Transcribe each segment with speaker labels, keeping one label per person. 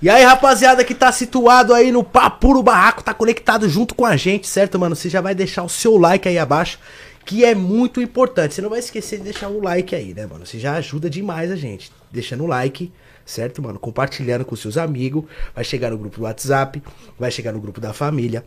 Speaker 1: E aí, rapaziada que tá situado aí no Papuro Barraco, tá conectado junto com a gente, certo, mano? Você já vai deixar o seu like aí abaixo, que é muito importante. Você não vai esquecer de deixar o like aí, né, mano? Você já ajuda demais a gente, deixando o like, certo, mano? Compartilhando com seus amigos, vai chegar no grupo do WhatsApp, vai chegar no grupo da família.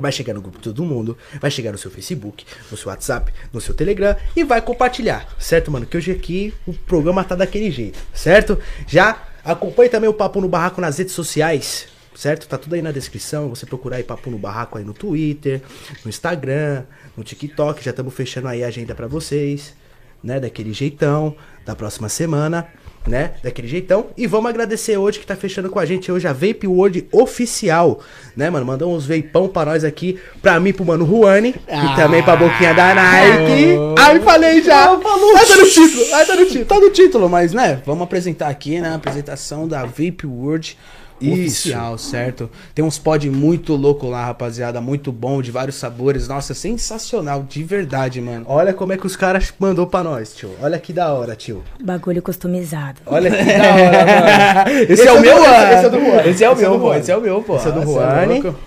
Speaker 1: Vai chegar no grupo de todo mundo, vai chegar no seu Facebook, no seu WhatsApp, no seu Telegram e vai compartilhar, certo, mano? Que hoje aqui o programa tá daquele jeito, certo? Já acompanhe também o Papo no Barraco nas redes sociais, certo? Tá tudo aí na descrição. Você procurar aí Papo no Barraco aí no Twitter, no Instagram, no TikTok. Já estamos fechando aí a agenda pra vocês, né? Daquele jeitão, da próxima semana, né? Daquele jeitão. E vamos agradecer hoje que tá fechando com a gente hoje a Vape World oficial, né, mano? Mandou uns veipão pra nós aqui, pra mim, pro mano Juani e também pra boquinha da Nike. Ai, falei já!
Speaker 2: falou. Vai tá no título, vai tá no título. Tá no título, mas né, vamos apresentar aqui, né? A apresentação da Vape World
Speaker 1: Isso.
Speaker 2: oficial, certo? Tem uns pod muito louco lá, rapaziada, muito bom, de vários sabores. Nossa, sensacional, de verdade, mano.
Speaker 1: Olha como é que os caras mandou pra nós, tio. Olha que da hora, tio.
Speaker 3: Bagulho customizado.
Speaker 1: Olha que da hora, mano.
Speaker 2: Esse,
Speaker 1: Esse
Speaker 2: é,
Speaker 1: é
Speaker 2: o
Speaker 1: do-
Speaker 2: meu, ah,
Speaker 1: esse é do Juan.
Speaker 2: Esse é
Speaker 1: Esse é
Speaker 2: o meu,
Speaker 1: do
Speaker 2: pô.
Speaker 1: Juan.
Speaker 2: Esse é o meu, pô.
Speaker 1: Esse é do
Speaker 2: Ah,
Speaker 1: Juan.
Speaker 2: louco.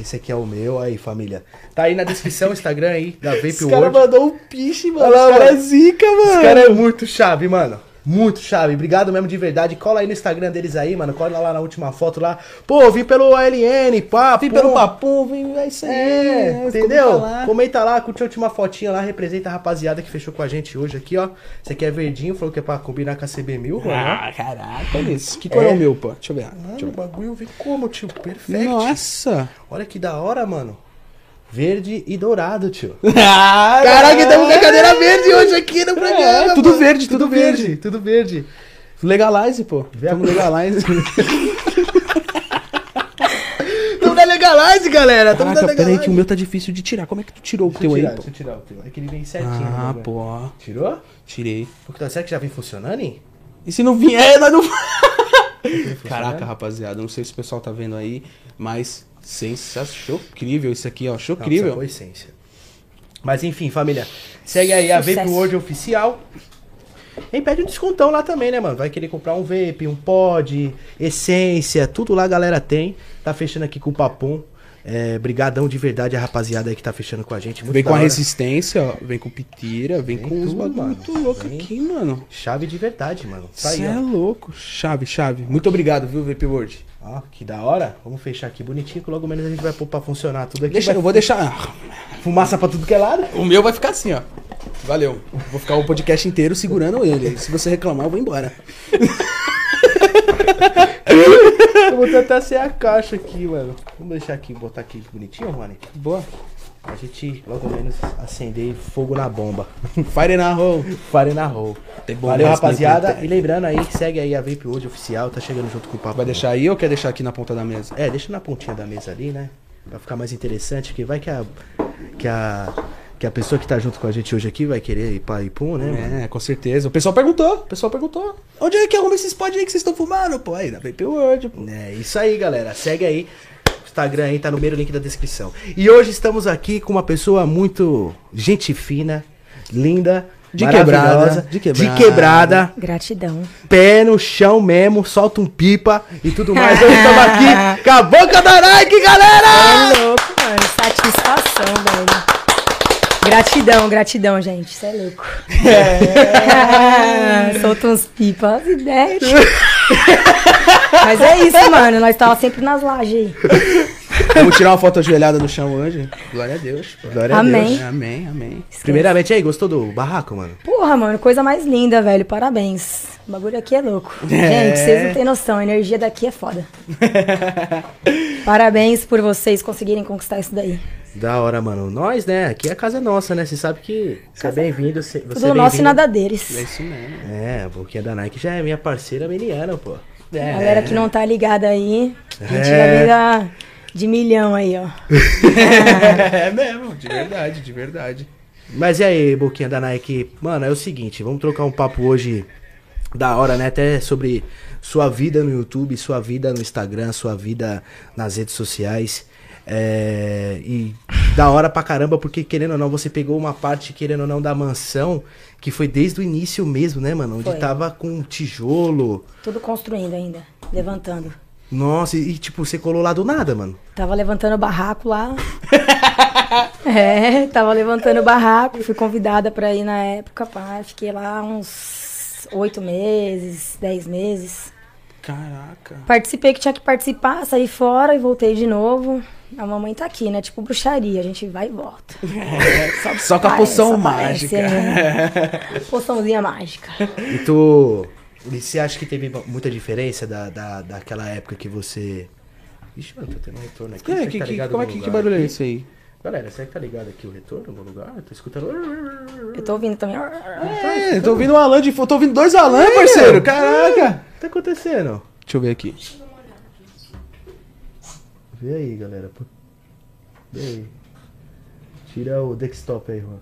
Speaker 1: Esse aqui é o meu, aí, família. Tá aí na descrição o Instagram aí, da Vape
Speaker 2: Esse cara
Speaker 1: World.
Speaker 2: mandou um piche, mano.
Speaker 1: Olha lá,
Speaker 2: Esse cara é
Speaker 1: mano.
Speaker 2: zica, mano.
Speaker 1: Esse cara é muito chave, mano. Muito chave. Obrigado mesmo de verdade. Cola aí no Instagram deles aí, mano. Cola lá na última foto lá. Pô, vim pelo ALN, papo.
Speaker 2: Vem pelo papum, vem, é isso aí.
Speaker 1: É,
Speaker 2: né?
Speaker 1: entendeu?
Speaker 2: Comenta lá.
Speaker 1: Comenta lá, curte a última fotinha lá, representa a rapaziada que fechou com a gente hoje aqui, ó. Esse aqui é verdinho, falou que é pra combinar com a CB1000, mano.
Speaker 2: Ah, caraca, olha isso. Que cor é,
Speaker 1: É.
Speaker 2: o meu, pô? Deixa eu ver. Deixa
Speaker 1: Mano,
Speaker 2: eu
Speaker 1: o bagulho vem como, tio?
Speaker 2: ver.
Speaker 1: Perfeito.
Speaker 2: Nossa!
Speaker 1: Olha que da hora, mano. Verde e dourado, tio.
Speaker 2: Caraca,
Speaker 1: estamos com a cadeira verde hoje aqui no
Speaker 2: É, tudo verde, tudo verde.
Speaker 1: Tudo verde.
Speaker 2: Legalize, pô.
Speaker 1: Vê a
Speaker 2: Tamo
Speaker 1: cor.
Speaker 2: legalize.
Speaker 1: Tamo na Legalize, galera. Tamo na
Speaker 2: Caraca,
Speaker 1: Legalize.
Speaker 2: peraí que o meu tá difícil de tirar. Como é que tu tirou o
Speaker 1: Deixa
Speaker 2: teu
Speaker 1: eu
Speaker 2: aí,
Speaker 1: tirar,
Speaker 2: pô?
Speaker 1: deixa eu tirar o teu. É que ele vem certinho.
Speaker 2: Ah,
Speaker 1: né,
Speaker 2: pô. ó.
Speaker 1: velho? Tirou?
Speaker 2: Tirei.
Speaker 1: Porque tá- será que já vem funcionando, hein?
Speaker 2: E se não vier, nós não... Caraca, rapaziada. Não sei se o pessoal tá vendo aí, mas... Sensacional. Chocrível isso aqui, ó.
Speaker 1: Não,
Speaker 2: Chocrível.
Speaker 1: só foi essência. Mas enfim, família. Segue aí a
Speaker 3: Sucesso.
Speaker 1: Vape World oficial. E pede um descontão lá também, né, mano? Vai querer comprar um vape, um pod, essência, tudo lá a galera tem. Tá fechando aqui com o Papum. É, brigadão de verdade a rapaziada aí que tá fechando com a gente. Muito
Speaker 2: Vem
Speaker 1: da
Speaker 2: com a
Speaker 1: hora.
Speaker 2: resistência, ó. Vem com pitira, vem,
Speaker 1: Vem
Speaker 2: com uns
Speaker 1: tudo,
Speaker 2: bagulho
Speaker 1: mano.
Speaker 2: muito louco
Speaker 1: Vem.
Speaker 2: aqui, mano.
Speaker 1: Chave de verdade, mano. Tá
Speaker 2: Você
Speaker 1: aí,
Speaker 2: é
Speaker 1: ó.
Speaker 2: louco. Chave, chave. Muito obrigado, viu, VP World?
Speaker 1: Ó, que da hora. Vamos fechar aqui bonitinho, que logo menos a gente vai pôr pra funcionar tudo aqui.
Speaker 2: Deixa,
Speaker 1: vai
Speaker 2: eu vou deixar.
Speaker 1: Fumaça pra tudo que é lado.
Speaker 2: O meu vai ficar assim, ó. Valeu. Vou ficar o podcast inteiro segurando ele. Se você reclamar, eu vou embora.
Speaker 1: Eu vou tentar ser a caixa aqui, mano. Vamos deixar aqui, botar aqui bonitinho, Rony.
Speaker 2: Boa.
Speaker 1: A gente logo menos acender fogo na bomba.
Speaker 2: Fire na roll.
Speaker 1: Fare na roll.
Speaker 2: Tem bomba,
Speaker 1: Valeu,
Speaker 2: mas tem
Speaker 1: rapaziada.
Speaker 2: bomba.
Speaker 1: E lembrando aí, segue aí a Vape World oficial, tá chegando junto com o papo.
Speaker 2: Vai deixar aí ou quer deixar aqui na ponta da mesa?
Speaker 1: É, deixa na pontinha da mesa ali, né? Pra ficar mais interessante, que vai que a. Que a. Que a pessoa que tá junto com a gente hoje aqui vai querer ir pra Ipum, né, mano?
Speaker 2: É, com certeza. O pessoal perguntou. O pessoal perguntou. Onde é que arruma esses pod aí que vocês estão fumando? Pô, aí na VP World, pô.
Speaker 1: É isso aí, galera. Segue aí. O Instagram aí tá no primeiro link da descrição. E hoje estamos aqui com uma pessoa muito gente fina, linda,
Speaker 2: De
Speaker 1: maravilhosa,
Speaker 2: quebrada, de quebrada.
Speaker 1: de quebrada,
Speaker 3: Gratidão.
Speaker 1: pé no chão mesmo, solta um pipa e tudo mais. Hoje estamos aqui com a boca da Nike, galera!
Speaker 3: É louco, mano. Satisfação, velho. Gratidão, gratidão, gente. Isso é louco. Solta uns pipas e desce. Mas é isso, mano. Nós tava sempre nas lajes aí.
Speaker 2: Vamos tirar uma foto ajoelhada no chão hoje. Glória a Deus. pô.
Speaker 1: Glória
Speaker 3: Amém.
Speaker 2: Amém, amém.
Speaker 3: Esquece.
Speaker 1: Primeiramente, aí, gostou do barraco, mano?
Speaker 3: Porra, mano, coisa mais linda, velho. Parabéns. O bagulho aqui é louco. Gente, vocês não têm noção. A energia daqui é foda. Parabéns por vocês conseguirem conquistar isso daí.
Speaker 1: Da hora, mano. Nós, né? Aqui a casa é nossa, né? Você sabe que você é bem-vindo. Você, você é
Speaker 3: Tudo nosso
Speaker 1: bem-vindo.
Speaker 3: e nada
Speaker 2: É
Speaker 3: deles.
Speaker 2: isso mesmo.
Speaker 1: É, a boquinha da Nike já é minha parceira meniana, pô.
Speaker 2: É,
Speaker 3: A Galera que não tá ligada aí, a gente já liga de milhão aí, ó.
Speaker 2: É mesmo, de verdade, de verdade.
Speaker 1: Mas e aí, boquinha da Nike? Mano, é o seguinte, vamos trocar um papo hoje da hora, né? Até sobre sua vida no YouTube, sua vida no Instagram, sua vida nas redes sociais. É, e da hora pra caramba, porque querendo ou não, você pegou uma parte, querendo ou não, da mansão, que foi desde o início mesmo, né, mano? Onde
Speaker 3: Foi.
Speaker 1: tava com tijolo.
Speaker 3: Tudo construindo ainda, levantando.
Speaker 1: Nossa, e, e, tipo, você colou lá do nada, mano.
Speaker 3: Tava levantando o barraco lá. é, tava levantando o barraco. Fui convidada pra ir na época, pá. Fiquei lá uns oito meses, dez meses.
Speaker 2: Caraca.
Speaker 3: Participei que tinha que participar, saí fora e voltei de novo. A mamãe tá aqui, né? Tipo bruxaria, a gente vai e volta.
Speaker 2: só, só com a poção mágica.
Speaker 3: Aparece, é. Poçãozinha mágica.
Speaker 1: E tu. E você acha que teve muita diferença da, da, daquela época que você. Ixi, mano, tô tendo um retorno aqui.
Speaker 2: É,
Speaker 1: Será
Speaker 2: que-
Speaker 1: tá
Speaker 2: que-
Speaker 1: ligado
Speaker 2: como é
Speaker 1: no
Speaker 2: que- que
Speaker 1: lugar
Speaker 2: barulho é
Speaker 1: aqui?
Speaker 2: esse aí?
Speaker 1: Galera, será que tá ligado aqui o retorno em algum lugar? Eu tô escutando.
Speaker 3: Eu tô ouvindo também.
Speaker 2: É, tô ouvindo um Alan de fundo. Tô ouvindo dois Alan, parceiro. Caraca.
Speaker 1: O que tá acontecendo?
Speaker 2: Deixa eu ver aqui.
Speaker 1: Vê aí, galera. pô. Vê aí. Tira o desktop aí, mano.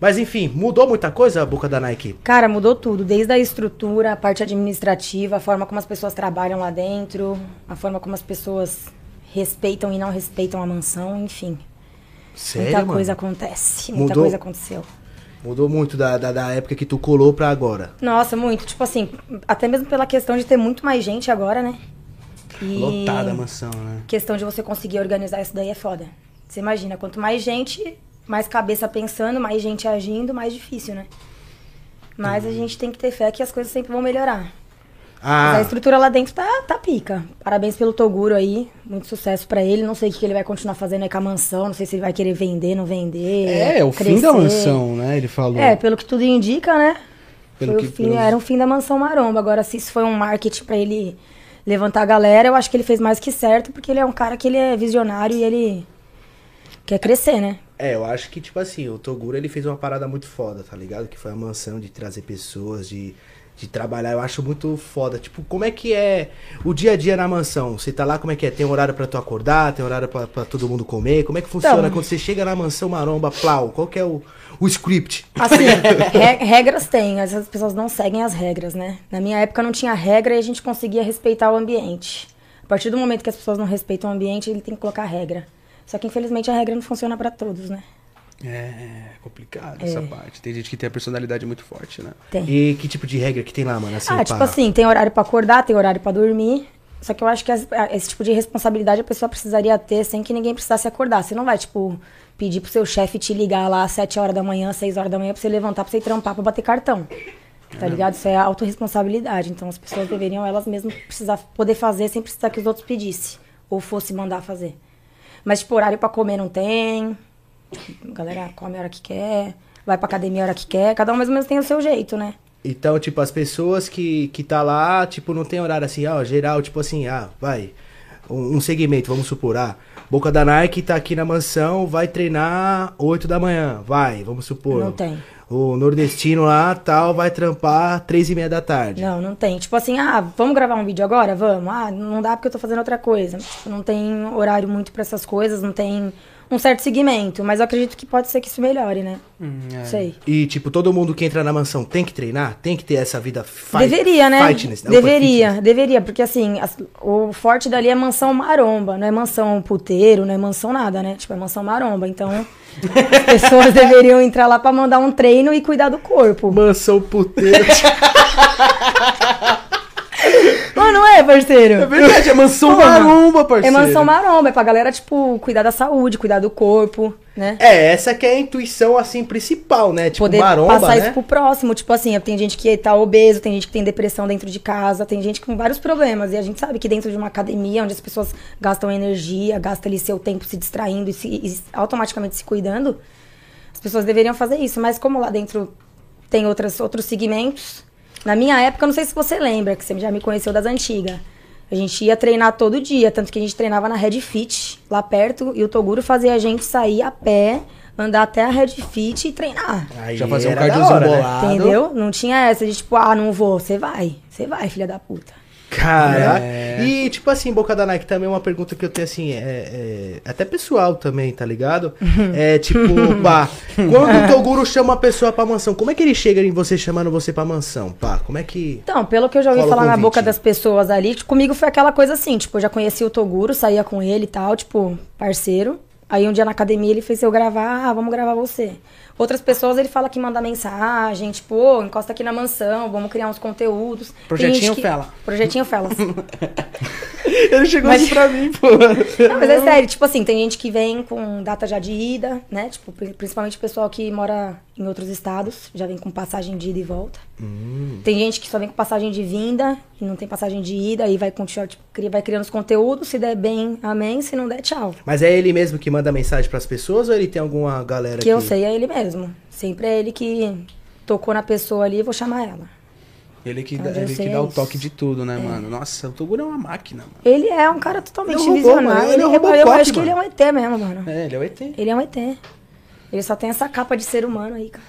Speaker 1: Mas enfim, mudou muita coisa a boca da Nike?
Speaker 3: Cara, mudou tudo, desde a estrutura, a parte administrativa, a forma como as pessoas trabalham lá dentro, a forma como as pessoas respeitam e não respeitam a mansão, enfim.
Speaker 1: Sério,
Speaker 3: muita
Speaker 1: mano?
Speaker 3: coisa acontece, muita
Speaker 1: Mudou?
Speaker 3: coisa aconteceu.
Speaker 1: Mudou muito da, da, da época que tu colou pra agora.
Speaker 3: Nossa, muito. Tipo assim, até mesmo pela questão de ter muito mais gente agora, né? E
Speaker 2: Lotada a mansão, né?
Speaker 3: questão de você conseguir organizar isso daí é foda. Você imagina, quanto mais gente, mais cabeça pensando, mais gente agindo, mais difícil, né? Mas a gente tem que ter fé que as coisas sempre vão melhorar. Mas
Speaker 1: Ah,
Speaker 3: a estrutura lá dentro tá, tá pica. Parabéns pelo Toguro aí. Muito sucesso pra ele. Não sei o que que ele vai continuar fazendo aí com a mansão. Não sei se ele vai querer vender, não vender.
Speaker 2: É, o fim
Speaker 3: crescer.
Speaker 2: da mansão, né? Ele falou.
Speaker 3: É, pelo que tudo indica, né?
Speaker 2: Pelo
Speaker 3: Foi
Speaker 2: que-
Speaker 3: o fim,
Speaker 2: pelo-
Speaker 3: Era um fim da mansão maromba. Agora, se isso foi um marketing pra ele levantar a galera, eu acho que ele fez mais que certo, porque ele é um cara que ele é visionário e ele quer crescer, né?
Speaker 1: é, eu acho que, tipo assim, o Toguro ele fez uma parada muito foda, tá ligado? Que foi a mansão de trazer pessoas, de, de trabalhar. Eu acho muito foda. Tipo, como é que é o dia a dia na mansão? Você tá lá, como é que é? Tem horário pra tu acordar? Tem horário pra, pra todo mundo comer? Como é que funciona
Speaker 3: Então,
Speaker 1: quando você chega na mansão maromba, plau? Qual que é o, o script?
Speaker 3: Assim, re- regras tem, às vezes as pessoas não seguem as regras, né? Na minha época não tinha regra e a gente conseguia respeitar o ambiente. A partir do momento que as pessoas não respeitam o ambiente, ele tem que colocar regra. Só que infelizmente a regra não funciona pra todos, né?
Speaker 2: É, é complicado essa parte. Tem gente que tem a personalidade muito forte, né?
Speaker 3: Tem.
Speaker 1: E que tipo de regra que tem lá, mano? Assim,
Speaker 3: ah, tipo
Speaker 1: pra-
Speaker 3: assim, tem horário pra acordar, tem horário pra dormir. Só que eu acho que as- a- esse tipo de responsabilidade a pessoa precisaria ter sem que ninguém precisasse acordar. Você não vai, tipo, pedir pro seu chefe te ligar lá às 7 horas da manhã, 6 horas da manhã, pra você levantar, pra você ir trampar, pra bater cartão. Tá ligado? Isso é autorresponsabilidade. Então as pessoas deveriam elas mesmas precisar poder fazer sem precisar que os outros pedissem. Ou fosse mandar fazer. Mas, tipo, horário pra comer não tem. A galera come a hora que quer, vai pra academia a hora que quer. Cada um mais ou menos tem o seu jeito, né?
Speaker 1: Então, tipo, as pessoas que, que tá lá, tipo, não tem horário assim, ó, geral, tipo assim, ah, vai. Um, um segmento, vamos supor, ah, Boca da Nike tá aqui na mansão, vai treinar 8 da manhã, vai, vamos supor.
Speaker 3: Não tem.
Speaker 1: O nordestino lá, tal, vai trampar 3 e meia da tarde.
Speaker 3: Não, não tem. Tipo assim, ah, vamos gravar um vídeo agora? Vamos. Ah, não dá porque eu tô fazendo outra coisa. Tipo, Não tem horário muito pra essas coisas, não tem um certo segmento. Mas eu acredito que pode ser que isso melhore, né?
Speaker 2: É.
Speaker 3: Não Sei.
Speaker 1: E, tipo, todo mundo que entra na mansão tem que treinar? Tem que ter essa vida fight, Um
Speaker 3: deveria, né?
Speaker 1: fitness, não,
Speaker 3: deveria,
Speaker 1: fitness.
Speaker 3: deveria, porque assim, as- o forte dali é mansão maromba, não é mansão puteiro, não é mansão nada, né? Tipo, é mansão maromba. Então, as pessoas deveriam entrar lá pra mandar um treino e cuidar do corpo.
Speaker 1: Mansão puteiro.
Speaker 3: Mas não é, parceiro?
Speaker 2: É verdade, é mansão
Speaker 3: Porra.
Speaker 2: maromba,
Speaker 3: É
Speaker 2: parceiro.
Speaker 3: mansão maromba, é pra galera, tipo, cuidar da saúde, cuidar do corpo, né?
Speaker 1: é, essa que é a intuição, assim, principal, né? Tipo,
Speaker 3: Poder
Speaker 1: maromba,
Speaker 3: passar
Speaker 1: né?
Speaker 3: isso pro próximo. Tipo assim, tem gente que tá obeso, tem gente que tem depressão dentro de casa, tem gente com vários problemas. E a gente sabe que dentro de uma academia, onde as pessoas gastam energia, gastam ali seu tempo se distraindo e, se- e automaticamente se cuidando, as pessoas deveriam fazer isso. Mas como lá dentro tem outras, outros segmentos... Na minha época, eu não sei se você lembra, que você já me conheceu das antigas. A gente ia treinar todo dia, tanto que a gente treinava na Red Fit, lá perto, e o Toguro fazia a gente sair a pé, andar até a Red Fit e treinar.
Speaker 1: Aí
Speaker 2: Já fazer um
Speaker 1: era da
Speaker 2: cardiozinho
Speaker 1: hora, né?
Speaker 2: bolado.
Speaker 3: Entendeu? Não tinha essa de tipo, ah, não vou. Você vai. Você vai, filha da puta.
Speaker 1: Caraca. E, tipo assim, Boca da Nike, também uma pergunta que eu tenho, assim, é, é- até pessoal também, tá ligado? É, tipo, pá, quando o Toguro chama a pessoa pra mansão, como é que ele chega em você chamando você pra mansão, pá? Como é que...
Speaker 3: Então, pelo que eu já ouvi
Speaker 1: Rola o
Speaker 3: falar na
Speaker 1: convite,
Speaker 3: boca
Speaker 1: né?
Speaker 3: das pessoas ali, tipo, comigo foi aquela coisa assim, tipo, eu já conhecia o Toguro, saía com ele e tal, tipo, parceiro. Aí um dia na academia ele fez eu gravar, ah, vamos gravar você. Outras pessoas ele fala que manda mensagem, tipo, ô, encosta aqui na mansão, vamos criar uns conteúdos. Tem gente
Speaker 2: Projetinho
Speaker 3: que-
Speaker 2: Fela.
Speaker 3: Projetinho Felas.
Speaker 2: Ele chegou
Speaker 3: Mas-
Speaker 2: assim pra mim, pô.
Speaker 3: Não, mas é sério, tipo assim, tem gente que vem com data já de ida, né? Tipo, pri- principalmente o pessoal que mora em outros estados, já vem com passagem de ida e volta.
Speaker 1: Hum.
Speaker 3: Tem gente que só vem com passagem de vinda e não tem passagem de ida, aí vai continuar, tipo, cria- vai criando os conteúdos, se der bem, amém, se não der, tchau.
Speaker 1: Mas é ele mesmo que manda mensagem pras pessoas ou ele tem alguma galera
Speaker 3: Que eu sei é ele mesmo. Sempre é ele que tocou na pessoa ali, vou chamar ela.
Speaker 2: Ele que,
Speaker 3: Ah,
Speaker 2: dá-
Speaker 3: Deus
Speaker 2: ele que
Speaker 3: é
Speaker 2: dá o
Speaker 3: isso.
Speaker 2: toque de tudo, né, mano? Nossa, o Toguro é uma máquina, mano.
Speaker 3: Ele é um cara totalmente
Speaker 1: Ele é um robô,
Speaker 3: visionário.
Speaker 1: mano. Ele é um
Speaker 3: eu- eu
Speaker 1: Robocop,
Speaker 3: acho que ele é um ET mesmo, mano.
Speaker 2: É, ele é o ET.
Speaker 3: Ele é um ET. Ele só tem essa capa de ser humano aí, cara.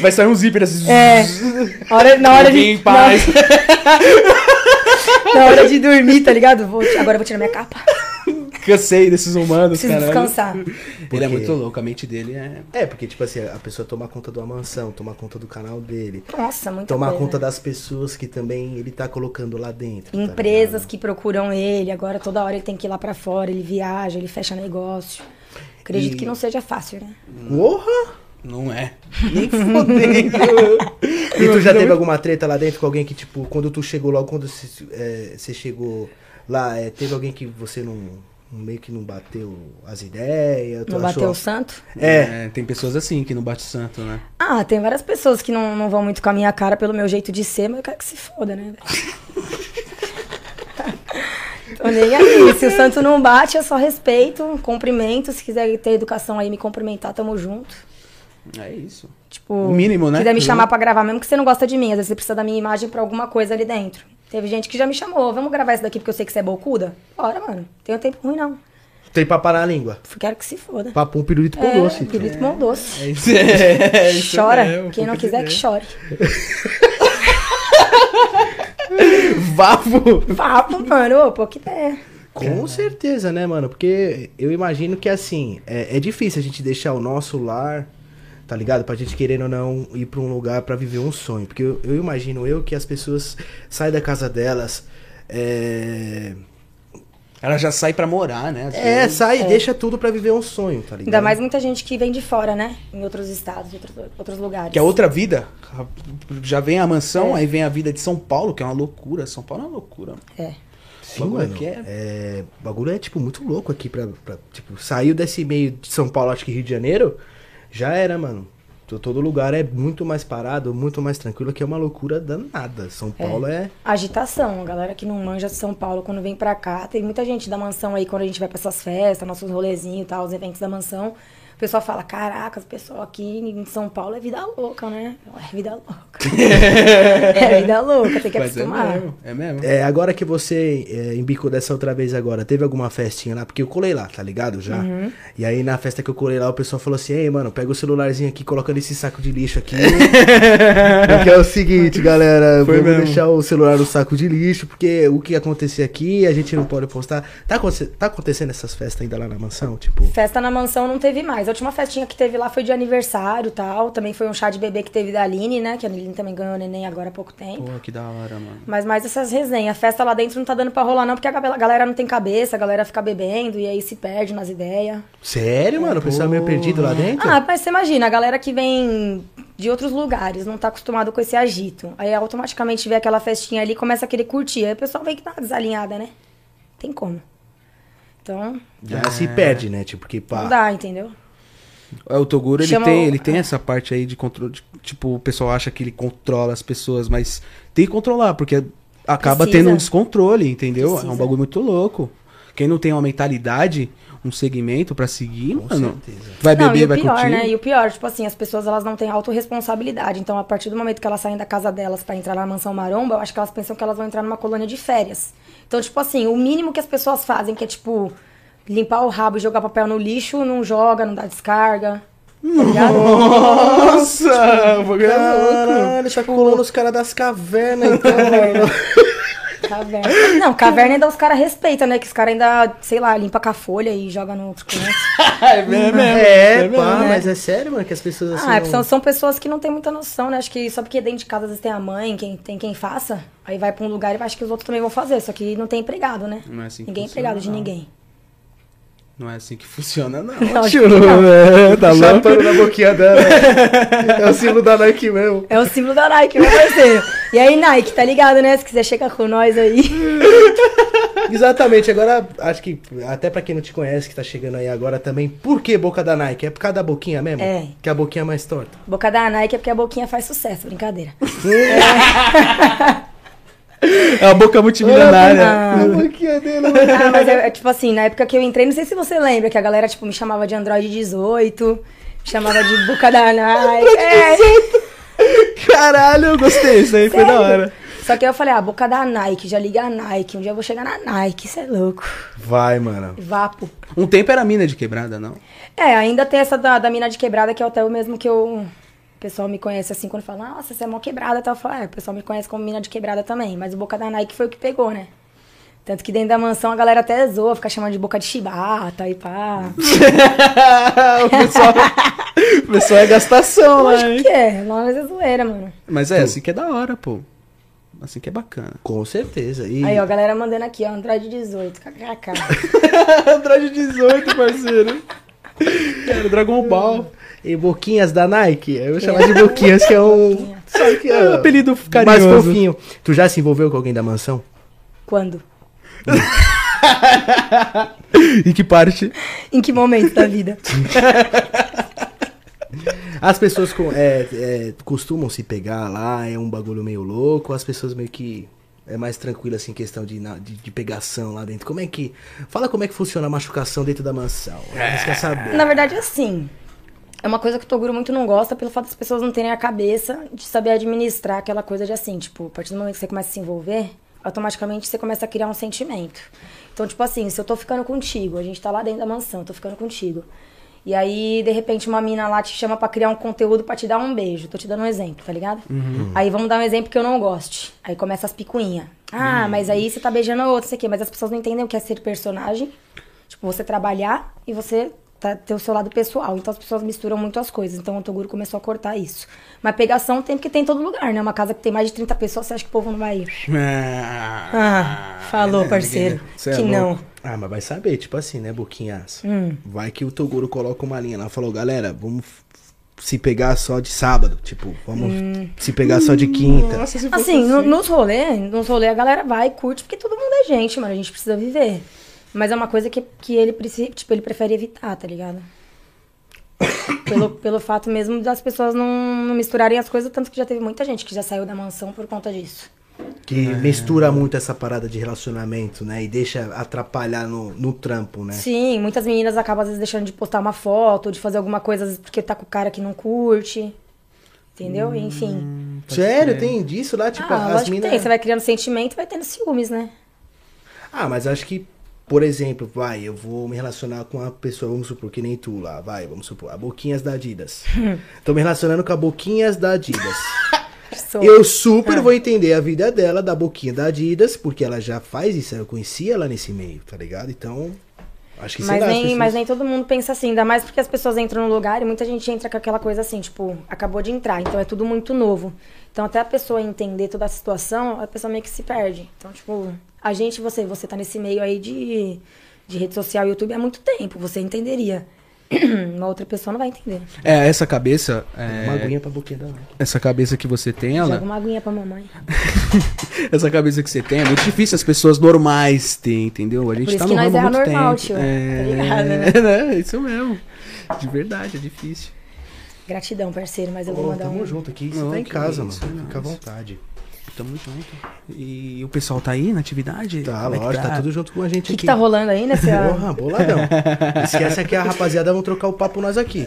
Speaker 2: Vai sair um zíper assim.
Speaker 3: É. Hora- na, hora
Speaker 2: Fiquem
Speaker 3: de,
Speaker 2: em paz.
Speaker 3: na hora de dormir, tá ligado? Vou, agora eu vou tirar minha capa.
Speaker 2: Cansei desses humanos,
Speaker 3: Preciso
Speaker 2: cara.
Speaker 3: descansar.
Speaker 2: Ele é
Speaker 1: Porque-
Speaker 2: muito louco, a mente dele é.
Speaker 1: É, porque, tipo assim, a pessoa toma conta de uma mansão, toma conta do canal dele,
Speaker 3: Nossa, muita
Speaker 1: toma
Speaker 3: coisa.
Speaker 1: conta das pessoas que também ele tá colocando lá dentro. tá
Speaker 3: Empresas
Speaker 1: ligado?
Speaker 3: que procuram ele, agora toda hora ele tem que ir lá pra fora, ele viaja, ele fecha negócio. Acredito
Speaker 1: E-
Speaker 3: que não seja fácil, né?
Speaker 1: Porra!
Speaker 2: Não é. Nem fodendo.
Speaker 1: E tu já teve alguma treta lá dentro com alguém que, tipo, quando tu chegou logo, quando você é, você chegou lá, é, teve alguém que você não. Meio que não bateu as ideias? tu
Speaker 3: Não
Speaker 1: achou-
Speaker 3: bateu o santo.
Speaker 1: É.
Speaker 2: Tem pessoas assim que não bate santo, né?
Speaker 3: Ah, tem várias pessoas que não, não vão muito com a minha cara pelo meu jeito de ser, mas eu quero que se foda, né? velho? Tô nem aí. Se o santo não bate, é só respeito, cumprimento. Se quiser ter educação aí, me cumprimentar, tamo junto.
Speaker 2: É isso.
Speaker 3: Tipo,
Speaker 2: O mínimo, né?
Speaker 3: quiser me
Speaker 2: Uhum.
Speaker 3: chamar pra gravar, mesmo que você não gosta de mim, às vezes você precisa da minha imagem pra alguma coisa ali dentro. Teve gente que já me chamou, vamos gravar isso daqui porque eu sei que você é bocuda? Bora, mano. Tenho tempo ruim, não.
Speaker 1: Tem papo na língua.
Speaker 3: Quero que se foda.
Speaker 1: Papo um pirulito com
Speaker 3: É,
Speaker 1: doce. então.
Speaker 3: pirulito com doce.
Speaker 2: É isso. É isso
Speaker 3: Chora.
Speaker 2: mesmo.
Speaker 3: Quem não quiser, que chore.
Speaker 2: Vapo.
Speaker 3: Papo, mano. Ô, pô, que ideia.
Speaker 1: Com certeza, né, mano? Porque eu imagino que, assim, é, é difícil a gente deixar o nosso lar, tá ligado? Pra gente, querendo ou não, ir pra um lugar pra viver um sonho. Porque eu, eu imagino eu que as pessoas saem da casa delas, é...
Speaker 2: Ela já sai pra morar, né? Às
Speaker 1: É,
Speaker 2: vezes.
Speaker 1: sai e deixa tudo pra viver um sonho, tá ligado?
Speaker 3: Ainda mais muita gente que vem de fora, né? Em outros estados, outros, outros lugares.
Speaker 2: Que é outra vida. Já vem a mansão, aí vem a vida de São Paulo, que é uma loucura. São Paulo é uma loucura. mano.
Speaker 3: É.
Speaker 1: Sim,
Speaker 2: bagulho
Speaker 1: mano.
Speaker 2: aqui é-
Speaker 1: É, o bagulho é, tipo, muito louco aqui pra, pra- Tipo, saiu desse meio de São Paulo, acho que Rio de Janeiro, já era, mano. To- Todo lugar é muito mais parado, muito mais tranquilo, que é uma loucura danada. São Paulo é...
Speaker 3: Agitação. A galera que não manja de São Paulo quando vem pra cá. Tem muita gente da mansão aí, quando a gente vai pra essas festas, nossos rolezinhos e tal, os eventos da mansão. O pessoal fala: caraca, o pessoal aqui em São Paulo é vida louca, né? É vida louca. é vida louca, tem que
Speaker 2: Mas é
Speaker 3: acostumar.
Speaker 2: mesmo. É mesmo.
Speaker 1: É, agora que você é, embicou dessa outra vez agora, teve alguma festinha lá? Porque eu colei lá, tá ligado? Já.
Speaker 2: Uhum.
Speaker 1: E aí na festa que eu colei lá, o pessoal falou assim, ei, mano, pega o celularzinho aqui, coloca nesse saco de lixo aqui. porque é o seguinte, galera,
Speaker 2: Foi
Speaker 1: vamos
Speaker 2: mesmo.
Speaker 1: deixar o celular no saco de lixo, porque o que acontecer aqui, a gente não pode postar. Tá, aconte- tá acontecendo essas festas ainda lá na mansão? Tipo,
Speaker 3: Festa na mansão não teve mais. A última festinha que teve lá foi de aniversário e tal. Também foi um chá de bebê que teve da Aline, né? Que a Aline também ganhou o neném agora há pouco tempo.
Speaker 2: Pô, que da hora, mano.
Speaker 3: Mas mais essas resenhas. A festa lá dentro não tá dando pra rolar, não, porque a gabe- galera não tem cabeça, a galera fica bebendo e aí se perde nas ideias.
Speaker 1: sério, mano? O pessoal é meio perdido lá dentro?
Speaker 3: Ah, mas você imagina, a galera que vem de outros lugares, não tá acostumado com esse agito. Aí automaticamente vê aquela festinha ali e começa a querer curtir. Aí o pessoal meio que tá desalinhada, né? Tem como. Então,
Speaker 1: Já se perde, né? Tipo, que pá.
Speaker 3: não dá, entendeu?
Speaker 2: É, o Toguro, ele
Speaker 3: Chama
Speaker 2: tem,
Speaker 3: o-
Speaker 2: ele tem essa parte aí de controle. de- tipo, o pessoal acha que ele controla as pessoas, mas tem que controlar, porque acaba
Speaker 3: Precisa.
Speaker 2: tendo um descontrole, entendeu? É um
Speaker 3: Precisa.
Speaker 2: bagulho muito louco. Quem não tem uma mentalidade, um segmento pra seguir,
Speaker 1: Com
Speaker 2: mano,
Speaker 1: certeza.
Speaker 2: vai
Speaker 3: não,
Speaker 2: beber,
Speaker 3: e o
Speaker 2: vai
Speaker 3: pior,
Speaker 2: curtir.
Speaker 3: né? E o pior, tipo assim, as pessoas elas não têm autorresponsabilidade. Então, a partir do momento que elas saem da casa delas pra entrar na mansão maromba, eu acho que elas pensam que elas vão entrar numa colônia de férias. Então, tipo assim, o mínimo que as pessoas fazem, que é tipo limpar o rabo e jogar papel no lixo, não joga, não dá descarga. Tá ligado? tipo,
Speaker 2: Nossa! O bagulho
Speaker 3: tá
Speaker 2: é louco.
Speaker 1: Caralho, tá colando os caras das cavernas, então, mano.
Speaker 3: Caverna. Não, caverna ainda os caras respeitam, né? Que os caras ainda, sei lá, limpa com a folha e joga no outro canto.
Speaker 2: É mesmo,
Speaker 1: É,
Speaker 2: é mesmo.
Speaker 1: pá,
Speaker 3: né?
Speaker 1: mas é sério, mano, que as pessoas assim.
Speaker 3: Ah, é,
Speaker 1: não-
Speaker 3: são, são pessoas que não têm muita noção, né? Acho que só porque dentro de casa às vezes tem a mãe, quem, tem quem faça, aí vai pra um lugar e acha que os outros também vão fazer, só que não tem empregado, né?
Speaker 2: Não é assim que
Speaker 3: ninguém é
Speaker 2: funciona,
Speaker 3: empregado de
Speaker 2: não.
Speaker 3: ninguém.
Speaker 2: Não é assim que funciona, não.
Speaker 3: Lógico que não.
Speaker 2: É, tá louco?
Speaker 1: Chapando na boquinha dela. é o símbolo da Nike mesmo.
Speaker 3: É o símbolo da Nike, meu parceiro. E aí, Nike, tá ligado, né? Se quiser chegar com nós aí.
Speaker 1: Exatamente, agora acho que até pra quem não te conhece que tá chegando aí agora também, por que boca da Nike? É por causa da boquinha mesmo?
Speaker 3: É.
Speaker 1: Que a boquinha é mais torta.
Speaker 3: Boca da Nike é porque a boquinha faz sucesso, brincadeira.
Speaker 2: É uma boca multimilionária.
Speaker 1: A boquinha dele.
Speaker 3: Ah, mas é, é tipo assim, na época que eu entrei, não sei se você lembra, que a galera, tipo, me chamava de Android 18, me chamava de Boca da Nike. é.
Speaker 2: Caralho, eu gostei. Isso aí foi da hora.
Speaker 3: Só que aí eu falei, ah, boca da Nike, já liga a Nike, um dia eu vou chegar na Nike, cê é louco.
Speaker 1: Vai, mano.
Speaker 3: Vapo.
Speaker 2: Um tempo era mina de quebrada, não?
Speaker 3: É, ainda tem essa da, da mina de quebrada, que é até o mesmo que eu. O pessoal me conhece assim quando fala, nossa, você é mó quebrada. e Tal. Eu falo, é, o pessoal me conhece como mina de quebrada também. Mas o boca da Nike foi o que pegou, né? Tanto que dentro da mansão a galera até zoa, fica chamando de boca de chibata e pá.
Speaker 2: o, pessoal, o pessoal é gastação, né?
Speaker 3: Lógico que é, mas é zoeira, mano.
Speaker 2: Mas é, assim que é da hora, pô. Assim que é bacana.
Speaker 1: Com certeza. E
Speaker 3: Aí, ó, a galera mandando aqui, ó, Andrade 18, kkk.
Speaker 2: Andrade 18, parceiro. Cara, Dragon Ball.
Speaker 1: E boquinhas da Nike? Eu vou chamar de boquinhas, que é um.
Speaker 3: Boquinha.
Speaker 1: Só que
Speaker 2: É um apelido
Speaker 1: mais
Speaker 2: carinhoso.
Speaker 1: fofinho. Tu já se envolveu com alguém da mansão?
Speaker 3: Quando?
Speaker 2: E que parte?
Speaker 3: Em que momento da vida?
Speaker 1: As pessoas com- é, é, costumam se pegar lá, é um bagulho meio louco, as pessoas meio que. É mais tranquilo assim, questão de, na- de, de pegação lá dentro. Como é que. Fala como é que funciona a machucação dentro da mansão. né? Eles querem saber.
Speaker 3: Na verdade, assim. É uma coisa que o Toguro muito não gosta pelo fato das pessoas não terem a cabeça de saber administrar aquela coisa de assim, tipo, a partir do momento que você começa a se envolver, automaticamente você começa a criar um sentimento. Então, tipo assim, se eu tô ficando contigo, a gente tá lá dentro da mansão, eu tô ficando contigo. E aí, de repente, uma mina lá te chama pra criar um conteúdo pra te dar um beijo. Tô te dando um exemplo, tá ligado?
Speaker 1: Uhum.
Speaker 3: Aí vamos dar um exemplo que eu não goste. Aí começa as picuinhas. Ah,
Speaker 1: Uhum.
Speaker 3: mas aí você tá beijando outro, não sei o quê. Mas as pessoas não entendem o que é ser personagem. Tipo, você trabalhar e você tá, ter o seu lado pessoal. Então as pessoas misturam muito as coisas. Então o Toguro começou a cortar isso. Mas pegação tem porque tem em todo lugar, né? Uma casa que tem mais de 30 pessoas, você acha que o povo não vai ir? Ah, falou, parceiro.
Speaker 1: Cê é
Speaker 3: que
Speaker 1: louco.
Speaker 3: não. Hum.
Speaker 1: Ah, mas vai saber, tipo assim, né, Boquinhas? Vai que o Toguro coloca uma linha lá, falou, galera, vamos f- se pegar só de sábado, tipo, vamos
Speaker 3: Hum.
Speaker 1: se pegar só de quinta.
Speaker 2: se fosse
Speaker 3: Assim, no- nos rolês, nos rolê a galera vai, curte, porque todo mundo é gente, mano. A gente precisa viver. Mas é uma coisa que, que ele, preci- tipo, ele prefere evitar, tá ligado? Pelo, pelo fato mesmo das pessoas não, não misturarem as coisas, tanto que já teve muita gente que já saiu da mansão por conta disso.
Speaker 1: Que mistura muito essa parada de relacionamento, né? E deixa atrapalhar no, no trampo, né?
Speaker 3: Sim, muitas meninas acabam às vezes deixando de postar uma foto, de fazer alguma coisa, às vezes porque tá com o cara que não curte. Entendeu? Enfim.
Speaker 1: Sério, tem disso lá, tipo,
Speaker 3: ah,
Speaker 1: Hum. as
Speaker 3: lógico que tem.
Speaker 1: minas.
Speaker 3: Você vai criando sentimento e vai tendo ciúmes, né?
Speaker 1: Ah, mas acho que, por exemplo, vai, eu vou me relacionar com uma pessoa, vamos supor, que nem tu lá, vai, vamos supor, a Boquinhas da Adidas. Tô me relacionando com a Boquinhas da Adidas.
Speaker 3: Sou-
Speaker 1: Eu
Speaker 3: Ah.
Speaker 1: super vou entender a vida dela, da boquinha da Adidas, porque ela já faz isso, eu conhecia ela nesse meio, tá ligado? Então, acho que sei
Speaker 3: Mas
Speaker 1: lá, as
Speaker 3: nem,
Speaker 1: pessoas-
Speaker 3: mas nem todo mundo pensa assim, ainda mais porque as pessoas entram no lugar e muita gente entra com aquela coisa assim, tipo, acabou de entrar, então é tudo muito novo. Então até a pessoa entender toda a situação, a pessoa meio que se perde. Então, tipo, a gente, você, você tá nesse meio aí de, de rede social e YouTube há muito tempo, você entenderia. Uma outra pessoa não vai entender.
Speaker 2: É, essa cabeça. é,
Speaker 1: Uma aguinha pra boquinha da Nike.
Speaker 2: essa cabeça que você tem,
Speaker 3: Joga
Speaker 2: ela.
Speaker 3: uma aguinha pra mamãe.
Speaker 2: Essa cabeça que você tem é muito difícil as pessoas normais terem, entendeu? A gente
Speaker 3: Por isso
Speaker 2: tá
Speaker 3: que
Speaker 2: no
Speaker 3: nós
Speaker 2: ramo
Speaker 3: é
Speaker 2: há muito
Speaker 3: anormal,
Speaker 2: tempo.
Speaker 3: tio.
Speaker 2: É,
Speaker 3: Tá ligado,
Speaker 2: né? Isso mesmo. De verdade, é difícil.
Speaker 3: Gratidão, parceiro, mas eu vou
Speaker 1: Ô,
Speaker 3: mandar
Speaker 1: tamo
Speaker 3: um.
Speaker 1: junto aqui, você
Speaker 2: Não,
Speaker 1: tá em
Speaker 2: que
Speaker 1: casa,
Speaker 2: isso,
Speaker 1: mano,
Speaker 2: não,
Speaker 1: fica à
Speaker 2: isso.
Speaker 1: vontade.
Speaker 2: Tamo junto. E o pessoal tá aí na atividade?
Speaker 1: Tá,
Speaker 2: Como é que
Speaker 1: lógico, tá? tudo junto com a gente
Speaker 3: O que,
Speaker 1: aqui.
Speaker 3: que tá rolando aí nessa.
Speaker 1: Porra, boladão. Esquece aqui a rapaziada, vão trocar o papo nós aqui.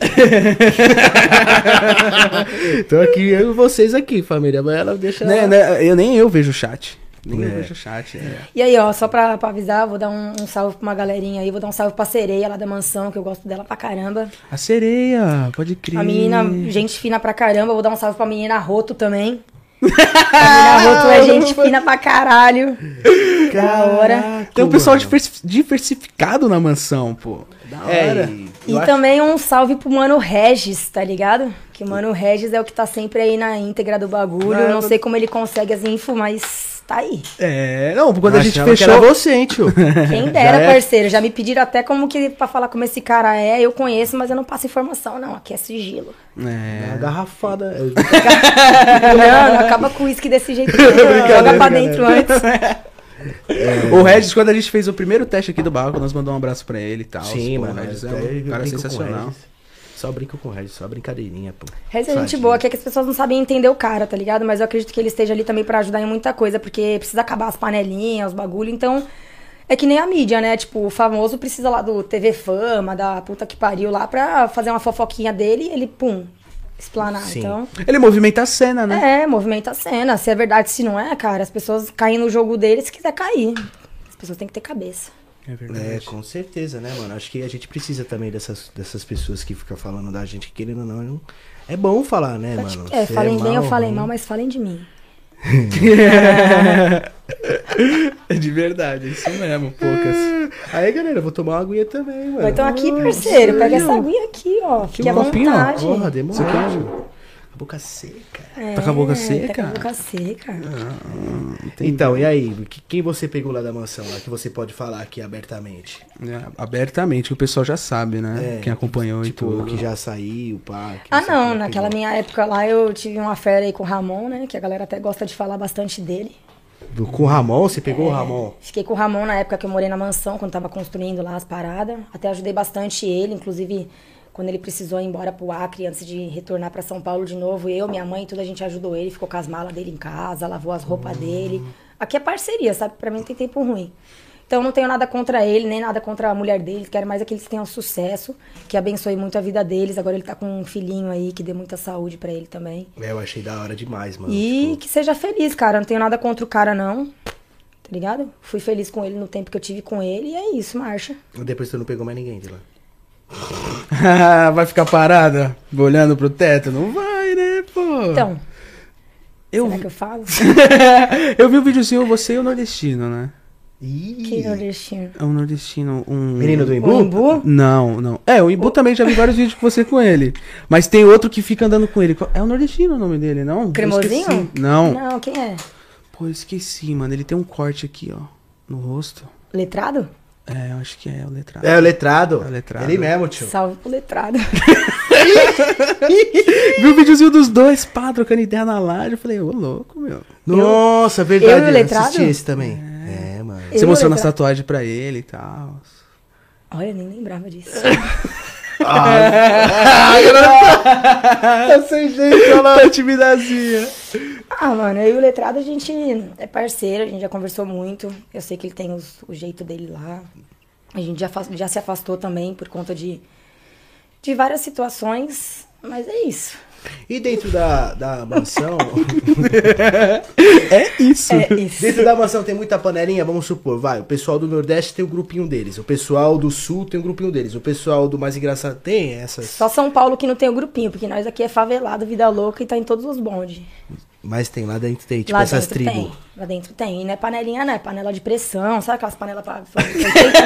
Speaker 1: Tô aqui, eu e vocês aqui, família, mas ela
Speaker 3: Então,
Speaker 1: deixa...
Speaker 2: Né, né, eu, nem eu vejo o chat. Nem
Speaker 1: É.
Speaker 2: eu vejo o chat. é.
Speaker 3: E aí, ó, só pra, pra avisar, vou dar um, um salve pra uma galerinha aí, vou dar um salve pra sereia lá da mansão, que eu gosto dela pra caramba.
Speaker 2: A sereia, pode crer.
Speaker 3: A menina, gente fina pra caramba, vou dar um salve pra menina Roto também. A menina Roto é gente fina pra caralho.
Speaker 1: Tá,
Speaker 3: Da hora.
Speaker 2: Tem um pessoal diversi- diversificado na mansão, pô. Da hora.
Speaker 1: É,
Speaker 3: E também um salve pro Mano Regis, tá ligado? Que o Mano Regis é o que tá sempre aí na íntegra do bagulho.
Speaker 2: Ah,
Speaker 3: não
Speaker 2: eu-
Speaker 3: sei como ele consegue as info, mas tá aí.
Speaker 1: É, não, quando a
Speaker 2: Eu
Speaker 1: gente
Speaker 2: achava que
Speaker 1: fechou.
Speaker 2: era
Speaker 1: você, hein, tio?
Speaker 3: Quem dera,
Speaker 1: é.
Speaker 3: parceiro. Já me pediram até como que pra falar como esse cara é. Eu conheço, mas eu não passo informação, não. Aqui é sigilo.
Speaker 1: É,
Speaker 2: É.
Speaker 1: a garrafada.
Speaker 3: Não, não acaba com o uísque desse jeito. não. Joga pra dentro antes.
Speaker 2: O Regis, quando a gente fez o primeiro teste aqui do barco, nós mandamos um abraço pra ele e tal. Pô, O
Speaker 1: eu
Speaker 2: Regis é
Speaker 1: até
Speaker 2: um cara
Speaker 1: brinco com o
Speaker 2: sensacional.
Speaker 1: Regis. Só brinco com o Regis, só brincadeirinha, pô.
Speaker 3: Reis é gente
Speaker 1: Sadia.
Speaker 3: boa, que é que as pessoas não sabem entender o cara, tá ligado? Mas eu acredito que ele esteja ali também pra ajudar em muita coisa, porque precisa acabar as panelinhas, os bagulho, então. É que nem a mídia, né? Tipo, o famoso precisa lá do TV Fama, da puta que pariu lá, pra fazer uma fofoquinha dele e ele, pum, explanar.
Speaker 1: Sim.
Speaker 3: Então.
Speaker 2: Ele movimenta a cena, né?
Speaker 3: É, movimenta a cena. Se é verdade, se não é, cara, as pessoas caem no jogo dele se quiser cair. As pessoas têm que ter cabeça.
Speaker 2: É
Speaker 1: É, com certeza, né, mano? Acho que a gente precisa também dessas, dessas pessoas que ficam falando da gente, querendo ou não. não- É bom falar, né,
Speaker 3: Tá, tipo,
Speaker 1: mano?
Speaker 3: é,
Speaker 1: Você
Speaker 3: falem bem ou
Speaker 1: mal,
Speaker 3: falem
Speaker 1: ruim.
Speaker 3: mal, mas falem de mim.
Speaker 2: É de verdade, é isso mesmo, poucas.
Speaker 1: Aí, galera, eu vou tomar uma aguinha também, mano.
Speaker 3: Então aqui,
Speaker 1: Nossa,
Speaker 3: parceiro, pega essa
Speaker 1: meu.
Speaker 3: aguinha aqui, ó. Fique à
Speaker 2: copinho, ó.
Speaker 3: vontade.
Speaker 1: Porra, demorou.
Speaker 2: Você quer?
Speaker 1: tio. Boca seca.
Speaker 3: É,
Speaker 2: Tá com a boca
Speaker 3: Tá com
Speaker 2: seca?
Speaker 3: a boca seca.
Speaker 1: Então, e aí? que- Quem você pegou lá da mansão, lá, que você pode falar aqui abertamente?
Speaker 2: É, abertamente, que o pessoal já sabe, né?
Speaker 1: É,
Speaker 2: Quem acompanhou e
Speaker 1: Tipo,
Speaker 2: tudo.
Speaker 1: que já saiu, pá. que
Speaker 3: Ah,
Speaker 1: você
Speaker 3: não,
Speaker 1: já
Speaker 3: naquela
Speaker 1: pegou.
Speaker 3: minha época lá eu tive uma fera aí com o Ramon, né? Que a galera até gosta de falar bastante dele.
Speaker 1: Do- Com o Ramon, você pegou
Speaker 3: É.
Speaker 1: o Ramon?
Speaker 3: Fiquei com o Ramon na época que eu morei na mansão, quando tava construindo lá as paradas. Até ajudei bastante ele, inclusive quando ele precisou ir embora pro Acre antes de retornar pra São Paulo de novo. Eu, minha mãe, toda a gente ajudou ele, ficou com as malas dele em casa, lavou as roupas dele. Aqui é parceria, sabe? Pra mim não tem tempo ruim. Então não tenho nada contra ele, nem nada contra a mulher dele. Quero mais é que eles tenham sucesso, que abençoe muito a vida deles. Agora ele tá com um filhinho aí que dê muita saúde pra ele também.
Speaker 1: É, eu achei da hora demais, mano.
Speaker 3: E
Speaker 1: tipo,
Speaker 3: que seja feliz, cara. Não tenho nada contra o cara, não. Tá ligado? Fui feliz com ele no tempo que eu tive com ele. E é isso, marcha.
Speaker 2: Ah,
Speaker 1: Tipo, Depois tu não pegou mais ninguém de lá.
Speaker 2: Vai ficar parada? Olhando pro teto? Não vai, né, pô?
Speaker 3: Então,
Speaker 2: eu,
Speaker 3: será que eu falo?
Speaker 2: eu vi o videozinho Você e o Nordestino, né?
Speaker 1: Ih,
Speaker 3: que nordestino.
Speaker 2: É um Nordestino, um...
Speaker 1: menino do
Speaker 3: O
Speaker 1: Imbu?
Speaker 3: Imbu?
Speaker 2: Não, não. É, o Imbu também já vi vários vídeos com você com ele. Mas tem outro que fica andando com ele. Qual- É o Nordestino o nome dele, não? Eu
Speaker 3: Cremosinho?
Speaker 2: esqueci. Não.
Speaker 3: Não, quem é?
Speaker 2: Pô, eu esqueci, mano. Ele tem um corte aqui, ó. No rosto.
Speaker 3: Letrado?
Speaker 2: É, eu acho que é o letrado.
Speaker 1: É, o letrado.
Speaker 2: É o letrado.
Speaker 1: Ele mesmo, tio.
Speaker 3: Salve pro letrado.
Speaker 2: Viu o videozinho dos dois, pá, trocando ideia na laje. Eu falei, ô, louco, meu.
Speaker 1: Nossa, é verdade.
Speaker 3: eu e o letrado?
Speaker 1: assisti esse também. É, mano.
Speaker 3: Eu
Speaker 2: Você
Speaker 3: e o
Speaker 2: mostrando as
Speaker 3: letrado.
Speaker 2: tatuagens pra ele e tal.
Speaker 3: Olha, eu nem lembrava disso.
Speaker 1: Tá sem jeito, olha lá.
Speaker 2: Timidazinha.
Speaker 3: Ah, mano, eu e o letrado a gente é parceiro, a gente já conversou muito. Eu sei que ele tem os- o jeito dele lá. A gente já, afas- já se afastou também por conta de, de várias situações. Mas é isso.
Speaker 1: E dentro da, da mansão...
Speaker 2: É isso.
Speaker 3: É isso.
Speaker 1: dentro da mansão tem muita panelinha, vamos supor. Vai, o pessoal do Nordeste tem o grupinho deles. O pessoal do Sul tem o grupinho deles. O pessoal do mais engraçado tem essas...
Speaker 3: Só São Paulo que não tem o grupinho, porque nós aqui é favelado, vida louca e tá em todos os bondes.
Speaker 1: Mas tem lá dentro, tem tipo
Speaker 3: Lá
Speaker 1: essas
Speaker 3: dentro
Speaker 1: tribos.
Speaker 3: tem. Lá dentro tem. E não é panelinha, não. É panela de pressão. Sabe aquelas panelas pra. pra- pra-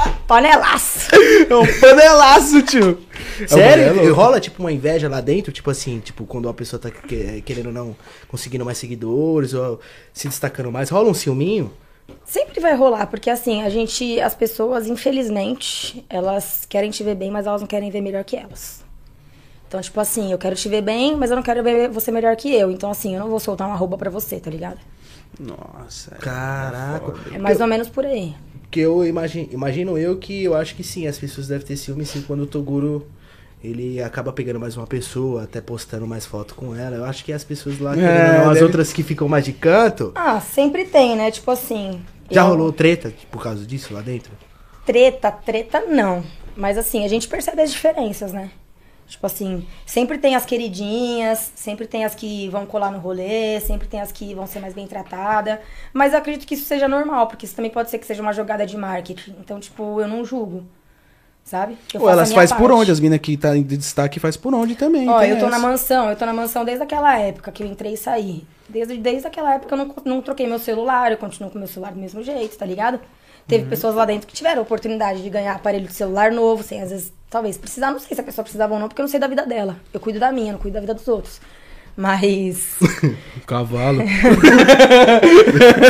Speaker 3: nego? Panelaço!
Speaker 2: É um panelaço, tio. É um
Speaker 1: Sério?
Speaker 2: panelo.
Speaker 1: rola tipo uma inveja lá dentro, tipo assim, tipo, quando a pessoa tá que- querendo ou não conseguindo mais seguidores ou se destacando mais, rola um ciúminho?
Speaker 3: Sempre vai rolar, porque assim, a gente. As pessoas, infelizmente, elas querem te ver bem, mas elas não querem ver melhor que elas. Então, tipo assim, eu quero te ver bem, mas eu não quero ver você melhor que eu. Então, assim, eu não vou soltar uma roupa pra você, tá ligado?
Speaker 2: Nossa.
Speaker 1: Caraca.
Speaker 3: É mais ou menos por aí.
Speaker 1: Porque eu imagino, imagino eu que eu acho que sim, as pessoas devem ter ciúme sim quando o Toguro ele acaba pegando mais uma pessoa, até postando mais foto com ela. Eu acho que as pessoas lá,
Speaker 2: É,
Speaker 1: querendo ou não, as
Speaker 2: deve-
Speaker 1: outras que ficam mais de canto,
Speaker 3: Ah, sempre tem, né? Tipo assim.
Speaker 1: já
Speaker 3: eu-
Speaker 1: rolou treta por causa disso lá dentro?
Speaker 3: Treta, treta não. Mas assim, a gente percebe as diferenças, né? Tipo assim, sempre tem as queridinhas, sempre tem as que vão colar no rolê, sempre tem as que vão ser mais bem tratada. Mas eu acredito que isso seja normal, porque isso também pode ser que seja uma jogada de marketing. Então, tipo, eu não julgo. Sabe?
Speaker 2: Ou
Speaker 3: Eu faço a
Speaker 2: elas
Speaker 3: minha
Speaker 2: faz por
Speaker 3: parte.
Speaker 2: onde? As minas que tá em destaque faz por onde também.
Speaker 3: Ó,
Speaker 2: tem
Speaker 3: eu tô na
Speaker 2: essa.
Speaker 3: mansão, eu tô na mansão desde aquela época que eu entrei e saí. Desde, desde aquela época eu não, co- não troquei meu celular, eu continuo com meu celular do mesmo jeito, tá ligado? Teve pessoas lá dentro que tiveram a oportunidade de ganhar aparelho de celular novo, sem às vezes, talvez precisar, não sei se a pessoa precisava ou não, porque eu não sei da vida dela. Eu cuido da minha, não cuido da vida dos outros. Mas.
Speaker 2: Cavalo.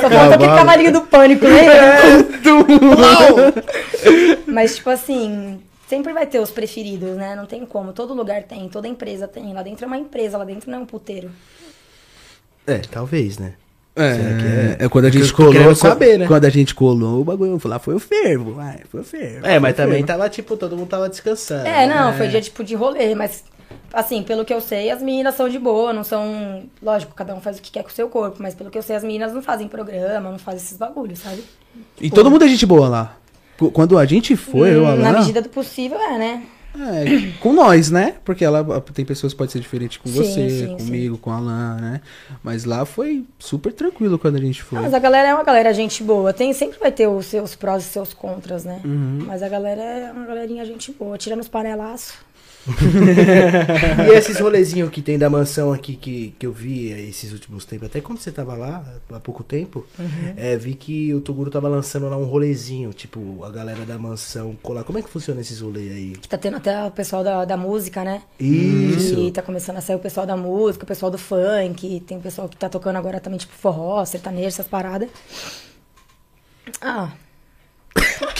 Speaker 3: Só falta aquele
Speaker 1: Cavalo.
Speaker 3: é cavalinho do pânico, né?
Speaker 1: Uau!
Speaker 3: Mas, tipo assim, sempre vai ter os preferidos, né? Não tem como. Todo lugar tem, toda empresa tem. Lá dentro é uma empresa, lá dentro não é um puteiro.
Speaker 1: é, talvez, né?
Speaker 2: É,
Speaker 1: que é?
Speaker 2: é quando a
Speaker 1: É que eu
Speaker 2: gente
Speaker 1: tô querendo
Speaker 2: colou.
Speaker 1: saber,
Speaker 2: quando-
Speaker 1: né?
Speaker 2: Quando a gente colou, o bagulho "Ah, foi lá, foi o fervo. Ai, foi o fervo.
Speaker 1: É, mas
Speaker 2: foi o
Speaker 1: também
Speaker 2: fervo.
Speaker 1: tava, tipo, todo mundo tava descansando. né?
Speaker 3: É, não, foi dia tipo de rolê, mas assim, pelo que eu sei, as meninas são de boa, não são. Lógico, cada um faz o que quer com o seu corpo, mas pelo que eu sei, as meninas não fazem programa, não fazem esses bagulhos, sabe?
Speaker 1: tá-
Speaker 2: E todo mundo é gente boa lá. Qu- Quando a gente foi, eu, né?
Speaker 3: Hum,
Speaker 2: Alan,
Speaker 3: Na medida do possível, é, né?
Speaker 2: É, com nós, né? Porque ela tem pessoas que podem ser diferentes com
Speaker 3: Sim,
Speaker 2: você,
Speaker 3: sim,
Speaker 2: comigo, com a Alan, né? Mas lá foi super tranquilo quando a gente foi.
Speaker 3: Ah, Mas a galera é uma galera gente boa. Tem, sempre vai ter os seus prós e seus contras, né? Mas a galera é uma galerinha gente boa. Tirando os panelaços.
Speaker 1: E esses rolezinhos que tem da mansão aqui que, que eu vi esses últimos tempos, até quando você tava lá, há pouco tempo,
Speaker 3: Uhum.
Speaker 1: é, vi que o Toguro tava lançando lá um rolezinho, tipo, a galera da mansão colar. Como é que funciona esses rolês aí?
Speaker 3: Que tá tendo até o pessoal da, da música, né? E
Speaker 1: Isso!
Speaker 3: tá começando a sair o pessoal da música, o pessoal do funk, tem o pessoal que tá tocando agora também, tipo, forró, sertanejo, essas paradas. Ah,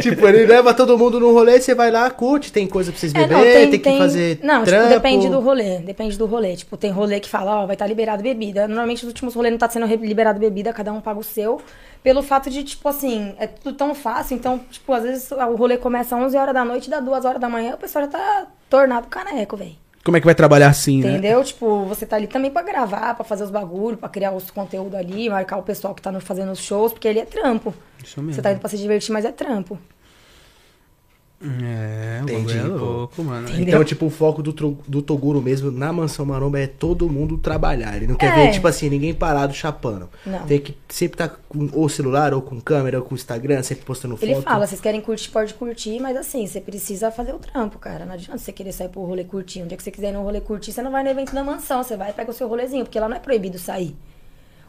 Speaker 1: tipo, ele leva todo mundo no rolê, você vai lá, curte, tem coisa pra vocês
Speaker 3: é,
Speaker 1: beber,
Speaker 3: não, tem,
Speaker 1: tem, que
Speaker 3: tem-
Speaker 1: fazer
Speaker 3: Não,
Speaker 1: trampo.
Speaker 3: tipo, depende do rolê, depende do rolê. Tipo, tem rolê que fala, ó, vai estar liberado bebida. Normalmente, os últimos rolês não tá sendo re- liberado bebida, cada um paga o seu. Pelo fato de, tipo assim, é tudo tão fácil, então, tipo, às vezes o rolê começa às 11 horas da noite, dá 2 horas da manhã, o pessoal já tá tornado caneco, velho.
Speaker 2: Como é que vai trabalhar assim, né?
Speaker 3: Entendeu? Tipo, você tá ali também pra gravar, pra fazer os bagulhos, pra criar os conteúdos ali, marcar o pessoal que tá no- fazendo os shows, porque ele é trampo.
Speaker 2: Isso mesmo.
Speaker 3: Você tá indo pra se divertir, mas é trampo.
Speaker 2: É, o
Speaker 1: Entendi,
Speaker 2: bagulho é
Speaker 1: pô.
Speaker 2: louco, mano.
Speaker 3: é-
Speaker 1: Então, tipo, o foco do, tro- do Toguro mesmo na Mansão Maromba é todo mundo trabalhar. Ele não quer
Speaker 3: É.
Speaker 1: ver, tipo assim, ninguém parado chapando.
Speaker 3: Não.
Speaker 1: Tem que sempre estar com ou celular, ou com câmera, ou com Instagram, sempre postando foto.
Speaker 3: Ele fala, vocês querem curtir, pode curtir, mas assim, você precisa fazer o trampo, cara. Não adianta você querer sair pro rolê curtir. Onde é que você quiser ir no rolê curtir, você não vai no evento da mansão, você vai e pega o seu rolezinho, porque lá não é proibido sair.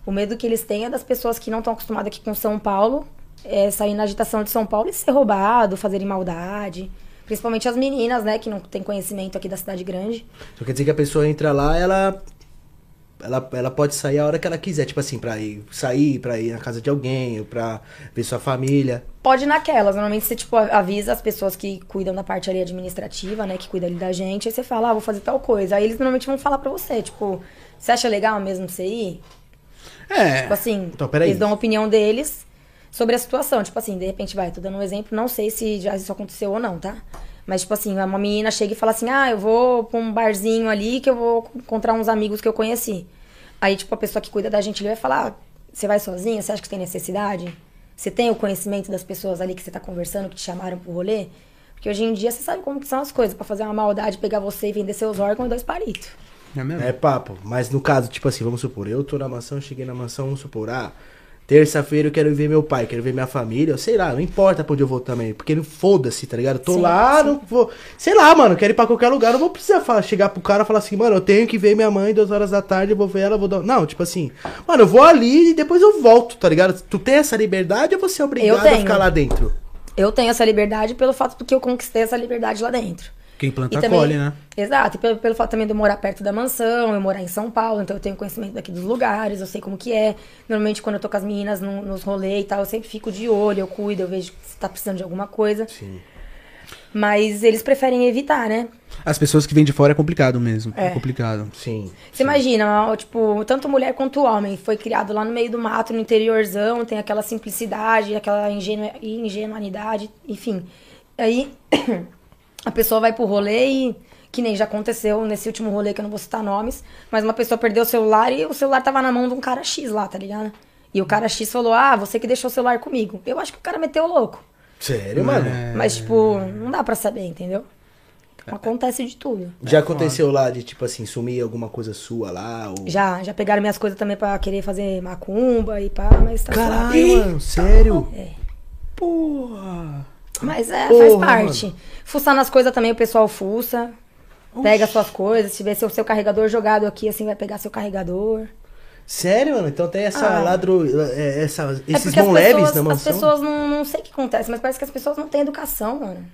Speaker 3: O medo que eles têm é das pessoas que não estão acostumadas aqui com São Paulo, é, sair na agitação de São Paulo e ser roubado, fazerem maldade. Principalmente as meninas, né, que não tem conhecimento aqui da cidade grande.
Speaker 1: Então quer dizer que a pessoa entra lá, ela. Ela, ela pode sair a hora que ela quiser, tipo assim, pra ir sair, pra ir na casa de alguém, ou pra ver sua família.
Speaker 3: Pode ir naquelas. Normalmente você, tipo, avisa as pessoas que cuidam da parte ali administrativa, né? Que cuida ali da gente. Aí você fala, ah, vou fazer tal coisa. Aí eles normalmente vão falar pra você, tipo, você acha legal mesmo você ir?
Speaker 2: É.
Speaker 3: Tipo assim,
Speaker 1: Então, peraí.
Speaker 3: eles dão a opinião deles sobre a situação. Tipo assim, de repente, vai, tô dando um exemplo, não sei se já isso aconteceu ou não, tá? Mas, tipo assim, uma menina chega e fala assim, ah, eu vou pra um barzinho ali que eu vou encontrar uns amigos que eu conheci. Aí, tipo, a pessoa que cuida da gente ali vai falar, ah, você vai sozinha? Você acha que tem necessidade? Você tem o conhecimento das pessoas ali que você tá conversando, que te chamaram pro rolê? Porque hoje em dia você sabe como que são as coisas. Pra fazer uma maldade, pegar você e vender seus órgãos e dois palitos.
Speaker 2: É mesmo?
Speaker 1: É papo. Mas no caso, tipo assim, vamos supor, eu tô na mansão, cheguei na mansão, vamos supor, ah, terça-feira eu quero ver meu pai, quero ver minha família, sei lá, não importa pra onde eu vou também, porque não foda-se, tá ligado? Tô
Speaker 3: Sim,
Speaker 1: lá,
Speaker 3: sim.
Speaker 1: não vou. Sei lá, mano, quero ir pra qualquer lugar, não vou precisar falar- chegar pro cara e falar assim, mano, eu tenho que ver minha mãe duas horas da tarde, eu vou ver ela, vou dar. Não, tipo assim, mano, eu vou ali e depois eu volto, tá ligado? Tu tem essa liberdade ou você é obrigado a
Speaker 3: tenho.
Speaker 1: ficar lá dentro?
Speaker 3: Eu tenho essa liberdade pelo fato do que eu conquistei essa liberdade lá dentro.
Speaker 2: Quem planta
Speaker 3: E também-
Speaker 2: colhe, né?
Speaker 3: Exato, e pelo, pelo fato também de eu morar perto da mansão, eu morar em São Paulo, então eu tenho conhecimento daqui dos lugares, eu sei como que é. Normalmente quando eu tô com as meninas no- nos rolês e tal, eu sempre fico de olho, eu cuido, eu vejo se tá precisando de alguma coisa.
Speaker 1: Sim.
Speaker 3: Mas eles preferem evitar, né?
Speaker 2: As pessoas que vêm de fora é complicado mesmo. É,
Speaker 3: É.
Speaker 2: complicado.
Speaker 1: Sim.
Speaker 3: Você imagina, ó, tipo, tanto mulher quanto homem, foi criado lá no meio do mato, no interiorzão, tem aquela simplicidade, aquela ingenu... ingenuidade, enfim. Aí a pessoa vai pro rolê e, que nem já aconteceu nesse último rolê, que eu não vou citar nomes, mas uma pessoa perdeu o celular e o celular tava na mão de um cara X lá, tá ligado? E o cara X falou, ah, você que deixou o celular comigo. Eu acho que o cara meteu o louco.
Speaker 1: Sério, mano?
Speaker 3: Mas, tipo, não dá pra saber, entendeu? Acontece de tudo.
Speaker 1: Já aconteceu lá de, tipo assim, sumir alguma coisa sua lá? Ou...
Speaker 3: Já, já pegaram minhas coisas também pra querer fazer macumba e pá, mas tá É. suave.
Speaker 1: Caralho, mano, sério?
Speaker 2: Porra!
Speaker 3: Mas é, faz
Speaker 1: Porra,
Speaker 3: parte. Fuçar nas coisas também, o pessoal fuça. Pega suas coisas, se tiver seu, seu carregador jogado aqui, assim, vai pegar seu carregador.
Speaker 1: Sério, mano? Então tem essa
Speaker 3: Ah.
Speaker 1: ladro. é, Essa,
Speaker 3: é
Speaker 1: esses
Speaker 3: porque as
Speaker 1: mão leves
Speaker 3: pessoas,
Speaker 1: na
Speaker 3: as
Speaker 1: mansão.
Speaker 3: pessoas não, não sei o que acontece, mas parece que as pessoas não têm educação, mano.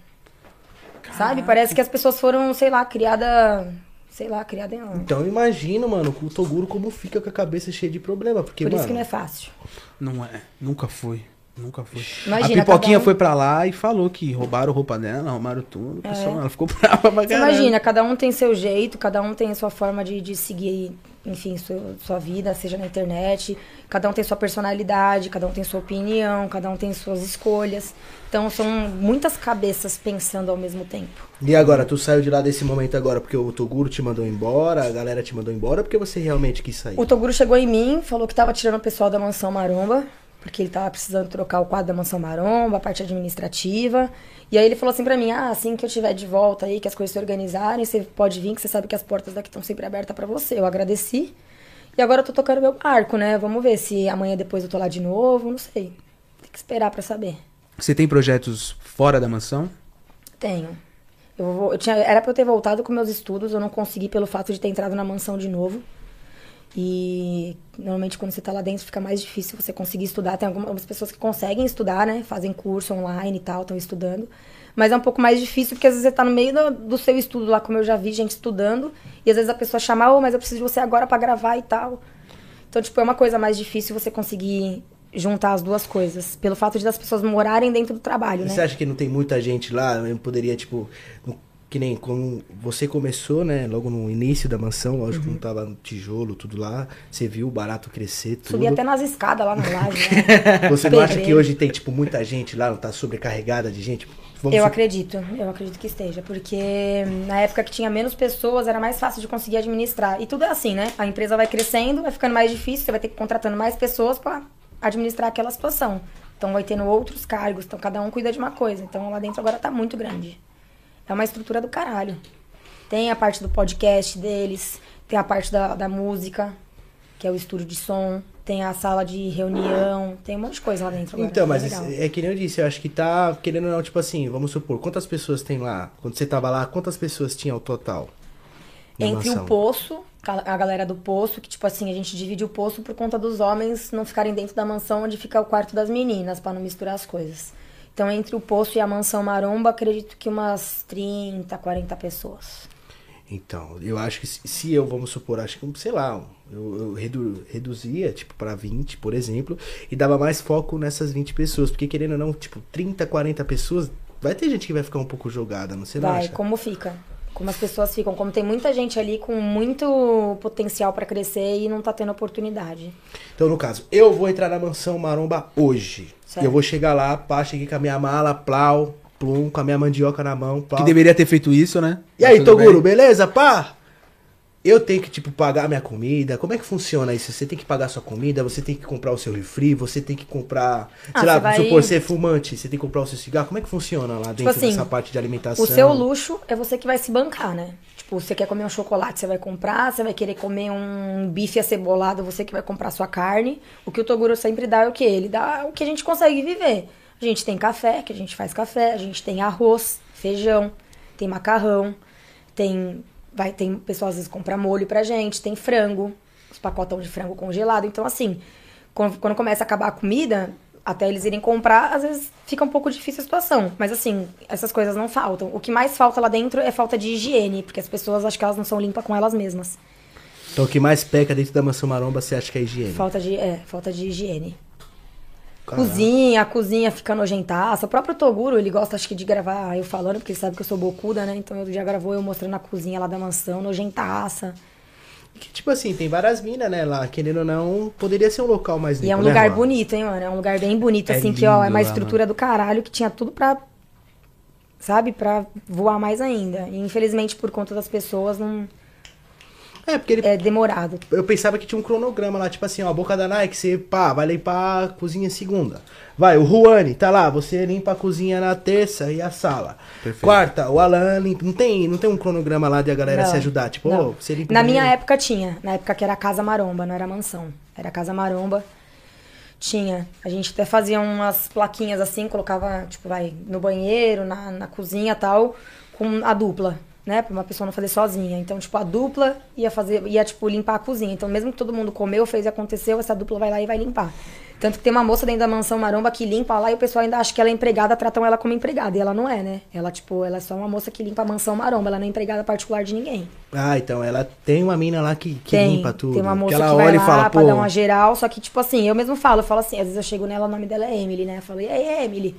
Speaker 3: Sabe? Parece que as pessoas foram, sei lá, criada sei lá, criada em onde.
Speaker 1: Então imagina, mano, o Toguro como fica com a cabeça cheia de problema. Porque,
Speaker 3: Por
Speaker 1: mano,
Speaker 3: isso que não é fácil.
Speaker 2: Não é. Nunca foi. Nunca foi.
Speaker 3: Imagina,
Speaker 2: a pipoquinha
Speaker 3: cada um-
Speaker 2: foi pra lá e falou que roubaram roupa dela, roubaram tudo. Pessoal, ela ficou brava pra caralho.
Speaker 3: É. Você imagina, cada um tem seu jeito, cada um tem a sua forma de, de seguir, enfim, sua, sua vida, seja na internet. Cada um tem sua personalidade, cada um tem sua opinião, cada um tem suas escolhas. Então são muitas cabeças pensando ao mesmo tempo.
Speaker 1: E agora, tu saiu de lá desse momento agora porque o Toguro te mandou embora, a galera te mandou embora, ou porque você realmente quis sair.
Speaker 3: O Toguro chegou em mim, falou que tava tirando o pessoal da Mansão Maromba, porque ele tava precisando trocar o quadro da Mansão Maromba, a parte administrativa. E aí ele falou assim pra mim: "Ah, assim que eu tiver de volta aí, que as coisas se organizarem, você pode vir, que você sabe que as portas daqui estão sempre abertas pra você". Eu agradeci. E agora eu tô tocando meu barco, né? Vamos ver se amanhã depois eu tô lá de novo, não sei. Tem que esperar pra saber.
Speaker 2: Você tem projetos fora da mansão?
Speaker 3: Tenho. Eu, vou- eu tinha, era pra eu ter voltado com meus estudos, eu não consegui pelo fato de ter entrado na mansão de novo. E normalmente quando você tá lá dentro fica mais difícil você conseguir estudar. Tem alguma- algumas pessoas que conseguem estudar, né? Fazem curso online e tal, estão estudando. Mas é um pouco mais difícil porque às vezes você tá no meio do, do seu estudo lá, como eu já vi gente estudando. E às vezes a pessoa chama, ô, mas eu preciso de você agora pra gravar e tal. Então, tipo, é uma coisa mais difícil você conseguir juntar as duas coisas. Pelo fato de das pessoas morarem dentro do trabalho, né?
Speaker 1: Você acha que não tem muita gente lá? Eu poderia, tipo. não- Que nem quando você começou, né? Logo no início da mansão,
Speaker 3: Uhum.
Speaker 1: lógico, não tava no tijolo, tudo lá. Você viu o barato crescer, tudo.
Speaker 3: Subi até nas escadas lá na laje. Né?
Speaker 1: Você não acha
Speaker 3: Pedreiro.
Speaker 1: que hoje tem, tipo, muita gente lá, não tá sobrecarregada de gente? Vamos
Speaker 3: Eu
Speaker 1: su-
Speaker 3: acredito, eu acredito que esteja, porque na época que tinha menos pessoas era mais fácil de conseguir administrar. E tudo é assim, né? A empresa vai crescendo, vai ficando mais difícil, você vai ter que ir contratando mais pessoas pra administrar aquela situação. Então vai tendo outros cargos, então cada um cuida de uma coisa. Então lá dentro agora tá muito grande. É uma estrutura do caralho. Tem a parte do podcast deles, tem a parte da, da música, que é o estúdio de som, tem a sala de reunião, tem um monte de coisa lá dentro agora.
Speaker 1: Então,
Speaker 3: é
Speaker 1: mas
Speaker 3: legal.
Speaker 1: esse- é que nem eu disse, eu acho que tá querendo ou não, tipo assim, vamos supor, quantas pessoas tem lá? Quando você tava lá, quantas pessoas tinha ao total? na
Speaker 3: Entre um
Speaker 1: mansão?
Speaker 3: o poço, a a galera do poço, que tipo assim, a gente divide o poço por conta dos homens não ficarem dentro da mansão onde fica o quarto das meninas, pra não misturar as coisas. Então, entre o poço e a mansão maromba, acredito que umas 30, 40 pessoas.
Speaker 1: Então, eu acho que se se eu, vamos supor, acho que, sei lá, eu, eu redu- reduzia, tipo, pra 20, por exemplo, e dava mais foco nessas 20 pessoas, porque querendo ou não, tipo, 30, 40 pessoas, vai ter gente que vai ficar um pouco jogada, não sei não
Speaker 3: Vai,
Speaker 1: acha?
Speaker 3: como fica? Como as pessoas ficam, como tem muita gente ali com muito potencial pra crescer e não tá tendo oportunidade.
Speaker 1: Então, no caso, eu vou entrar na mansão maromba hoje.
Speaker 3: Certo.
Speaker 1: Eu vou chegar lá, pá, cheguei com a minha mala, plau, plum, com a minha mandioca na mão, plau.
Speaker 2: Que deveria ter feito isso, né?
Speaker 1: E
Speaker 2: Mas
Speaker 1: aí,
Speaker 2: tudo
Speaker 1: Toguro,
Speaker 2: bem.
Speaker 1: beleza, pá? Eu tenho que, tipo, pagar minha comida. Como é que funciona isso? Você tem que pagar sua comida, você tem que comprar o seu refri, você tem que comprar. Sei
Speaker 3: Ah,
Speaker 1: lá,
Speaker 3: você
Speaker 1: vamos
Speaker 3: vai-
Speaker 1: supor, você é fumante, você tem que comprar o seu cigarro. Como é que funciona lá dentro
Speaker 3: assim,
Speaker 1: dessa parte de alimentação?
Speaker 3: O seu luxo é você que vai se bancar, né? Tipo, você quer comer um chocolate, você vai comprar, você vai querer comer um bife acebolado, você que vai comprar sua carne. O que o Toguro sempre dá é o quê? Ele dá o que a gente consegue viver. A gente tem café, que a gente faz café, a gente tem arroz, feijão, tem macarrão, tem. Vai, tem pessoas às vezes compra molho pra gente, tem frango, os pacotão de frango congelado. Então, assim, quan- quando começa a acabar a comida, até eles irem comprar, às vezes fica um pouco difícil a situação. Mas assim, essas coisas não faltam. O que mais falta lá dentro é falta de higiene, porque as pessoas acham que elas não são limpas com elas mesmas.
Speaker 1: Então, o que mais peca dentro da mansão maromba, você acha que é higiene?
Speaker 3: Falta de, é, falta de higiene.
Speaker 1: Caralho.
Speaker 3: Cozinha, a cozinha fica nojentaça. O próprio Toguro, ele gosta, acho que, de gravar eu falando, porque ele sabe que eu sou bocuda, né? Então ele já gravou eu mostrando a cozinha lá da mansão, nojentaça.
Speaker 1: Que, tipo assim, tem várias minas, né, lá. Querendo ou não, poderia ser um local mais limpo.
Speaker 3: E é um
Speaker 1: né,
Speaker 3: lugar
Speaker 1: mano?
Speaker 3: bonito, hein, mano? É um lugar bem bonito,
Speaker 2: É
Speaker 3: assim, que, ó, é
Speaker 2: lindo lá,
Speaker 3: uma estrutura do caralho que tinha tudo pra. Sabe? Pra voar mais ainda. E infelizmente, por conta das pessoas, não.
Speaker 1: É, porque ele
Speaker 3: É demorado.
Speaker 1: Eu pensava que tinha um cronograma lá, tipo assim, ó, a boca da Nike, você pá, vai limpar a cozinha segunda. Vai, o Juane, tá lá, você limpa a cozinha na terça e a sala.
Speaker 2: Perfeito.
Speaker 1: Quarta, o Alan limpa. Não tem, não tem um cronograma lá de a galera
Speaker 3: Não,
Speaker 1: se ajudar. Tipo,
Speaker 3: não.
Speaker 1: ô, você limpa.
Speaker 3: Na
Speaker 1: o
Speaker 3: minha
Speaker 1: banheiro.
Speaker 3: época tinha. Na época que era Casa Maromba, não era mansão. Era Casa Maromba. Tinha. A gente até fazia umas plaquinhas assim, colocava, tipo, vai, no banheiro, na, na cozinha e tal, com a dupla. né, pra uma pessoa não fazer sozinha. Então, tipo, a dupla ia fazer, ia, tipo, limpar a cozinha. Então, mesmo que todo mundo comeu, fez e aconteceu, essa dupla vai lá e vai limpar. Tanto que tem uma moça dentro da mansão maromba que limpa lá e o pessoal ainda acha que ela é empregada, tratam ela como empregada. E ela não é, né? Ela, tipo, ela é só uma moça que limpa a mansão maromba, ela não é empregada particular de ninguém.
Speaker 1: Ah, então ela tem uma mina lá que, que
Speaker 3: tem,
Speaker 1: limpa tudo.
Speaker 3: Tem uma moça que,
Speaker 1: ela
Speaker 3: vai
Speaker 1: olha
Speaker 3: lá
Speaker 1: e fala,
Speaker 3: pra
Speaker 1: pô.
Speaker 3: dar uma geral, só que, tipo assim, eu mesmo falo, eu falo assim, às vezes eu chego nela, o nome dela é Emily, né? Eu falo, e aí, Emily?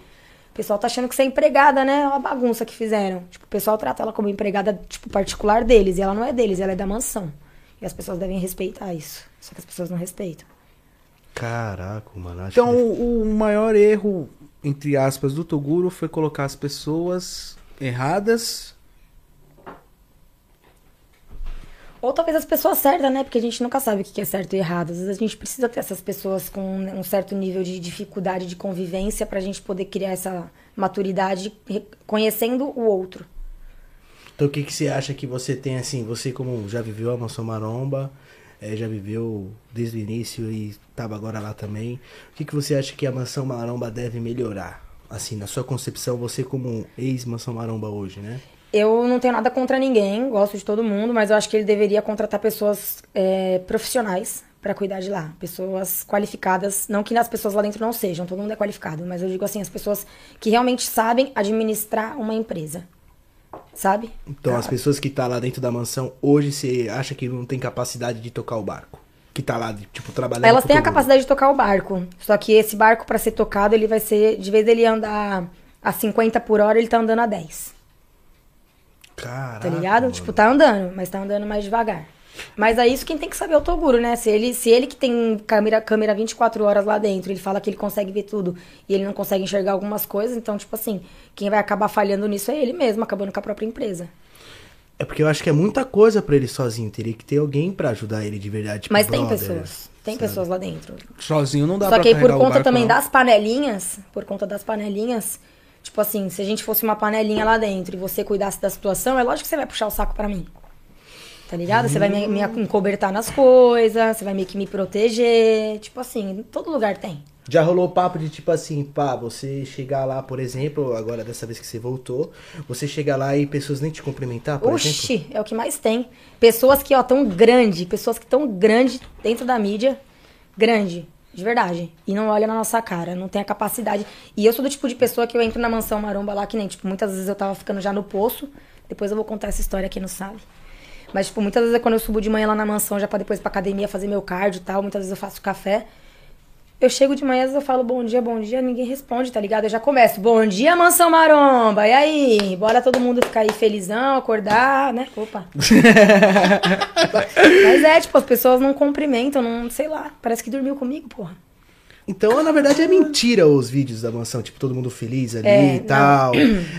Speaker 3: O pessoal tá achando que você é empregada, né? Olha a bagunça que fizeram. Tipo, o pessoal trata ela como empregada, tipo, particular deles, e ela não é deles, ela é da mansão. E as pessoas devem respeitar isso. Só que as pessoas não respeitam.
Speaker 1: Caraca, mano. Acho
Speaker 2: Então,
Speaker 1: que...
Speaker 2: o o maior erro, entre aspas, do Toguro foi colocar as pessoas erradas.
Speaker 3: Ou talvez as pessoas certas, né? Porque a gente nunca sabe o que é certo e errado. Às vezes a gente precisa ter essas pessoas com um certo nível de dificuldade de convivência pra gente poder criar essa maturidade re- conhecendo o outro.
Speaker 1: Então o que, que você acha que você tem assim, você como já viveu a Mansão Maromba, eh, já viveu desde o início e estava agora lá também, o que, que você acha que a Mansão Maromba deve melhorar? Assim, na sua concepção, você como ex-Mansão Maromba hoje, né?
Speaker 3: Eu não tenho nada contra ninguém, gosto de todo mundo, mas eu acho que ele deveria contratar pessoas é, profissionais pra cuidar de lá, pessoas qualificadas, não que as pessoas lá dentro não sejam, todo mundo é qualificado, mas eu digo assim, as pessoas que realmente sabem administrar uma empresa, sabe?
Speaker 1: Então
Speaker 3: Ah.
Speaker 1: as pessoas que tá lá dentro da mansão hoje, você acha que não tem capacidade de tocar o barco? Que tá lá, de, tipo, trabalhando
Speaker 3: Elas
Speaker 1: com
Speaker 3: têm a
Speaker 1: todo mundo.
Speaker 3: capacidade de tocar o barco. Só que esse barco, pra ser tocado, ele vai ser. De vez dele andar a 50 por hora, ele tá andando a 10.
Speaker 1: Caraca,
Speaker 3: Tá ligado?
Speaker 1: mano.
Speaker 3: Tipo, tá andando, mas tá andando mais devagar. Mas aí isso quem tem que saber é o Toguro, né? Se ele, se ele que tem câmera, câmera 24 horas lá dentro, ele fala que ele consegue ver tudo e ele não consegue enxergar algumas coisas, então, tipo assim, quem vai acabar falhando nisso é ele mesmo, acabando com a própria empresa.
Speaker 1: É porque eu acho que é muita coisa pra ele sozinho. Teria que ter alguém pra ajudar ele de verdade. Tipo,
Speaker 3: Mas tem
Speaker 1: brother,
Speaker 3: pessoas. Tem
Speaker 1: sabe?
Speaker 3: pessoas lá dentro.
Speaker 2: Sozinho não dá
Speaker 3: Só
Speaker 2: pra
Speaker 3: que aí por
Speaker 2: carregar o
Speaker 3: conta
Speaker 2: barco,
Speaker 3: também
Speaker 2: não.
Speaker 3: das panelinhas, por conta das panelinhas, tipo assim, se a gente fosse uma panelinha lá dentro e você cuidasse da situação, é lógico que você vai puxar o saco pra mim. Tá ligado? Você vai me, me encobertar nas coisas, você vai meio que me proteger. Tipo assim, todo lugar tem.
Speaker 1: Já rolou papo de tipo assim, pá, você chegar lá, por exemplo, agora dessa vez que você voltou, você chegar lá e pessoas nem te cumprimentar, por exemplo?
Speaker 3: Oxi, é o que mais tem. Pessoas que, ó, tão grande, pessoas que tão grande dentro da mídia, grande, de verdade. E não olha na nossa cara, não tem a capacidade. E eu sou do tipo de pessoa que eu entro na mansão maromba lá, que nem, tipo, muitas vezes eu tava ficando já no poço. Depois eu vou contar essa história, quem não sabe. Mas, tipo, muitas vezes quando eu subo de manhã lá na mansão, já pra depois ir pra academia fazer meu cardio e tal, muitas vezes eu faço café. Eu chego de manhã, às vezes eu falo bom dia, bom dia, ninguém responde, tá ligado? Eu já começo, bom dia, mansão maromba, e aí? Bora todo mundo ficar aí felizão, acordar, né? Opa. Mas é, tipo, as pessoas não cumprimentam, não, sei lá, parece que dormiu comigo, porra.
Speaker 1: Então, na verdade, é mentira os vídeos da mansão, tipo, todo mundo feliz ali
Speaker 3: É,
Speaker 1: e tal.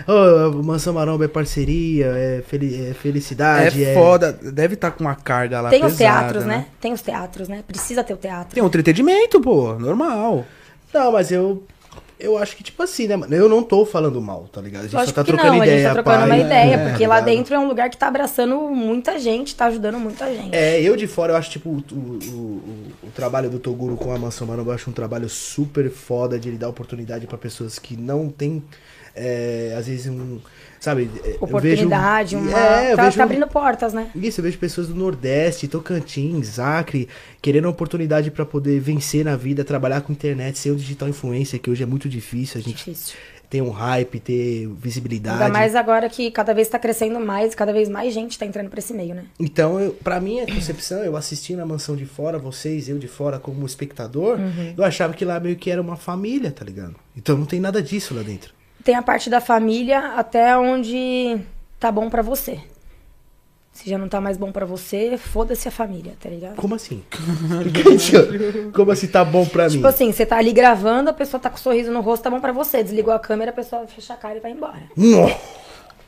Speaker 1: Ô, mansão Maromba é parceria, é, fel- é felicidade.
Speaker 2: É foda, deve estar com uma carga
Speaker 1: Tá
Speaker 2: lá
Speaker 3: Tem os
Speaker 2: pesada,
Speaker 3: teatros, né? Tem os teatros, né? Precisa ter o teatro.
Speaker 2: Tem um entretenimento, pô, normal.
Speaker 1: Não, mas eu. Eu acho que, tipo assim, né, mano? Eu não tô falando mal, tá ligado? A gente
Speaker 3: Lógico
Speaker 1: só tá
Speaker 3: que
Speaker 1: trocando
Speaker 3: não,
Speaker 1: ideia,
Speaker 3: a gente tá trocando
Speaker 1: pai,
Speaker 3: uma
Speaker 1: né?
Speaker 3: ideia,
Speaker 1: É,
Speaker 3: porque
Speaker 1: tá
Speaker 3: lá
Speaker 1: ligado?
Speaker 3: dentro é um lugar que tá abraçando muita gente, tá ajudando muita gente.
Speaker 1: É, eu de fora, eu acho, tipo, o, o- o- o trabalho do Toguro com a Mansão Maromba, eu acho um trabalho super foda de ele dar oportunidade pra pessoas que não têm, é, às vezes, um, sabe... é, eu vejo-
Speaker 3: Oportunidade, uma...
Speaker 1: É, eu
Speaker 3: tá,
Speaker 1: vejo...
Speaker 3: tá abrindo portas, né?
Speaker 1: Isso, eu vejo pessoas do Nordeste, Tocantins, Acre, querendo uma oportunidade pra poder vencer na vida, trabalhar com internet, ser um digital influencer, que hoje é muito difícil a gente
Speaker 3: Difícil.
Speaker 1: ter um hype, ter visibilidade.
Speaker 3: Ainda mais agora que cada vez tá crescendo mais, cada vez mais gente tá entrando pra esse meio, né?
Speaker 1: Então, eu, pra mim, a concepção, eu assistindo a Mansão de Fora, vocês, eu de fora como espectador,
Speaker 3: Uhum.
Speaker 1: eu achava que lá meio que era uma família, tá ligado? Então não tem nada disso lá dentro.
Speaker 3: Tem a parte da família até onde tá bom pra você. Se já não tá mais bom pra você, foda-se a família, tá ligado?
Speaker 1: Como assim? Entendi. como assim tá bom pra mim?
Speaker 3: Tipo assim, você tá ali gravando, a pessoa tá com um sorriso no rosto, tá bom pra você. Desligou a câmera, a pessoa fecha a cara e vai embora.
Speaker 1: Nossa!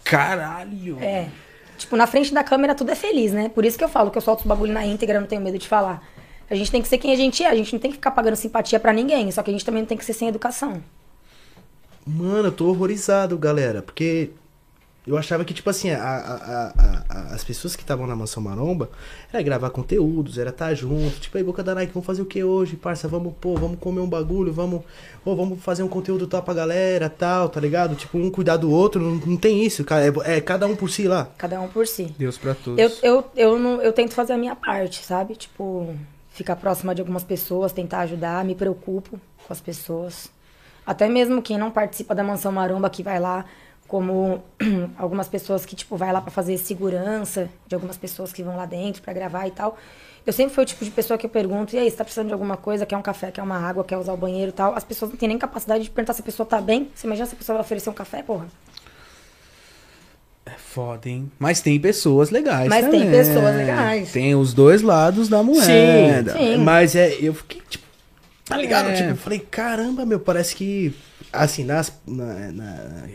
Speaker 2: Caralho.
Speaker 3: É. Tipo, na frente da câmera tudo é feliz, né? Por isso que eu falo que eu solto os bagulho na íntegra, não tenho medo de falar. A gente tem que ser quem a gente é, a gente não tem que ficar pagando simpatia pra ninguém, só que a gente também não tem que ser sem educação.
Speaker 1: Mano, eu tô horrorizado, galera, porque Eu achava que, tipo assim, a- a- a- a- as pessoas que estavam na Mansão Maromba era gravar conteúdos, era estar junto. Tipo, aí, Boca da Nike, vamos fazer o que hoje, parça? Vamos, pô, vamos comer um bagulho, vamos, ou vamos fazer um conteúdo tal pra galera, tal, tá ligado? Tipo, um cuidar do outro, não, não tem isso, cara. É, é cada um por si lá.
Speaker 3: Cada um por si.
Speaker 2: Deus pra todos.
Speaker 3: Eu, eu, eu, não, eu tento fazer a minha parte, sabe? Tipo, ficar próxima de algumas pessoas, tentar ajudar, me preocupo com as pessoas. Até mesmo quem não participa da Mansão Maromba, que vai lá, como algumas pessoas que, tipo, vai lá pra fazer segurança de algumas pessoas que vão lá dentro pra gravar e tal. Eu sempre fui o tipo de pessoa que eu pergunto, e aí, você tá precisando de alguma coisa? Quer um café, quer uma água, quer usar o banheiro e tal? As pessoas não têm nem capacidade de perguntar se a pessoa tá bem. Você imagina se a pessoa vai oferecer um café, porra?
Speaker 2: É foda, hein? Mas tem pessoas legais
Speaker 3: Mas tem
Speaker 2: também.
Speaker 3: pessoas legais.
Speaker 2: Tem os dois lados da moeda.
Speaker 3: Sim.
Speaker 1: Mas é, eu fiquei, tipo, tá ligado?
Speaker 2: É.
Speaker 1: Tipo, eu falei, caramba, meu, parece que, assim, nas, na- na-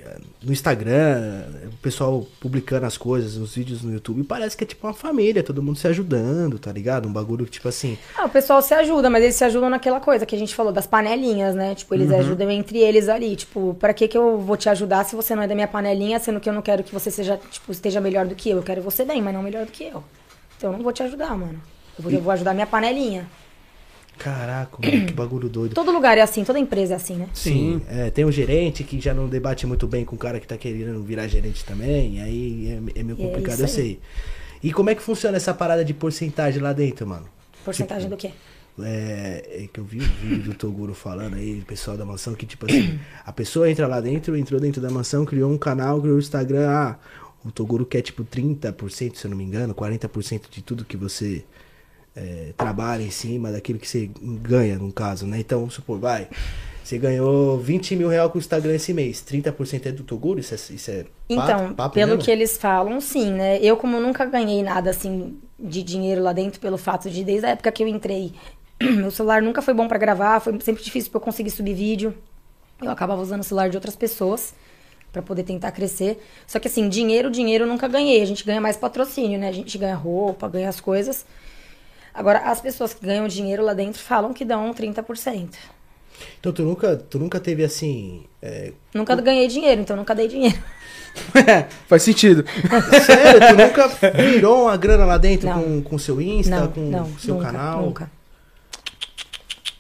Speaker 1: no Instagram, o pessoal publicando as coisas, os vídeos no YouTube, parece que é tipo uma família, todo mundo se ajudando, tá ligado? Um bagulho, tipo assim,
Speaker 3: Ah, o pessoal se ajuda, mas eles se ajudam naquela coisa que a gente falou, das panelinhas, né? Tipo, eles ajudam entre eles ali. Tipo, pra que que eu vou te ajudar se você não é da minha panelinha, sendo que eu não quero que você seja, tipo, esteja melhor do que eu. Eu quero você bem, mas não melhor do que eu. Então eu não vou te ajudar, mano. Eu vou, eu vou ajudar minha panelinha.
Speaker 1: caraca, mano, que bagulho doido.
Speaker 3: Todo lugar é assim, toda empresa é assim, né?
Speaker 1: Sim, é, tem um gerente que já não debate muito bem com o cara que tá querendo virar gerente também, aí é, é meio
Speaker 3: E é
Speaker 1: complicado,
Speaker 3: isso
Speaker 1: eu
Speaker 3: aí.
Speaker 1: sei. E como é que funciona essa parada de porcentagem lá dentro, mano?
Speaker 3: Porcentagem do quê?
Speaker 1: É, é que eu vi o vídeo do Toguro falando aí, o pessoal da mansão, que tipo assim, a pessoa entra lá dentro, entrou dentro da mansão, criou um canal, criou o Instagram, ah, o Toguro quer tipo 30%, se eu não me engano, 40% de tudo que você é, trabalha em cima daquilo que você ganha, no caso, né? Então, vamos supor, vai, você ganhou 20 mil reais com o Instagram esse mês, 30% é do Toguro? Isso é, isso é
Speaker 3: Então,
Speaker 1: papo- papo
Speaker 3: pelo
Speaker 1: mesmo?
Speaker 3: que eles falam, sim, né? Eu, como nunca ganhei nada assim de dinheiro lá dentro, pelo fato de desde a época que eu entrei, meu celular nunca foi bom pra gravar, foi sempre difícil pra eu conseguir subir vídeo. Eu acabava usando o celular de outras pessoas pra poder tentar crescer. Só que assim, dinheiro, dinheiro eu nunca ganhei. A gente ganha mais patrocínio, né? A gente ganha roupa, ganha as coisas. Agora, as pessoas que ganham dinheiro lá dentro falam que dão 30%.
Speaker 1: Então, tu nunca, tu nunca teve assim, é,
Speaker 3: Nunca ganhei dinheiro, então nunca dei dinheiro.
Speaker 2: Faz sentido.
Speaker 1: Sério? Tu nunca virou uma grana lá dentro
Speaker 3: Não.
Speaker 1: com, com seu Insta,
Speaker 3: não,
Speaker 1: com
Speaker 3: não,
Speaker 1: seu
Speaker 3: nunca,
Speaker 1: canal?
Speaker 3: Nunca.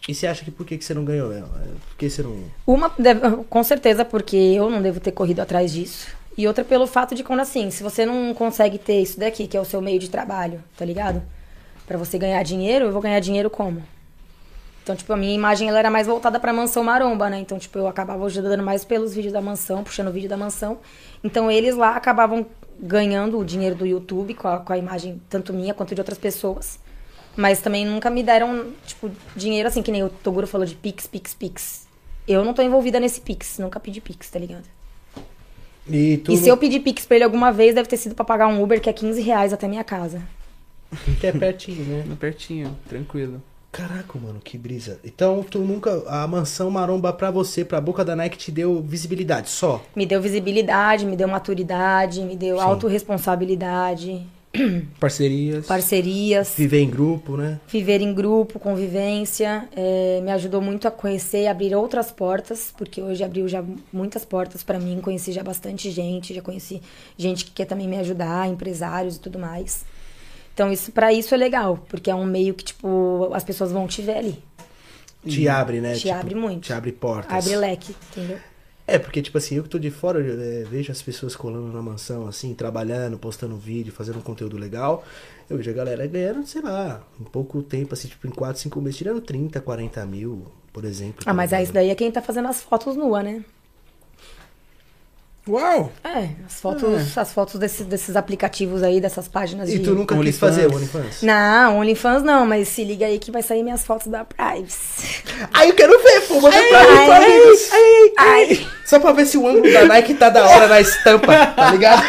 Speaker 1: E você acha que por que, que você não ganhou? É, é, Por que você não.
Speaker 3: Uma, deve- com certeza, porque eu não devo ter corrido atrás disso. E outra pelo fato de quando, assim, se você não consegue ter isso daqui, que é o seu meio de trabalho, tá ligado? Pra você ganhar dinheiro, eu vou ganhar dinheiro como? Então, tipo, a minha imagem, ela era mais voltada pra mansão maromba, né? Então, tipo, eu acabava ajudando mais pelos vídeos da mansão, puxando o vídeo da mansão. Então, eles lá acabavam ganhando o dinheiro do YouTube com a, com a imagem tanto minha quanto de outras pessoas. Mas também nunca me deram, tipo, dinheiro assim, que nem o Toguro falou de Pix, Pix, Pix. Eu não tô envolvida nesse Pix, nunca pedi Pix, tá ligado?
Speaker 1: E tu
Speaker 3: e se
Speaker 1: não-
Speaker 3: eu pedir Pix pra ele alguma vez, deve ter sido pra pagar um Uber, que é 15 reais até minha casa.
Speaker 1: que é pertinho, né?
Speaker 2: Pertinho, tranquilo.
Speaker 1: Caraca, mano, que brisa. Então tu nunca. A mansão maromba pra você, pra boca da Nike, te deu visibilidade só.
Speaker 3: Me deu visibilidade, me deu maturidade, me deu autorresponsabilidade,
Speaker 2: Parcerias.
Speaker 3: parcerias.
Speaker 1: Viver em grupo, né?
Speaker 3: viver em grupo, convivência, eh, me ajudou muito a conhecer e abrir outras portas, porque hoje abriu já muitas portas para mim, conheci já bastante gente, já conheci gente que quer também me ajudar, empresários e tudo mais. Então isso para isso é legal, porque é um meio que tipo as pessoas vão te ver ali,
Speaker 1: Te abre, né?
Speaker 3: Te abre muito.
Speaker 1: Te abre portas.
Speaker 3: abre leque, entendeu?
Speaker 1: É, porque, tipo assim, eu que tô de fora, eu, eh, vejo as pessoas colando na mansão, assim, trabalhando, postando vídeo, fazendo um conteúdo legal. Eu vejo a galera ganhando, sei lá, em pouco tempo, assim, tipo, em 4, 5 meses, tirando 30, 40 mil, por exemplo.
Speaker 3: Ah, mas
Speaker 1: tá
Speaker 3: aí
Speaker 1: ligado?
Speaker 3: isso daí é quem tá fazendo as fotos nua, né?
Speaker 2: Uau!
Speaker 3: É, as fotos, as fotos desses, desses aplicativos aí, dessas páginas
Speaker 1: E
Speaker 3: de
Speaker 1: tu nunca quis
Speaker 2: OnlyFans.
Speaker 1: fazer o OnlyFans?
Speaker 3: Não, OnlyFans não, mas se liga aí que vai sair minhas fotos da Privacy.
Speaker 1: Aí eu quero ver, pô, manda pra mim,
Speaker 3: ai,
Speaker 1: pra mim.
Speaker 3: ai.
Speaker 1: Só pra ver se o ângulo da Nike tá da hora na estampa, tá ligado?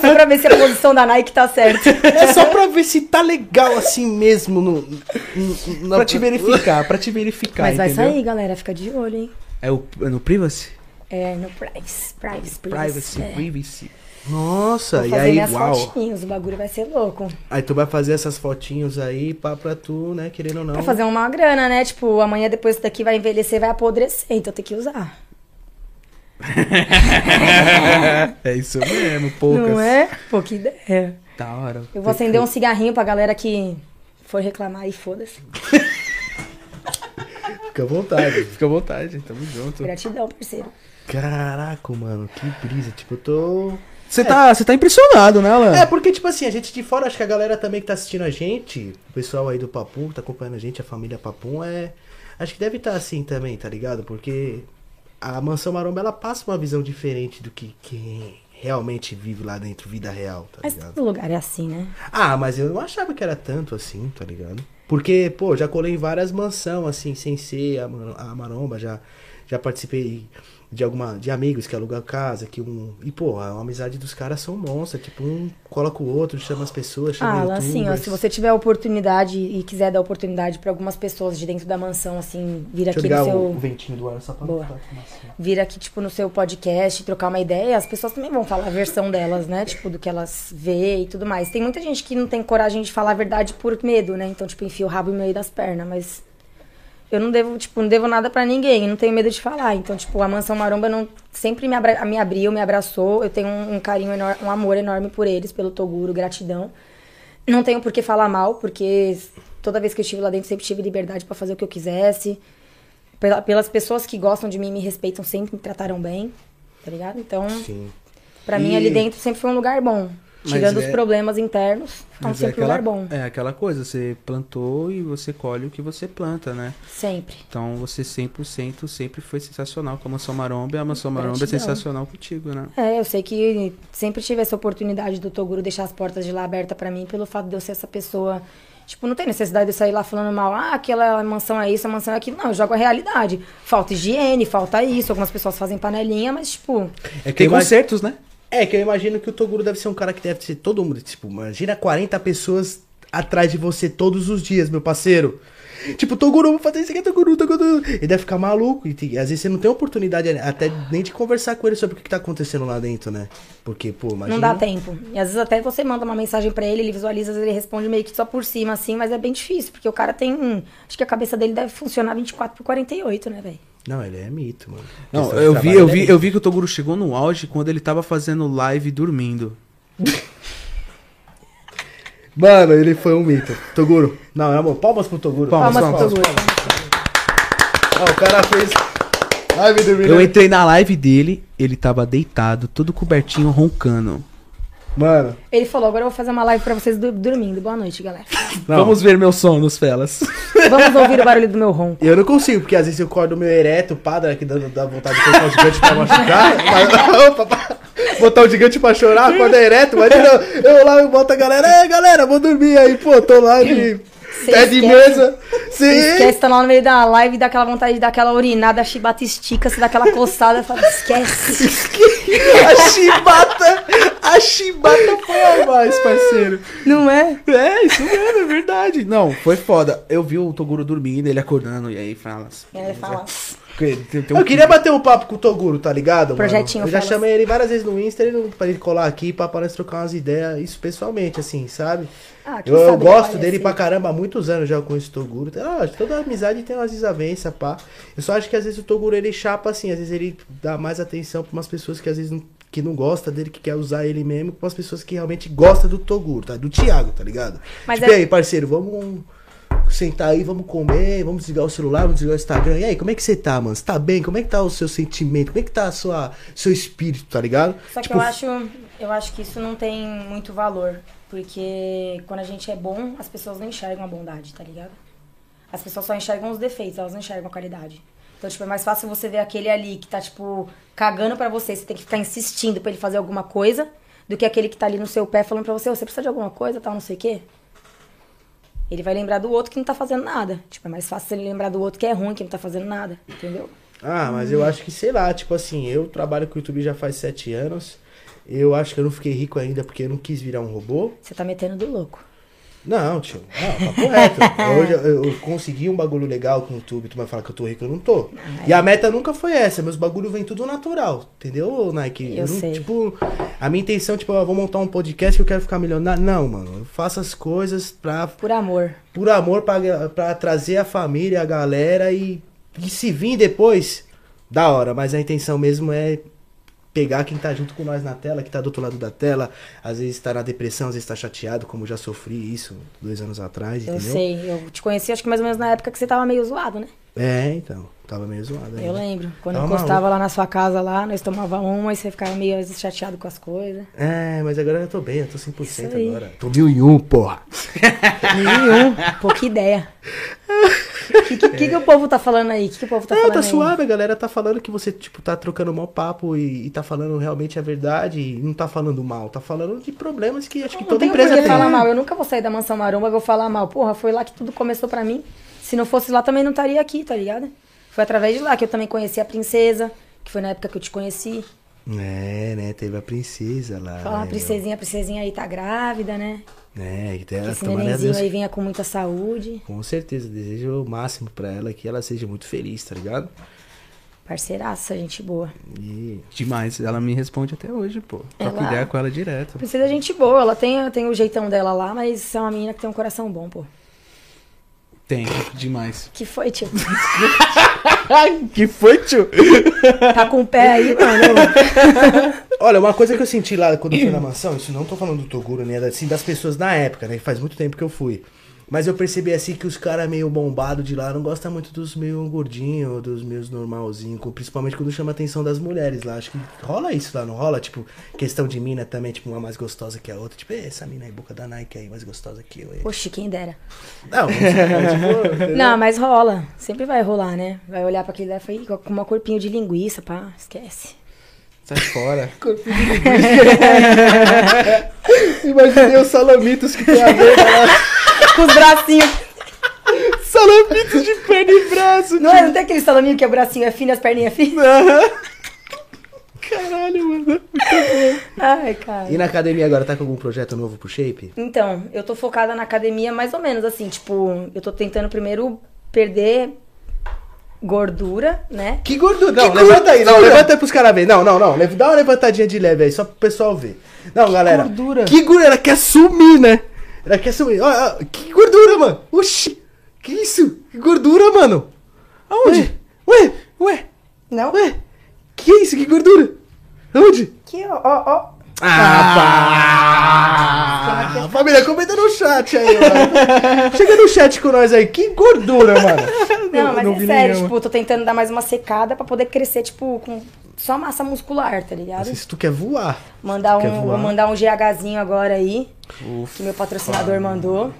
Speaker 3: Só pra ver se a posição da Nike tá certa.
Speaker 1: É só pra ver se tá legal assim mesmo no, no- no-
Speaker 2: Pra te verificar, pra te verificar,
Speaker 3: Mas vai
Speaker 2: entendeu?
Speaker 3: sair, galera. Fica de olho, hein?
Speaker 2: É, o, é no privacy?
Speaker 3: É, no Privacy. Privacy,
Speaker 2: Privacy,
Speaker 3: Privacy. É.
Speaker 2: privacy.
Speaker 1: Nossa,
Speaker 3: Vou
Speaker 1: e
Speaker 3: fazer
Speaker 1: aí,
Speaker 3: minhas
Speaker 1: uau.
Speaker 3: fotinhas, o bagulho vai ser louco.
Speaker 1: Aí tu vai fazer essas fotinhos aí pra, pra tu, né, querendo ou não.
Speaker 3: Pra fazer uma então grana, né? Tipo, amanhã depois isso daqui vai envelhecer, vai apodrecer, então tem que usar.
Speaker 2: é isso mesmo, poucas.
Speaker 3: Não é? Pô, que ideia.
Speaker 2: Da hora.
Speaker 3: Eu vou acender um cigarrinho pra galera que foi reclamar e foda-se. um-
Speaker 1: Fica à vontade.
Speaker 2: Fica à vontade, tamo junto.
Speaker 3: Gratidão, parceiro.
Speaker 1: Caraca, mano, que brisa. Tipo, eu tô.
Speaker 2: Você
Speaker 3: É.
Speaker 2: tá, você tá impressionado, né,
Speaker 3: Ah.
Speaker 2: Alan?
Speaker 1: É, porque, tipo assim, a gente de fora, acho que a galera também que tá assistindo a gente, o pessoal aí do Papum, que tá acompanhando a gente, a família Papum, é. Acho que deve estar assim também, tá ligado? Porque a Mansão Maromba, ela passa uma visão diferente do que quem realmente vive lá dentro, vida real, tá
Speaker 3: Mas
Speaker 1: ligado?
Speaker 3: todo lugar é assim, né?
Speaker 1: Ah, mas eu não achava que era tanto assim, tá ligado? Porque, pô, já colei em várias mansão, assim, sem ser a, ma- a maromba, já, já participei de alguma. de amigos que alugam casa, que um. E, pô, a amizade dos caras são monstros. Tipo, um cola com o outro, chama as pessoas, chama
Speaker 3: Ah, Alan,
Speaker 1: youtubers.
Speaker 3: assim, ó, se você tiver oportunidade e quiser dar oportunidade pra algumas pessoas de dentro da mansão, assim, vir
Speaker 1: Deixa eu
Speaker 3: aqui no
Speaker 1: ligar
Speaker 3: seu.
Speaker 1: o, o ventinho do ar só pra é
Speaker 3: Boa.
Speaker 1: pra fumacinha.
Speaker 3: vir aqui, tipo, no seu podcast, trocar uma ideia, as pessoas também vão falar a versão delas, né? Tipo, do que elas vê e tudo mais. Tem muita gente que não tem coragem de falar a verdade por medo, né? Então, tipo, enfia o rabo no meio das pernas, mas eu não devo, tipo, não devo nada pra ninguém, não tenho medo de falar. Então, tipo, a Mansão Maromba não sempre me, abra, me abriu, me abraçou. Eu tenho um, um carinho enorme, um amor enorme por eles, pelo Toguro, gratidão. Não tenho por que falar mal, porque toda vez que eu estive lá dentro, sempre tive liberdade pra fazer o que eu quisesse. Pela- pelas pessoas que gostam de mim, me respeitam sempre, me trataram bem, tá ligado? Então,
Speaker 1: Sim.
Speaker 3: pra
Speaker 2: E-
Speaker 3: mim ali dentro sempre foi um lugar bom.
Speaker 2: Mas
Speaker 3: Tirando os
Speaker 2: é-
Speaker 3: problemas internos, foi
Speaker 2: Mas é
Speaker 3: sempre um
Speaker 2: aquela,
Speaker 3: lugar bom.
Speaker 2: é aquela coisa, você plantou e você colhe o que você planta, né?
Speaker 3: Sempre.
Speaker 2: Então você 100% sempre foi sensacional com a Mansão Maromba e a Mansão Maromba é
Speaker 3: Gratidão.
Speaker 2: sensacional contigo, né?
Speaker 3: É, eu sei que sempre tive essa oportunidade do Toguro deixar as portas de lá abertas pra mim, pelo fato de eu ser essa pessoa. Tipo, não tem necessidade de eu sair lá falando mal, ah, aquela mansão é isso, a mansão é aquilo. Não, eu jogo a realidade. Falta higiene, falta isso. Algumas pessoas fazem panelinha, mas, tipo,
Speaker 1: É que,
Speaker 2: Tem
Speaker 1: eu imag-
Speaker 2: concertos, né?
Speaker 1: é que eu imagino que o Toguro deve ser um cara que deve ser todo mundo. Tipo, imagina 40 pessoas atrás de você todos os dias, meu parceiro. Tipo, Toguro, vou fazer isso aqui, Toguro, Toguro. Toguro. Ele deve ficar maluco. E tem- às vezes você não tem oportunidade até nem de conversar com ele sobre o que que tá acontecendo lá dentro, né? Porque, pô, imagina.
Speaker 3: Não dá tempo. E às vezes até você manda uma mensagem pra ele, ele visualiza, às vezes ele responde meio que só por cima, assim, mas é bem difícil, porque o cara tem. um, Acho que a cabeça dele deve funcionar 24 por 48, né, velho?
Speaker 1: Não, ele é mito, mano.
Speaker 2: Não,
Speaker 1: Questão de
Speaker 2: eu vi,
Speaker 1: trabalho,
Speaker 2: eu
Speaker 1: ele é
Speaker 2: vi,
Speaker 1: mito.
Speaker 2: eu vi que o Toguro chegou no auge quando ele tava fazendo live dormindo.
Speaker 1: Mano, ele foi um mito. Toguro. Não, é amor. Palmas pro Toguro.
Speaker 2: Palmas,
Speaker 3: Palmas pro
Speaker 2: palmas,
Speaker 3: Toguro.
Speaker 1: Ó, o cara fez. Ai, me dormiu.
Speaker 2: Eu entrei na live dele, ele tava deitado, todo cobertinho, roncando.
Speaker 1: Mano.
Speaker 3: Ele falou: agora eu vou fazer uma live pra vocês du- dormindo. Boa noite, galera.
Speaker 1: Não.
Speaker 2: Vamos ver meu som nos felas.
Speaker 3: Vamos ouvir o barulho do meu ronco.
Speaker 1: Eu não consigo, porque às vezes eu cordo meu ereto, padre, que dá, dá vontade de colocar o gigante pra machucar. Tá? mas- opa, pá. botar o gigante pra chorar, acorda ereto, mas não, eu lá eu boto a galera, é galera, vou dormir aí, pô, tô lá de pé de
Speaker 3: esquece.
Speaker 1: mesa. Sim.
Speaker 3: Esquece, tá lá no meio da live e dá aquela vontade de dar aquela urinada, a chibata estica, se dá aquela coçada, fala: esquece.
Speaker 1: A chibata, a chibata foi a mais, parceiro.
Speaker 3: Não é?
Speaker 2: É, isso mesmo, é verdade. Não, foi foda. Eu vi o Toguro dormindo, ele acordando, e aí fala.
Speaker 3: E aí ele fala,
Speaker 2: Tem- tem- tem um-
Speaker 1: Eu queria bater um papo com o Toguro, tá ligado? mano?
Speaker 3: Projetinho
Speaker 1: Eu já
Speaker 3: Falas.
Speaker 1: chamei ele várias vezes no Insta, ele não, pra ele colar aqui, pra, pra nós trocar umas ideias, isso pessoalmente, assim, sabe?
Speaker 3: Ah, quem
Speaker 1: Eu, eu
Speaker 3: sabe ele
Speaker 1: gosto dele
Speaker 3: aparece.
Speaker 1: pra caramba, há muitos anos já com esse Toguro. Ah, toda amizade tem umas desavenças, pá. Eu só acho que às vezes o Toguro ele chapa assim, às vezes ele dá mais atenção pra umas pessoas que às vezes não, que não gosta dele, que quer usar ele mesmo, pra umas pessoas que realmente gostam do Toguro, tá? Do Thiago, tá ligado?
Speaker 3: Mas
Speaker 1: tipo,
Speaker 3: é-
Speaker 1: e aí, parceiro, vamos sentar aí, vamos comer, vamos desligar o celular, vamos desligar o Instagram. E aí, como é que você tá, mano? Você tá bem? Como é que tá o seu sentimento? Como é que tá a sua seu espírito, tá ligado?
Speaker 3: Só que
Speaker 1: Tipo,
Speaker 3: eu acho, eu acho que isso não tem muito valor, porque quando a gente é bom, as pessoas não enxergam a bondade, tá ligado? As pessoas só enxergam os defeitos, elas não enxergam a qualidade. Então, tipo, é mais fácil você ver aquele ali que tá, tipo, cagando pra você, você tem que ficar insistindo pra ele fazer alguma coisa, do que aquele que tá ali no seu pé falando pra você, "Ô, você precisa de alguma coisa, tal, não sei o quê. Ele vai lembrar do outro que não tá fazendo nada. Tipo, é mais fácil ele lembrar do outro que é ruim, que não tá fazendo nada, entendeu?
Speaker 1: Ah, mas eu acho que, sei lá, tipo assim, eu trabalho com o YouTube já faz sete anos. Eu acho que eu não fiquei rico ainda porque eu não quis virar um robô.
Speaker 3: Você tá metendo do louco.
Speaker 1: Não, tio, não, papo reto. Hoje eu, eu consegui um bagulho legal com o YouTube, tu vai falar que eu tô rico, eu não tô. E a meta nunca foi essa, meus bagulhos vem tudo natural, entendeu, Nike? não,
Speaker 3: Eu sei.
Speaker 1: Tipo, a minha intenção, tipo, eu vou montar um podcast que eu quero ficar milionário. Não, mano, eu faço as coisas pra
Speaker 3: Por amor.
Speaker 1: por amor pra pra trazer a família, a galera e, e se vir depois, da hora. Mas a intenção mesmo é pegar quem tá junto com nós na tela, que tá do outro lado da tela, às vezes tá na depressão, às vezes tá chateado, como já sofri isso dois anos atrás,
Speaker 3: Eu
Speaker 1: entendeu?
Speaker 3: sei, eu te conheci acho que mais ou menos na época que você tava meio zoado, né?
Speaker 1: É, então, tava meio zoado
Speaker 3: Eu
Speaker 1: ainda.
Speaker 3: lembro. Quando
Speaker 1: Tava
Speaker 3: eu encostava lá na sua casa lá, nós tomava uma e você ficava meio às vezes, chateado com as coisas.
Speaker 1: É, mas agora eu tô bem, eu tô 100%
Speaker 3: Isso aí.
Speaker 1: agora. Tô mil e um, porra.
Speaker 3: Nenhum. Pô, que ideia. O que, que, que, que o povo tá falando aí? O que, que o povo tá
Speaker 1: Não,
Speaker 3: falando
Speaker 1: tá
Speaker 3: aí?
Speaker 1: suave, a galera tá falando que você, tipo, tá trocando mau papo e, e tá falando realmente a verdade e não tá falando mal, tá falando de problemas que acho que
Speaker 3: Não
Speaker 1: toda
Speaker 3: tem
Speaker 1: empresa
Speaker 3: por que
Speaker 1: tem.
Speaker 3: falar mal. Eu nunca vou sair da mansão maromba, vou falar mal. Porra, foi lá que tudo começou pra mim. Se não fosse lá, também não estaria aqui, tá ligado? Foi através de lá que eu também conheci a princesa, que foi na época que eu te conheci.
Speaker 1: É, né, teve a princesa lá.
Speaker 3: Falar,
Speaker 1: né,
Speaker 3: a precisinha, a precisinha aí tá grávida, né?
Speaker 1: meu? É, que tem
Speaker 3: Que
Speaker 1: ela,
Speaker 3: esse
Speaker 1: tomara a Deus.
Speaker 3: nenenzinho aí venha com muita saúde.
Speaker 1: Com certeza, desejo o máximo pra ela, que ela seja muito feliz, tá ligado?
Speaker 3: Parceiraça, gente boa.
Speaker 1: E...
Speaker 2: Demais. Ela me responde até hoje, pô. Troco
Speaker 3: Ela-
Speaker 2: ideia com ela direto.
Speaker 3: Precisa de gente boa, ela tem, tem o jeitão dela lá, mas é uma menina que tem um coração bom, pô.
Speaker 2: Tem, demais.
Speaker 3: Que foi, tipo, tio?
Speaker 2: que foi, tio?
Speaker 3: Tá com o pé aí, mano?
Speaker 1: Olha, uma coisa que eu senti lá quando eu fui na mansão, isso não tô falando do Toguro, né? Assim, das pessoas na época, né? Faz muito tempo que eu fui. Mas eu percebi assim que os caras meio bombado de lá não gostam muito dos meio gordinho, dos meus normalzinho, com- principalmente quando chama a atenção das mulheres lá. Acho que rola isso lá, não rola? Tipo, questão de mina também, tipo, uma mais gostosa que a outra. Tipo, "Eh, essa mina aí, boca da Nike aí, mais gostosa que eu. hein?"
Speaker 3: Poxa, quem dera.
Speaker 1: Não, é, tipo,
Speaker 3: Não, mas rola. Sempre vai rolar, né? Vai olhar pra aquele lá e falar, "Ih, com uma corpinho de linguiça, pá, esquece.
Speaker 2: Sai fora.
Speaker 1: imaginei os salamitos que tem a ver.
Speaker 3: Com os bracinhos.
Speaker 2: Salamitos de perna e braço.
Speaker 3: Não, é, não tem aquele salaminho que é bracinho, é fino e as perninhas finas?
Speaker 2: Caralho, mano.
Speaker 3: Ai, cara.
Speaker 1: E na academia agora, tá com algum projeto novo pro Shape?
Speaker 3: Então, eu tô focada na academia mais ou menos assim, tipo, eu tô tentando primeiro perder gordura, né?
Speaker 1: Que gordura! Não, levanta aí, não, levanta aí pros caras verem. Não, não, não. leva- Dá uma levantadinha de leve aí, só pro pessoal ver. Não, galera.
Speaker 2: gordura?
Speaker 1: Que gordura! Ela quer sumir, né? Ela quer sumir. Ó, ó, que gordura, mano! Oxi! Que isso? Que gordura, mano! Aonde? Ué? Ué?
Speaker 3: Não?
Speaker 1: Ué? Que isso? Que gordura? Aonde?
Speaker 3: Que ó, ó, ó.
Speaker 1: Ah, pá! Família, comenta no chat aí, mano. Chega no chat com nós aí. Que gordura, mano!
Speaker 3: Não, mas
Speaker 2: não
Speaker 3: é
Speaker 2: vi
Speaker 3: sério,
Speaker 2: nenhuma.
Speaker 3: tipo, eu tô tentando dar mais uma secada pra poder crescer, tipo, com só massa muscular, tá ligado?
Speaker 1: Nossa, se tu quer voar.
Speaker 3: Mandar
Speaker 1: Quer
Speaker 3: um, vou
Speaker 1: voar?
Speaker 3: mandar um GHzinho agora aí, que
Speaker 2: Ufa,
Speaker 3: meu patrocinador mandou.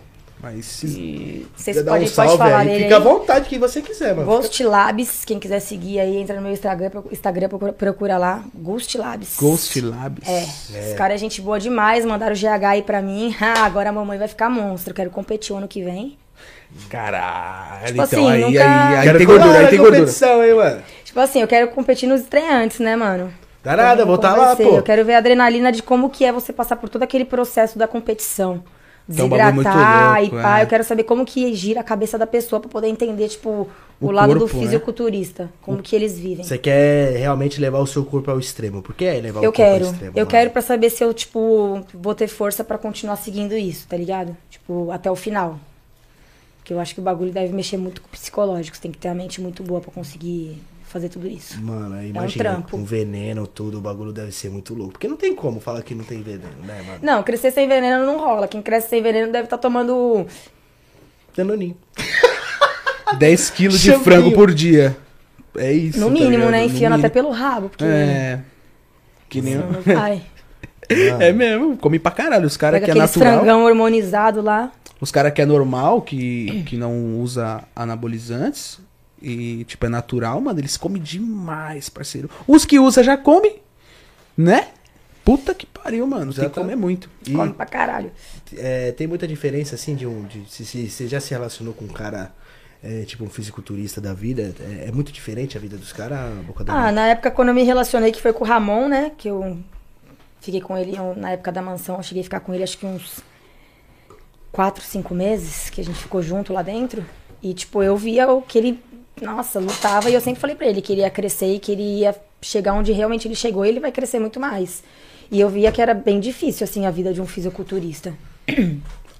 Speaker 2: mas se...
Speaker 3: Vocês
Speaker 1: Ah, Quer dar
Speaker 3: podem,
Speaker 1: um
Speaker 3: pode
Speaker 1: salve
Speaker 3: falar
Speaker 1: aí.
Speaker 3: nele
Speaker 1: Fica à
Speaker 3: aí.
Speaker 1: vontade, que você quiser, mano.
Speaker 3: Ghost Labs, quem quiser seguir aí, entra no meu Instagram, pro- Instagram procura, procura lá, Ghost Labs.
Speaker 2: Ghost Labs.
Speaker 3: É, os caras é gente boa demais, mandaram o GH aí pra mim. Ah, agora a mamãe vai ficar monstro, quero competir o ano que vem.
Speaker 2: Caralho,
Speaker 3: Tipo
Speaker 2: então
Speaker 3: assim,
Speaker 2: aí,
Speaker 3: nunca-
Speaker 2: aí, aí,
Speaker 1: Quero
Speaker 2: tem
Speaker 1: colar
Speaker 2: gordura, aí
Speaker 1: na
Speaker 2: tem gordura.
Speaker 1: competição, hein, mano.
Speaker 3: Tipo assim, eu quero competir nos estreantes, né, mano?
Speaker 1: Dá nada, vou tá
Speaker 3: Como vai
Speaker 1: lá,
Speaker 3: ser?
Speaker 1: pô.
Speaker 3: Eu quero ver a adrenalina de como que é você passar por todo aquele processo da competição.
Speaker 2: Que
Speaker 1: Tá
Speaker 2: é um bagulho muito
Speaker 3: Desidratar
Speaker 2: louco,
Speaker 3: e pá.
Speaker 2: é.
Speaker 3: Eu quero saber como que gira a cabeça da pessoa pra poder entender, tipo, o,
Speaker 2: O
Speaker 3: lado do
Speaker 2: corpo, né?
Speaker 3: fisiculturista. Como que eles vivem.
Speaker 1: Você quer realmente levar o seu corpo ao extremo? Por que é levar
Speaker 3: Eu
Speaker 1: o corpo
Speaker 3: quero.
Speaker 1: ao extremo?
Speaker 3: Eu
Speaker 1: mano?
Speaker 3: quero pra saber se eu, tipo, vou ter força pra continuar seguindo isso, tá ligado? Tipo, até o final. Porque eu acho que o bagulho deve mexer muito com o psicológico. Você tem que ter a mente muito boa pra conseguir fazer tudo isso.
Speaker 1: Mano, aí imagina,
Speaker 3: É um trampo.
Speaker 1: com veneno, tudo, o bagulho deve ser muito louco. Porque não tem como falar que não tem veneno, né, mano?
Speaker 3: Não, crescer sem veneno não rola. Quem cresce sem veneno deve estar tomando
Speaker 1: Danoninho.
Speaker 2: 10 quilos de
Speaker 1: Champinho.
Speaker 2: frango por dia. É isso.
Speaker 3: No
Speaker 2: tá
Speaker 3: mínimo,
Speaker 2: ligado?
Speaker 3: né?
Speaker 2: No
Speaker 3: Enfiando até
Speaker 2: mínimo.
Speaker 3: pelo rabo, porque.
Speaker 2: É. Que nem.
Speaker 3: senão não vai.
Speaker 2: É mesmo, come pra caralho. Os caras
Speaker 3: Pega
Speaker 2: que é
Speaker 3: aquele
Speaker 2: natural.
Speaker 3: frangão hormonizado lá.
Speaker 2: Os caras que é normal, que, que não usa anabolizantes. E, tipo, é natural, mano. Eles comem demais, parceiro. Os que usa já come, né? Puta que pariu, mano.
Speaker 1: Já
Speaker 2: Tem que
Speaker 1: tá.
Speaker 2: comer muito.
Speaker 1: E
Speaker 3: Come pra caralho.
Speaker 1: é, tem muita diferença, assim, de um. de- se, se você já se relacionou com um cara, é, tipo, um fisiculturista da vida, é, é muito diferente a vida dos caras, boca da
Speaker 3: Ah,
Speaker 1: Nike?
Speaker 3: na época quando eu me relacionei, que foi com o Ramon, né? Que eu fiquei com ele eu- na época da mansão. Eu cheguei a ficar com ele acho que uns 4, 5 meses que a gente ficou junto lá dentro. E, tipo, eu via o que ele, nossa, lutava. E eu sempre falei pra ele que ele ia crescer e que ele ia chegar onde realmente ele chegou. E ele vai crescer muito mais. E eu via que era bem difícil, assim, a vida de um fisiculturista.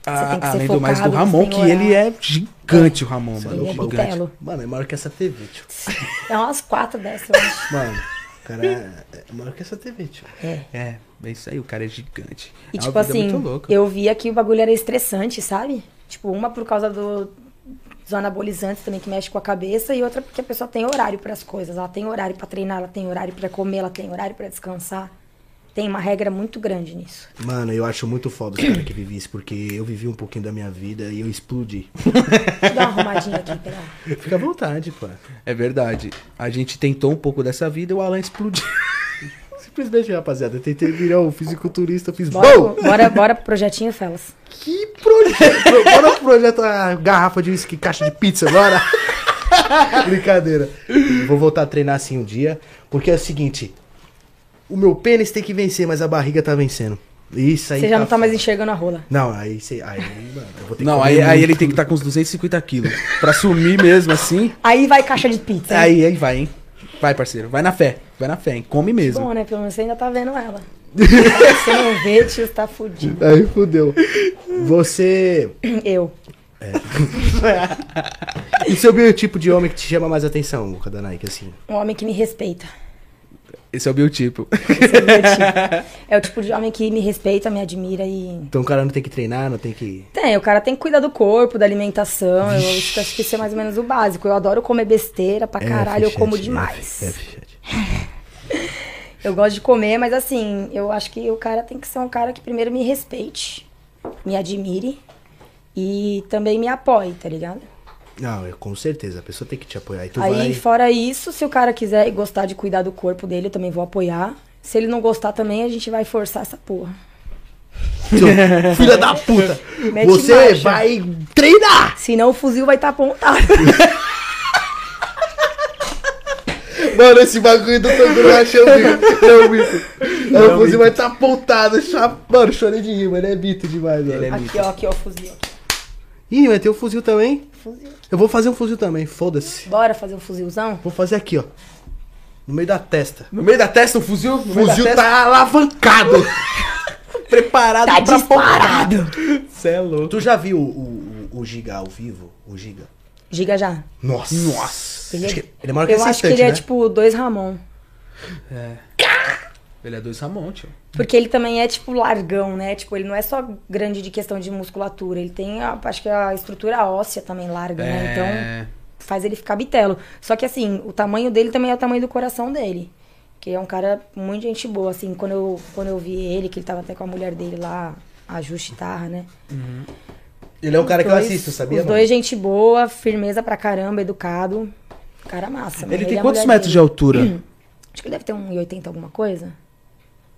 Speaker 2: Ah,
Speaker 3: tem que ser
Speaker 2: além do mais do
Speaker 3: focado,
Speaker 2: Ramon,
Speaker 3: você
Speaker 2: que
Speaker 3: tem que
Speaker 2: ele é gigante, o Ramon,
Speaker 1: Cê é
Speaker 2: mano.
Speaker 1: louco,
Speaker 3: ele é
Speaker 1: bagulho.
Speaker 3: bitelo.
Speaker 1: Mano, é maior que essa TV, tio.
Speaker 3: É umas quatro dessas, eu acho.
Speaker 1: Mano, cara é é maior que essa TV, tio.
Speaker 2: É, é isso aí, o cara é gigante.
Speaker 3: E
Speaker 2: é
Speaker 3: tipo
Speaker 2: uma vida
Speaker 3: assim,
Speaker 2: muito louca.
Speaker 3: eu via que o bagulho era estressante, sabe? Tipo, uma por causa do, dos anabolizantes também que mexe com a cabeça e outra porque a pessoa tem horário para as coisas. Ela tem horário para treinar, ela tem horário para comer, ela tem horário para descansar. Tem uma regra muito grande nisso.
Speaker 1: Mano, eu acho muito foda os caras que vivem isso, porque eu vivi um pouquinho da minha vida e eu explodi.
Speaker 3: Deixa eu dar uma arrumadinha aqui, peraí.
Speaker 1: Fica à vontade, pô.
Speaker 2: É verdade. A gente tentou um pouco dessa vida e o Alan explodiu.
Speaker 1: Simplesmente, rapaziada, eu tentei virar um fisiculturista, eu fiz.
Speaker 3: Bora,
Speaker 1: Bom,
Speaker 3: pro- bora, bora pro projetinho Felas.
Speaker 1: que projeto! Bora pro projeto a garrafa de uísque, caixa de pizza, bora! Brincadeira. Vou voltar a treinar assim um dia, porque é o seguinte: o meu pênis tem que vencer, mas a barriga tá vencendo. Isso aí.
Speaker 3: Você já não tá mais enxergando a rola.
Speaker 1: Não, aí você. Aí, mano, eu vou ter
Speaker 2: Não,
Speaker 1: comer
Speaker 2: aí, aí
Speaker 1: muito.
Speaker 2: ele tem que estar com uns 250 quilos. Pra sumir mesmo assim.
Speaker 3: Aí vai caixa de pizza. Aí.
Speaker 2: Aí, aí vai, hein? Vai, parceiro. Vai na fé. Vai na fé, hein? Come mesmo.
Speaker 3: Bom, né? Pelo menos você ainda tá vendo ela. Se você não vê, tio, você tá fudido.
Speaker 1: Aí fudeu. Você.
Speaker 3: Eu.
Speaker 1: E seu biotipo de homem que te chama mais atenção, Luca da Nike, assim?
Speaker 3: Um homem que me respeita.
Speaker 2: Esse é o biotipo.
Speaker 3: Esse é o meu tipo. É o tipo de homem que me respeita, me admira e.
Speaker 1: Então o cara não tem que treinar, não tem que.
Speaker 3: Tem, o cara tem que cuidar do corpo, da alimentação. Eu acho que- acho que isso é mais ou menos o básico. Eu adoro comer besteira
Speaker 1: É,
Speaker 3: pra caralho, eu
Speaker 1: F,
Speaker 3: como
Speaker 1: chat,
Speaker 3: demais.
Speaker 1: F, F, chat.
Speaker 3: Eu gosto de comer, mas assim, eu acho que o cara tem que ser um cara que primeiro me respeite, me admire e também me apoie, tá ligado?
Speaker 1: Não, eu- com certeza, a pessoa tem que te apoiar. E tu
Speaker 3: Aí,
Speaker 1: vai.
Speaker 3: fora isso, se o cara quiser e gostar de cuidar do corpo dele, eu também vou apoiar. Se ele não gostar também, a gente vai forçar essa porra.
Speaker 1: Seu Filha da puta!
Speaker 3: Mete
Speaker 1: Você
Speaker 3: marcha.
Speaker 1: vai treinar!
Speaker 3: Senão o fuzil vai estar apontado.
Speaker 1: Mano, esse bagulho do Toguro eu achei o bico. É o bico. É o fuzil vai estar apontado. cha- Mano, chorei de rir, mano. É mito demais, mano.
Speaker 3: aqui, ó, aqui, ó, o fuzil. aqui.
Speaker 1: Ih, vai ter o fuzil também?
Speaker 3: Fuzil.
Speaker 1: Eu vou fazer um fuzil também, foda-se.
Speaker 3: Bora fazer um fuzilzão?
Speaker 1: Vou fazer aqui, ó. No meio da testa.
Speaker 2: No meio da testa, um fuzil. No
Speaker 1: O
Speaker 2: meio da
Speaker 1: fuzil
Speaker 2: testa.
Speaker 1: tá alavancado. Preparado
Speaker 3: Tá
Speaker 1: pra apontar.
Speaker 3: disparado.
Speaker 2: Cê é louco.
Speaker 1: Tu já viu o, o, o Giga ao vivo? O Giga?
Speaker 3: Giga já.
Speaker 1: Nossa.
Speaker 2: Nossa.
Speaker 1: Acho que ele é maior que
Speaker 3: eu
Speaker 1: esse
Speaker 3: acho que
Speaker 1: instante,
Speaker 3: ele é
Speaker 1: né?
Speaker 3: tipo dois Ramon.
Speaker 2: Ele é dois Ramon, tio.
Speaker 3: Porque ele também é, tipo, largão, né? Tipo, ele não é só grande de questão de musculatura. Ele tem, a- acho que a estrutura óssea também larga, né? Então,
Speaker 2: É.
Speaker 3: faz ele ficar bitelo. Só que, assim, o tamanho dele também é o tamanho do coração dele. Que é um cara muito gente boa, assim. Quando eu, quando eu vi ele, que ele tava até com a mulher dele lá, a Ju Chitarra, né?
Speaker 1: Ele é um cara que eu
Speaker 3: Dois-
Speaker 1: assisto, sabia?
Speaker 3: Os
Speaker 1: mano?
Speaker 3: dois, gente boa, firmeza pra caramba, educado. Cara massa, mano.
Speaker 2: Ele é
Speaker 3: e
Speaker 2: tem
Speaker 3: a
Speaker 2: quantos
Speaker 3: mulher
Speaker 2: metros de
Speaker 3: dele.
Speaker 2: altura?
Speaker 3: Acho que ele deve ter um 80 alguma coisa.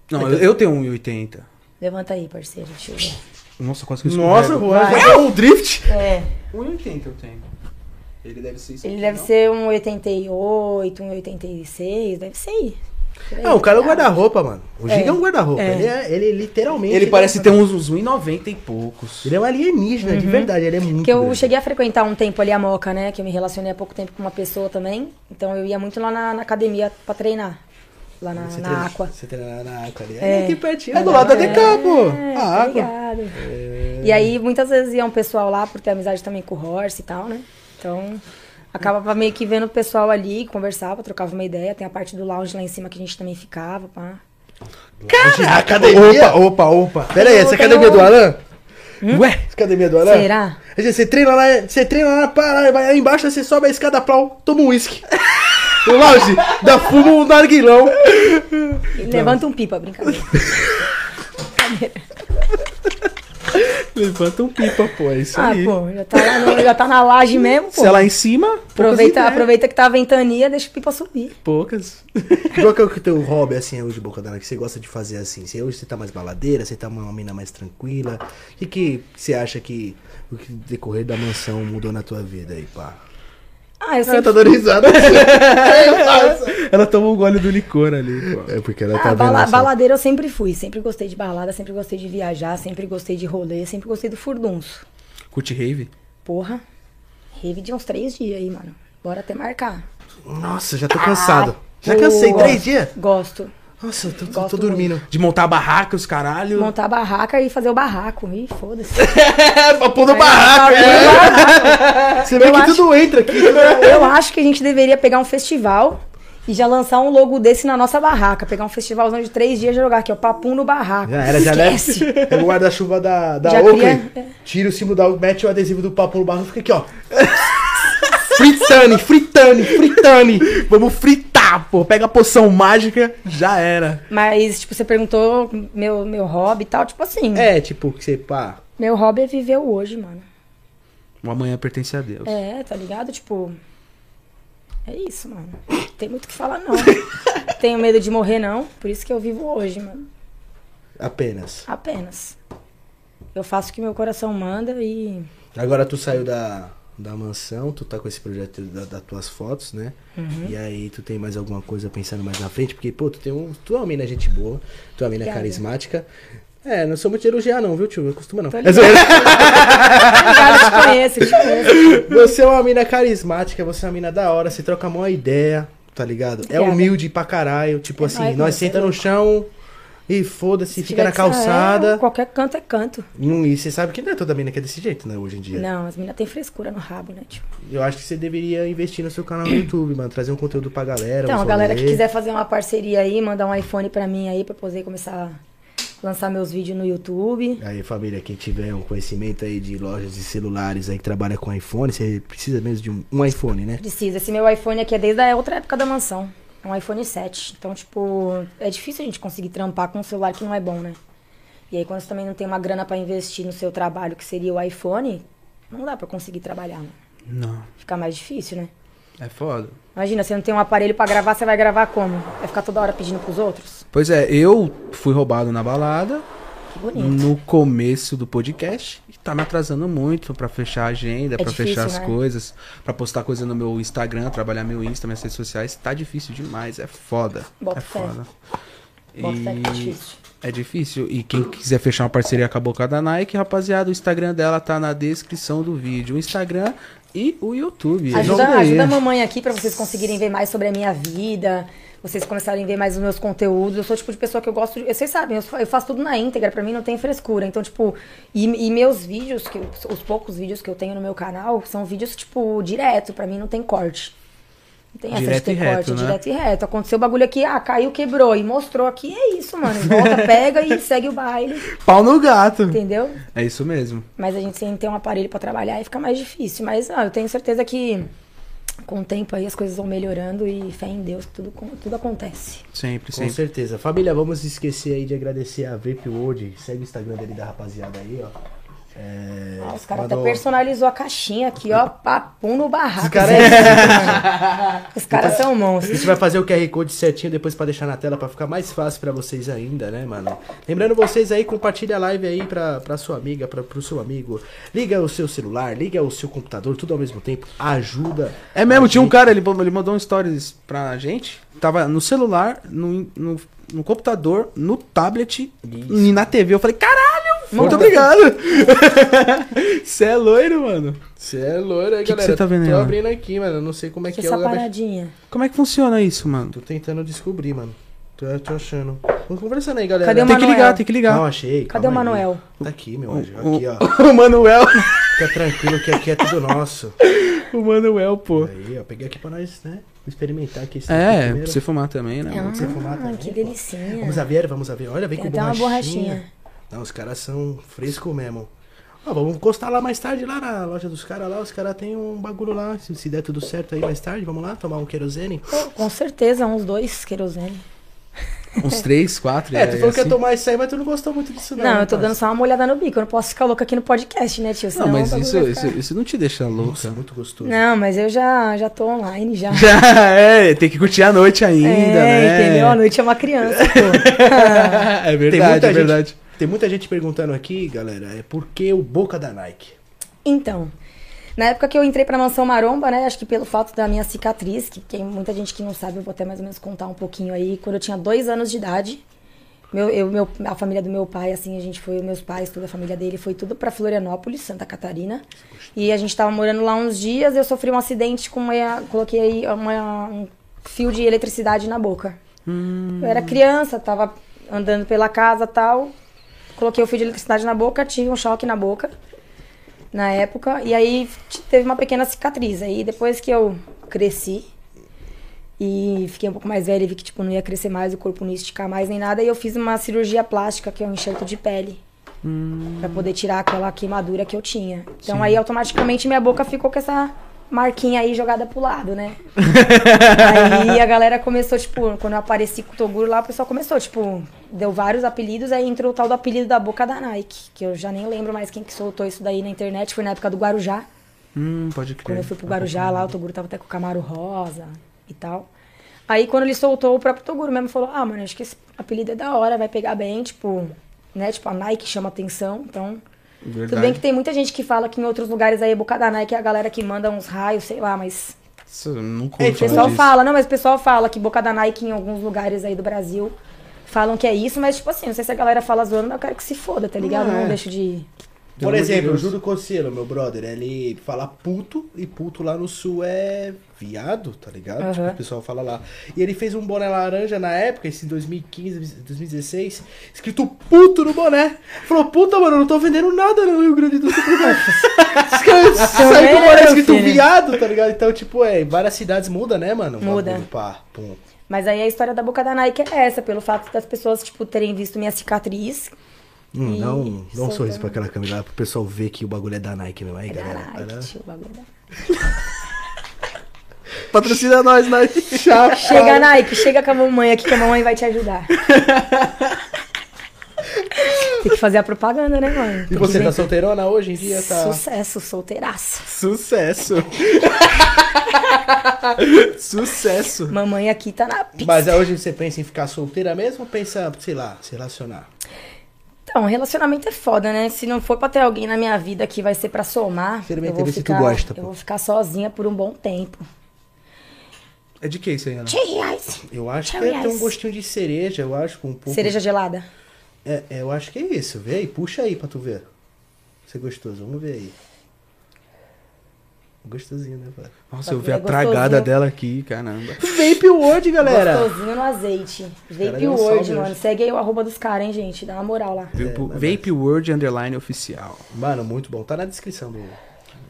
Speaker 2: Não, eu, eu tenho 1,80.
Speaker 3: Levanta aí, parceiro. Deixa eu ver.
Speaker 2: Nossa, quase que eu
Speaker 1: Nossa,
Speaker 2: escorrego.
Speaker 1: Juan,
Speaker 3: Vai.
Speaker 1: é um drift.
Speaker 3: É.
Speaker 2: 1,80 eu tenho. Ele deve ser isso
Speaker 3: Ele
Speaker 2: aqui,
Speaker 3: deve
Speaker 2: não?
Speaker 3: ser um 88, um 86, deve ser aí. Por aí,
Speaker 1: Não, o cara é um
Speaker 3: tá ligado?
Speaker 1: guarda-roupa, mano. O Giga é, um guarda-roupa.
Speaker 3: É.
Speaker 1: Ele, é, ele literalmente.
Speaker 2: Ele parece ter um uns uns 1,90 e poucos.
Speaker 1: Ele é um alienígena, de verdade. Ele é muito.
Speaker 3: Porque eu
Speaker 1: grande.
Speaker 3: cheguei a frequentar um tempo ali a Moca, né? Que eu me relacionei há pouco tempo com uma pessoa também. Então eu ia muito lá na, na academia pra treinar. Lá na,
Speaker 1: Você
Speaker 3: na
Speaker 1: treina-
Speaker 3: Aqua.
Speaker 1: Você treina na Aqua ali.
Speaker 3: É.
Speaker 1: É, aqui pertinho.
Speaker 2: É do lado da
Speaker 1: É.
Speaker 2: DK, pô.
Speaker 3: É,
Speaker 2: A
Speaker 3: tá
Speaker 2: água.
Speaker 3: ligado. E aí muitas vezes ia um pessoal lá por ter amizade também com o Horse e tal, né? Então acabava meio que vendo o pessoal ali, conversava, trocava uma ideia. Tem a parte do lounge lá em cima que a gente também ficava, pá.
Speaker 1: Caraca, academia.
Speaker 2: Opa, opa, opa.
Speaker 1: Pera aí, essa
Speaker 3: Eu tenho-
Speaker 1: academia do Alan?
Speaker 2: Ué,
Speaker 1: Essa academia do Alan?
Speaker 3: Será?
Speaker 1: Quer dizer, Você treina lá, você treina lá, para, vai lá embaixo, você sobe a escada plau, toma um uísque. No lounge, dá fuma um narguilão.
Speaker 3: E Levanta um pipa, brincadeira.
Speaker 2: levanta um pipa, pô. É isso
Speaker 3: Ah,
Speaker 2: aí.
Speaker 3: pô, já tá, lá no- já tá na laje mesmo, pô.
Speaker 2: Se é lá em cima, poucas
Speaker 3: aproveita,
Speaker 2: ideias.
Speaker 3: aproveita que tá a ventania, deixa o pipa subir.
Speaker 2: Poucas.
Speaker 1: Qual que é o teu hobby, assim, hoje, Boca da Neve, que você gosta de fazer assim? Você, hoje você tá mais baladeira, você tá uma mina mais tranquila. O que, que você acha que o que decorrer da mansão mudou na tua vida aí, pá?
Speaker 2: É,
Speaker 3: Ah, eu
Speaker 1: Ela
Speaker 3: sempre...
Speaker 1: tá dando risada.
Speaker 2: Ela tomou um gole do licor ali, pô.
Speaker 1: é porque ela
Speaker 3: Ah,
Speaker 1: tá vendo.
Speaker 3: bala-
Speaker 1: essa-
Speaker 3: baladeira eu sempre fui, sempre gostei de balada, sempre gostei de viajar, sempre gostei de rolê, sempre gostei do furdunço.
Speaker 2: Curte rave?
Speaker 3: Porra, rave de uns três dias aí, mano. Bora até marcar.
Speaker 1: Nossa, já tô cansado. Já
Speaker 3: Pô,
Speaker 1: cansei, três
Speaker 3: gosto-
Speaker 1: dias?
Speaker 3: Gosto.
Speaker 1: Nossa, eu tô, tô- tô
Speaker 3: Ah, Gosto muito.
Speaker 1: dormindo.
Speaker 2: De montar a barraca, os caralho.
Speaker 3: Montar a barraca e fazer o barraco. Ih, foda-se.
Speaker 2: É, pra pôr no
Speaker 1: é? Você vê que tudo entra aqui.
Speaker 3: Eu acho que a gente deveria pegar um festival E já lançar um logo desse na nossa barraca. Pegar um festivalzão de três dias e jogar aqui, ó. Papum no barraco.
Speaker 1: Já era, já né?
Speaker 3: Esquece.
Speaker 1: leva. Pega o guarda-chuva da, da
Speaker 3: Já
Speaker 1: Oakley,
Speaker 3: cria- é.
Speaker 1: tira o símbolo da Oakley, mete o adesivo do papo no barro e fica aqui, ó. fritane, fritane, fritane.
Speaker 2: Vamos fritar, pô. Pega a poção mágica, já era.
Speaker 3: Mas, tipo, você perguntou meu, meu hobby e tal. Tipo assim,
Speaker 1: É, tipo, que você, pá.
Speaker 3: meu hobby é viver o hoje, mano.
Speaker 2: O amanhã pertence a Deus.
Speaker 3: É, tá ligado? Tipo. É isso, mano. Tem muito o que falar, não. Tenho medo de morrer, não. Por isso que eu vivo hoje, mano.
Speaker 1: Apenas.
Speaker 3: Apenas. Eu faço o que meu coração manda e.
Speaker 1: Agora tu saiu da, da mansão, tu tá com esse projeto da- das tuas fotos, né?
Speaker 3: Uhum.
Speaker 1: E aí tu tem mais alguma coisa pensando mais na frente? Porque, pô, tu tem um. Tu é uma mina gente boa, tu é uma mina
Speaker 3: Obrigada.
Speaker 1: carismática. É, não sou muito de elogiar, não, viu, tio? Não costuma não. É
Speaker 3: Tô ligado. Obrigada, te conheço, te conheço.
Speaker 1: Você é uma mina carismática, você é uma mina da hora, você troca a maior ideia, tá ligado? É
Speaker 3: Obrigada.
Speaker 1: humilde pra caralho, tipo assim,
Speaker 3: nóis,
Speaker 1: nós
Speaker 3: mano,
Speaker 1: senta
Speaker 3: é
Speaker 1: no chão e foda-se, fica
Speaker 3: Tiver
Speaker 1: na
Speaker 3: que sair,
Speaker 1: calçada.
Speaker 3: qualquer canto é canto.
Speaker 1: Hum, E você sabe que não é toda mina que é desse jeito, né, hoje em dia.
Speaker 3: Não, as meninas têm frescura no rabo, né? Tipo.
Speaker 1: Eu acho que você deveria investir no seu canal no YouTube, mano, trazer um conteúdo pra galera.
Speaker 3: Então,
Speaker 1: um
Speaker 3: a galera que
Speaker 1: rolê.
Speaker 3: quiser fazer uma parceria aí, mandar um iPhone pra mim aí pra eu poder começar a lançar meus vídeos no YouTube.
Speaker 1: Aí, família, quem tiver um conhecimento aí de lojas de celulares aí que trabalha com iPhone, você precisa mesmo de um, um iPhone, né?
Speaker 3: Precisa. Esse meu iPhone aqui é desde a outra época da mansão. É um iPhone 7. Então, tipo, é difícil a gente conseguir trampar com um celular que não é bom, né? E aí, quando você também não tem uma grana pra investir no seu trabalho, que seria o iPhone, não dá pra conseguir trabalhar, né?
Speaker 2: Não.
Speaker 3: Fica mais difícil, né?
Speaker 2: É foda.
Speaker 3: Imagina, você não tem um aparelho pra gravar, você vai gravar como? Vai ficar toda hora pedindo pros outros?
Speaker 2: Pois é, eu fui roubado na balada
Speaker 3: Que bonito.
Speaker 2: no começo do podcast e tá me atrasando muito pra fechar a agenda, pra
Speaker 3: difícil,
Speaker 2: fechar as
Speaker 3: né?
Speaker 2: coisas, pra postar coisa no meu Instagram, trabalhar meu Insta, minhas redes sociais. Tá difícil demais, é foda.
Speaker 3: Bota
Speaker 2: é
Speaker 3: fé.
Speaker 2: foda.
Speaker 3: Bota fé que é
Speaker 2: E-
Speaker 3: difícil.
Speaker 2: É difícil. E quem quiser fechar uma parceria com a Boca da Nike, rapaziada, o Instagram dela tá na descrição do vídeo. O Instagram e o YouTube.
Speaker 3: Ajuda,
Speaker 2: Joga aí.
Speaker 3: ajuda a mamãe aqui pra vocês conseguirem ver mais sobre a minha vida, vocês começarem a ver mais os meus conteúdos. Eu sou o tipo de pessoa que eu gosto. De, vocês sabem, eu, sou- eu faço tudo na íntegra, pra mim não tem frescura. Então, tipo, e, e meus vídeos, que eu- os poucos vídeos que eu tenho no meu canal, são vídeos, tipo, direto, pra mim não tem corte. Não tem essa
Speaker 2: Direto
Speaker 3: de
Speaker 2: e
Speaker 3: ter
Speaker 2: reto,
Speaker 3: corte,
Speaker 2: né?
Speaker 3: direto e reto. Aconteceu o bagulho aqui, ah, caiu, quebrou. E mostrou aqui, é isso, mano. Volta, pega e segue o baile,
Speaker 2: Pau no gato.
Speaker 3: entendeu?
Speaker 2: É isso mesmo.
Speaker 3: Mas a gente sem ter um aparelho pra trabalhar aí fica mais difícil. Mas ah, eu tenho certeza que com o tempo aí as coisas vão melhorando e fé em Deus, tudo, con- tudo acontece.
Speaker 2: Sempre,
Speaker 1: Com
Speaker 2: sempre.
Speaker 1: certeza. Família, vamos esquecer aí de agradecer a Vape World. Segue o Instagram dele da rapaziada aí, ó. É,
Speaker 3: Ah, os caras até
Speaker 1: mandou-
Speaker 3: personalizou a caixinha aqui, ó, papum no barraco.
Speaker 1: Os é- caras-
Speaker 3: É isso, mano. Os caras são
Speaker 1: A
Speaker 3: monstros.
Speaker 1: gente vai fazer o QR Code certinho depois pra deixar na tela pra ficar mais fácil pra vocês ainda, né, mano? Lembrando vocês aí, compartilha a live aí pra, pra sua amiga, pra, pro seu amigo. Liga o seu celular, liga o seu computador, tudo ao mesmo tempo. Ajuda.
Speaker 2: É mesmo, tinha um cara, ele, ele mandou um stories pra gente. Tava no celular, no, no, no computador, no tablet e na TV. Eu falei, caralho, muito
Speaker 3: Mano.
Speaker 2: obrigado. Você é loiro, mano.
Speaker 1: Você é loiro aí,
Speaker 2: Que que
Speaker 1: galera.
Speaker 2: você tá vendo aí,
Speaker 1: Tô
Speaker 2: mano?
Speaker 1: abrindo aqui, mano. Eu não sei como é que, é
Speaker 3: Que essa
Speaker 1: o lugar.
Speaker 3: paradinha.
Speaker 2: Como é que funciona isso, mano?
Speaker 1: Tô tentando descobrir, mano. Tô, tô achando. Vamos conversando aí, galera.
Speaker 3: Cadê o
Speaker 2: Tem que
Speaker 3: Manuel.
Speaker 2: ligar, tem que
Speaker 1: Não,
Speaker 2: ligar.
Speaker 1: achei.
Speaker 3: Cadê o
Speaker 1: calma aí.
Speaker 3: Manuel?
Speaker 1: Tá aqui, meu anjo. Aqui, ó.
Speaker 2: O Manuel,
Speaker 1: Fica tranquilo que aqui é tudo nosso.
Speaker 2: o Manuel, pô.
Speaker 1: Aí, ó. Peguei aqui pra nós, né? Experimentar aqui. esse daqui
Speaker 2: É, pra
Speaker 1: primeiro.
Speaker 2: você fumar também, né? mano?
Speaker 1: Vamos você fumar
Speaker 3: Ah,
Speaker 1: também,
Speaker 3: que
Speaker 1: pô.
Speaker 3: delicinha.
Speaker 1: Tá Vamos a ver, vamos a ver. Olha, vem
Speaker 3: Tem
Speaker 1: com
Speaker 3: até uma
Speaker 1: borrachinha.
Speaker 3: borrachinha.
Speaker 1: Não, os caras são frescos mesmo. Ó, vamos encostar lá mais tarde, lá na loja dos caras lá. Os caras têm um bagulho lá. Se, se der tudo certo aí mais tarde, vamos lá tomar um querosene.
Speaker 3: Pô, com certeza, uns dois querosene.
Speaker 2: Uns três, quatro.
Speaker 1: É, tu falou que ia
Speaker 2: assim.
Speaker 1: tomar isso aí, mas tu não gostou muito disso, não.
Speaker 3: Não,
Speaker 1: né,
Speaker 3: eu tô
Speaker 1: parça?
Speaker 3: dando só uma molhada no bico. Eu não posso ficar louca aqui no podcast, né, tio?
Speaker 2: Não,
Speaker 3: Senão o
Speaker 2: mas
Speaker 3: bagulho
Speaker 2: isso,
Speaker 3: vai
Speaker 2: isso,
Speaker 3: ficar-
Speaker 2: isso não te deixa
Speaker 1: Nossa, é
Speaker 2: louca.
Speaker 1: muito gostoso.
Speaker 3: Não, mas eu já, já tô online já.
Speaker 2: Já é, tem que curtir a noite ainda,
Speaker 3: é,
Speaker 2: né?
Speaker 3: entendeu? A noite é uma criança, pô.
Speaker 2: é
Speaker 1: Tem
Speaker 2: verdade,
Speaker 1: muita
Speaker 2: é verdade.
Speaker 1: Gente, tem muita gente perguntando aqui, galera, é por que o Boca da Nike?
Speaker 3: então, na época que eu entrei pra Mansão Maromba, né? Acho que pelo fato da minha cicatriz, que tem muita gente que não sabe, eu vou até mais ou menos contar um pouquinho aí. Quando eu tinha dois anos de idade, meu, eu, meu, a família do meu pai, assim, a gente foi, meus pais, toda a família dele, foi tudo pra Florianópolis, Santa Catarina. E a gente tava morando lá uns dias, eu sofri um acidente com uma. Coloquei uma, um fio de eletricidade na boca. Eu era criança, tava andando pela casa tal. Coloquei o fio de eletricidade na boca, tive um choque na boca na época. E aí t- teve uma pequena cicatriz. Aí depois que eu cresci, E fiquei um pouco mais velha e vi que, tipo, não ia crescer mais, o corpo não ia esticar mais nem nada. E eu fiz uma cirurgia plástica, que é um enxerto de pele. Pra poder tirar aquela queimadura que eu tinha. Então aí automaticamente minha boca ficou com essa marquinha aí jogada pro lado, né? aí a galera começou, tipo, quando eu apareci com o Toguro lá, o pessoal começou, tipo, deu vários apelidos, aí entrou o tal do apelido da boca da Nike, que eu já nem lembro mais quem que soltou isso daí na internet, foi na época do Guarujá.
Speaker 2: Hum, pode crer.
Speaker 3: Quando eu fui pro Guarujá lá, o Toguro tava até com o Camaro Rosa e tal. Aí quando ele soltou, o próprio Toguro mesmo falou: Ah, mano, acho que esse apelido é da hora, vai pegar bem, tipo, né? Tipo, a Nike chama atenção, então. Tudo bem que tem muita gente que fala que em outros lugares aí a boca da Nike é a galera que manda uns raios, sei lá, mas.
Speaker 2: Isso, eu não curto
Speaker 3: É, O pessoal
Speaker 2: disso.
Speaker 3: fala, não, mas o pessoal fala que boca da Nike em alguns lugares aí do Brasil falam que é isso, mas tipo assim, não sei se a galera fala zoando, mas eu quero que se foda, tá ligado?
Speaker 2: Não é.
Speaker 3: Não deixo um de.
Speaker 2: Pelo
Speaker 1: Por
Speaker 2: amor de
Speaker 1: exemplo, o
Speaker 2: Deus.
Speaker 1: Júlio Cosselo, meu brother, ele fala puto e puto lá no sul é viado, tá ligado?
Speaker 3: Aham.
Speaker 1: Tipo, o pessoal fala lá. E ele fez um boné laranja na época, esse 2015, 2016, escrito puto no boné. Falou, puta, mano, eu não tô vendendo nada no Rio Grande do Sul. Os caras saem com o boné é
Speaker 3: É, meu
Speaker 1: escrito
Speaker 3: filho.
Speaker 1: viado, tá ligado? Então, tipo, é, em várias cidades muda, né, mano? O
Speaker 3: Muda.
Speaker 1: bagulho, pá, pum.
Speaker 3: Mas aí a história da boca da Nike é essa, pelo fato das pessoas, tipo, terem visto minha cicatriz.
Speaker 1: Hum,
Speaker 3: E
Speaker 1: dá um, dá um
Speaker 3: soltando.
Speaker 1: sorriso pra aquela câmera lá, pro pessoal ver que o bagulho é da Nike mesmo. Aí,
Speaker 3: É da
Speaker 1: galera.
Speaker 3: Nike, tio, o bagulho da- né?
Speaker 2: Patrocina nós, né? Nike.
Speaker 3: Chega, Nike, chega com a mamãe aqui que a mamãe vai te ajudar. Tem que fazer a propaganda, né, mãe?
Speaker 1: E
Speaker 3: Tem
Speaker 1: você tá
Speaker 3: que ver.
Speaker 1: solteirona hoje em dia? Tá...
Speaker 3: Sucesso, solteiraça.
Speaker 2: Sucesso. Sucesso.
Speaker 3: Mamãe aqui tá na pista.
Speaker 1: Mas é hoje você pensa em ficar solteira mesmo ou pensa, sei lá, se relacionar?
Speaker 3: Então, relacionamento é foda, né? Se não for pra ter alguém na minha vida que vai ser pra somar,
Speaker 1: Experimenta
Speaker 3: eu vou,
Speaker 1: ver se tu
Speaker 3: ficar,
Speaker 1: gosta, pô.
Speaker 3: eu vou ficar sozinha por um bom tempo.
Speaker 2: É de que isso aí, Ana?
Speaker 3: Tchê, reais.
Speaker 1: Eu acho
Speaker 3: Tchau,
Speaker 1: que é ter um
Speaker 3: yes.
Speaker 1: gostinho de cereja, eu acho, com um pouco.
Speaker 3: Cereja gelada.
Speaker 1: É, é, eu acho que é isso. Vê aí, puxa aí pra tu ver. Você é gostoso, vamos ver aí. Gostosinho, né, velho?
Speaker 2: Nossa, eu vi
Speaker 3: É
Speaker 2: a tragada
Speaker 3: gostosinho. É,
Speaker 2: dela aqui, caramba.
Speaker 1: Vape World, galera!
Speaker 3: Gostosinho no azeite.
Speaker 1: caras
Speaker 3: Vape
Speaker 1: dão
Speaker 3: World,
Speaker 1: um salve
Speaker 3: mano.
Speaker 1: hoje.
Speaker 3: Segue aí o arroba dos caras, hein, gente. Dá uma moral lá.
Speaker 2: Vape,
Speaker 3: é.
Speaker 2: Vape World Underline Oficial.
Speaker 1: Mano, muito bom. Tá na descrição do.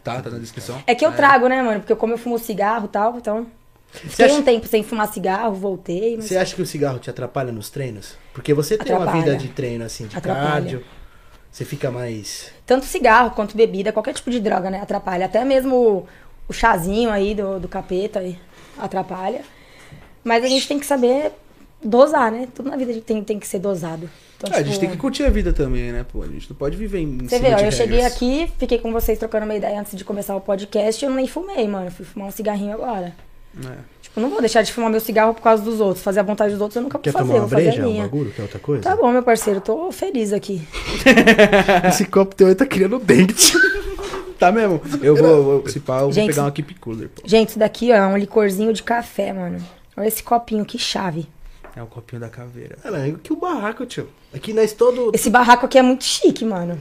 Speaker 2: Tá, tá na descrição.
Speaker 3: É que eu trago, né, mano? Porque como eu fumo cigarro e tal, então.
Speaker 1: Você
Speaker 3: Fiquei
Speaker 1: acha,
Speaker 3: um tempo sem fumar cigarro, voltei, mas
Speaker 1: você acha que o cigarro te atrapalha nos treinos? Porque você tem uma
Speaker 3: Atrapalha.
Speaker 1: vida de treino, assim, de
Speaker 3: Atrapalha.
Speaker 1: cardio. Você fica mais.
Speaker 3: tanto cigarro quanto bebida, qualquer tipo de droga, né? Atrapalha. Até mesmo o, o chazinho aí do, do capeta aí atrapalha. Mas a gente tem que saber dosar, né? Tudo na vida a gente tem, tem que ser dosado. Então,
Speaker 2: Ah, a gente
Speaker 3: tipo,
Speaker 2: tem que curtir a vida também, né, pô? A gente não pode viver em
Speaker 3: Você
Speaker 2: cima
Speaker 3: vê, ó,
Speaker 2: de
Speaker 3: eu cheguei
Speaker 2: regras.
Speaker 3: aqui, fiquei com vocês trocando uma ideia antes de começar o podcast e eu nem fumei, mano. Fui fumar um cigarrinho agora.
Speaker 2: É.
Speaker 3: Tipo, não vou deixar de fumar meu cigarro por causa dos outros. Fazer a vontade dos outros eu nunca vou
Speaker 1: Quer
Speaker 3: fazer,
Speaker 1: tomar uma
Speaker 3: vou fazer
Speaker 1: breja,
Speaker 3: a
Speaker 1: um
Speaker 3: minha.
Speaker 1: bagulho? Quer outra coisa?
Speaker 3: Tá bom, meu parceiro, tô feliz aqui.
Speaker 2: Esse copo teu aí tá criando dente. tá mesmo? Eu vou, eu- se pá, eu vou
Speaker 3: Gente,
Speaker 2: pegar uma Keep Cooler, pô.
Speaker 3: Gente, isso daqui ó, é um licorzinho de café, mano. Olha esse copinho, que chave.
Speaker 2: É o copinho da caveira.
Speaker 1: Caralho, é que o barraco, tio. Aqui nós todo.
Speaker 3: Esse barraco aqui é muito chique, mano.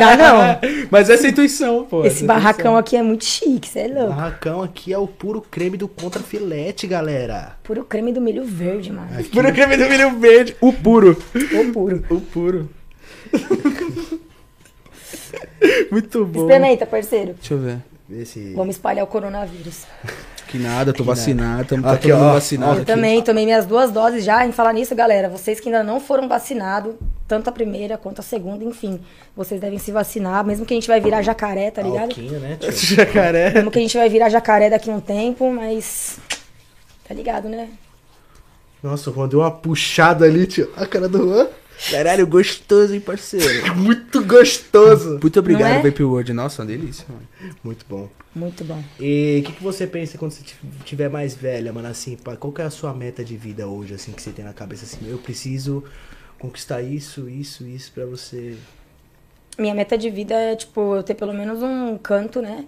Speaker 3: Dá não.
Speaker 2: Mas essa é a intuição, pô.
Speaker 3: Esse barracão aqui é muito chique, você é
Speaker 1: O
Speaker 3: louco.
Speaker 1: barracão aqui é o puro creme do contra filete, galera.
Speaker 3: Puro creme do milho verde, mano.
Speaker 2: Puro creme do milho verde. O puro.
Speaker 3: Ô, puro.
Speaker 2: O Ah, puro. Muito bom.
Speaker 3: Experimenta, tá, parceiro.
Speaker 2: Deixa eu ver.
Speaker 1: Esse.
Speaker 3: Vamos espalhar o coronavírus.
Speaker 2: Que nada, tô vacinado. Tamo, tá
Speaker 1: Aqui,
Speaker 2: todo mundo
Speaker 1: ó,
Speaker 2: vacinado.
Speaker 3: Eu
Speaker 2: aqui.
Speaker 3: também tomei minhas duas doses já. Em falar nisso, galera, vocês que ainda não foram vacinados, tanto a primeira quanto a segunda, enfim, vocês devem se vacinar, mesmo que a gente vai virar jacaré,
Speaker 2: Ah,
Speaker 3: tá ligado?
Speaker 1: Alquinho, né, tio?
Speaker 2: Esse Jacaré.
Speaker 3: Mesmo que a gente vai virar jacaré daqui a um tempo, mas. Tá ligado, né?
Speaker 1: Nossa, o Juan deu uma puxada ali, tio. A cara do Juan.
Speaker 2: Caralho, gostoso, hein, parceiro.
Speaker 1: Muito gostoso.
Speaker 2: Muito obrigado,
Speaker 3: Não é?
Speaker 2: Vape World. Nossa, uma delícia, mano.
Speaker 1: Muito bom.
Speaker 3: Muito bom.
Speaker 1: E o que, que você pensa quando você ti- tiver mais velha, mano? Assim, pá, qual que é a sua meta de vida hoje, assim, que você tem na cabeça? Assim, eu preciso conquistar isso, isso, isso pra você.
Speaker 3: Minha meta de vida é, tipo, eu ter pelo menos um canto, né?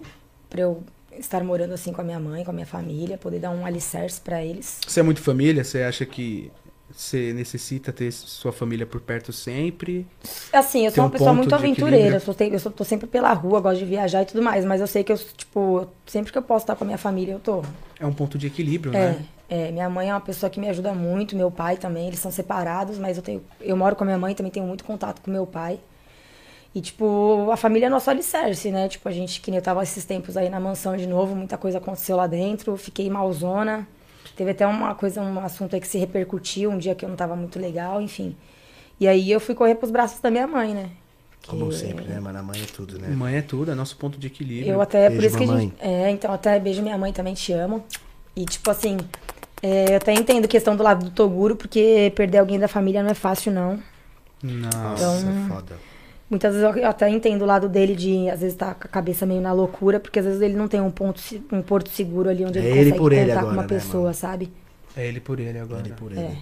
Speaker 3: Pra eu estar morando assim com a minha mãe, com a minha família, poder dar um alicerce pra eles.
Speaker 2: Você é muito família? Você acha que você necessita ter sua família por perto sempre?
Speaker 3: Assim, eu
Speaker 2: Tem
Speaker 3: sou
Speaker 2: um
Speaker 3: uma pessoa
Speaker 2: ponto
Speaker 3: muito
Speaker 2: de equilíbrio.
Speaker 3: aventureira. Eu, sou, tem- eu sou- tô sempre pela rua, gosto de viajar e tudo mais. Mas eu sei que eu, tipo, sempre que eu posso estar com a minha família, eu tô.
Speaker 2: É um ponto de equilíbrio,
Speaker 3: É,
Speaker 2: né?
Speaker 3: é, minha mãe é uma pessoa que me ajuda muito, meu pai também, eles são separados, mas eu tenho, eu moro com a minha mãe, também tenho muito contato com meu pai. E, tipo, a família não só alicerce, né? Tipo, a gente, que nem eu tava esses tempos aí na mansão de novo, muita coisa aconteceu lá dentro, fiquei malzona. Teve até uma coisa, um assunto aí que se repercutiu um dia que eu não tava muito legal, enfim. E aí eu fui correr pros braços da minha mãe, né? Porque
Speaker 1: Como sempre, né, mano? A mãe é tudo, né?
Speaker 3: Então,
Speaker 2: Mãe é tudo, é nosso ponto de equilíbrio.
Speaker 3: Eu até, por
Speaker 1: Beijo,
Speaker 3: isso que a
Speaker 1: mamãe.
Speaker 3: gente. É, então, até beijo minha mãe também, te amo. E, tipo assim, é, eu até entendo a questão do lado do Toguro, porque perder alguém da família não é fácil, não.
Speaker 2: Não.
Speaker 1: Nossa, é foda.
Speaker 3: Muitas vezes eu até entendo o lado dele de, às vezes, tá com a cabeça meio na loucura, porque às vezes ele não tem um ponto, se- um porto seguro ali onde
Speaker 1: É
Speaker 3: ele
Speaker 1: ele
Speaker 3: consegue
Speaker 1: por
Speaker 3: contar
Speaker 1: ele
Speaker 3: com
Speaker 1: agora,
Speaker 3: uma
Speaker 1: né,
Speaker 3: pessoa,
Speaker 1: mano?
Speaker 3: sabe?
Speaker 2: É ele por ele agora.
Speaker 1: Ele por ele.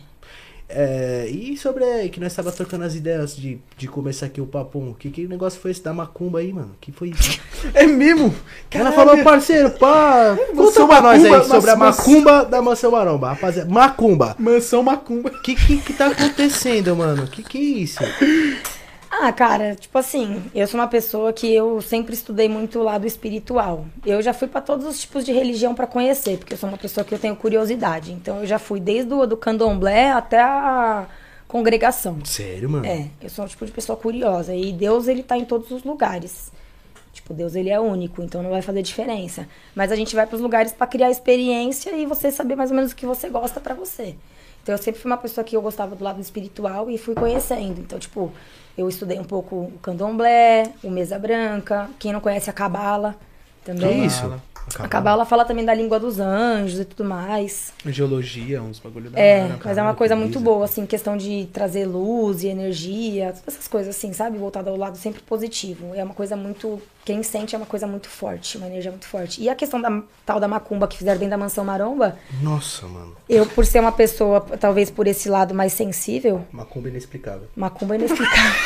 Speaker 1: É, e sobre aí, que nós tava trocando as ideias de, de começar aqui o papum. Que, que negócio foi esse da macumba aí, mano? Que foi isso?
Speaker 2: É mesmo?
Speaker 1: Ela falou, parceiro, pá, conta pra nós aí
Speaker 2: macumba,
Speaker 1: sobre a
Speaker 2: mas-
Speaker 1: macumba da Mansão Maromba. Rapaziada, macumba.
Speaker 2: Mansão Macumba.
Speaker 1: Que, que que tá acontecendo, mano? Que que é isso?
Speaker 3: Ah, cara, tipo assim, eu sou uma pessoa que eu sempre estudei muito o lado espiritual. Eu já fui pra todos os tipos de religião pra conhecer, porque eu sou uma pessoa que eu tenho curiosidade. Então eu já fui desde o do candomblé até a congregação.
Speaker 1: Sério, mano?
Speaker 3: É, eu sou um tipo de pessoa curiosa. E Deus, ele tá em todos os lugares. Tipo, Deus, ele é único, então não vai fazer diferença. Mas a gente vai pros lugares pra criar experiência e você saber mais ou menos o que você gosta pra você. Então, eu sempre fui uma pessoa que eu gostava do lado espiritual e fui conhecendo. Então, tipo, eu estudei um pouco o candomblé, o mesa branca. Quem não conhece a cabala
Speaker 1: Que é
Speaker 3: também.
Speaker 1: isso?
Speaker 3: A cabala fala também da língua dos anjos e tudo mais.
Speaker 2: Geologia, uns bagulho da
Speaker 3: É,
Speaker 2: hora,
Speaker 3: mas é
Speaker 2: caralho,
Speaker 3: uma coisa
Speaker 2: que
Speaker 3: muito
Speaker 2: brisa.
Speaker 3: boa, assim, questão de trazer luz e energia, todas essas coisas, assim, sabe? Voltada ao lado sempre positivo. É uma coisa muito. Quem sente é uma coisa muito forte, uma energia muito forte. E a questão da tal da macumba que fizeram dentro da mansão maromba,
Speaker 1: Nossa, mano.
Speaker 3: eu, por ser uma pessoa, talvez por esse lado mais sensível,
Speaker 1: Macumba inexplicável.
Speaker 3: macumba é inexplicável.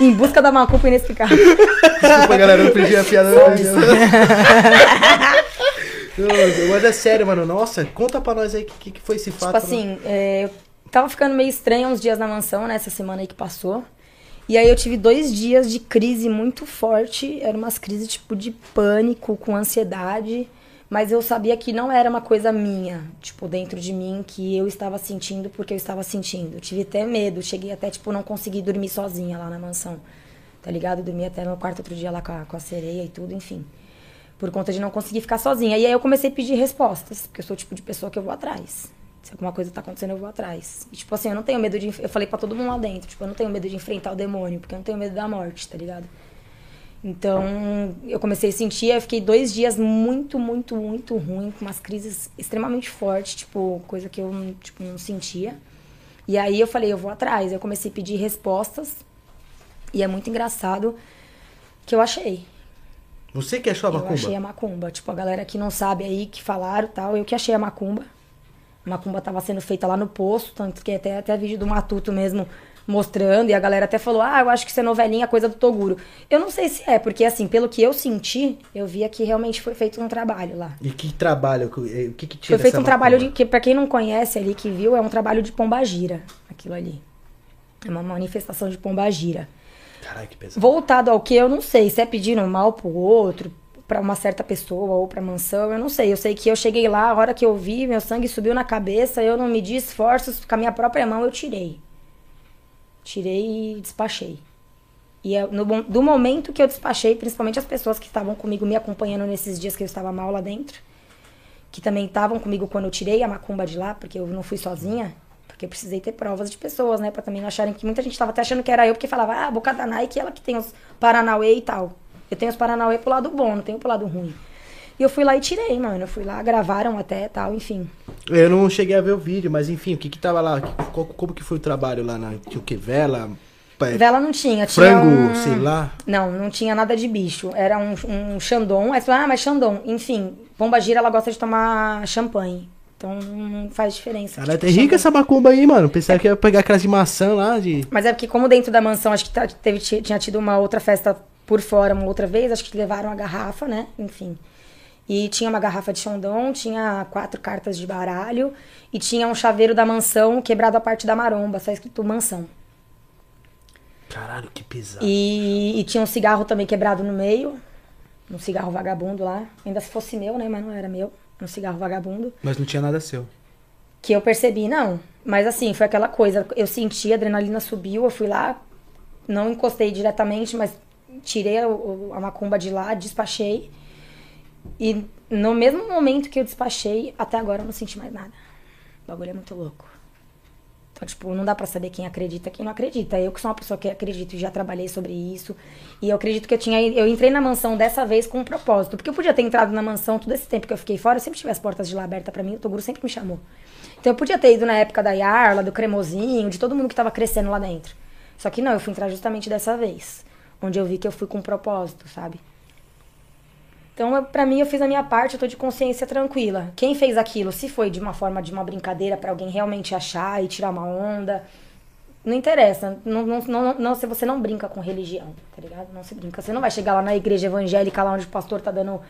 Speaker 3: em busca da macumba inexplicável.
Speaker 1: Desculpa, galera, eu perdi a piada. não perdi a- Não, Mas é sério, mano. Nossa, conta pra nós aí o que, que foi esse fato. né?
Speaker 3: Tipo assim, é, eu tava ficando meio estranha uns dias na mansão, né? Essa semana aí que passou. E aí eu tive dois dias de crise muito forte. Eram umas crises, tipo, de pânico, com ansiedade. Mas eu sabia que não era uma coisa minha, tipo, dentro de mim, que eu estava sentindo porque eu estava sentindo. Eu tive até medo. Cheguei até, tipo, não consegui dormir sozinha lá na mansão. Tá ligado? Eu dormi até no quarto outro dia lá com a, com a sereia e tudo, enfim. Por conta de não conseguir ficar sozinha. E aí eu comecei a pedir respostas, porque eu sou o tipo de pessoa que eu vou atrás. Se alguma coisa tá acontecendo, eu vou atrás. E, tipo assim, eu não tenho medo de. enf- Eu falei pra todo mundo lá dentro, tipo, eu não tenho medo de enfrentar o demônio, porque eu não tenho medo da morte, tá ligado? Então, eu comecei a sentir, eu fiquei dois dias muito, muito, muito ruim, com umas crises extremamente fortes, tipo, coisa que eu tipo, não sentia. E aí eu falei, eu vou atrás. Eu comecei a pedir respostas, e é muito engraçado que eu achei.
Speaker 1: Você que achou a
Speaker 3: Eu
Speaker 1: macumba?
Speaker 3: achei a macumba. Tipo, a galera que não sabe aí, que falaram e tal, eu que achei a macumba. A macumba tava sendo feita lá no posto, tanto que até, até vídeo do Matuto mesmo mostrando, e a galera até falou, ah, eu acho que isso é novelinha, coisa do Toguro. Eu não sei se é, porque assim, pelo que eu senti, eu via que realmente foi feito um trabalho lá.
Speaker 1: E que trabalho? que- eh, O que, que tinha
Speaker 3: Foi feito
Speaker 1: dessa
Speaker 3: um trabalho de,
Speaker 1: é macumba?
Speaker 3: que para quem não conhece ali, que viu, é um trabalho de pombagira, aquilo ali. É uma manifestação de pombagira.
Speaker 1: Caralho, que pesado.
Speaker 3: Voltado ao que eu não sei, se é pedindo mal pro outro, pra uma certa pessoa ou pra mansão, eu não sei. Eu sei que eu cheguei lá, a hora que eu vi, meu sangue subiu na cabeça, eu não medi esforços, com a minha própria mão eu tirei. Tirei e despachei. E é no, bom- do momento que eu despachei, principalmente as pessoas que estavam comigo me acompanhando nesses dias que eu estava mal lá dentro, que também estavam comigo quando eu tirei a macumba de lá, porque eu não fui sozinha, porque eu precisei ter provas de pessoas, né? Pra também não acharem que muita gente tava até achando que era eu, porque falava, ah, a boca da Nike, ela que tem os Paranauê e tal. Eu tenho os Paranauê pro lado bom, não tenho pro lado ruim. E eu fui lá e tirei, mano. Eu fui lá, gravaram até tal, enfim.
Speaker 1: Eu não cheguei a ver o vídeo, mas enfim, o que que tava lá? Que- qual- como que foi o trabalho lá na. Tinha o que? Vela? Pé-
Speaker 3: Vela não tinha, tinha.
Speaker 1: frango,
Speaker 3: um-
Speaker 1: sei lá.
Speaker 3: Não, não tinha nada de bicho. Era um, um Xandon. Aí você fala, ah, mas Xandon. Enfim, Pomba Gira, ela gosta de tomar champanhe. Então não faz diferença.
Speaker 1: Caralho,
Speaker 3: Tipo,
Speaker 1: é rica
Speaker 3: Xandão.
Speaker 1: essa macumba aí, mano.
Speaker 3: É.
Speaker 1: Pensava que ia pegar aquelas de maçã lá de.
Speaker 3: Mas é porque, como dentro da mansão, acho que tá- teve, ti- tinha tido uma outra festa por fora uma outra vez, acho que levaram a garrafa, né? Enfim. E tinha uma garrafa de Xandão, tinha quatro cartas de baralho e tinha um chaveiro da mansão quebrado a parte da maromba, só escrito mansão.
Speaker 1: Caralho, que pesado.
Speaker 3: E, e tinha um cigarro também quebrado no meio. Um cigarro vagabundo lá. Ainda se fosse meu, né? Mas não era meu. Um cigarro vagabundo.
Speaker 2: Mas não tinha nada seu.
Speaker 3: Que eu percebi, não. Mas assim, foi aquela coisa. Eu senti, a adrenalina subiu, eu fui lá. Não encostei diretamente, mas tirei o- o- a macumba de lá, despachei. E no mesmo momento que eu despachei, até agora eu não senti mais nada. O bagulho é muito louco. Então, tipo, não dá pra saber quem acredita e quem não acredita. Eu que sou uma pessoa que acredito e já trabalhei sobre isso. E eu acredito que eu tinha. Eu entrei na mansão dessa vez com um propósito. Porque eu podia ter entrado na mansão todo esse tempo que eu fiquei fora, eu sempre tive as portas de lá abertas pra mim, o Toguro sempre me chamou. Então eu podia ter ido na época da Yarla, do Cremosinho, de todo mundo que tava crescendo lá dentro. Só que não, eu fui entrar justamente dessa vez. Onde eu vi que eu fui com um propósito, sabe? Então, eu- pra mim, eu fiz a minha parte, eu tô de consciência tranquila. Quem fez aquilo, se foi de uma forma de uma brincadeira pra alguém realmente achar e tirar uma onda, não interessa. Não, não, não, não- se você não brinca com religião, tá ligado? Não se brinca. Você não vai chegar lá na igreja evangélica, lá onde o pastor tá dando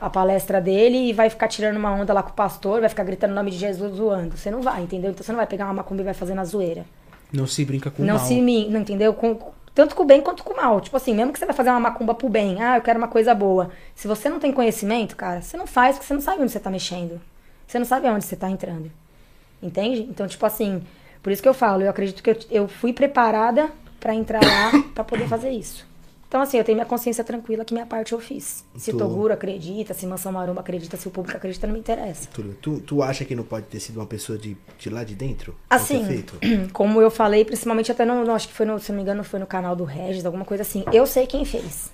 Speaker 3: a palestra dele e vai ficar tirando uma onda lá com o pastor, vai ficar gritando o nome de Jesus zoando. Você não vai, entendeu? Então você não vai pegar uma macumba e vai fazer na zoeira.
Speaker 2: Não se brinca com
Speaker 3: Não
Speaker 2: mal.
Speaker 3: se min- não entendeu? Com- com- tanto com o bem quanto com o mal. Tipo assim, mesmo que você vai fazer uma macumba pro bem, ah, eu quero uma coisa boa. Se você não tem conhecimento, cara, você não faz porque você não sabe onde você tá mexendo. Você não sabe aonde você tá entrando. Entende? Então, tipo assim, por isso que eu falo, eu acredito que eu, eu fui preparada pra entrar lá pra poder fazer isso. Então, assim, eu tenho minha consciência tranquila que minha parte eu fiz. Se
Speaker 1: Tô.
Speaker 3: Toguro acredita, se Mansão Maromba acredita, se o público acredita, não me interessa.
Speaker 1: Tu, tu, tu acha que não pode ter sido uma pessoa de, de lá de dentro?
Speaker 3: Assim,
Speaker 1: Não ter feito?
Speaker 3: como eu falei, principalmente até no, no- acho que foi no, se não me engano, foi no canal do Regis, alguma coisa assim. Eu sei quem fez.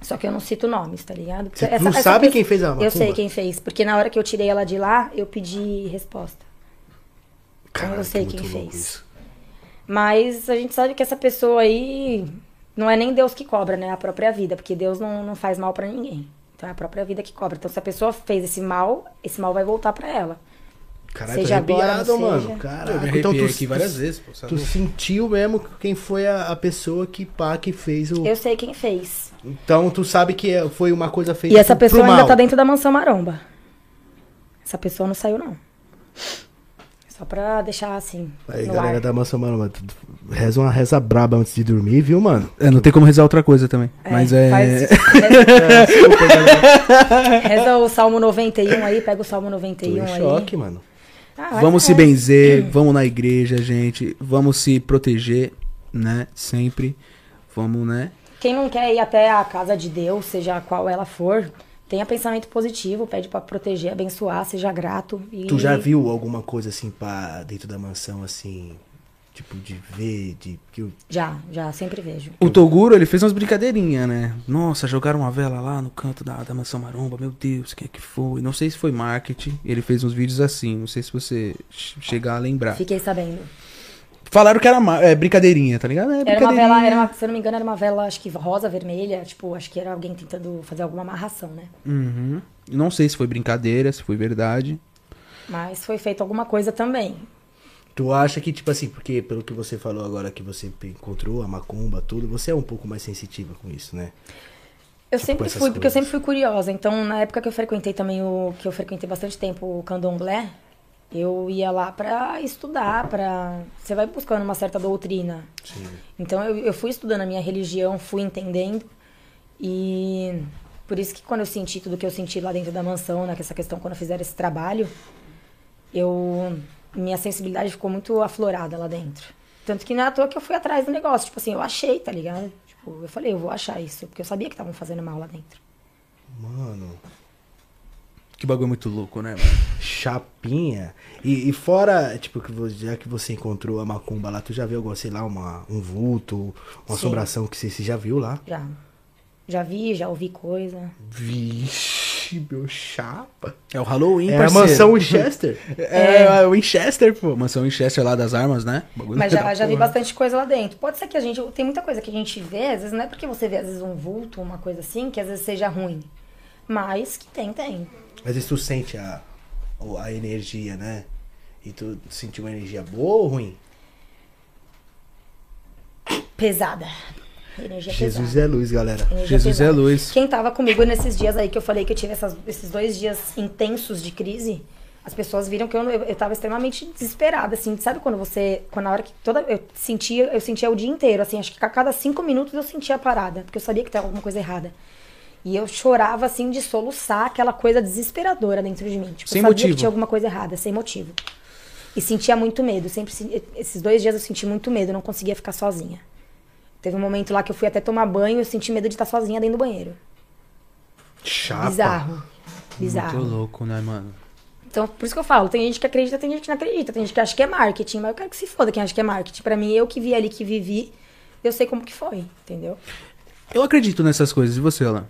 Speaker 3: Só que eu não cito nomes, tá ligado? Porque
Speaker 1: Você não sabe
Speaker 3: questão-
Speaker 1: quem fez a macumba?
Speaker 3: Eu sei quem fez, porque na hora que eu tirei ela de lá, eu pedi resposta. Então,
Speaker 1: Caralho,
Speaker 3: eu sei
Speaker 1: que
Speaker 3: quem
Speaker 1: muito louco
Speaker 3: fez.
Speaker 1: isso.
Speaker 3: Mas a gente sabe que essa pessoa aí não é nem Deus que cobra, né? É a própria vida, porque Deus não, não faz mal pra ninguém. Então é a própria vida que cobra. Então se a pessoa fez esse mal, esse mal vai voltar pra ela.
Speaker 1: Caralho, tô
Speaker 3: Seja agora,
Speaker 1: arrepiado,
Speaker 3: não
Speaker 1: mano.
Speaker 3: seja.
Speaker 1: Caralho, então
Speaker 2: Eu me arrepiei aqui várias vezes, tá pô. sabe?
Speaker 1: Tu sentiu mesmo quem foi a, a pessoa que pá, que fez o.
Speaker 3: Eu sei quem fez.
Speaker 1: Então tu sabe que é- foi uma coisa feita
Speaker 3: E essa
Speaker 1: pro- pro
Speaker 3: pessoa ainda
Speaker 1: mal.
Speaker 3: tá dentro da mansão maromba. Essa pessoa não saiu, não. Só pra deixar assim.
Speaker 1: Aí,
Speaker 3: no
Speaker 1: galera
Speaker 3: ar.
Speaker 1: da mansão, mano, mano, reza uma reza braba antes de dormir, viu, mano?
Speaker 2: É, não tem como rezar outra coisa também. mas é.
Speaker 3: faz-
Speaker 1: É,
Speaker 3: Reza o Salmo 91 aí, pega o Salmo
Speaker 1: Tô
Speaker 3: 91
Speaker 1: em
Speaker 3: aí.
Speaker 1: choque, mano.
Speaker 3: Ah, vai
Speaker 2: Vamos
Speaker 3: que
Speaker 2: se
Speaker 3: vai.
Speaker 2: benzer, vamos na igreja, gente. Vamos se proteger, né? Sempre. Vamos, né?
Speaker 3: Quem não quer ir até a casa de Deus, seja qual ela for, tenha pensamento positivo, pede pra proteger, abençoar, seja grato. E...
Speaker 1: Tu já viu alguma coisa assim pra dentro da mansão, assim, tipo, de ver, de. Que o-
Speaker 3: Já, já, sempre vejo.
Speaker 2: O Toguro, ele fez umas brincadeirinhas, né? Nossa, jogaram uma vela lá no canto da, da mansão maromba, meu Deus, quem é que foi? Não sei se foi marketing, ele fez uns vídeos assim, não sei se você che- chegar a lembrar.
Speaker 3: Fiquei sabendo.
Speaker 2: Falaram que era ma- é, brincadeirinha, tá ligado? É,
Speaker 3: Era uma
Speaker 2: brincadeirinha.
Speaker 3: vela, era uma- se eu não me engano, era uma vela, acho que rosa, vermelha, tipo, acho que era alguém tentando fazer alguma amarração, né?
Speaker 2: Uhum. Não sei se foi brincadeira, se foi verdade.
Speaker 3: Mas foi feito alguma coisa também.
Speaker 1: Tu acha que, tipo assim, porque pelo que você falou agora que você encontrou a macumba, tudo, você é um pouco mais sensitiva com isso, né?
Speaker 3: Eu
Speaker 1: Tipo,
Speaker 3: sempre
Speaker 1: essas
Speaker 3: fui, porque eu
Speaker 1: coisas.
Speaker 3: sempre fui curiosa. Então, na época que eu frequentei também o que eu frequentei bastante tempo, o Candomblé, eu ia lá pra estudar, pra você vai buscando uma certa doutrina.
Speaker 1: Sim.
Speaker 3: Então eu, eu fui estudando a minha religião, fui entendendo. E por isso que quando eu senti tudo que eu senti lá dentro da mansão, né, que essa questão quando eu fizer esse trabalho, eu minha sensibilidade ficou muito aflorada lá dentro. Tanto que não é à toa que eu fui atrás do negócio, tipo assim, eu achei, tá ligado? Tipo, eu falei, eu vou achar isso, porque eu sabia que estavam fazendo mal lá dentro.
Speaker 1: Mano.
Speaker 2: Que bagulho muito louco, né, mano?
Speaker 1: Chapinha. E, e fora, tipo, que vo- já que você encontrou a macumba lá, tu já viu alguma, sei lá, uma, um vulto, uma
Speaker 3: Sim.
Speaker 1: assombração que você, você já viu lá?
Speaker 3: Já já vi, já ouvi coisa.
Speaker 1: Vixe, meu chapa.
Speaker 2: É o Halloween,
Speaker 1: É a
Speaker 2: parceiro.
Speaker 1: mansão Winchester.
Speaker 2: É, é o Winchester, pô. Mansão Winchester lá das armas, né? Bagulho
Speaker 3: Mas já,
Speaker 2: da
Speaker 3: já vi
Speaker 2: porra.
Speaker 3: bastante coisa lá dentro. Pode ser que a gente. Tem muita coisa que a gente vê, às vezes não é porque você vê, às vezes, um vulto, uma coisa assim, que às vezes seja ruim. Mas que tem, tem.
Speaker 1: Às vezes tu sente a, o- a energia, né? E tu sentiu uma energia boa ou ruim?
Speaker 3: Pesada. Energia
Speaker 1: Jesus
Speaker 3: pesada.
Speaker 1: é luz, galera.
Speaker 3: Energia
Speaker 2: Jesus é luz.
Speaker 3: Quem tava comigo nesses dias aí que eu falei que eu tive essas- esses dois dias intensos de crise, as pessoas viram que eu, não- eu, eu tava extremamente desesperada, assim. Sabe quando você. Quando a hora que toda. Eu sentia, eu sentia o dia inteiro, assim, acho que a cada cinco minutos eu sentia a parada, porque eu sabia que tava alguma coisa errada. E eu chorava, assim, de soluçar aquela coisa desesperadora dentro de mim. Tipo,
Speaker 2: Sem
Speaker 3: eu sabia
Speaker 2: motivo.
Speaker 3: que tinha alguma coisa errada, sem motivo. E sentia muito medo. Sempre, se- esses dois dias eu senti muito medo, eu não conseguia ficar sozinha. Teve um momento lá que eu fui até tomar banho, eu senti medo de estar sozinha dentro do banheiro.
Speaker 1: Chapa.
Speaker 3: Bizarro. Bizarro.
Speaker 2: Ah, tá. Muito louco, né, mano?
Speaker 3: Então, por isso que eu falo, tem gente que acredita, tem gente que não acredita, tem gente que acha que é marketing, mas eu quero que se foda quem acha que é marketing. Pra mim, eu que vi ali, que vivi, eu sei como que foi, entendeu?
Speaker 2: Eu acredito nessas coisas. E você, Alan?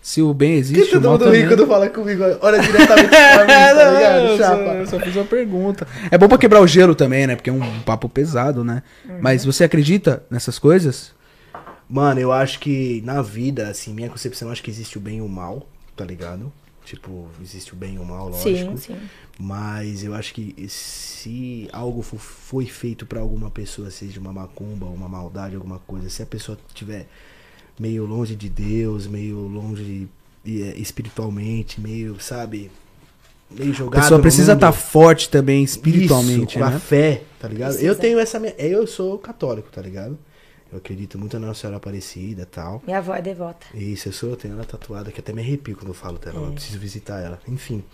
Speaker 2: Se o bem
Speaker 1: Por
Speaker 2: existe,
Speaker 1: que todo
Speaker 2: o mal
Speaker 1: mundo
Speaker 2: também.
Speaker 1: ri quando fala comigo? Olha diretamente pra mim, tá ligado?
Speaker 2: eu, só, eu
Speaker 1: Chapa.
Speaker 2: só fiz uma pergunta. É bom pra quebrar o gelo também, né? Porque é um papo pesado, né?
Speaker 3: Uhum.
Speaker 2: Mas você acredita nessas coisas?
Speaker 1: Mano, eu acho que na vida, assim, minha concepção, eu acho que existe o bem e o mal, tá ligado? Tipo, existe o bem e o mal, lógico.
Speaker 3: Sim, sim.
Speaker 1: Mas eu acho que se algo fo- foi feito pra alguma pessoa, seja uma macumba, uma maldade, alguma coisa, se a pessoa tiver meio longe de Deus, meio longe e, é, espiritualmente, meio, sabe, meio
Speaker 2: A
Speaker 1: jogada.
Speaker 2: pessoa
Speaker 1: no
Speaker 2: precisa tá
Speaker 1: mundo.
Speaker 2: estar forte também espiritualmente,
Speaker 1: Isso, com
Speaker 2: né?
Speaker 1: a fé, tá ligado? Eu
Speaker 3: Precisa.
Speaker 1: tenho essa minha, é, eu sou católico, tá ligado? Eu acredito muito na Nossa Senhora Aparecida, e tal.
Speaker 3: Minha avó é devota.
Speaker 1: Isso, eu sou, eu tenho ela tatuada, que até me arrepio quando eu falo dela,
Speaker 2: É.
Speaker 1: mas eu preciso visitar ela. Enfim.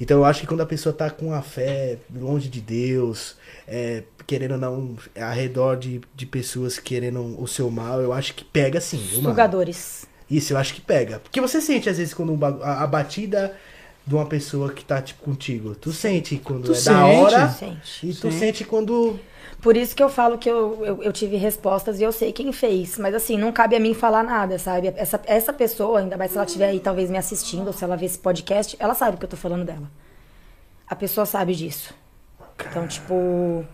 Speaker 1: Então eu acho que quando a pessoa tá com a fé longe de Deus, é, querendo ou não, é, ao redor de, de pessoas querendo o seu mal, eu acho que pega sim. viu, mano?
Speaker 3: Sugadores.
Speaker 1: Isso, eu acho que pega. Porque você sente, às vezes, quando um bagu- a, a batida de uma pessoa que tá, tipo, contigo. Tu sente quando
Speaker 2: Tu
Speaker 1: é da
Speaker 2: sente.
Speaker 1: hora.
Speaker 3: Gente.
Speaker 1: E tu sente quando.
Speaker 3: Por isso que eu falo que eu, eu, eu tive respostas e eu sei quem fez. Mas assim, não cabe a mim falar nada, sabe? Essa, essa pessoa, ainda mais se ela estiver aí talvez me assistindo, ou se ela vê esse podcast, ela sabe que eu tô falando dela. A pessoa sabe disso. Então, tipo,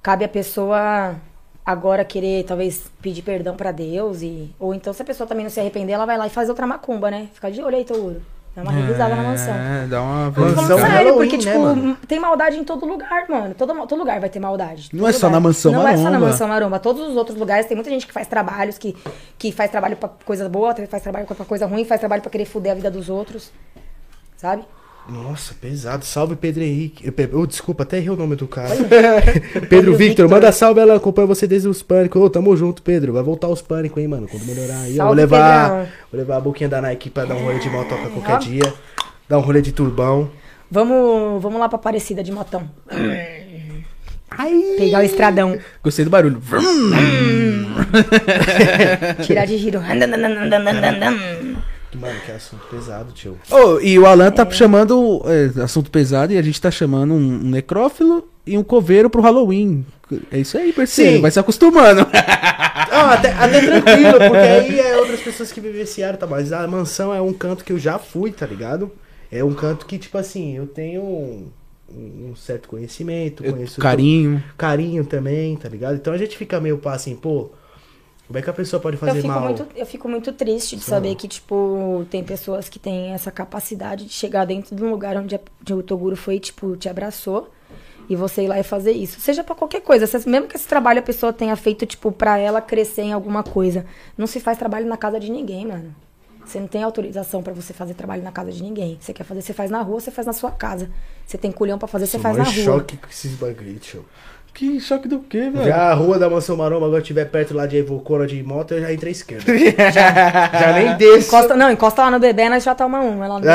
Speaker 3: cabe a pessoa agora querer talvez pedir perdão pra Deus e ou então se a pessoa também não se arrepender, ela vai lá e faz outra macumba, né? Fica de olho aí, Touro. Dá uma revisada na mansão.
Speaker 2: É, dá uma
Speaker 1: Mansão
Speaker 3: Falando
Speaker 1: Mansão
Speaker 2: revisada.
Speaker 3: sério,
Speaker 1: Halloween,
Speaker 3: porque,
Speaker 1: né,
Speaker 3: tipo,
Speaker 1: mano?
Speaker 3: tem maldade em todo lugar, mano. Todo, todo lugar vai ter maldade.
Speaker 2: Não é
Speaker 3: Todo
Speaker 2: só
Speaker 3: lugar.
Speaker 2: na Mansão
Speaker 3: Não é só na
Speaker 2: Maromba.
Speaker 3: Mansão Maromba. Todos os outros lugares, tem muita gente que faz trabalhos, que, que faz trabalho pra coisa boa, faz trabalho pra coisa ruim, faz trabalho pra querer fuder a vida dos outros, sabe?
Speaker 1: Nossa, pesado. Salve Pedro Henrique. Eu, pe- oh, desculpa, até errei o nome do cara. Pedro Victor, manda salve, ela acompanha você desde os pânicos. Ô, tamo junto, Pedro. Vai voltar os pânicos, hein, mano. Quando melhorar aí, ó. Vou
Speaker 3: Salve,
Speaker 1: levar,
Speaker 3: Pedrão. É,
Speaker 1: vou levar a boquinha da Nike pra dar um rolê de motoca qualquer dia. Dar um rolê de turbão.
Speaker 3: Vamos, vamos lá pra Aparecida de motão. Pegar o estradão,
Speaker 2: Gostei do barulho. Vrum.
Speaker 3: tirar de giro.
Speaker 1: Que, mano, que assunto pesado, tio.
Speaker 2: Ô, e o Alan tá chamando é, assunto pesado e a gente tá chamando um, um necrófilo e um coveiro pro Halloween. É isso aí, parceiro.
Speaker 1: Sim.
Speaker 2: Vai se acostumando.
Speaker 1: Ah, até, até tranquilo, porque aí é outras pessoas que vivenciaram, tá? Mas a mansão é um canto que eu já fui, tá ligado? É um canto que, tipo assim, eu tenho um, um certo conhecimento, conheço
Speaker 2: Carinho.
Speaker 1: carinho também, tá ligado? Então a gente fica meio pá assim, pô, como é que a pessoa pode
Speaker 3: Eu
Speaker 1: fazer
Speaker 3: fico,
Speaker 1: mal?
Speaker 3: muito, eu fico muito triste de saber que, tipo, tem pessoas que têm essa capacidade de chegar dentro de um lugar onde, a- onde o Toguro foi, tipo, te abraçou e você ir lá e fazer isso. Seja pra qualquer coisa. se- mesmo que esse trabalho a pessoa tenha feito, tipo, pra ela crescer em alguma coisa. Não se faz trabalho na casa de ninguém, mano. Você não tem autorização pra você fazer trabalho na casa de ninguém. Você quer fazer, você faz na rua, você faz na sua casa. Você tem culhão pra fazer, você faz na
Speaker 1: Maior
Speaker 3: rua.
Speaker 1: choque com esses bagulho, tio.
Speaker 2: Que choque do quê, velho?
Speaker 1: Já a rua da Mansão Maromba, agora estiver perto lá de Evocora de moto, eu já entrei à esquerda. já nem desço.
Speaker 3: Encosta, não, encosta lá no bebê, nós já toma um. Ela não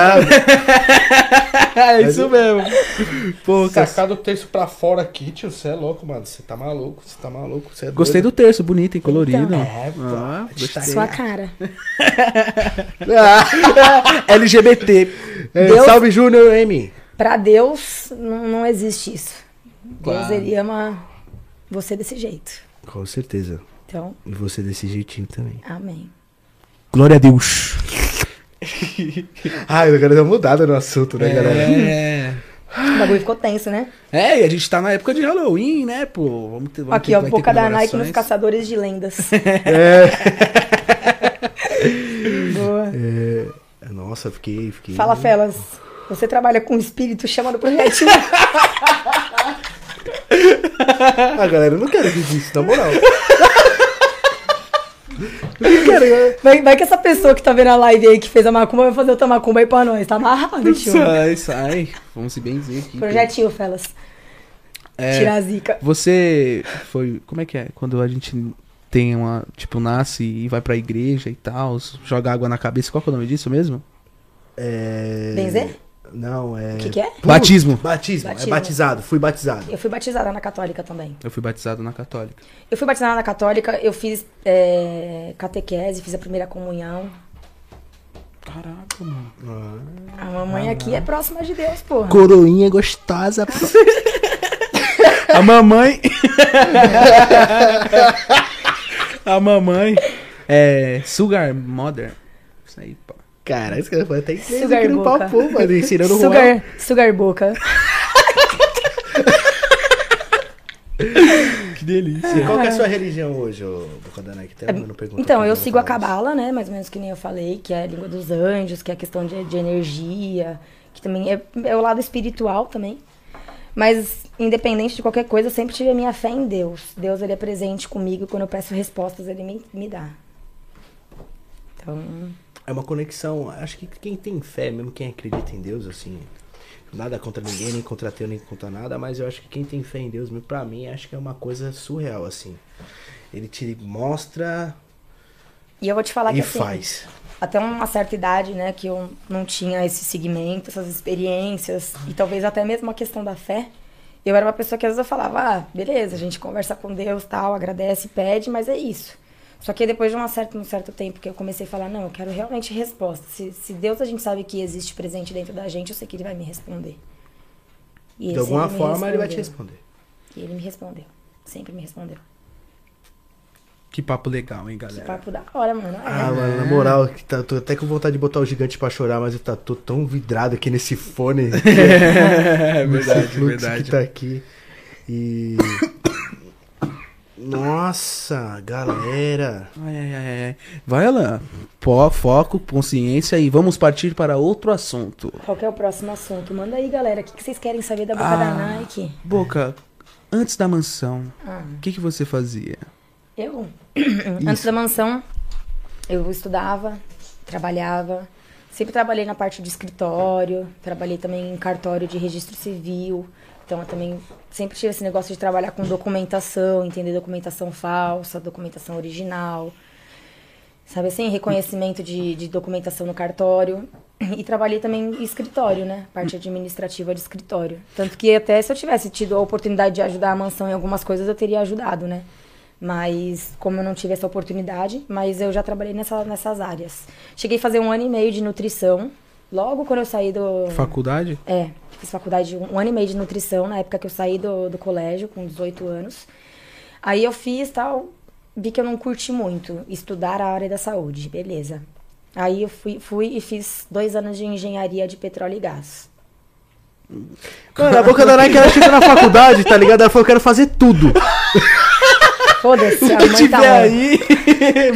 Speaker 1: Ah,
Speaker 2: é isso mesmo. Pô, cara.
Speaker 1: Sacado o terço pra fora aqui, tio. Você é louco, mano. Você tá maluco, você tá maluco. Cê é
Speaker 2: Gostei do terço, bonito e colorido.
Speaker 3: Então,
Speaker 1: É, pô.
Speaker 2: Ah, gostei.
Speaker 3: sua cara.
Speaker 1: Ah.
Speaker 2: LGBT.
Speaker 1: É,
Speaker 3: Deus-
Speaker 1: Salve Júnior, M.
Speaker 3: Pra Deus não, não existe isso. Deus ele ama você desse jeito.
Speaker 1: Com certeza.
Speaker 3: Então,
Speaker 1: E você desse jeitinho também.
Speaker 3: amém.
Speaker 2: Glória a Deus.
Speaker 1: Ah, eu quero dar uma mudada no assunto, né, galera?
Speaker 2: É.
Speaker 3: O bagulho ficou tenso, né?
Speaker 2: É, e a gente tá na época de Halloween, né, pô? Vamos ter, vamos
Speaker 3: Aqui,
Speaker 2: ter-
Speaker 3: ó,
Speaker 2: vai ter
Speaker 3: boca da Nike nos
Speaker 2: comemorações.
Speaker 3: caçadores de lendas. Boa.
Speaker 1: É, Nossa, fiquei, fiquei.
Speaker 3: Fala, Felas. Você trabalha com espírito chamando pro retiro.
Speaker 1: Ah, galera, eu não quero dizer isso, na moral. Eu não quero, né? galera.
Speaker 3: Vai, vai que essa pessoa que tá vendo a live aí que fez a macumba vai fazer outra macumba aí pra nós. Tá amarrado, tio.
Speaker 2: Sai, sai. Vamos se benzer aqui.
Speaker 3: Projetinho, Felas.
Speaker 2: É,
Speaker 3: Tirar a zica.
Speaker 2: Você foi. Como é que é? Quando a gente tem uma. Tipo, nasce e vai pra igreja e tal, joga água na cabeça. Qual que é o nome disso mesmo?
Speaker 1: É...
Speaker 3: Benzer?
Speaker 1: Não, é. O
Speaker 3: que que é?
Speaker 2: Batismo.
Speaker 1: Batismo. É
Speaker 3: Batismo.
Speaker 1: batizado, fui batizado.
Speaker 3: Eu fui batizada na católica também.
Speaker 2: Eu fui batizado na católica.
Speaker 3: Eu fui batizada na católica, eu fiz é, catequese, fiz a primeira comunhão.
Speaker 2: Caraca, mano.
Speaker 1: Ah.
Speaker 2: Ah.
Speaker 3: A mamãe aqui é próxima de Deus, porra.
Speaker 1: Coroinha gostosa. pô.
Speaker 2: A mamãe. a mamãe. É. Sugar Mother. Isso aí, pô.
Speaker 1: Cara, esse cara foi até inglês
Speaker 3: Sugar
Speaker 1: aqui no
Speaker 3: boca.
Speaker 1: papo, mano. Ensinando o
Speaker 3: Sugar, sugar boca.
Speaker 2: Que delícia.
Speaker 1: E qual que é a sua religião hoje, ô Bocadana? Que até eu não pergunto
Speaker 3: Então,
Speaker 1: pra
Speaker 3: eu
Speaker 1: você
Speaker 3: sigo a
Speaker 1: falar isso.
Speaker 3: cabala, né? Mais ou menos que nem eu falei, que é a língua dos anjos, que é a questão de, de energia, que também é, é o lado espiritual também. Mas, independente de qualquer coisa, eu sempre tive a minha fé em Deus. Deus, ele é presente comigo. Quando eu peço respostas, ele me, me dá. Então,
Speaker 1: É uma conexão. Acho que quem tem fé, mesmo quem acredita em Deus, assim. Nada contra ninguém, nem contra teu, nem contra nada, mas eu acho que quem tem fé em Deus, mesmo pra mim, acho que é uma coisa surreal, assim. Ele te mostra
Speaker 3: e eu vou te falar
Speaker 1: e
Speaker 3: que assim,
Speaker 1: faz.
Speaker 3: até uma certa idade, né, que eu não tinha esse segmento, essas experiências, e talvez até mesmo a questão da fé. Eu era uma pessoa que às vezes eu falava, ah, beleza, a gente conversa com Deus, tal, agradece, pede, mas é isso. Só que depois de uma certa, um certo tempo que eu comecei a falar, não, eu quero realmente resposta. Se, se Deus a gente sabe que existe presente dentro da gente, eu sei que ele vai me responder. E
Speaker 1: De
Speaker 3: ele
Speaker 1: alguma
Speaker 3: sempre me
Speaker 1: forma, ele vai te
Speaker 3: respondeu.
Speaker 1: responder.
Speaker 3: E ele me respondeu. Sempre me respondeu.
Speaker 2: Que papo legal, hein,
Speaker 3: Que
Speaker 2: galera.
Speaker 3: papo da hora, mano. É.
Speaker 1: Ah, mano, na moral, que tá, tô até com vontade de botar o gigante pra chorar, mas eu tá, tô tão vidrado aqui nesse fone.
Speaker 2: É
Speaker 1: Esse
Speaker 2: verdade,
Speaker 1: fluxo
Speaker 2: verdade.
Speaker 1: que tá aqui. E. Nossa, galera.
Speaker 2: Ai, ai, ai, ai. Vai, Alan. Pó, foco, consciência e vamos partir para outro assunto.
Speaker 1: Ah.
Speaker 3: Qual que é o próximo assunto? Manda aí, galera. O que, que vocês querem saber da boca da
Speaker 2: Ah.
Speaker 3: Nike?
Speaker 2: Boca, antes da mansão,
Speaker 3: Ah.
Speaker 2: o que, que você fazia?
Speaker 3: Eu, antes da mansão, eu estudava, trabalhava. Sempre trabalhei na parte de escritório, trabalhei também em cartório de registro civil. Então, eu também sempre tive esse negócio de trabalhar com documentação, entender documentação falsa, documentação original. Sabe assim, reconhecimento de, de documentação no cartório. E trabalhei também em escritório, né? Parte administrativa de escritório. Tanto que até se eu tivesse tido a oportunidade de ajudar a mansão em algumas coisas, eu teria ajudado, né? Mas como eu não tive essa oportunidade, mas eu já trabalhei nessa, nessas áreas. Cheguei a fazer um ano e meio de nutrição. Logo quando eu saí do.
Speaker 2: Faculdade?
Speaker 3: É, fiz faculdade um, um ano e meio de nutrição na época que eu saí do, do colégio, com 18 anos. Aí eu fiz tal, vi que eu não curti muito estudar a área da saúde, beleza. Aí eu fui, fui e fiz dois anos de engenharia de petróleo e gás.
Speaker 1: Mano, a boca da Nike ela chegou na faculdade, tá ligado? Ela falou, eu quero fazer tudo.
Speaker 3: Foda-se, a mãe tá lá.
Speaker 2: aí,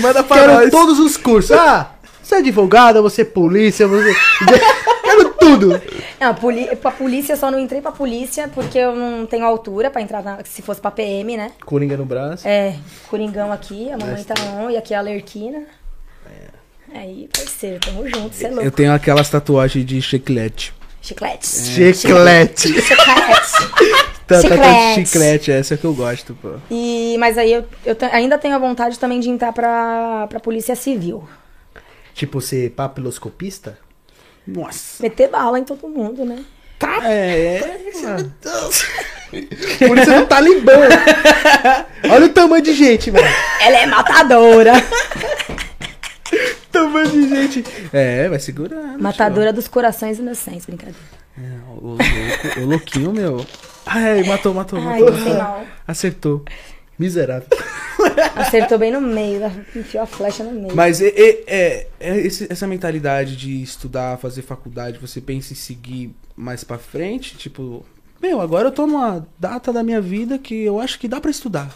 Speaker 2: manda
Speaker 1: quero todos os cursos. Ah, você é advogada, você é polícia, você. quero tudo.
Speaker 3: Não, poli pra polícia, eu só não entrei pra polícia porque eu não tenho altura pra entrar, na, se fosse pra PM, né?
Speaker 1: Coringa no braço.
Speaker 3: É, Coringão aqui, a mamãe tá on e aqui é a Lerquina. Aí, parceiro, tamo junto, cê é louco.
Speaker 2: Eu tenho aquelas tatuagens de chiclete.
Speaker 3: Chicletes.
Speaker 1: É. Chiclete.
Speaker 3: é Chicletes.
Speaker 2: Tá, tá, tá,
Speaker 3: Chiclete.
Speaker 2: chiclete, essa que eu gosto, pô.
Speaker 3: E, mas aí eu, eu te- ainda tenho a vontade também de entrar pra, pra polícia civil.
Speaker 1: Tipo, ser papiloscopista?
Speaker 2: Nossa.
Speaker 3: Meter bala em todo mundo, né?
Speaker 2: Tá. É, é. mano.
Speaker 1: Por isso não tá limbão. Olha o tamanho de gente, velho.
Speaker 3: Ela é matadora.
Speaker 2: Tamanho de gente. É, vai segurando.
Speaker 3: matadora dos corações inocentes, brincadeira.
Speaker 2: tio. É, o, louco, o louquinho, meu. Ai, matou, matou,
Speaker 3: Ai,
Speaker 2: matou.
Speaker 3: no final.
Speaker 2: Acertou.
Speaker 1: Miserável.
Speaker 3: Acertou bem no meio, ela enfiou a flecha no meio.
Speaker 2: Mas é, é- é- é esse- essa mentalidade de estudar, fazer faculdade, você pensa em seguir mais pra frente? Tipo, meu, agora eu tô numa data da minha vida que eu acho que dá pra estudar.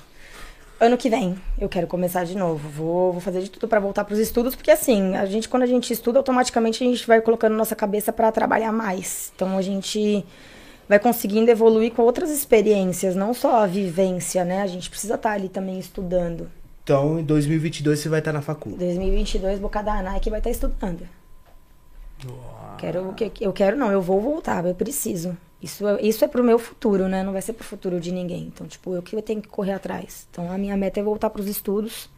Speaker 3: Ano que vem eu quero começar de novo. Vou, vou fazer de tudo pra voltar pros estudos, porque assim, a gente quando a gente estuda, automaticamente a gente vai colocando nossa cabeça pra trabalhar mais. Então a gente vai conseguindo evoluir com outras experiências, não só a vivência, né? A gente precisa estar ali também estudando.
Speaker 1: Então, em 2022 você vai
Speaker 2: tá
Speaker 1: estar na faculdade.
Speaker 3: 2022, Bocada Anai que vai estar estudando. Quero, que- eu quero não, eu vou voltar, eu preciso. Isso, é- isso é pro meu futuro, né? Não vai ser pro futuro de ninguém. Então, tipo, eu que tenho que correr atrás. Então, a minha meta é voltar pros estudos,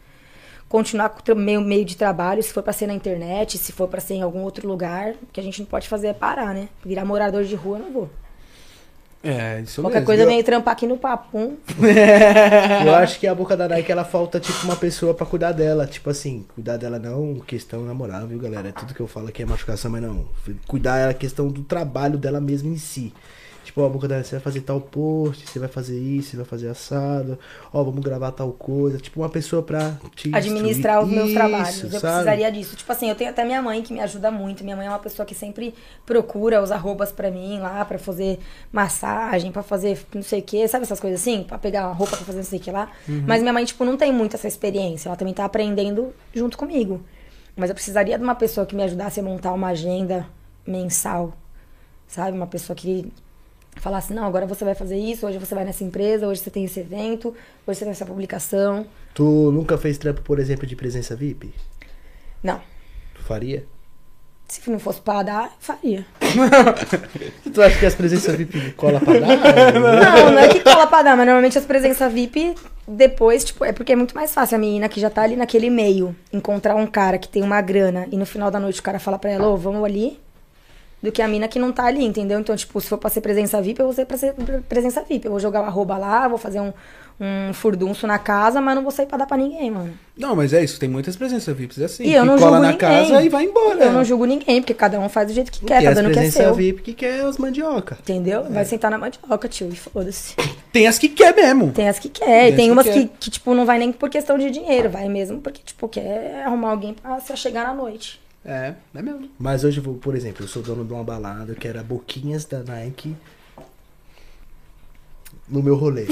Speaker 3: continuar com o tra- meio, meio de trabalho, se for pra ser na internet, se for pra ser em algum outro lugar, o que a gente não pode fazer é parar, né? Virar morador de rua, eu não vou.
Speaker 2: É, isso
Speaker 3: Qualquer
Speaker 2: mesmo.
Speaker 3: coisa vem trampar aqui no papum.
Speaker 1: Eu acho que é a boca da Nike, ela falta, tipo, uma pessoa pra cuidar dela. Tipo assim, cuidar dela não questão namorável, viu, galera? É tudo que eu falo aqui é machucação, mas não. Cuidar é a questão do trabalho dela mesma em si. Tipo, ó, a boca da Nike, você vai fazer tal post, você vai fazer isso, você vai fazer assado, ó, vamos gravar tal coisa. Tipo, uma pessoa pra te instruir.
Speaker 3: administrar os meus
Speaker 1: Isso,
Speaker 3: trabalhos. Eu
Speaker 1: sabe?
Speaker 3: precisaria disso. Tipo assim, eu tenho até minha mãe que me ajuda muito. Minha mãe é uma pessoa que sempre procura os arrobas pra mim lá, pra fazer massagem, pra fazer não sei o que, sabe essas coisas assim? Pra pegar uma roupa pra fazer não sei o que lá.
Speaker 1: Uhum.
Speaker 3: Mas minha mãe, tipo, não tem muito essa experiência. Ela também tá aprendendo junto comigo. Mas eu precisaria de uma pessoa que me ajudasse a montar uma agenda mensal, sabe? Uma pessoa que falasse, não, agora você vai fazer isso, hoje você vai nessa empresa, hoje você tem esse evento, hoje você tem essa publicação.
Speaker 1: Tu nunca fez trampo, por exemplo, de presença VIP?
Speaker 3: Não.
Speaker 1: Tu faria?
Speaker 3: Se não fosse pra dar, faria.
Speaker 1: Tu acha que as presenças VIP cola pra dar?
Speaker 3: Não, não é que cola pra dar, mas normalmente as presenças VIP, depois, tipo, é porque é muito mais fácil a menina que já tá ali naquele meio encontrar um cara que tem uma grana e no final da noite o cara fala pra ela, ô, vamos ali, do que a mina que não tá ali, entendeu? Então, tipo, se for pra ser presença VIP, eu vou ser pra ser pre- presença VIP. Eu vou jogar o arroba lá, vou fazer um, um furdunço na casa, mas não vou sair pra dar pra ninguém, mano.
Speaker 2: Não, mas é isso, tem muitas presenças VIPs assim.
Speaker 3: e eu
Speaker 2: que
Speaker 3: não
Speaker 2: cola
Speaker 3: julgo
Speaker 2: na
Speaker 3: ninguém.
Speaker 2: casa e vai embora.
Speaker 3: Eu não julgo ninguém, porque cada um faz do jeito que quer,
Speaker 1: e
Speaker 3: tá
Speaker 1: as
Speaker 3: dando o que é
Speaker 1: presenças
Speaker 3: seu.
Speaker 1: VIP que quer os mandioca.
Speaker 3: Entendeu?
Speaker 1: É.
Speaker 3: Vai sentar na mandioca, tio, e foda-se.
Speaker 2: Tem as que quer mesmo.
Speaker 3: Tem as que quer,
Speaker 2: Tem
Speaker 3: tem,
Speaker 2: as
Speaker 3: tem
Speaker 2: que
Speaker 3: umas
Speaker 2: quer.
Speaker 3: que, que, tipo, não vai nem por questão de dinheiro, vai mesmo porque, tipo, quer arrumar alguém pra só chegar na noite.
Speaker 2: É, é mesmo.
Speaker 1: Mas hoje, eu vou, por exemplo, eu sou dono de uma balada que era Boquinhas da Nike no meu rolê.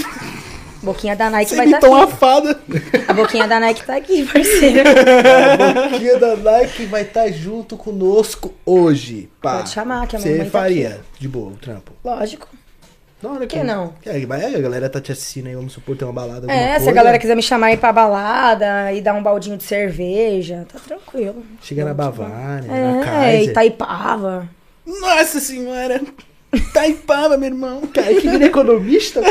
Speaker 3: Boquinha da Nike
Speaker 2: Você
Speaker 3: vai estar
Speaker 1: então.
Speaker 2: imitou uma
Speaker 3: aqui.
Speaker 2: fada.
Speaker 3: A boquinha da Nike tá aqui, parceiro.
Speaker 1: a Boquinha da Nike vai estar junto conosco hoje. Pá.
Speaker 3: Pode chamar, que a
Speaker 1: Você
Speaker 3: mamãe tá
Speaker 1: faria de boa o trampo.
Speaker 3: Lógico.
Speaker 1: Na hora
Speaker 3: que não?
Speaker 1: É, vai- a galera tá te assistindo aí, vamos supor, tem uma balada. alguma
Speaker 3: É, se
Speaker 1: coisa.
Speaker 3: a galera quiser me chamar aí pra balada e dar um baldinho de cerveja, tá tranquilo.
Speaker 1: Chega na Bavária, na
Speaker 3: É,
Speaker 1: Kaiser.
Speaker 3: Itaipava.
Speaker 2: Nossa senhora. Taipava, meu irmão.
Speaker 1: Cara, que vira economista, pô.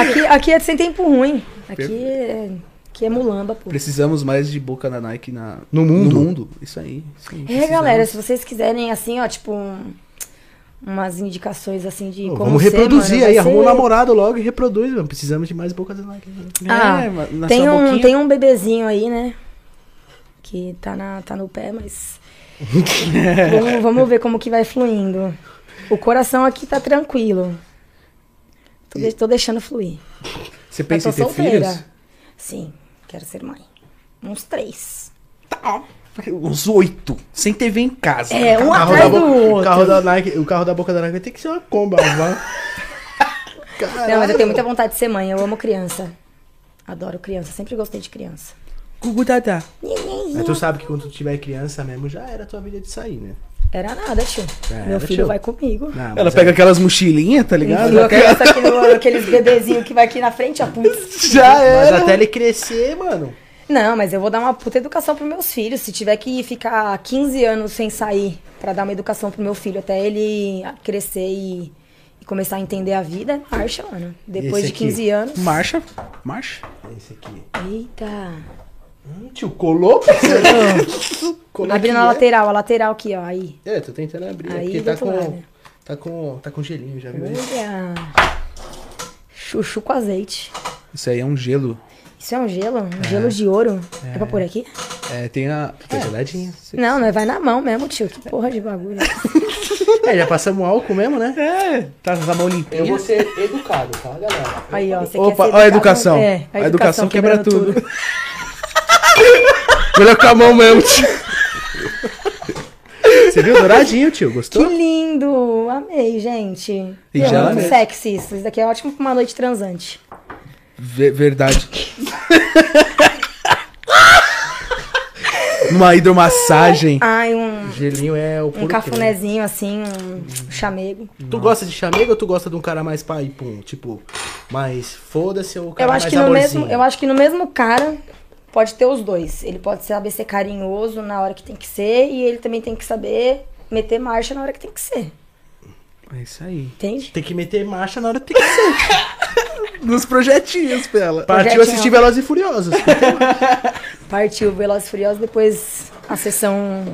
Speaker 3: Aqui, aqui é sem tempo ruim. Aqui é, aqui é mulamba, pô.
Speaker 2: Precisamos mais de boca na Nike na...
Speaker 1: No mundo.
Speaker 2: No mundo. Isso aí. Isso aí,
Speaker 3: É,
Speaker 1: né?
Speaker 2: precisamos.
Speaker 3: galera, se vocês quiserem, assim, ó, tipo, um- umas indicações, assim, de
Speaker 1: Pô,
Speaker 3: como
Speaker 1: Vamos
Speaker 3: ser,
Speaker 1: reproduzir
Speaker 3: mano, vai
Speaker 1: aí, arruma um
Speaker 3: ser-
Speaker 1: namorado logo e reproduz, mano. Precisamos de mais Bocas da Nike. né? mano.
Speaker 3: Ah,
Speaker 2: É, ma- na
Speaker 3: tem
Speaker 2: sua
Speaker 3: um,
Speaker 2: boquinha.
Speaker 3: tem um bebezinho aí, né? Que tá, na, tá no pé, mas. vamos, vamos ver como que vai fluindo. O coração aqui tá tranquilo. Tô, de- tô deixando fluir.
Speaker 2: Você
Speaker 3: Mas
Speaker 2: pensa
Speaker 3: tô
Speaker 2: em ter
Speaker 3: Tá solteira.
Speaker 2: filhos?
Speaker 3: Sim, quero ser mãe. Uns três.
Speaker 2: Tá. Uns oito. Sem TV em casa.
Speaker 3: É, um
Speaker 1: carro
Speaker 3: atrás
Speaker 1: da
Speaker 3: do
Speaker 1: boca- O
Speaker 3: outro.
Speaker 1: carro da Nike, o carro da boca da Nike vai ter que ser uma comba, uma
Speaker 3: Não, mas eu tenho muita vontade de ser mãe. Eu amo criança. Adoro criança. Sempre gostei de criança.
Speaker 2: Gugu Dada.
Speaker 1: Mas tu sabe que quando tu tiver criança mesmo, já era a tua vida de sair, né?
Speaker 3: Era nada, tio.
Speaker 1: Era,
Speaker 3: Meu filho
Speaker 1: tio.
Speaker 3: vai comigo.
Speaker 1: Não,
Speaker 2: Ela
Speaker 1: mas
Speaker 2: pega
Speaker 1: é-
Speaker 2: aquelas mochilinhas, tá ligado?
Speaker 3: Enfia a criança aqui no- aqueles bebezinhos que vai aqui na frente, ó. putz.
Speaker 2: Já
Speaker 1: é, Mas
Speaker 2: era.
Speaker 1: até ele crescer, mano.
Speaker 3: Não, mas eu vou dar uma puta educação pros meus filhos. Se tiver que ficar 15 anos sem sair pra dar uma educação pro meu filho, até ele crescer e, e começar a entender a vida, marcha, mano. Depois
Speaker 1: esse
Speaker 3: de
Speaker 1: aqui?
Speaker 3: 15 anos.
Speaker 2: Marcha. Marcha.
Speaker 1: É Esse aqui.
Speaker 3: Eita!
Speaker 1: Hum, tio, colou, parceiro? Colou
Speaker 3: Abrindo
Speaker 1: aqui,
Speaker 3: a
Speaker 1: é?
Speaker 3: lateral, a lateral aqui, ó. Aí.
Speaker 1: É, tô tentando abrir. é
Speaker 3: Aí,
Speaker 1: porque
Speaker 3: do
Speaker 1: tá
Speaker 3: outro
Speaker 1: com,
Speaker 3: lado.
Speaker 1: tá com. Tá com gelinho, já viu? isso?
Speaker 3: Olha! Chuchu com azeite.
Speaker 2: Isso aí é um gelo.
Speaker 3: Isso é um gelo? Um gelo de ouro? É, pra por aqui?
Speaker 2: É, tem a.
Speaker 1: Tá geladinho.
Speaker 3: Não, não, vai na mão mesmo, tio. Que porra de bagulho.
Speaker 1: É, já passamos álcool mesmo, né?
Speaker 2: É, tá com a mão limpinha.
Speaker 1: Eu vou ser educado, tá, galera?
Speaker 3: Aí, ó. Você
Speaker 2: Opa,
Speaker 3: quer ser
Speaker 2: ó a
Speaker 3: educado?
Speaker 2: educação.
Speaker 3: É,
Speaker 2: a educação quebra,
Speaker 3: quebrando
Speaker 2: tudo. Melhor com a mão mesmo. tio.
Speaker 1: Você viu douradinho, tio?
Speaker 3: Que
Speaker 1: Gostou?
Speaker 3: lindo! Amei, gente.
Speaker 2: E
Speaker 3: Meu,
Speaker 2: já
Speaker 3: muito
Speaker 2: mesmo.
Speaker 3: sexy isso. Isso daqui é ótimo pra uma noite transante.
Speaker 2: Ve- verdade. Uma hidromassagem.
Speaker 3: Ai, um,
Speaker 1: Gelinho é o
Speaker 3: um
Speaker 1: puro creme.
Speaker 3: cafunézinho assim, um chamego.
Speaker 1: Tu gosta de chamego ou tu gosta de um cara mais pai pum? Tipo, mais foda-se ou o cara
Speaker 3: Eu acho,
Speaker 1: mais
Speaker 3: que no
Speaker 1: amorzinho?
Speaker 3: mesmo, eu acho que no mesmo cara pode ter os dois. Ele pode saber ser carinhoso na hora que tem que ser e ele também tem que saber meter marcha na hora que tem que ser.
Speaker 2: É isso aí.
Speaker 3: Entende?
Speaker 1: Tem que meter marcha na hora que tem que ser.
Speaker 2: Nos projetinhos pra ela.
Speaker 1: Partiu
Speaker 3: Projetinho.
Speaker 1: assistir Velozes e Furiosos.
Speaker 3: Partiu Velozes e Furiosos, depois a sessão...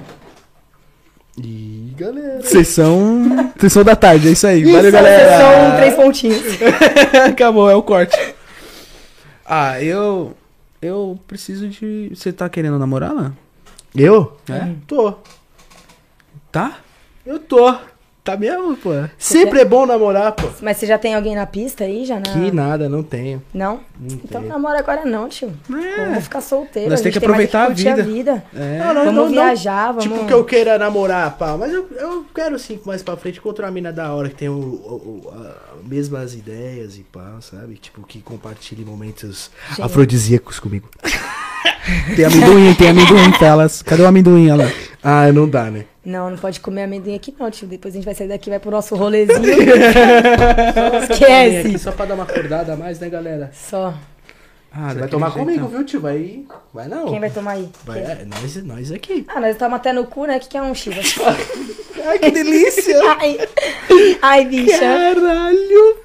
Speaker 1: Ih, galera.
Speaker 2: Vocês são. Vocês são da tarde, é isso aí. Valeu,
Speaker 3: Isso,
Speaker 2: galera.
Speaker 3: A sessão três pontinhos.
Speaker 2: Acabou, é o corte. Ah, eu. Eu preciso de. Você tá querendo namorar, lá?
Speaker 1: Eu?
Speaker 2: É?
Speaker 1: Tô.
Speaker 2: Tá?
Speaker 1: Eu tô.
Speaker 2: Tá mesmo, pô?
Speaker 1: Sempre é bom namorar, pô.
Speaker 3: Mas você já tem alguém na pista aí, já? Na...
Speaker 1: Que nada, não tenho.
Speaker 3: Não? então namora agora não, tio. Eu vou ficar solteiro.
Speaker 2: Nós
Speaker 3: a
Speaker 2: tem
Speaker 3: gente
Speaker 2: que
Speaker 3: mais
Speaker 2: aproveitar a
Speaker 3: curtir
Speaker 2: vida. É.
Speaker 1: Não, não,
Speaker 3: Vamos
Speaker 1: não, não.
Speaker 3: viajar, vamos...
Speaker 1: Tipo que eu queira namorar, pá. Mas eu, eu quero sim mais pra frente encontrar uma mina da hora que tem o, o- o- a- mesmas ideias e pá, sabe? Tipo, que compartilhe momentos afrodisíacos comigo.
Speaker 2: Tem amendoim, tem amendoim, Telas. Cadê o amendoim, ela?
Speaker 1: Ah, não dá, né?
Speaker 3: Não, não pode comer amendoim aqui não, tio. Depois a gente vai sair daqui, vai pro nosso rolezinho. Só
Speaker 1: Vem aqui
Speaker 3: Esquece.
Speaker 1: só pra dar uma acordada a mais, né, galera?
Speaker 3: Só.
Speaker 2: Ah,
Speaker 1: Você vai
Speaker 2: daquele
Speaker 1: tomar
Speaker 2: jeito,
Speaker 1: comigo,
Speaker 2: ó.
Speaker 1: viu, tio? Vai. Vai não.
Speaker 3: Quem vai tomar aí?
Speaker 1: Vai, é, nós, nós aqui.
Speaker 3: Ah, nós estamos até no cu, né? O que, que é um Chiva?
Speaker 1: Ai, que delícia!
Speaker 3: Ai, ai, bicha.
Speaker 2: Caralho!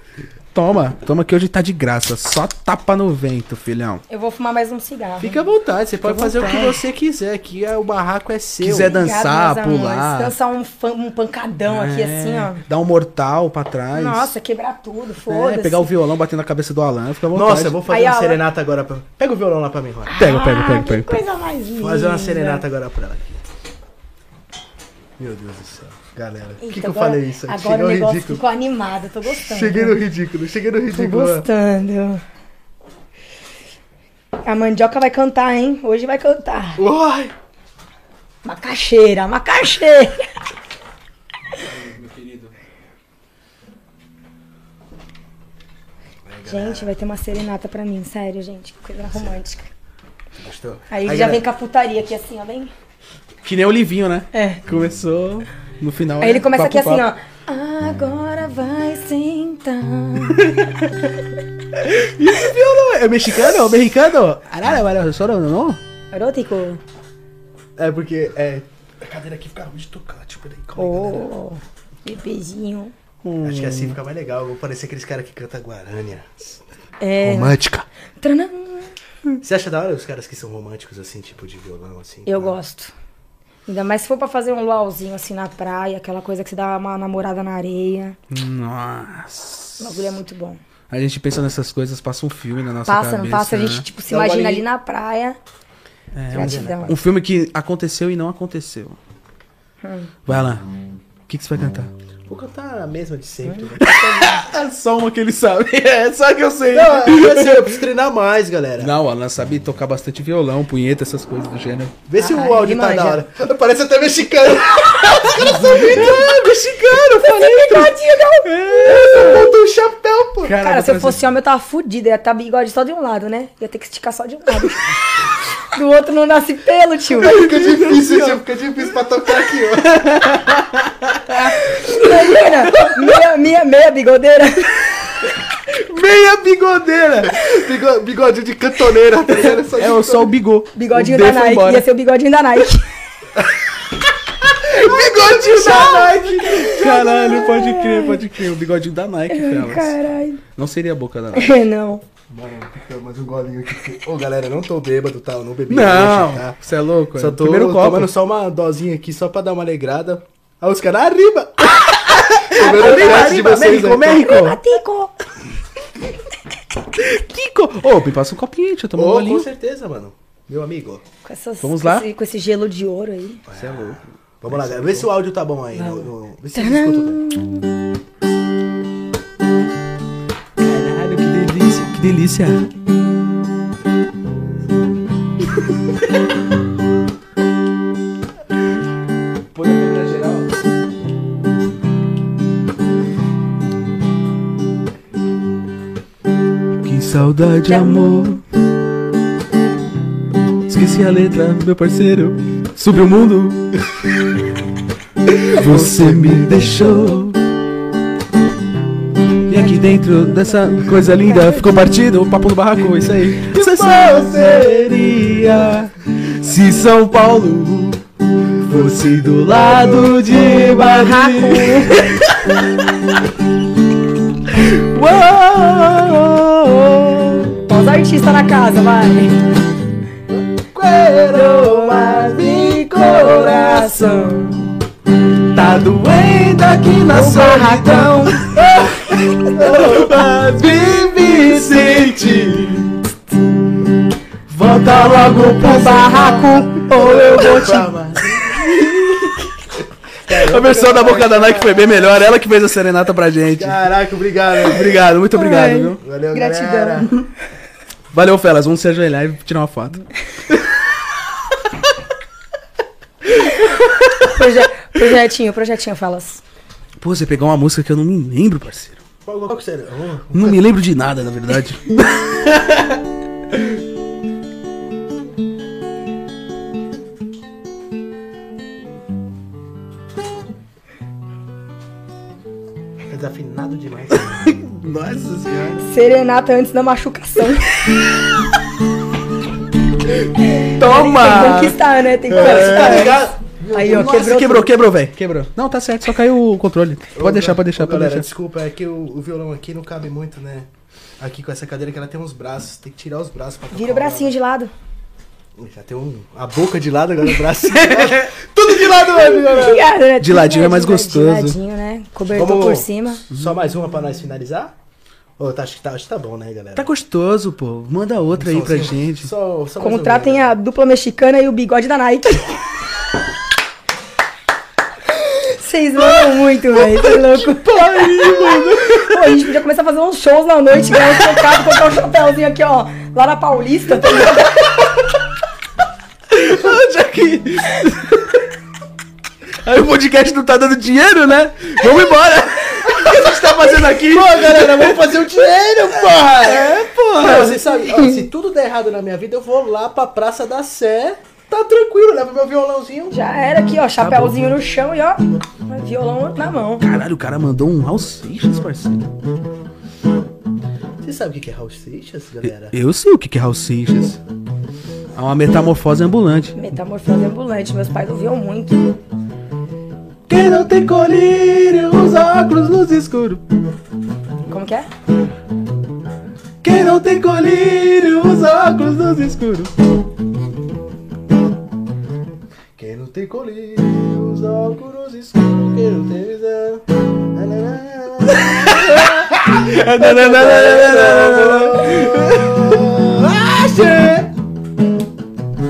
Speaker 2: Toma, toma que hoje tá de graça. Só tapa no vento, filhão.
Speaker 3: Eu vou fumar mais um cigarro.
Speaker 1: Fica à vontade, você pode
Speaker 2: à
Speaker 1: fazer o que
Speaker 2: vontade.
Speaker 1: você quiser, aqui é- o barraco é seu.
Speaker 2: Quiser
Speaker 3: Obrigado,
Speaker 2: dançar,
Speaker 3: meus amores.
Speaker 2: pular.
Speaker 3: Dançar um, fan- um pancadão aqui,
Speaker 2: É,
Speaker 3: assim, ó.
Speaker 2: Dá um mortal pra trás.
Speaker 3: Nossa, quebrar tudo,
Speaker 2: é,
Speaker 3: foda-se.
Speaker 2: pegar o violão, bater na cabeça do Alan, fica à vontade.
Speaker 1: Nossa, eu vou fazer
Speaker 3: Aí,
Speaker 1: uma
Speaker 3: ó,
Speaker 1: serenata agora pra. Pega o violão lá pra mim, Rony.
Speaker 2: Pega, pega,
Speaker 3: Ah,
Speaker 2: pega,
Speaker 3: que
Speaker 2: pega. pega.
Speaker 3: coisa mais linda.
Speaker 1: Fazer uma serenata agora pra ela aqui. Meu Deus do céu. Galera, o
Speaker 3: Eita,
Speaker 1: que, que eu
Speaker 3: agora-
Speaker 1: falei isso? aqui?
Speaker 3: Agora
Speaker 1: Cheguei
Speaker 3: o
Speaker 1: ao
Speaker 3: negócio
Speaker 1: ridículo.
Speaker 3: ficou animado, tô gostando. né?
Speaker 1: Cheguei no ridículo, cheguei no
Speaker 3: Tô
Speaker 1: ridículo.
Speaker 3: gostando. A mandioca vai cantar, hein? Hoje vai cantar.
Speaker 1: Uai!
Speaker 3: Macaxeira, macaxeira. Gente, vai ter uma serenata pra mim, sério, gente. Que coisa romântica.
Speaker 1: Gostou?
Speaker 3: Aí,
Speaker 1: Aí,
Speaker 3: já
Speaker 1: galera,
Speaker 3: vem com a putaria aqui assim, ó, bem.
Speaker 2: Que nem o Livinho, né?
Speaker 3: É.
Speaker 2: Começou no final. né?
Speaker 3: Aí ele começa aqui assim,
Speaker 2: ó.
Speaker 3: ó. Agora vai sentar.
Speaker 1: Hum.
Speaker 2: É mexicano? Mexicano? Caralho, valeu, só não, não?
Speaker 3: Erótico.
Speaker 1: É porque é. A cadeira aqui fica ruim de tocar, tipo, peraí, calma aí, galera.
Speaker 3: Oh, bebezinho.
Speaker 1: Acho que assim fica mais legal. Eu vou parecer aqueles caras que cantam Guarânia.
Speaker 3: É.
Speaker 1: Romântica.
Speaker 3: Tranã.
Speaker 1: Você acha da hora os caras que são românticos, assim, tipo de violão, assim?
Speaker 3: Eu
Speaker 1: pá?
Speaker 3: gosto. Ainda mais se for pra fazer um luauzinho assim na praia, aquela coisa que você dá uma namorada na areia. O
Speaker 2: Nossa.
Speaker 3: bagulho é muito bom.
Speaker 2: A gente pensa nessas coisas, passa um filme na nossa
Speaker 3: passa,
Speaker 2: cabeça.
Speaker 3: não passa, a
Speaker 2: né?
Speaker 3: gente tipo, se
Speaker 1: Dá um
Speaker 3: imagina
Speaker 1: bolinho.
Speaker 3: ali na praia.
Speaker 2: É,
Speaker 3: Gratidão.
Speaker 2: Um filme que aconteceu e não aconteceu.
Speaker 3: Hum.
Speaker 2: Vai lá. O que, que você vai cantar?
Speaker 1: Vou cantar a mesma de sempre. né?
Speaker 2: É só uma que ele sabe. É, só que eu sei.
Speaker 1: Não, eu, sei, eu preciso treinar mais, galera.
Speaker 2: Não, o Alan sabe tocar bastante violão, punheta, essas coisas do gênero.
Speaker 1: Vê se
Speaker 3: Ah,
Speaker 1: o áudio
Speaker 3: ele
Speaker 1: tá
Speaker 3: manja.
Speaker 1: da hora. Parece até mexicano. os caras são
Speaker 2: Ah, mexicano, falei.
Speaker 1: Botou um chapéu, pô.
Speaker 3: Cara, se eu fosse homem, eu tava fudida. Ia estar bigode só de um lado, né? Ia ter que esticar só de um lado. Do outro não nasce pelo, tio.
Speaker 1: Fica difícil, tio. tipo, Fica difícil pra tocar aqui, ó.
Speaker 3: Imagina, meia, meia, meia bigodeira.
Speaker 2: meia bigodeira.
Speaker 1: Bigo- Bigode de cantoneira, tá ligado? Só de-
Speaker 2: É, eu só o bigô.
Speaker 3: Bigodinho
Speaker 2: O D
Speaker 3: da
Speaker 2: foi
Speaker 3: Nike.
Speaker 2: embora.
Speaker 3: Ia ser o bigodinho da Nike.
Speaker 2: Bigodinho
Speaker 1: tá?
Speaker 2: da Nike. Caralho, pode crer, pode crer. O bigodinho da Nike, Felas.
Speaker 3: Caralho.
Speaker 2: Não seria a boca da Nike.
Speaker 3: É, não.
Speaker 1: Mano, fica mais um golinho aqui. porque- Ô, galera, não tô bêbado, tá? Eu não bebi hoje,
Speaker 2: Não,
Speaker 1: tá?
Speaker 2: você é louco.
Speaker 1: Só
Speaker 2: é.
Speaker 1: tô
Speaker 2: Primeiro copo.
Speaker 1: tomando só uma dosinha aqui, só pra dar uma alegrada. Aí os caras, arriba! Arriba,
Speaker 2: México,
Speaker 1: então.
Speaker 2: México.
Speaker 3: Matico.
Speaker 2: Kiko. Ô, me passa um copinho, aí, deixa eu tomar um
Speaker 1: Oh, com
Speaker 2: golinho.
Speaker 1: certeza, mano. Meu amigo.
Speaker 3: Com essas,
Speaker 2: Vamos
Speaker 3: com
Speaker 2: lá?
Speaker 3: esse- com esse gelo de ouro aí.
Speaker 1: Você é louco. Vamos lá, galera. Vê se o áudio tá bom aí. No, no- Vê se né? vocês
Speaker 3: Tcharam!
Speaker 1: escutam bem.
Speaker 2: Caralho, que delícia, que delícia. Põe a câmera geral. Que saudade, amor. Esqueci a letra, meu parceiro. Sobre o mundo. Você me deixou. E aqui dentro dessa coisa linda ficou partido o papo do barraco, isso aí. Você só seria se São Paulo fosse do lado de barraco. Uou!
Speaker 3: Quero. Põe os artistas na casa, vai.
Speaker 2: Quero mais mi coração. Tá doendo aqui na solidão. Mas vive sentir. Volta logo pro barraco ou eu vou te amar. A versão da boca da Nike foi bem melhor, ela que fez a serenata pra gente.
Speaker 1: Caraca, obrigado.
Speaker 2: Obrigado, muito obrigado,
Speaker 3: Ai.
Speaker 2: viu?
Speaker 1: Valeu,
Speaker 3: Gratidão.
Speaker 1: galera.
Speaker 2: Valeu, Felas. Vamos se ajoelhar e tirar uma foto.
Speaker 3: Proje- projetinho, projetinho, falas.
Speaker 2: Pô, você pegou uma música que eu não me lembro, parceiro.
Speaker 1: Qual, qual que será? Oh,
Speaker 2: Não me lembro de nada, na verdade.
Speaker 1: é desafinado demais.
Speaker 2: Nossa senhora.
Speaker 3: Serenata antes da machucação. Tem que
Speaker 2: Toma!
Speaker 3: conquistar, né? Tem que
Speaker 1: Tá
Speaker 3: conquistar.
Speaker 1: ligado?
Speaker 3: Aí, ó,
Speaker 2: Ah. É. Nossa,
Speaker 3: quebrou.
Speaker 2: quebrou, quebrou, velho. Quebrou. Não, tá certo, só caiu o controle. Pode deixar, pode deixar,
Speaker 1: Ô,
Speaker 2: pode
Speaker 1: galera,
Speaker 2: deixar.
Speaker 1: desculpa, é que o, o violão aqui não cabe muito, né? Aqui com essa cadeira que ela tem uns braços. Tem que tirar os braços pra
Speaker 3: tudo.
Speaker 1: tocar
Speaker 3: Vira o bracinho de lado.
Speaker 1: violão. Já tem um, a boca de lado, agora o braço. de lado. Tudo de lado, velho. galera.
Speaker 3: Obrigada, né?
Speaker 2: De ladinho é mais
Speaker 3: De ladinho,
Speaker 2: gostoso.
Speaker 3: De ladinho, né? Cobertor por cima.
Speaker 1: Só mais uma pra nós finalizar? Ô, tá, acho, que tá, acho que tá bom, né, galera?
Speaker 2: Tá gostoso, pô. Manda outra aí pra
Speaker 1: Só-
Speaker 2: gente.
Speaker 1: Só, só mais um
Speaker 3: Contratem
Speaker 1: uma,
Speaker 3: a dupla mexicana e o bigode da Nike. Vocês mandam muito, velho. Tá louco. Pô, a gente podia começar a fazer uns shows na noite, ganhar um trocado, colocar um chapéuzinho aqui, ó. Lá na Paulista. tá ligado?
Speaker 2: é Aí o podcast não tá dando dinheiro, né? Vamos embora! O que a gente tá fazendo aqui? Pô, galera, vamos fazer o dinheiro, porra! É, porra!
Speaker 1: Não, vocês sabem, ó, se tudo der errado na minha vida, eu vou lá pra Praça da Sé. Tá tranquilo, leva meu violãozinho.
Speaker 3: Já era aqui, ó. Chapéuzinho no chão e ó. Violão na mão.
Speaker 2: Caralho, o cara mandou um Raul Seixas, parceiro.
Speaker 1: Vocês sabem o que que é Raul Seixas, galera?
Speaker 2: Eu sei o que que é Raul Seixas. É uma metamorfose ambulante.
Speaker 3: Metamorfose ambulante. Meus pais ouviam muito.
Speaker 2: Quem não tem colírio, usa óculos nos escuros.
Speaker 3: Como que é?
Speaker 2: Quem não tem colírio, usa óculos nos escuros.
Speaker 1: Quem não tem colírio, usa óculos escuros. Quem não tem visão. nananana.
Speaker 2: É,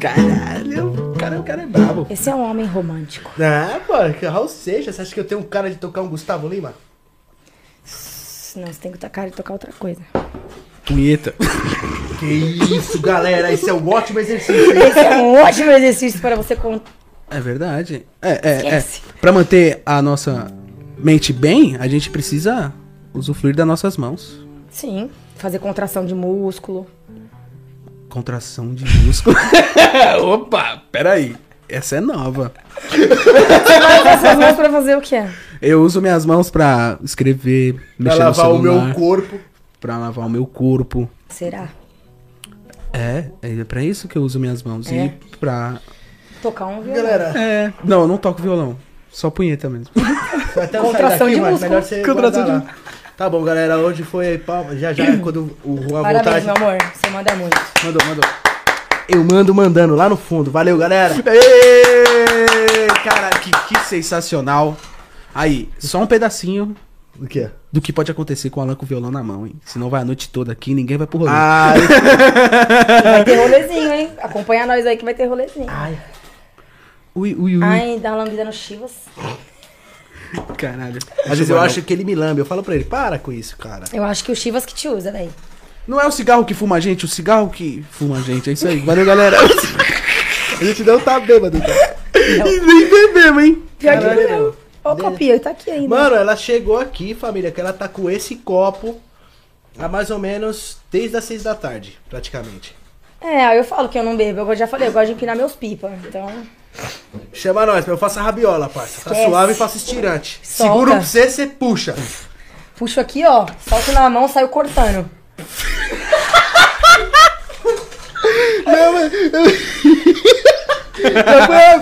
Speaker 2: Caralho, o cara, o cara é brabo.
Speaker 3: Esse é um homem romântico.
Speaker 1: Ah, pô, que Raul Seixas, você acha que eu tenho um cara de tocar um Gustavo Lima?
Speaker 3: Senão você tem que tocar e tocar outra coisa.
Speaker 2: Punheta.
Speaker 1: Que isso, galera, esse é um ótimo exercício. hein?
Speaker 3: Esse é um ótimo exercício para você con-
Speaker 2: É verdade. É, é, é.
Speaker 3: Esquece.
Speaker 2: Pra manter a nossa mente bem, a gente precisa usufruir das nossas mãos.
Speaker 3: Sim, fazer contração de músculo.
Speaker 2: Contração de músculo. Opa, peraí. Essa é nova.
Speaker 3: Mas essas mãos para fazer o quê?
Speaker 2: Eu uso minhas mãos pra escrever,
Speaker 1: Pra
Speaker 2: mexer no
Speaker 1: lavar o
Speaker 2: celular,
Speaker 1: meu corpo.
Speaker 2: pra lavar o meu corpo.
Speaker 3: Será?
Speaker 2: É, é pra isso que eu uso minhas mãos.
Speaker 3: É.
Speaker 2: E pra.
Speaker 3: Tocar um violão.
Speaker 1: Galera,
Speaker 2: É. Não, eu não toco violão. Só punheta mesmo.
Speaker 1: Foi até eu
Speaker 3: Contração
Speaker 1: um sair
Speaker 3: de
Speaker 1: mas
Speaker 3: músculo.
Speaker 1: melhor você
Speaker 2: Contração
Speaker 1: guardar lá. Tá bom, galera, hoje foi palma. Já já, quando o Juan voltar,
Speaker 3: Parabéns, meu amor. Você manda muito.
Speaker 2: mandou, mandou.
Speaker 1: eu mando mandando lá no fundo. Valeu, galera.
Speaker 2: Ê, Cara, que, que sensacional. Aí, só um pedacinho
Speaker 1: O quê?
Speaker 2: do que pode acontecer com o Alan com o violão na mão, hein? Senão vai a noite toda aqui e ninguém vai pro rolê.
Speaker 1: Ah,
Speaker 3: Vai ter rolezinho, hein? Acompanha nós aí que vai ter rolezinho.
Speaker 1: ai.
Speaker 2: Ui, ui, ui.
Speaker 3: Ai, dá uma lambida no Chivas.
Speaker 2: Caralho.
Speaker 1: Às vezes eu acho que ele me lambe. Eu falo pra ele, para com isso, cara.
Speaker 3: Eu acho que o Chivas que te usa, velho.
Speaker 2: Não é o cigarro que fuma a gente, o cigarro que fuma a gente. É isso aí. Valeu, galera.
Speaker 1: A gente não tá bêbado, então.
Speaker 2: E Nem bebemos, hein?
Speaker 3: Pior que
Speaker 1: Caralho,
Speaker 3: não. Ó, o copia, tá aqui ainda.
Speaker 1: Mano, ela chegou aqui, família, que ela tá com esse copo há mais ou menos desde as seis da tarde, praticamente.
Speaker 3: É, aí eu falo que eu não bebo. Eu já falei, eu gosto de empinar meus pipa. Então,
Speaker 1: Chama nós, eu faço a rabiola, parça. Tá
Speaker 3: Esquece.
Speaker 1: suave e faço estirante.
Speaker 3: Solta.
Speaker 1: Seguro pra você, você puxa.
Speaker 3: puxo aqui, ó. Solto na mão, saio cortando.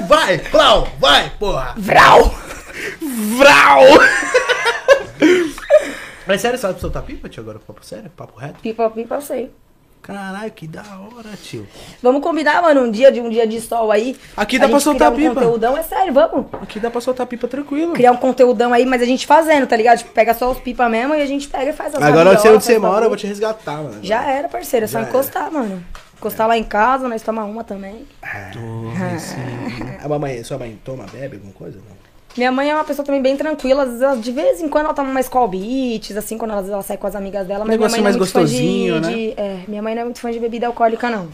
Speaker 1: vai, Clau, vai, porra.
Speaker 3: Vral!
Speaker 2: Vral!
Speaker 1: Mas sério, sabe soltar pipa, tio? Agora, papo sério? Papo reto?
Speaker 3: Pipa, pipa, eu sei.
Speaker 1: Caralho, que da hora, tio.
Speaker 3: Vamos combinar, mano, um dia de um dia de sol aí.
Speaker 2: Aqui
Speaker 3: A
Speaker 2: dá pra
Speaker 3: gente
Speaker 2: soltar
Speaker 3: criar um
Speaker 2: pipa.
Speaker 3: conteúdão, é sério, vamos.
Speaker 2: Aqui dá pra soltar pipa tranquilo.
Speaker 3: Criar um conteúdão aí, mas a gente fazendo, tá ligado? Tipo, pega só os pipa mesmo e a gente pega e faz as
Speaker 1: Agora eu sei
Speaker 3: rabiolas,
Speaker 1: onde você
Speaker 3: faz
Speaker 1: mora, eu vou
Speaker 3: bagulho.
Speaker 1: te resgatar, mano.
Speaker 3: tá Já era, parceiro, é só
Speaker 1: Já era.
Speaker 3: encostar, mano. Encostar lá em casa, nós tomar uma também.
Speaker 1: A mamãe, sua mãe toma, bebe alguma coisa? Não.
Speaker 3: Minha mãe é uma pessoa também bem tranquila. às vezes ela- de vez em quando ela toma mais call beats, assim, quando ela, ela sai com as amigas dela. Mas minha mãe
Speaker 2: Negocinho
Speaker 3: não é
Speaker 2: mais
Speaker 3: muito fã de,
Speaker 1: né?
Speaker 2: gostosinho,
Speaker 3: de- é, minha mãe não é muito fã de bebida alcoólica, não.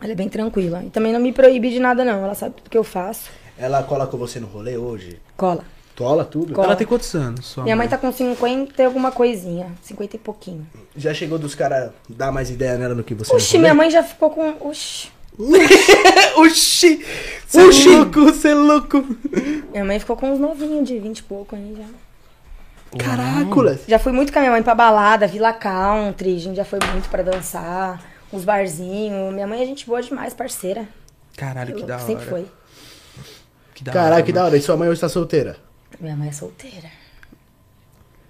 Speaker 3: Ela é bem tranquila. E também não me proíbe de nada, não. Ela sabe tudo que eu faço.
Speaker 1: Ela cola com você no rolê hoje?
Speaker 3: Cola.
Speaker 1: Tola tudo?
Speaker 3: Cola.
Speaker 2: Ela tem quantos anos? Sua
Speaker 3: Minha mãe tá com 50 e alguma coisinha. 50 e pouquinho.
Speaker 1: Já chegou dos caras dar mais ideia nela no que você
Speaker 3: Oxi, minha mãe já ficou com. Oxi.
Speaker 2: É, Oxi! Cê
Speaker 1: Oxi!
Speaker 2: é louco, você é louco!
Speaker 3: Minha mãe ficou com uns novinhos de 20 e pouco aí já.
Speaker 1: Caracolas!
Speaker 3: Já fui muito com a minha mãe pra balada, Vila Country. A gente já foi muito pra dançar. Uns barzinhos. Minha mãe é gente boa demais, parceira.
Speaker 2: Caralho, que da hora.
Speaker 3: Sempre foi.
Speaker 2: Que da hora,
Speaker 1: Caralho, que da
Speaker 2: mano.
Speaker 1: hora. E sua mãe hoje tá solteira?
Speaker 3: Minha mãe é solteira.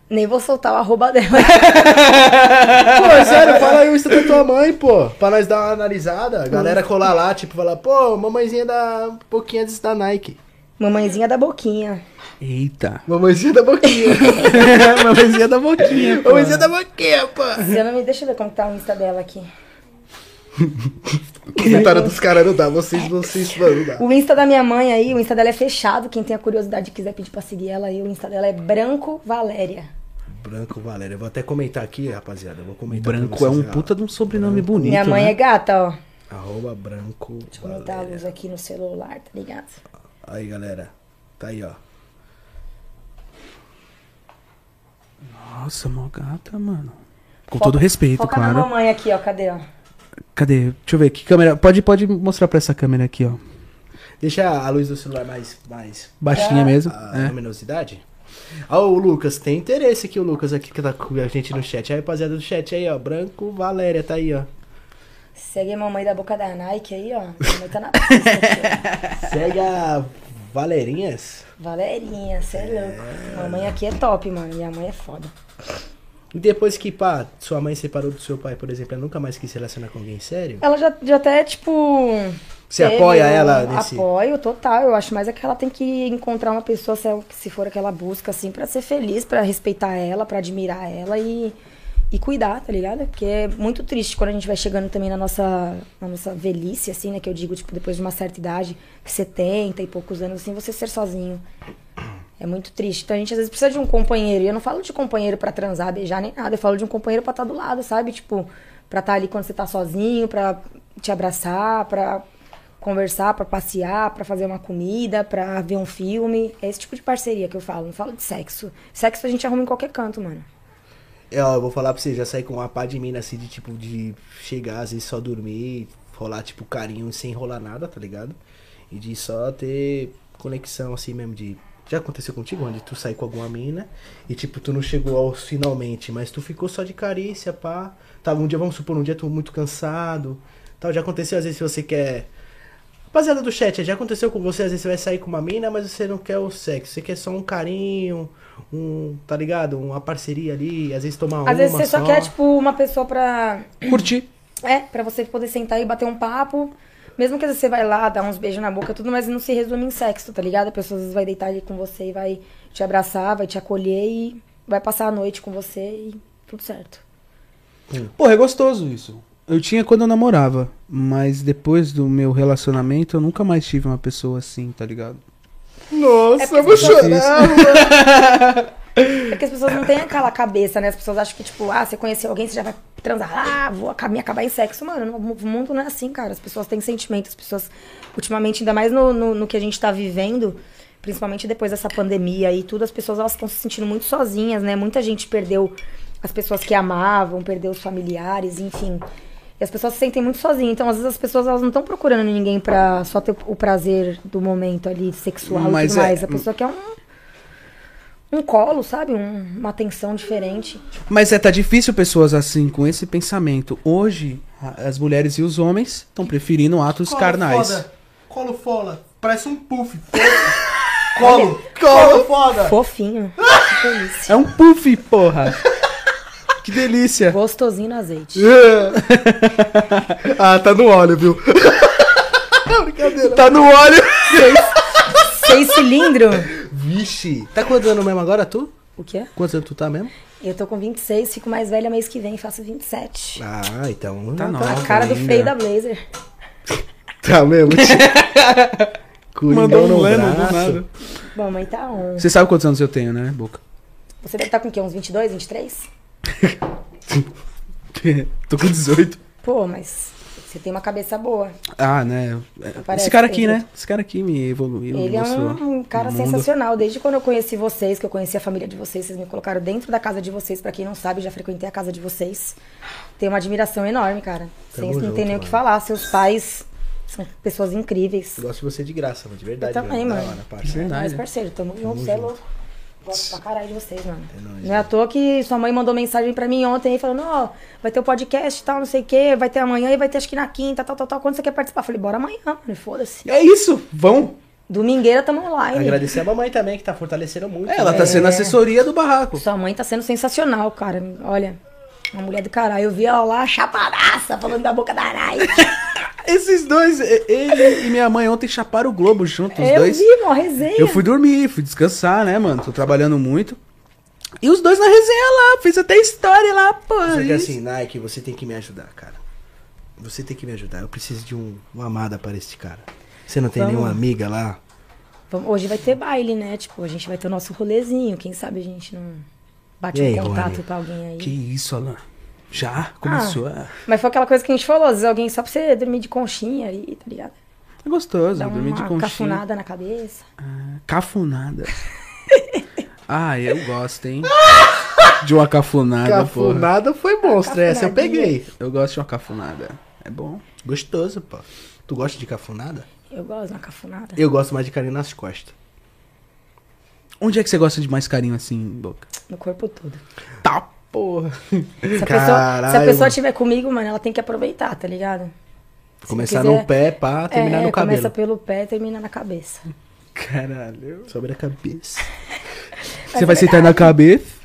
Speaker 3: Nem vou soltar o arroba dela.
Speaker 1: Pô, é sério, fala aí o Insta da tua mãe, pô. Pra nós dar uma analisada. A galera colar lá, tipo, falar, pô, mamãezinha da um pouquinho antes da Nike.
Speaker 3: Mamãezinha da boquinha.
Speaker 2: Eita!
Speaker 1: Mamãezinha da boquinha.
Speaker 2: Mamãezinha da boquinha, pô.
Speaker 1: mamãezinha da boquinha, pô.
Speaker 3: Se eu não me deixa eu ver como que tá o Insta dela aqui.
Speaker 1: Comentário dos caras não dá, vocês, vocês, mano, não dá.
Speaker 3: O Insta da minha mãe aí, o Insta dela é fechado. Quem tem a curiosidade e quiser pedir pra seguir ela aí, o Insta dela é Branco Valéria.
Speaker 1: Branco Valéria. Eu vou até comentar aqui, rapaziada. Eu vou comentar pra
Speaker 2: Branco é
Speaker 1: vocês,
Speaker 2: um
Speaker 1: ó.
Speaker 2: puta de um sobrenome bonito,
Speaker 3: minha mãe
Speaker 2: né?
Speaker 3: é gata, ó. Deixa
Speaker 1: Arroba Branco
Speaker 3: eu aumentar a
Speaker 1: Valéria.
Speaker 3: luz aqui no celular, tá ligado?
Speaker 1: Aí, galera. Tá aí, ó.
Speaker 2: Nossa, mó gata, mano. Com
Speaker 3: Foca-
Speaker 2: todo respeito,
Speaker 3: Foca na
Speaker 2: claro.
Speaker 3: mamãe aqui, ó. Cadê, ó?
Speaker 2: Cadê? Deixa eu ver, que câmera? Pode, pode mostrar pra essa câmera aqui, ó.
Speaker 1: Deixa a luz do celular mais, mais
Speaker 3: Ah.
Speaker 2: Baixinha mesmo.
Speaker 1: a
Speaker 2: É.
Speaker 1: luminosidade. Ó, o Lucas, tem interesse aqui, o Lucas aqui que tá com a gente no chat. Aí, rapaziada do chat aí, ó. Branco Valéria, tá aí, ó.
Speaker 3: Segue a mamãe da boca da Nike aí, ó. Minha mãe tá na pista aqui,
Speaker 1: Segue a Valerinhas.
Speaker 3: ó. Valerinha, cê é louco. Mamãe aqui é top, mano. Minha mãe é foda.
Speaker 1: E depois que, pá, sua mãe separou do seu pai, por exemplo, ela nunca mais quis se relacionar com alguém sério?
Speaker 3: Ela já, já até, tipo.
Speaker 1: Você
Speaker 3: teve
Speaker 1: apoia
Speaker 3: um-
Speaker 1: ela nesse.
Speaker 3: Apoio, total. Eu acho mais é que ela tem que encontrar uma pessoa, se, é o- se for aquela busca, assim, pra ser feliz, pra respeitar ela, pra admirar ela e, e cuidar, tá ligado? Porque é muito triste quando a gente vai chegando também na nossa, na nossa velhice, assim, né? Que eu digo, tipo, depois de uma certa idade, 70 e poucos anos, assim, você ser sozinho. É muito triste. Então a gente às vezes precisa de um companheiro. E eu não falo de companheiro pra transar, beijar nem nada. Eu falo de um companheiro pra estar do lado, sabe? Tipo, pra estar ali quando você tá sozinho, pra te abraçar, pra conversar, pra passear, pra fazer uma comida, pra ver um filme. É esse tipo de parceria que eu falo. Não falo de sexo. Sexo a gente arruma em qualquer canto, mano.
Speaker 1: É, ó, eu vou falar pra você, já saí com uma pá de mina assim, de tipo, de chegar, às vezes só dormir, rolar, tipo, carinho sem rolar nada, tá ligado? E de só ter conexão assim mesmo, de. Já aconteceu contigo, onde tu saiu com alguma mina e tipo, tu não chegou aos finalmente, mas tu ficou só de carícia, pá. Tava um dia, vamos supor, um dia tu muito cansado. Tal, já aconteceu, às vezes, se você quer. Rapaziada do chat, já aconteceu com você, às vezes você vai sair com uma mina, mas você não quer o sexo, você quer só um carinho, um, tá ligado? Uma parceria ali, às vezes tomar uma
Speaker 3: Às vezes você só
Speaker 1: só
Speaker 3: quer, tipo, uma pessoa pra.
Speaker 2: Curti.
Speaker 3: É, pra você poder sentar e bater um papo. Mesmo que às vezes você vai lá, dar uns beijos na boca, tudo, mas não se resume em sexo, tá ligado? A pessoa às vezes vai deitar ali com você e vai te abraçar, vai te acolher e vai passar a noite com você e tudo certo.
Speaker 2: Porra, é gostoso isso. Eu tinha quando eu namorava, mas depois do meu relacionamento eu nunca mais tive uma pessoa assim, tá ligado?
Speaker 1: Nossa, eu vou
Speaker 3: tá
Speaker 2: você faz
Speaker 1: chorar, mano.
Speaker 3: É que as pessoas não têm aquela cabeça, né? As pessoas acham que, tipo, ah, você conheceu alguém, você já vai transar, ah, vou aca- me acabar em sexo. Mano, não- o mundo não é assim, cara. As pessoas têm sentimentos, as pessoas, ultimamente, ainda mais no, no, no que a gente tá vivendo, principalmente depois dessa pandemia e tudo, as pessoas elas estão se sentindo muito sozinhas, né? Muita gente perdeu as pessoas que amavam, perdeu os familiares, enfim. E as pessoas se sentem muito sozinhas. Então, às vezes, as pessoas elas não estão procurando ninguém pra só ter o prazer do momento ali, sexual e
Speaker 2: Mas
Speaker 3: tudo
Speaker 2: é-
Speaker 3: mais. A pessoa quer um um colo, sabe? Um- uma atenção diferente.
Speaker 2: Mas é, tá difícil pessoas assim, com esse pensamento. Hoje, a- as mulheres e os homens estão preferindo atos
Speaker 3: é
Speaker 2: carnais.
Speaker 1: Colo foda. Parece um puff. Colo. Colo foda.
Speaker 3: Fofinho. Que delícia.
Speaker 2: É um puff, porra! Que delícia.
Speaker 3: Gostosinho no azeite.
Speaker 1: ah, tá no óleo, viu? Brincadeira.
Speaker 2: Tá no óleo.
Speaker 3: Seis cilindro?
Speaker 1: Vixe. Tá quantos anos mesmo agora, tu?
Speaker 3: O quê?
Speaker 1: Quantos anos tu tá mesmo?
Speaker 3: Eu tô com 26, fico mais velha mês que vem, faço 27.
Speaker 1: Ah, então.
Speaker 2: Tá
Speaker 1: não.
Speaker 2: nova.
Speaker 3: A cara do
Speaker 2: ainda.
Speaker 3: feio da Blazer.
Speaker 1: Tá mesmo. Coringão
Speaker 2: Mandou um
Speaker 1: no
Speaker 2: lano do
Speaker 1: braço.
Speaker 2: nada.
Speaker 3: Mamãe tá on.
Speaker 2: Você sabe quantos anos eu tenho, né, Boca?
Speaker 3: Você deve estar com o quê? Uns 22, 23?
Speaker 2: Tô com 18.
Speaker 3: Pô, mas você tem uma cabeça boa.
Speaker 2: Ah, né?
Speaker 3: parece
Speaker 2: Esse cara
Speaker 3: que
Speaker 2: aqui,
Speaker 3: tem
Speaker 2: né? Esse cara aqui me evoluiu.
Speaker 3: Ele é um cara
Speaker 2: no mundo.
Speaker 3: sensacional. Desde quando eu conheci vocês, que eu conheci a família de vocês, vocês me colocaram dentro da casa de vocês. Pra quem não sabe, já frequentei a casa de vocês. Tenho uma admiração enorme, cara.
Speaker 1: Tamo
Speaker 3: Sem, não
Speaker 1: junto,
Speaker 3: tem nem o
Speaker 1: mano.
Speaker 3: que falar. Seus pais são pessoas incríveis.
Speaker 1: Gosto de você de graça, mano. De verdade.
Speaker 3: Eu também,
Speaker 1: mesmo. Da
Speaker 3: mano.
Speaker 1: hora, parça.
Speaker 2: Verdade.
Speaker 3: Mas, parceiro, tamo junto, você é louco. Gosto pra caralho de vocês, mano.
Speaker 1: É nóis,
Speaker 3: Não é à toa que sua mãe mandou mensagem pra mim ontem aí falando, ó, vai ter o podcast e tal, não sei o quê, vai ter amanhã e vai ter acho que na quinta, tal, tal, tal. Quando você quer participar? Eu falei, bora amanhã, mano. Foda-se.
Speaker 2: É isso, vão.
Speaker 3: Domingueira tamo online.
Speaker 1: Agradecer a mamãe também, que tá fortalecendo muito.
Speaker 2: É, ela
Speaker 1: né?
Speaker 2: tá sendo assessoria do barraco.
Speaker 3: Sua mãe tá sendo sensacional, cara. Olha, uma mulher do caralho. Eu vi ela lá, chapadaça, falando da boca da Nike.
Speaker 2: Esses dois, e- ele e minha mãe ontem chaparam o globo juntos, os
Speaker 3: Eu
Speaker 2: dois.
Speaker 3: vi, mó resenha.
Speaker 2: Eu fui dormir, fui descansar, né, mano? Tô trabalhando muito. E os dois na resenha lá, fiz até história lá, pô.
Speaker 1: Só que
Speaker 2: isso.
Speaker 1: assim, Nike, você tem que me ajudar, cara. Você tem que me ajudar. Eu preciso de um, uma amada para este cara. Você não tem
Speaker 2: Vamos.
Speaker 1: nenhuma amiga lá?
Speaker 3: Vamos- Hoje vai ter baile, né? Tipo, a gente vai ter o nosso rolezinho. Quem sabe a gente não bate
Speaker 1: E aí,
Speaker 3: um contato
Speaker 1: Rony?
Speaker 3: pra alguém aí.
Speaker 2: Que isso, Alan? Já começou a...
Speaker 3: Mas foi aquela coisa que a gente falou, às vezes alguém só pra você dormir de conchinha aí, tá ligado?
Speaker 2: É gostoso,
Speaker 3: Dá
Speaker 2: dormir de
Speaker 3: uma
Speaker 2: conchinha.
Speaker 3: cafunada na cabeça.
Speaker 2: Ah, Cafunada. ah, eu gosto, hein? De uma cafunada, porra.
Speaker 1: Cafunada foi monstro, né? essa eu
Speaker 3: Cafunadinha.
Speaker 1: peguei.
Speaker 2: Eu gosto de uma cafunada. É bom.
Speaker 1: Gostoso, pô. Tu gosta de cafunada?
Speaker 3: Eu gosto de uma cafunada.
Speaker 1: Eu gosto mais de carinho nas costas.
Speaker 2: Onde é que você gosta de mais carinho assim, Boca?
Speaker 3: No corpo todo.
Speaker 2: Tá, porra.
Speaker 3: Se a,
Speaker 1: Caralho,
Speaker 3: pessoa, se a pessoa
Speaker 1: mano.
Speaker 3: tiver comigo, mano, ela tem que aproveitar, tá ligado? Se
Speaker 1: Começar
Speaker 3: quiser-
Speaker 1: no pé, pá, terminar
Speaker 3: é,
Speaker 1: no cabelo.
Speaker 3: Começa pelo pé e termina na cabeça.
Speaker 2: Caralho.
Speaker 1: Sobre a cabeça.
Speaker 2: Você vai sentar na cabeça?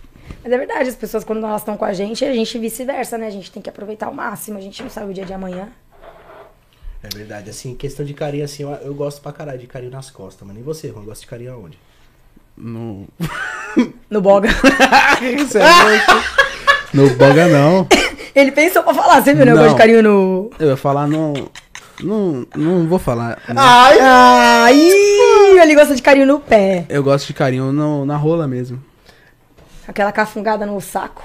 Speaker 3: Mas é verdade, as pessoas quando elas estão com a gente, a gente vice-versa, né? A gente tem que aproveitar ao máximo, a gente não sabe o dia de amanhã.
Speaker 1: É verdade, assim, questão de carinho, assim, eu, eu gosto pra caralho de carinho nas costas, mano. E você, Juan, gosta de carinho aonde?
Speaker 2: No.
Speaker 3: No boga.
Speaker 2: Isso é louco. No boga não.
Speaker 3: Ele pensou pra falar, você viu, né? Eu
Speaker 2: Não.
Speaker 3: gosto de carinho no.
Speaker 2: Eu ia falar no. Não, não vou falar. né?
Speaker 1: Ai!
Speaker 3: Ai! Ele gosta de carinho no pé.
Speaker 2: Eu gosto de carinho no- na rola mesmo.
Speaker 3: Aquela cafungada no saco.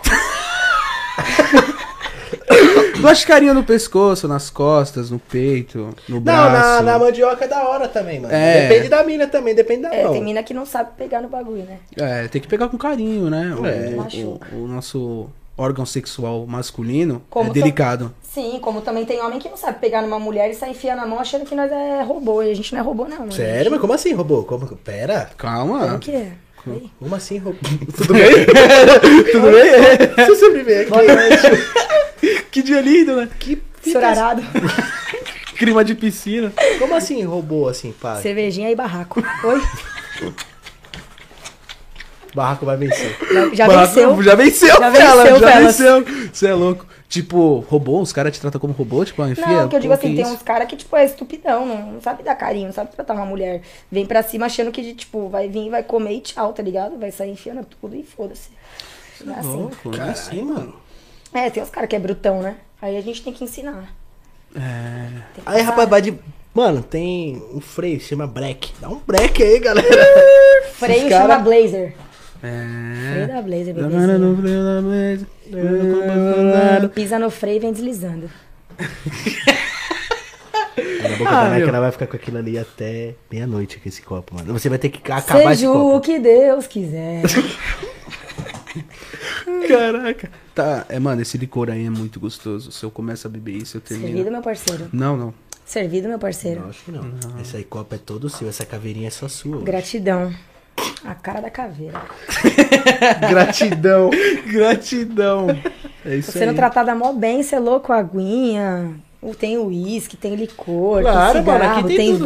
Speaker 2: Gosto de carinho no pescoço, nas costas, no peito, no
Speaker 1: Não, na,
Speaker 2: braço.
Speaker 1: na mandioca é da hora também, mano.
Speaker 2: É.
Speaker 1: Depende da mina também, depende da
Speaker 3: É,
Speaker 1: mão.
Speaker 3: tem mina que não sabe pegar no bagulho, né?
Speaker 2: É, tem que pegar com carinho, né? O-
Speaker 1: É.
Speaker 2: O, o- o nosso órgão sexual masculino
Speaker 3: Como tá?
Speaker 2: é
Speaker 3: to-
Speaker 2: delicado.
Speaker 3: Sim, como também tem homem que não sabe pegar numa mulher e sair enfiando na mão achando que nós é robô. E a gente não é robô, não. mano.
Speaker 1: Sério? Mas como assim, robô? Como... que- Pera,
Speaker 2: Calma.
Speaker 3: Como que é? Oi?
Speaker 1: como assim, robô? Tudo bem? Tudo bem? Você sempre vem aqui.
Speaker 2: Que dia lindo, né?
Speaker 1: Que
Speaker 3: Senhor Arado,
Speaker 2: Clima de piscina.
Speaker 1: Como assim, robô, assim, pá?
Speaker 3: cervejinha e barraco. Oi?
Speaker 1: Barraco vai vencer.
Speaker 3: Já
Speaker 2: Bah,
Speaker 3: venceu.
Speaker 2: Já venceu,
Speaker 3: Já
Speaker 2: Fela,
Speaker 3: venceu,
Speaker 2: já
Speaker 3: Felas.
Speaker 2: venceu. Você é louco. Tipo, robô, os caras te tratam como robô, tipo, ah, enfia.
Speaker 3: Não, que eu digo
Speaker 2: pô,
Speaker 3: assim, tem
Speaker 2: isso?
Speaker 3: uns caras que, tipo, é estupidão, não, não sabe dar carinho, não sabe tratar uma mulher. Vem pra cima achando que, tipo, vai vir, vai comer e tchau, tá ligado? Vai sair enfiando tudo e foda-se. Não é assim.
Speaker 2: Louco, né?
Speaker 1: Como assim, mano?
Speaker 3: É, tem uns caras que é brutão, né? Aí a gente tem que ensinar.
Speaker 2: É.
Speaker 3: Tem que
Speaker 1: Aí,
Speaker 3: ensinar.
Speaker 1: rapaz, vai de... Mano, tem um freio, chama break. Dá um break aí, galera.
Speaker 3: Freio
Speaker 1: cara-
Speaker 3: chama Blazer. Freio
Speaker 2: É.
Speaker 3: da Blazer,
Speaker 2: Trabalha no
Speaker 3: bebezinho.
Speaker 2: freio da mesa, trabalha no computador.
Speaker 3: Pisa no freio e vem deslizando.
Speaker 1: Na boca
Speaker 2: Ah,
Speaker 1: da Nike,
Speaker 2: meu.
Speaker 1: ela vai ficar com aquilo ali até meia-noite com esse copo, mano. Você vai ter que ca- acabar esse
Speaker 3: Seja o
Speaker 1: copo.
Speaker 3: que Deus quiser.
Speaker 2: Caraca. Tá, é, mano, esse licor aí é muito gostoso. Se eu começo a beber isso, eu
Speaker 3: Servido,
Speaker 2: termino.
Speaker 3: meu parceiro.
Speaker 2: Não, não.
Speaker 3: Servido, meu parceiro.
Speaker 1: Não, acho que não. Esse aí copo é todo seu, essa caveirinha é só sua.
Speaker 3: Gratidão. A cara da caveira.
Speaker 2: Gratidão. Gratidão. É isso
Speaker 3: Tá Sendo
Speaker 2: aí.
Speaker 3: tratada mó bem, você é louco, aguinha. o- Tem uísque, tem licor,
Speaker 1: Claro,
Speaker 3: tem
Speaker 1: mano,
Speaker 3: cigarro,
Speaker 1: aqui tem
Speaker 3: tem,
Speaker 1: tudo.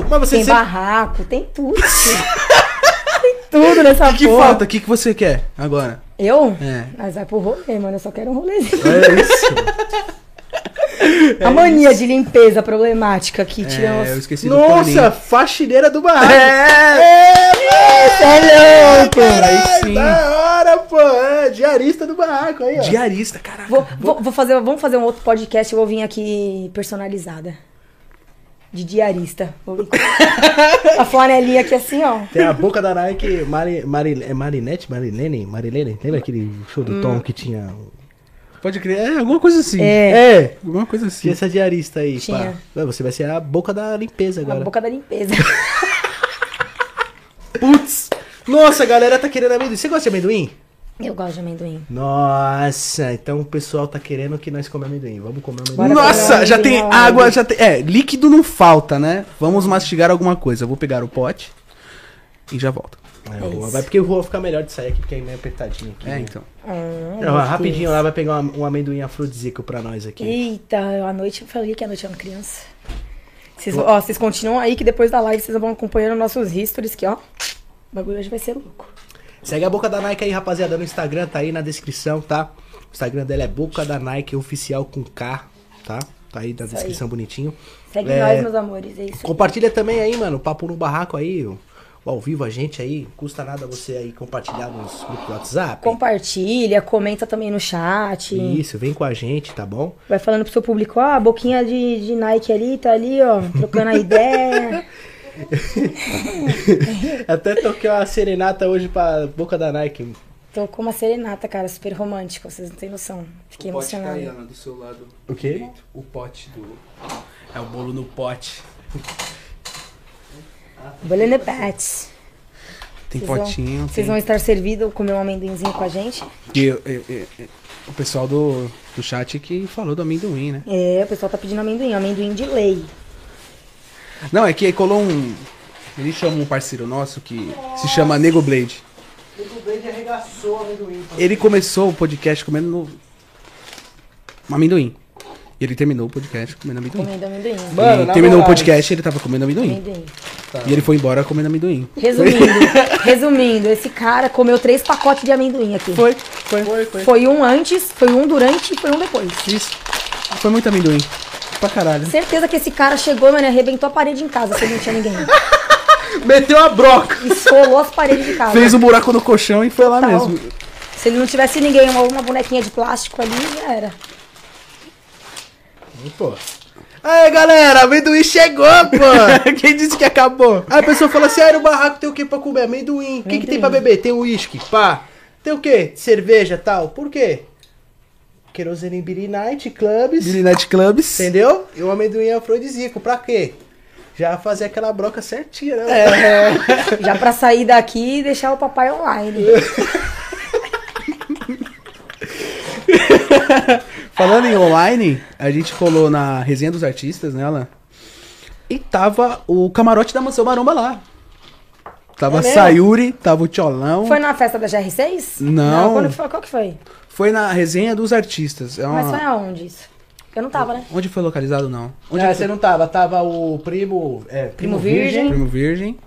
Speaker 3: vape,
Speaker 1: Mas você
Speaker 3: tem
Speaker 1: sempre-
Speaker 3: barraco, tem tudo. tem tudo nessa
Speaker 2: O que
Speaker 3: porra.
Speaker 2: falta? O que, que você quer agora?
Speaker 3: Eu?
Speaker 2: É.
Speaker 3: Mas vai pro rolê, mano. Eu só quero um rolezinho.
Speaker 1: É isso. É
Speaker 3: a mania de limpeza problemática que tiramos.
Speaker 2: É, eu esqueci do
Speaker 1: Nossa,
Speaker 2: Paulinho.
Speaker 1: faxineira do barraco.
Speaker 2: É!
Speaker 3: é louco!
Speaker 2: Aí sim.
Speaker 1: Da hora, pô. É, diarista do barraco aí, ó.
Speaker 2: Diarista, caraca.
Speaker 3: Vou, vou- vou fazer, vamos fazer um outro podcast. Eu vou vir aqui personalizada. De diarista. Vou vir com a flanelinha aqui assim, ó.
Speaker 1: Tem a boca da Nike, Mari, Mari, é Marinette, Marilene, Marilene, lembra aquele show
Speaker 3: Hum.
Speaker 1: do Tom que tinha... um-
Speaker 2: Pode crer. É, alguma coisa assim.
Speaker 1: É,
Speaker 2: Alguma coisa
Speaker 1: tinha
Speaker 2: assim.
Speaker 1: essa diarista aí,
Speaker 3: Tinha.
Speaker 1: pá. Ué, Você vai ser a boca da limpeza
Speaker 3: A
Speaker 1: agora.
Speaker 3: boca da limpeza.
Speaker 1: Putz! Nossa, a galera tá querendo amendoim. Você gosta de amendoim?
Speaker 3: Eu gosto de amendoim.
Speaker 1: Nossa, então o pessoal tá querendo que nós comemos amendoim. Vamos comer amendoim.
Speaker 3: Bora
Speaker 2: Nossa,
Speaker 3: pegar
Speaker 2: já
Speaker 3: um
Speaker 2: tem
Speaker 3: vinho,
Speaker 2: água,
Speaker 3: água.
Speaker 2: já tem. É, líquido não falta, né? Vamos mastigar alguma coisa. Eu Vou pegar o pote e já volto.
Speaker 1: É,
Speaker 3: É
Speaker 1: boa.
Speaker 3: isso.
Speaker 1: vai porque eu vou ficar melhor de sair aqui, porque é meio apertadinho aqui.
Speaker 2: É,
Speaker 1: né?
Speaker 2: então.
Speaker 3: Hum,
Speaker 1: Não,
Speaker 3: gosto
Speaker 1: rapidinho
Speaker 3: disso.
Speaker 1: lá vai pegar uma- um amendoim afrodisíaco pra nós aqui.
Speaker 3: Eita, eu- à noite eu falei que à noite é uma criança. Vocês, ó, vocês continuam aí que depois da live vocês vão acompanhando nossos histories que, ó. O bagulho hoje vai ser louco.
Speaker 1: Segue a Boca da Nike aí, rapaziada, no Instagram, tá aí na descrição, tá? O Instagram dela é Boca da Nike Oficial com K, tá? Tá aí na
Speaker 3: aí.
Speaker 1: descrição bonitinho.
Speaker 3: Segue
Speaker 1: É.
Speaker 3: nós, meus amores. É isso.
Speaker 1: Compartilha também aí, mano, o Papo no Barraco aí, o, o ao vivo, a gente aí. Custa nada você aí compartilhar nos grupos do WhatsApp.
Speaker 3: Compartilha, comenta também no chat.
Speaker 1: Isso, vem com a gente, tá bom?
Speaker 3: Vai falando pro seu público, ó, a boquinha de, de Nike ali, tá ali, ó, trocando a ideia.
Speaker 1: Até toquei uma serenata hoje pra Boca da Nike.
Speaker 3: Tô com uma serenata, cara, super romântica, vocês não têm noção. Fiquei
Speaker 1: é
Speaker 3: emocionada.
Speaker 2: do seu lado.
Speaker 1: O quê?
Speaker 2: direito. O pote do. É o bolo no pote.
Speaker 3: Bolene Pets.
Speaker 2: Tem
Speaker 3: Vocês vão-
Speaker 2: potinho.
Speaker 3: Vocês vão estar servidos, comer um amendoinzinho com a gente.
Speaker 2: E eu- eu- eu- eu- o pessoal do, do chat que falou do amendoim, né?
Speaker 3: É, o pessoal tá pedindo amendoim, amendoim de lei.
Speaker 2: Não, é que aí colou um. Ele chama um parceiro nosso que se chama Nego Blade.
Speaker 1: O Blade arregaçou o amendoim.
Speaker 2: Ele começou o podcast comendo no... um amendoim. E ele terminou o podcast comendo amendoim.
Speaker 3: Comendo amendoim.
Speaker 1: Mano,
Speaker 2: ele
Speaker 1: na
Speaker 2: terminou o
Speaker 1: moral.
Speaker 2: podcast ele tava comendo amendoim.
Speaker 3: Amendoim.
Speaker 2: E ele foi embora comendo amendoim.
Speaker 3: Resumindo, resumindo, esse cara comeu três pacotes de amendoim aqui.
Speaker 2: Foi, foi, foi. foi.
Speaker 3: Foi um antes, foi um durante e foi um depois.
Speaker 2: Isso. Foi muito amendoim. Pra caralho.
Speaker 3: Certeza que esse cara chegou, mano, e arrebentou a parede em casa, se não tinha ninguém.
Speaker 2: Meteu a broca.
Speaker 3: Esfolou as paredes de casa.
Speaker 2: Fez um buraco no colchão e foi lá
Speaker 3: Total.
Speaker 2: mesmo.
Speaker 3: Se ele não tivesse ninguém, uma, uma bonequinha de plástico ali, já era.
Speaker 1: Pô. Aí, galera, amendoim chegou, pô.
Speaker 2: Quem disse que acabou?
Speaker 1: Aí a pessoa fala assim, ah, no barraco tem o que pra comer? Amendoim. O que, que tem pra beber? Tem uísque, pá. Tem o quê? Cerveja, tal. Por quê? Querosene em Billy Night, clubs.
Speaker 2: Billy Night Clubs.
Speaker 1: Entendeu? E o amendoim é afrodisíaco. Pra quê? Já fazer aquela broca certinha, né?
Speaker 2: É.
Speaker 3: Já pra sair daqui e deixar o papai online.
Speaker 2: Falando em online, a gente colou na resenha dos artistas nela. E tava o camarote da Mansão Maromba lá. Tava
Speaker 1: É mesmo?
Speaker 2: Sayuri, tava o Tcholão.
Speaker 3: Foi na festa da GR6?
Speaker 2: Não.
Speaker 3: quando que foi? Qual que foi?
Speaker 2: Foi na resenha dos artistas. É uma-
Speaker 3: Mas foi aonde isso? Eu não tava, né?
Speaker 2: Onde foi localizado, não? Onde
Speaker 1: Ah, você não tava. Tava o primo... É, primo,
Speaker 3: Primo Virgem.
Speaker 2: Primo Virgem.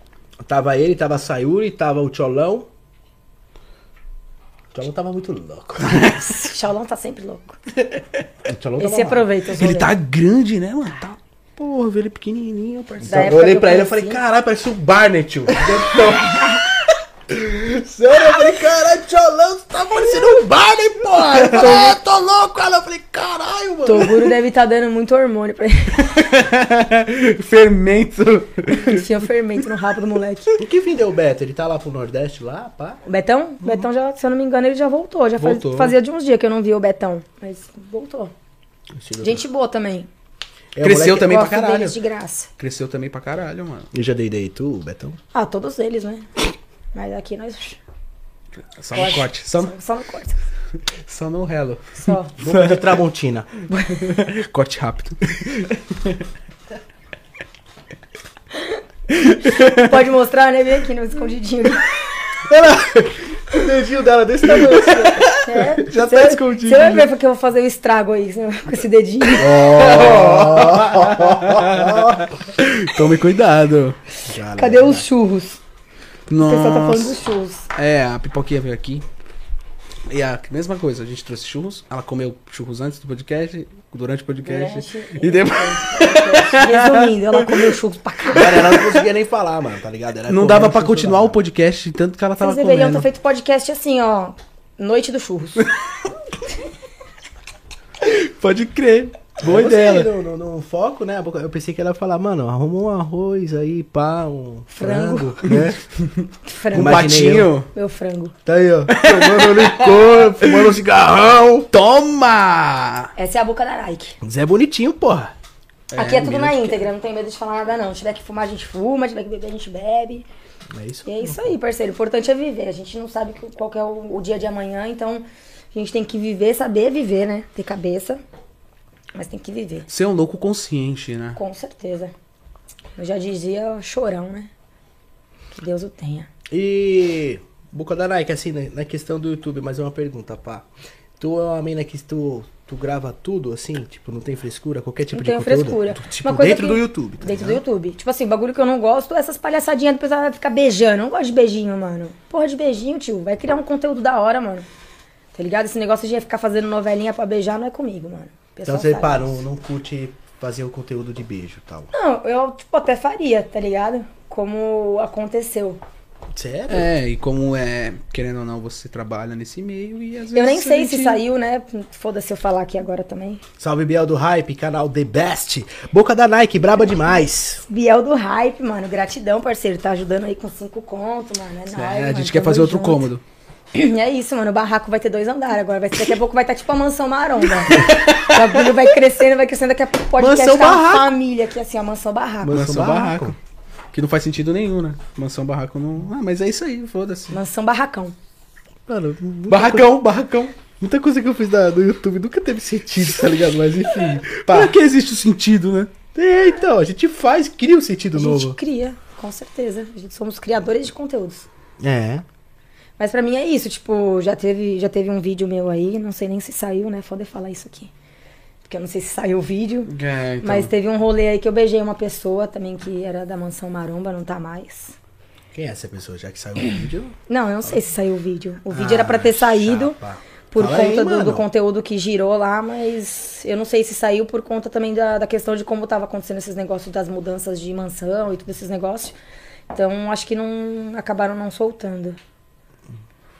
Speaker 1: Tava ele, tava a Sayuri, tava o Tcholão. O Tcholão tava muito louco.
Speaker 3: O Shaolão tá sempre louco.
Speaker 1: O Tcholão tava
Speaker 3: Esse é
Speaker 1: lá.
Speaker 3: aproveita os
Speaker 2: Ele
Speaker 3: rolês.
Speaker 2: tá grande, né, mano? Tá. Porra, eu vi ele pequenininho, parceiro.
Speaker 3: Da
Speaker 1: Eu
Speaker 3: época
Speaker 1: olhei
Speaker 3: que eu
Speaker 1: pra ele e
Speaker 3: conheci.
Speaker 1: falei, caralho, parece o Barney, tio. Então- Sério, eu falei, caralho, Tcholão, você tá parecendo um Barney, porra. Eu falei, é, tô louco. Ela, eu falei, caralho, mano.
Speaker 3: Toguro deve estar dando muito hormônio pra ele.
Speaker 2: Fermento.
Speaker 3: Tinha fermento no rabo do moleque.
Speaker 1: O que vendeu o Beto? Ele tá lá pro Nordeste, lá, pá?
Speaker 3: O Betão? O Betão já, se eu não me engano, ele já voltou. Já faz-
Speaker 2: Voltou.
Speaker 3: fazia de uns dias que eu não via o Betão. Mas voltou. Gente boa também.
Speaker 1: É, o
Speaker 2: Cresceu
Speaker 1: moleque-
Speaker 2: também pra
Speaker 3: Gosto
Speaker 2: caralho.
Speaker 3: deles de graça.
Speaker 2: Cresceu também pra caralho, mano.
Speaker 1: Eu já dei daí tu, Betão?
Speaker 3: Ah, todos eles, né? Mas aqui nós.
Speaker 2: Só no corte. Só, no-
Speaker 3: Só no corte.
Speaker 2: só no relo.
Speaker 3: Só.
Speaker 1: Boca de Tramontina.
Speaker 2: Corte rápido.
Speaker 3: Pode mostrar, né? Vem aqui no escondidinho. Tá
Speaker 1: Ela... O dedinho dela desse tamanho.
Speaker 3: É.
Speaker 2: Já
Speaker 3: Você
Speaker 2: tá
Speaker 3: vai-
Speaker 2: escondido,
Speaker 3: Você vai ver porque eu vou fazer o estrago aí você vai- com esse dedinho.
Speaker 2: Tome cuidado.
Speaker 3: Cadê os churros? O pessoal tá falando
Speaker 2: Nossa.
Speaker 3: dos churros.
Speaker 2: É, a pipoquinha veio aqui. E a mesma coisa, a gente trouxe churros. Ela comeu churros antes do podcast, durante o podcast.
Speaker 3: Durante-
Speaker 2: E depois.
Speaker 3: Resumindo, ela comeu churros pra caralho.
Speaker 1: Mano, ela não conseguia nem falar, mano, tá ligado?
Speaker 3: É,
Speaker 1: Era
Speaker 2: Não
Speaker 1: correndo
Speaker 2: dava pra
Speaker 1: censurada.
Speaker 2: continuar o podcast, de tanto que ela tava
Speaker 3: Vocês deveriam
Speaker 2: comendo.
Speaker 3: ter feito podcast assim, ó. Noite do churros.
Speaker 2: Pode crer. Boa
Speaker 1: Eu gostei
Speaker 2: ideia.
Speaker 1: No, no- no foco, né? Eu pensei que ela ia falar, mano, arruma um arroz aí, pá, um frango,
Speaker 3: Frango.
Speaker 1: né?
Speaker 3: Frango.
Speaker 2: Um
Speaker 1: Imaginei
Speaker 2: patinho.
Speaker 3: Meu frango.
Speaker 1: Tá aí, ó. Tomando licor, fumando um cigarrão.
Speaker 2: Toma!
Speaker 3: Essa é a boca da Nike.
Speaker 1: Zé Bonitinho, porra.
Speaker 3: Aqui é tudo
Speaker 2: menino,
Speaker 3: na íntegra, não tem medo de falar nada, não. Se tiver que fumar, a gente fuma, se tiver que beber, a gente bebe.
Speaker 1: É isso.
Speaker 3: E é isso aí, parceiro. O importante é viver. A gente não sabe que- qual que é o, o dia de amanhã, então a gente tem que viver, saber viver, né? Ter cabeça, mas tem que viver.
Speaker 2: Você é um louco consciente, né?
Speaker 3: Com certeza. Eu já dizia chorão, né? Que Deus o tenha.
Speaker 1: E. Boca da Nike, assim, né, na questão do YouTube, mais uma pergunta, pá. Tu é uma mina que tu, tu grava tudo, assim? Tipo, não tem frescura? Qualquer tipo
Speaker 3: não
Speaker 1: de
Speaker 3: tenho
Speaker 1: conteúdo?
Speaker 3: Então, frescura.
Speaker 1: Tu, tipo,
Speaker 3: Uma coisa
Speaker 1: dentro
Speaker 3: que-
Speaker 1: do YouTube. tá
Speaker 3: dentro do
Speaker 1: ligado?
Speaker 3: YouTube. Tipo assim, bagulho que eu não gosto, essas palhaçadinhas do pessoal vai ficar beijando. Eu não gosto de beijinho, mano. Porra de beijinho, tio. Vai criar um conteúdo da hora, mano. Tá ligado? Esse negócio de ficar fazendo novelinha pra beijar não é comigo, mano. O pessoal
Speaker 1: Então você
Speaker 3: sabe
Speaker 1: pá,
Speaker 3: disso.
Speaker 1: não, não curte fazer o conteúdo de beijo e tal.
Speaker 3: Não, eu tipo, até faria, tá ligado? Como aconteceu.
Speaker 1: Sério?
Speaker 2: É, e como é, querendo ou não, você trabalha nesse meio e às vezes.
Speaker 3: Eu nem
Speaker 2: a
Speaker 3: sei se
Speaker 2: gente-
Speaker 3: saiu, né? Foda-se eu falar aqui agora também.
Speaker 1: Salve Biel do Hype, canal The Best. Boca da Nike, braba demais.
Speaker 3: Biel do hype, mano. Gratidão, parceiro. Tá ajudando aí com cinco conto, mano. É nóis,
Speaker 2: É, a
Speaker 3: mano.
Speaker 2: gente quer
Speaker 3: Tamo
Speaker 2: fazer outro
Speaker 3: junto.
Speaker 2: cômodo.
Speaker 3: É isso, mano. O barraco vai ter dois andares agora. Vai, daqui a pouco vai estar tipo a mansão maromba. o bagulho vai crescendo, vai crescendo. Daqui a pouco pode
Speaker 1: Mansão
Speaker 3: ficar uma
Speaker 1: barraco.
Speaker 3: família aqui, assim, a mansão barraco.
Speaker 1: Mansão
Speaker 2: Mansão,
Speaker 1: Barraco.
Speaker 2: barraco. Que não faz sentido nenhum, né? Mansão barraco não. Ah, mas é isso aí, foda-se.
Speaker 3: Mansão barracão.
Speaker 1: Mano, muita
Speaker 2: Barracão, barracão.
Speaker 1: coisa- muita coisa que eu fiz da- do YouTube nunca teve sentido, tá ligado? Mas enfim.
Speaker 2: É, Pra
Speaker 1: Pá.
Speaker 2: que existe o sentido, né?
Speaker 1: É, então, a gente faz, cria um sentido
Speaker 3: A gente
Speaker 1: novo.
Speaker 3: cria, com certeza. A gente somos criadores de conteúdos.
Speaker 1: É.
Speaker 3: Mas pra mim é isso, tipo, já teve, já teve um vídeo meu aí, não sei nem se saiu, né? Foda eu falar isso aqui. Porque eu não sei se saiu o vídeo.
Speaker 2: É, então.
Speaker 3: Mas teve um rolê aí que eu beijei uma pessoa também que era da mansão maromba, não tá mais.
Speaker 1: Quem é essa pessoa? Já que saiu o vídeo. Ah,
Speaker 3: Não, eu não sei se saiu o vídeo. O vídeo era pra ter saído.
Speaker 1: chapa.
Speaker 3: Por
Speaker 1: Fala aí,
Speaker 3: conta do,
Speaker 1: mano.
Speaker 3: do conteúdo que girou lá, mas eu não sei se saiu por conta também da, da questão de como tava acontecendo esses negócios das mudanças de mansão e todos esses negócios. Então acho que não acabaram não soltando.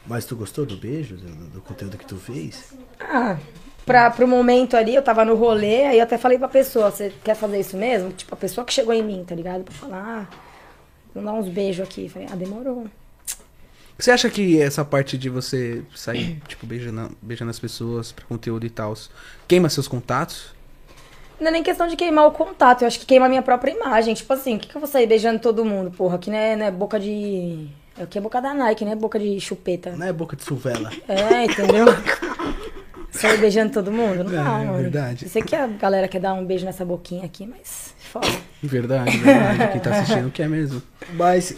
Speaker 1: Mas tu gostou do beijo, do, do conteúdo que tu fez?
Speaker 3: Ah, pra, pro momento ali, eu tava no rolê, aí eu até falei pra pessoa, você quer fazer isso mesmo? Tipo, a pessoa que chegou em mim, tá ligado? Pra falar, ah, vamos dar uns beijos aqui. Falei, ah, demorou.
Speaker 2: Você acha que essa parte de você sair, tipo, beijando, beijando as pessoas pra conteúdo e tal, queima seus contatos?
Speaker 3: Não é nem questão de queimar o contato, eu acho que queima a minha própria imagem. Tipo assim, o que, que eu vou sair beijando todo mundo, porra? Que não é, não é boca de. É o que é boca da Nike, né? Boca de chupeta.
Speaker 1: Não é boca de suvela.
Speaker 3: É, entendeu? Sair beijando todo mundo? Não
Speaker 2: É,
Speaker 3: dá, mano.
Speaker 2: verdade.
Speaker 3: Eu sei que a galera quer dar um beijo nessa boquinha aqui, mas foda.
Speaker 2: Verdade, verdade. Quem tá assistindo quer mesmo.
Speaker 1: Mas.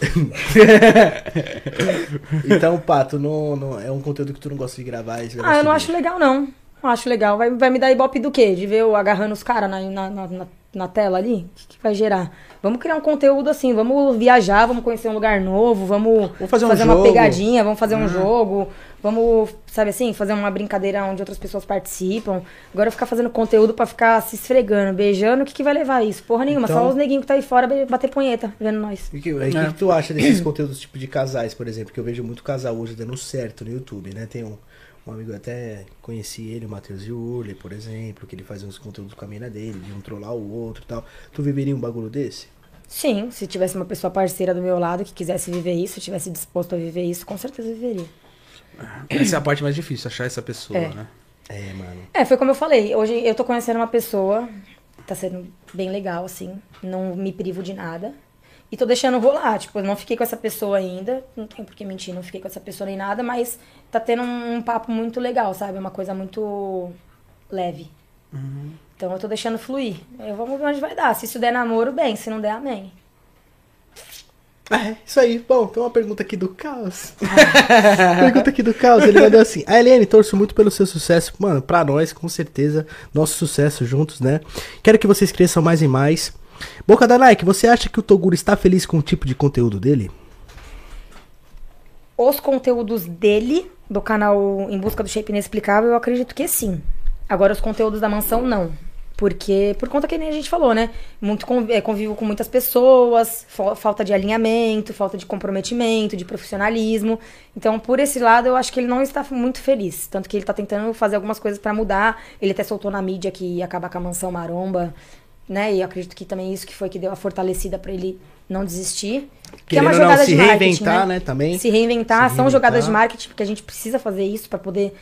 Speaker 1: então, pá, tu não, não- É um conteúdo que tu não gosta de gravar. esse
Speaker 3: Ah,
Speaker 1: negócio
Speaker 3: eu não
Speaker 1: de
Speaker 3: acho legal, não. Não acho legal. Vai, vai me dar ibope do quê? De ver eu agarrando os caras na, na, na- na- na tela ali? O que, que vai gerar? Vamos criar um conteúdo assim, vamos viajar, vamos conhecer um lugar novo, vamos,
Speaker 1: Vamos fazer um
Speaker 3: uma
Speaker 1: jogo. Ah.
Speaker 3: pegadinha, vamos fazer um jogo, vamos, sabe assim, fazer uma brincadeira onde outras pessoas participam. Agora ficar fazendo conteúdo pra ficar se esfregando, beijando, o que, que vai levar isso? Porra nenhuma,
Speaker 1: Então-
Speaker 3: só os neguinhos que tá aí fora be- bater punheta, vendo nós.
Speaker 1: E que- aí, O que,
Speaker 2: É.
Speaker 1: que tu acha desses conteúdos tipo de casais, por exemplo? Que eu vejo muito casal hoje dando certo no YouTube, né? Tem um, um amigo, eu até conheci ele, o Matheus Yuli, por exemplo, que ele faz uns conteúdos com a mina dele, de um trollar o outro e tal. Tu viveria um bagulho desse?
Speaker 3: Sim, se tivesse uma pessoa parceira do meu lado que quisesse viver isso, estivesse disposto a viver isso, com certeza viveria.
Speaker 2: Essa é a parte mais difícil, achar essa pessoa,
Speaker 3: É.
Speaker 2: né?
Speaker 1: É, mano.
Speaker 3: É, foi como eu falei. Hoje eu tô conhecendo uma pessoa, tá sendo bem legal, assim. Não me privo de nada. E tô deixando rolar. Tipo, eu não fiquei com essa pessoa ainda. Não tem por que mentir, não fiquei com essa pessoa nem nada, mas tá tendo um, um papo muito legal, sabe? Uma coisa muito leve. Então eu tô deixando fluir. Eu vamos ver onde vai dar. Se isso der namoro, bem. Se não der, amém.
Speaker 1: Ah, é, isso aí. Bom, tem uma pergunta aqui do Caos. pergunta aqui do Caos, ele mandou assim. A Eliane, torço muito pelo seu sucesso. Mano, pra nós, com certeza, nosso sucesso juntos, né? Quero que vocês cresçam mais e mais. Boca da Nike, você acha que o Toguro está feliz com o tipo de conteúdo dele?
Speaker 3: Os conteúdos dele do canal Em Busca do Shape Inexplicável, eu acredito que sim. Agora, os conteúdos da mansão, não. Porque, por conta que nem a gente falou, né? Muito con- eh, convivo com muitas pessoas, fa- falta de alinhamento, falta de comprometimento, de profissionalismo. Então, por esse lado, eu acho que ele não está muito feliz. Tanto que ele está tentando fazer algumas coisas para mudar. Ele até soltou na mídia que ia acabar com a mansão maromba, né? E eu acredito que também isso que foi que deu a fortalecida para ele não desistir. Que é
Speaker 1: Querendo ou
Speaker 3: uma
Speaker 1: não,
Speaker 3: jogada
Speaker 1: se
Speaker 3: de marketing,
Speaker 1: reinventar,
Speaker 3: né?
Speaker 1: né, também.
Speaker 3: se reinventar,
Speaker 1: Se
Speaker 3: são
Speaker 1: reinventar.
Speaker 3: jogadas de marketing, porque a gente precisa fazer isso pra poder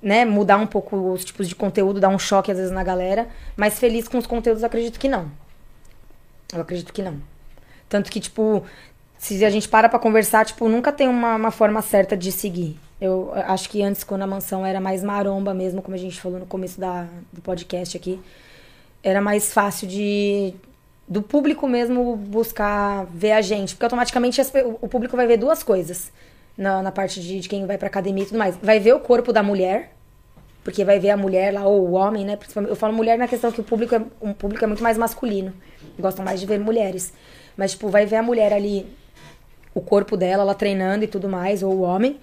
Speaker 3: né, mudar um pouco os tipos de conteúdo, dar um choque às vezes na galera. Mas feliz com os conteúdos, acredito que não. Eu acredito que não. Tanto que, tipo, se a gente para pra conversar, tipo, nunca tem uma, uma forma certa de seguir. Eu eh, acho que antes, quando a mansão era mais maromba mesmo, como a gente falou no começo da, do podcast aqui, era mais fácil de do público mesmo buscar ver a gente. Porque automaticamente as pe- o o público vai ver duas coisas na, na parte de, de quem vai pra academia e tudo mais. Vai ver o corpo da mulher, porque vai ver a mulher lá, ou o homem, né? Principalmente- Eu falo mulher na questão que o público é, um público é muito mais masculino. Gostam mais de ver mulheres. Mas, tipo, vai ver a mulher ali, o corpo dela, ela treinando e tudo mais, ou o homem.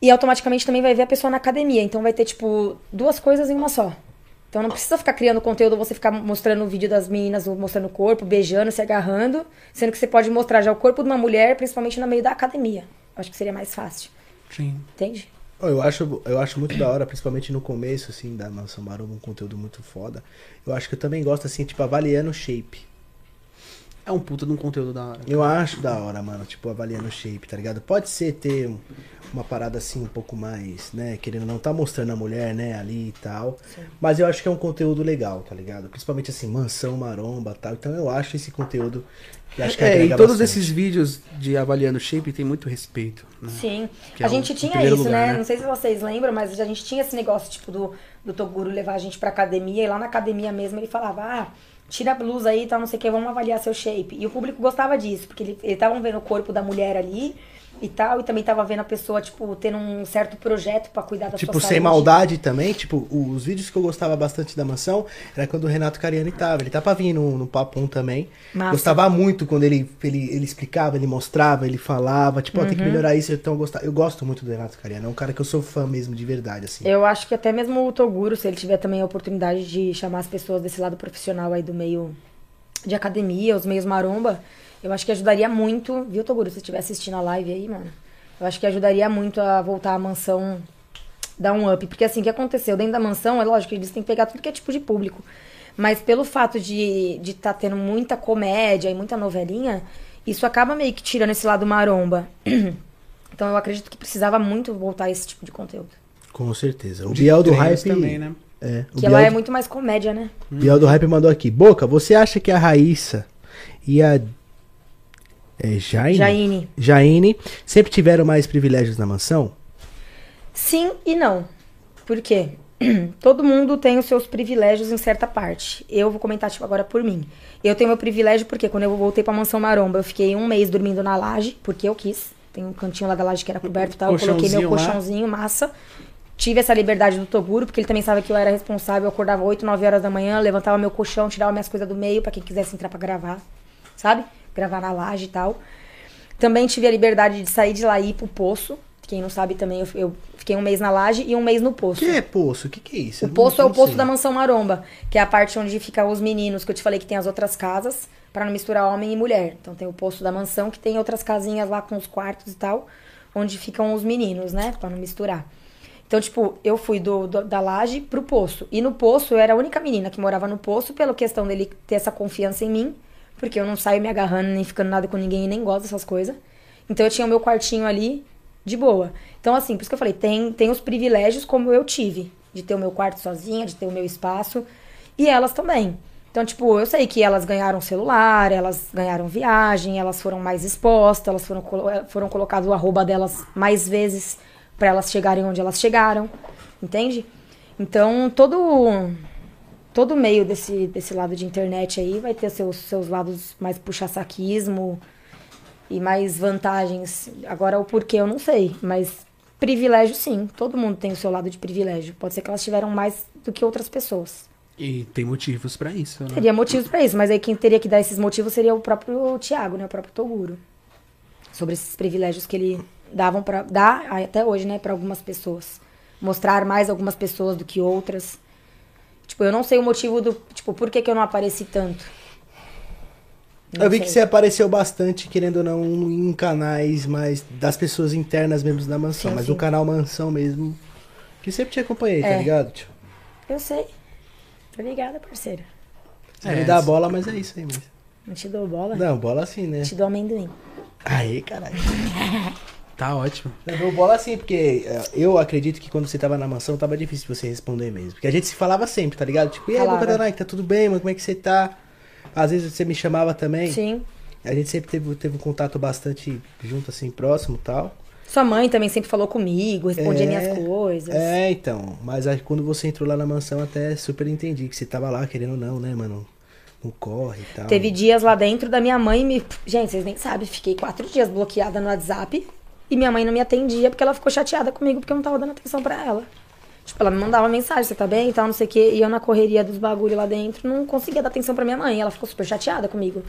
Speaker 3: E automaticamente também vai ver a pessoa na academia. Então vai ter, tipo, duas coisas em uma só. Então não precisa ficar criando conteúdo, você ficar mostrando o vídeo das meninas, ou mostrando o corpo, beijando, se agarrando, sendo que você pode mostrar já o corpo de uma mulher, principalmente no meio da academia. Acho que seria mais fácil,
Speaker 2: Sim.
Speaker 3: entende?
Speaker 1: Ó, Eu acho, eu acho muito da hora, principalmente no começo, assim, da Mansão Maromba, um conteúdo muito foda. Eu acho que eu também gosto, assim, tipo, avaliando o shape.
Speaker 2: É um puta de um conteúdo da hora.
Speaker 1: Eu acho da hora, mano, tipo, avaliando o shape, tá ligado? Pode ser ter um- uma parada assim um pouco mais, né? Querendo ou não, tá mostrando a mulher, né, ali e tal. Mas eu acho que é um conteúdo legal, tá ligado? Principalmente assim, mansão, maromba e tal. Então eu acho esse conteúdo. que acho que
Speaker 2: é, e
Speaker 1: agrega
Speaker 2: todos
Speaker 1: bastante.
Speaker 2: esses vídeos de avaliando shape tem muito respeito. Né?
Speaker 3: Sim.
Speaker 2: Que
Speaker 3: a
Speaker 2: é o-
Speaker 3: gente
Speaker 2: em
Speaker 3: tinha
Speaker 2: primeiro
Speaker 3: isso,
Speaker 2: lugar,
Speaker 3: né?
Speaker 2: né?
Speaker 3: Não sei se vocês lembram, mas a gente tinha esse negócio, tipo, do, do Toguro levar a gente pra academia, e lá na academia mesmo ele falava, ah, tira a blusa aí, tá, não sei o que, vamos avaliar seu shape. E o público gostava disso, porque ele- eles estavam vendo o corpo da mulher ali e tal, e também tava vendo a pessoa, tipo, tendo um certo projeto pra cuidar da
Speaker 1: Tipo,
Speaker 3: sua
Speaker 1: sem
Speaker 3: saúde.
Speaker 1: maldade também, tipo, o- os vídeos que eu gostava bastante da mansão era quando o Renato Cariani tava. Ele tá pra vir no, no Papo 1 também.
Speaker 3: Massa.
Speaker 1: Gostava muito quando ele, ele, ele explicava, ele mostrava, ele falava, tipo, ó, tem
Speaker 3: Uhum.
Speaker 1: que melhorar isso, então eu gostava. Eu gosto muito do Renato Cariani, é um cara que eu sou fã mesmo, de verdade, assim.
Speaker 3: Eu acho que até mesmo o Toguro, se ele tiver também a oportunidade de chamar as pessoas desse lado profissional aí do meio de academia, os meios maromba, eu acho que ajudaria muito, viu, Toguro, se você estiver assistindo a live aí, mano. Eu acho que ajudaria muito a voltar a mansão dar um up. Porque assim, o que aconteceu? Dentro da mansão, é lógico que eles têm que pegar tudo que é tipo de público. Mas pelo fato de estar de tá tendo muita comédia e muita novelinha, isso acaba meio que tirando esse lado maromba. Então eu acredito que precisava muito voltar a esse tipo de conteúdo.
Speaker 1: Com certeza. O Biel do
Speaker 2: Treinos
Speaker 1: Hype.
Speaker 2: também, né?
Speaker 1: É, o
Speaker 3: Que
Speaker 1: Biel,
Speaker 3: ela é muito mais comédia, né?
Speaker 1: Biel do Hype mandou aqui. Boca, você acha que a Raíssa e a. É, Jaine?
Speaker 3: Jaine.
Speaker 1: Jaine sempre tiveram mais privilégios na mansão?
Speaker 3: Sim e não. Por quê? Todo mundo tem os seus privilégios em certa parte. Eu vou comentar tipo, agora por mim. Eu tenho meu privilégio porque quando eu voltei pra Mansão Maromba, eu fiquei um mês dormindo na laje, porque eu quis. Tem um cantinho lá da laje que era coberto e tal. Eu coloquei meu
Speaker 2: Colchãozinho lá.
Speaker 3: colchãozinho, massa. Tive essa liberdade do Toguro, porque ele também sabia que eu era responsável. Eu acordava 8, 9 horas da manhã, levantava meu colchão, tirava minhas coisas do meio pra quem quisesse entrar pra gravar, sabe? Gravar na laje e tal. Também tive a liberdade de sair de lá e ir pro poço. Quem não sabe também, eu, eu fiquei um mês na laje e um mês no
Speaker 1: O
Speaker 3: poço.
Speaker 1: que é poço? O que, que é isso?
Speaker 3: O
Speaker 1: Eu não-
Speaker 3: poço é o
Speaker 1: não
Speaker 3: poço
Speaker 1: sei.
Speaker 3: da Mansão Maromba, que é a parte onde ficam os meninos, que eu te falei que tem as outras casas, pra não misturar homem e mulher. Então tem o poço da mansão, que tem outras casinhas lá com os quartos e tal, onde ficam os meninos, né? Pra não misturar. Então, tipo, eu fui do, do- da laje pro poço. E no poço eu era a única menina que morava no poço, pela questão dele ter essa confiança em mim, porque eu não saio me agarrando, nem ficando nada com ninguém, e nem gosto dessas coisas. Então eu tinha o meu quartinho ali, de boa. Então, assim, por isso que eu falei, tem, tem os privilégios como eu tive, de ter o meu quarto sozinha, de ter o meu espaço, e elas também. Então, tipo, eu sei que elas ganharam celular, elas ganharam viagem, elas foram mais expostas, elas foram, colo- eh, foram colocadas o arroba delas mais vezes pra elas chegarem onde elas chegaram, entende? Então, todo todo meio desse, desse lado de internet aí vai ter seus, seus lados mais puxa-saquismo, e mais vantagens. Agora, o porquê eu não sei, mas privilégio sim. Todo mundo tem o seu lado de privilégio. Pode ser que elas tiveram mais do que outras pessoas.
Speaker 2: E tem motivos pra isso, né?
Speaker 3: Teria motivos pra isso, mas aí quem teria que dar esses motivos seria o próprio Tiago, né? O próprio Toguro. Sobre esses privilégios que ele davam para dá até hoje, né, para algumas pessoas. Mostrar mais algumas pessoas do que outras. Tipo, eu não sei o motivo do, tipo, por que, que eu não apareci tanto. Não
Speaker 1: Eu vi que você
Speaker 3: sei.
Speaker 1: apareceu bastante, querendo ou não, em canais mais das pessoas internas mesmo da mansão,
Speaker 3: Sim,
Speaker 1: mas
Speaker 3: sim.
Speaker 1: um canal mansão mesmo. Que sempre te acompanhei, tá
Speaker 3: É.
Speaker 1: ligado? Tio?
Speaker 3: Eu sei. Tô ligada, parceira.
Speaker 1: Você
Speaker 2: É,
Speaker 1: me dá a
Speaker 2: sim.
Speaker 1: bola, mas é isso aí, mesmo.
Speaker 3: Não te dou bola.
Speaker 1: Não, bola sim, né?
Speaker 3: Te dou amendoim.
Speaker 1: Aí, caralho.
Speaker 2: Tá ótimo.
Speaker 1: Eu dou bola sim, porque é, eu acredito que quando você tava na mansão, tava difícil você responder mesmo. Porque a gente se falava sempre, tá ligado? Tipo, e aí,
Speaker 3: Falava.
Speaker 1: Boca da Nike, tá tudo bem, mano? Como é que você tá? Às vezes você me chamava também.
Speaker 3: Sim.
Speaker 1: A gente sempre teve, teve um contato bastante junto, assim, próximo e tal.
Speaker 3: Sua mãe também sempre falou comigo, respondia
Speaker 1: É,
Speaker 3: minhas coisas.
Speaker 1: É, então. Mas aí, quando você entrou lá na mansão, até super entendi que você tava lá, querendo ou não, né, mano? Não corre e tal.
Speaker 3: Teve dias lá dentro da minha mãe me. Gente, vocês nem sabem, fiquei quatro dias bloqueada no WhatsApp e minha mãe não me atendia porque ela ficou chateada comigo porque eu não tava dando atenção pra ela. Tipo, ela me mandava mensagem, você tá bem e tal, não sei o quê. E eu na correria dos bagulho lá dentro não conseguia dar atenção pra minha mãe. Ela ficou super chateada comigo.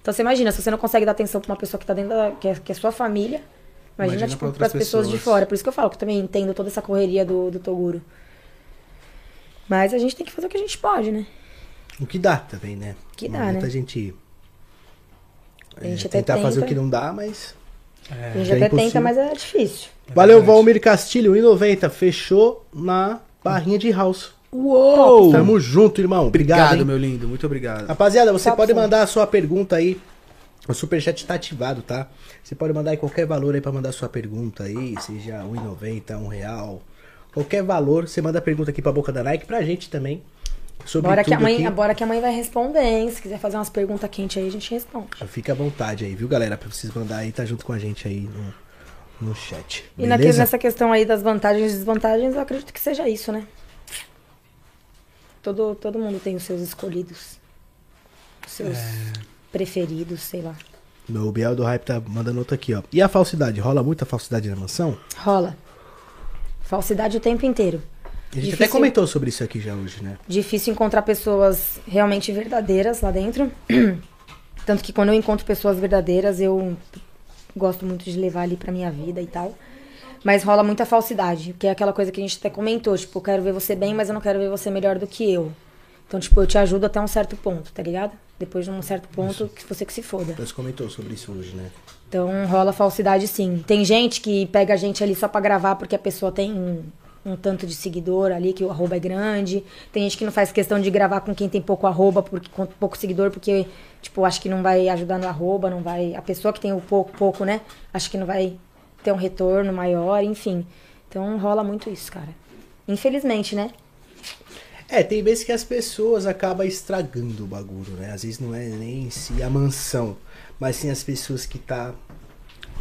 Speaker 3: Então você imagina, se você não consegue dar atenção pra uma pessoa que tá dentro da. que é, que é sua família, imagina,
Speaker 2: Imagina pra
Speaker 3: tipo,
Speaker 2: outras
Speaker 3: pras pessoas. de
Speaker 2: pessoas.
Speaker 3: fora. Por isso que eu falo que eu também entendo toda essa correria do, do Toguro. Mas a gente tem que fazer o que a gente pode, né?
Speaker 1: O que dá também, né?
Speaker 3: Que
Speaker 1: Não
Speaker 3: dá,
Speaker 1: adianta
Speaker 3: né?
Speaker 1: a gente,
Speaker 3: A gente
Speaker 1: é,
Speaker 3: até
Speaker 1: tentar
Speaker 3: tenta.
Speaker 1: fazer o que não dá, mas.
Speaker 3: A gente
Speaker 1: é
Speaker 3: até tenta,
Speaker 1: impossível.
Speaker 3: mas é difícil.
Speaker 1: Valeu,
Speaker 2: verdade.
Speaker 1: Valmir Castilho, 1,90. Fechou na barrinha de house.
Speaker 2: Uou!
Speaker 1: Tamo junto, irmão. Obrigado,
Speaker 2: tá Obrigado,
Speaker 1: hein?
Speaker 2: meu lindo. Muito obrigado.
Speaker 1: Rapaziada, você
Speaker 3: Papo
Speaker 1: pode
Speaker 3: fome.
Speaker 1: mandar a sua pergunta aí. O superchat tá ativado, tá? Você pode mandar aí qualquer valor aí pra mandar sua pergunta aí, seja R$1,90, um real. Qualquer valor, você manda a pergunta aqui pra Boca da Nike, pra gente também. Sobre
Speaker 3: Bora que, a
Speaker 1: tudo
Speaker 3: mãe,
Speaker 1: aqui.
Speaker 3: bora que a mãe vai responder, hein? Se quiser fazer umas perguntas quentes aí, a gente responde.
Speaker 1: Fica à vontade aí, viu, galera? Pra vocês mandar aí, tá junto com a gente aí no, no chat.
Speaker 3: E naque-
Speaker 1: Beleza?
Speaker 3: nessa questão aí das vantagens e desvantagens, eu acredito que seja isso, né? Todo, todo mundo tem os seus escolhidos. Os seus
Speaker 1: É.
Speaker 3: preferidos, sei lá.
Speaker 1: Meu, o Biel do Hype tá mandando outro aqui, ó. E a falsidade? Rola muita falsidade na mansão?
Speaker 3: Rola. Falsidade o tempo inteiro.
Speaker 1: A gente até
Speaker 3: Difícil.
Speaker 1: comentou sobre isso aqui já hoje, né?
Speaker 3: Difícil encontrar pessoas realmente verdadeiras lá dentro. Tanto que quando eu encontro pessoas verdadeiras, eu gosto muito de levar ali pra minha vida e tal. Mas rola muita falsidade, que é aquela coisa que a gente até comentou, tipo, eu quero ver você bem, mas eu não quero ver você melhor do que eu. Então, tipo, eu te ajudo até um certo ponto, tá ligado? Depois de um certo ponto, que você que se foda.
Speaker 1: Nós comentou sobre isso hoje, né?
Speaker 3: Então rola falsidade sim. Tem gente que pega a gente ali só pra gravar porque a pessoa tem um, um tanto de seguidor ali, que o arroba é grande. Tem gente que não faz questão de gravar com quem tem pouco arroba, porque, com pouco seguidor, porque, tipo, acha que não vai ajudar no arroba, não vai. A pessoa que tem o pouco, pouco, né? Acho que não vai ter um retorno maior, enfim. Então rola muito isso, cara. Infelizmente, né?
Speaker 1: É, tem vezes que as pessoas acabam estragando o bagulho, né? Às vezes não é nem em si a mansão, mas sim as pessoas que tá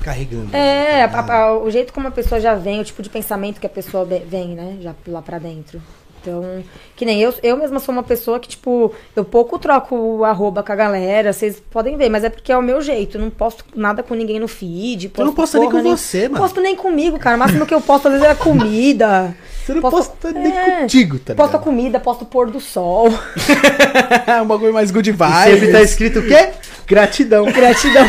Speaker 1: carregando.
Speaker 3: É,
Speaker 1: né?
Speaker 3: a- a- a- o jeito como a pessoa já vem, o tipo de pensamento que a pessoa be- vem, né? Já lá pra dentro. Então, que nem eu, eu mesma sou uma pessoa que, tipo, eu pouco troco o arroba com a galera, vocês podem ver, mas é porque é o meu jeito. eu Não posto nada com ninguém no feed.
Speaker 1: Tu não posta
Speaker 3: posto
Speaker 1: nem
Speaker 3: porra
Speaker 1: com você,
Speaker 3: Não
Speaker 1: mano.
Speaker 3: posto nem comigo, cara. O máximo que eu posto às vezes é comida.
Speaker 1: Você não
Speaker 3: posto-
Speaker 1: posta nem
Speaker 3: É.
Speaker 1: contigo, tá
Speaker 3: Posto a
Speaker 1: ligado?
Speaker 3: comida, posto o pôr do sol.
Speaker 1: É
Speaker 2: um bagulho mais good
Speaker 1: Aí sempre
Speaker 2: vibe.
Speaker 1: tá escrito o quê? Gratidão. Gratidão.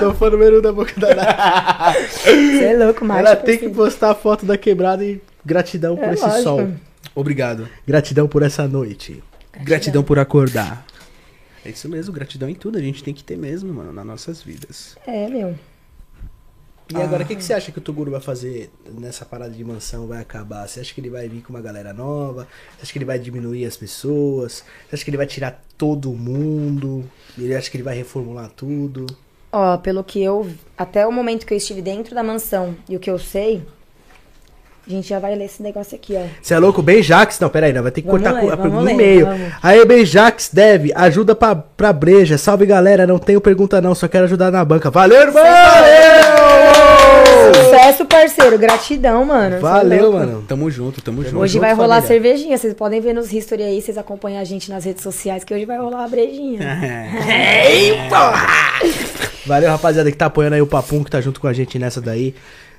Speaker 1: Sou fã número um da boca da Nath.
Speaker 3: Você é louco, mas.
Speaker 1: Ela
Speaker 3: tipo
Speaker 1: tem que
Speaker 3: assim,
Speaker 1: postar a foto da quebrada e gratidão por
Speaker 3: É,
Speaker 1: esse
Speaker 3: lógico.
Speaker 1: sol.
Speaker 2: Obrigado.
Speaker 1: Gratidão por essa noite.
Speaker 2: tá- Gratidão por acordar. É isso mesmo, gratidão em tudo. A gente tem que ter mesmo, mano, nas nossas vidas.
Speaker 3: É, meu.
Speaker 1: E agora, o que, que
Speaker 3: Ah.
Speaker 1: você acha que o Toguro vai fazer nessa parada de mansão? Vai acabar? Você acha que ele vai vir com uma galera nova? Você acha que ele vai diminuir as pessoas? Você acha que ele vai tirar todo mundo? Ele acha que ele vai reformular tudo?
Speaker 3: Ó, pelo que eu. Até o momento que eu estive dentro da mansão e o que eu sei. A gente já vai ler esse negócio aqui, ó.
Speaker 1: Você é louco? Benjax? Não, peraí, não. Vai ter que
Speaker 3: Vamos
Speaker 1: cortar
Speaker 3: ler,
Speaker 1: a
Speaker 3: vamos
Speaker 1: pergunta
Speaker 3: ler,
Speaker 1: no meio.
Speaker 3: vamos.
Speaker 1: Aí, Benjax, deve. Ajuda pra, pra breja. Salve, galera. Não tenho pergunta, não. Só quero ajudar na banca. Valeu, irmão! Valeu!
Speaker 3: Sucesso, parceiro. Gratidão, mano. Cê é
Speaker 1: Valeu,
Speaker 3: louco.
Speaker 1: mano.
Speaker 2: Tamo junto, tamo junto.
Speaker 3: Hoje
Speaker 1: junto,
Speaker 3: vai rolar
Speaker 1: família.
Speaker 3: cervejinha. Vocês podem ver nos history aí, vocês acompanham a gente nas redes sociais, que hoje vai rolar a brejinha.
Speaker 2: é
Speaker 1: Valeu, rapaziada, que tá apoiando aí o Papum, que tá junto com a gente nessa daí.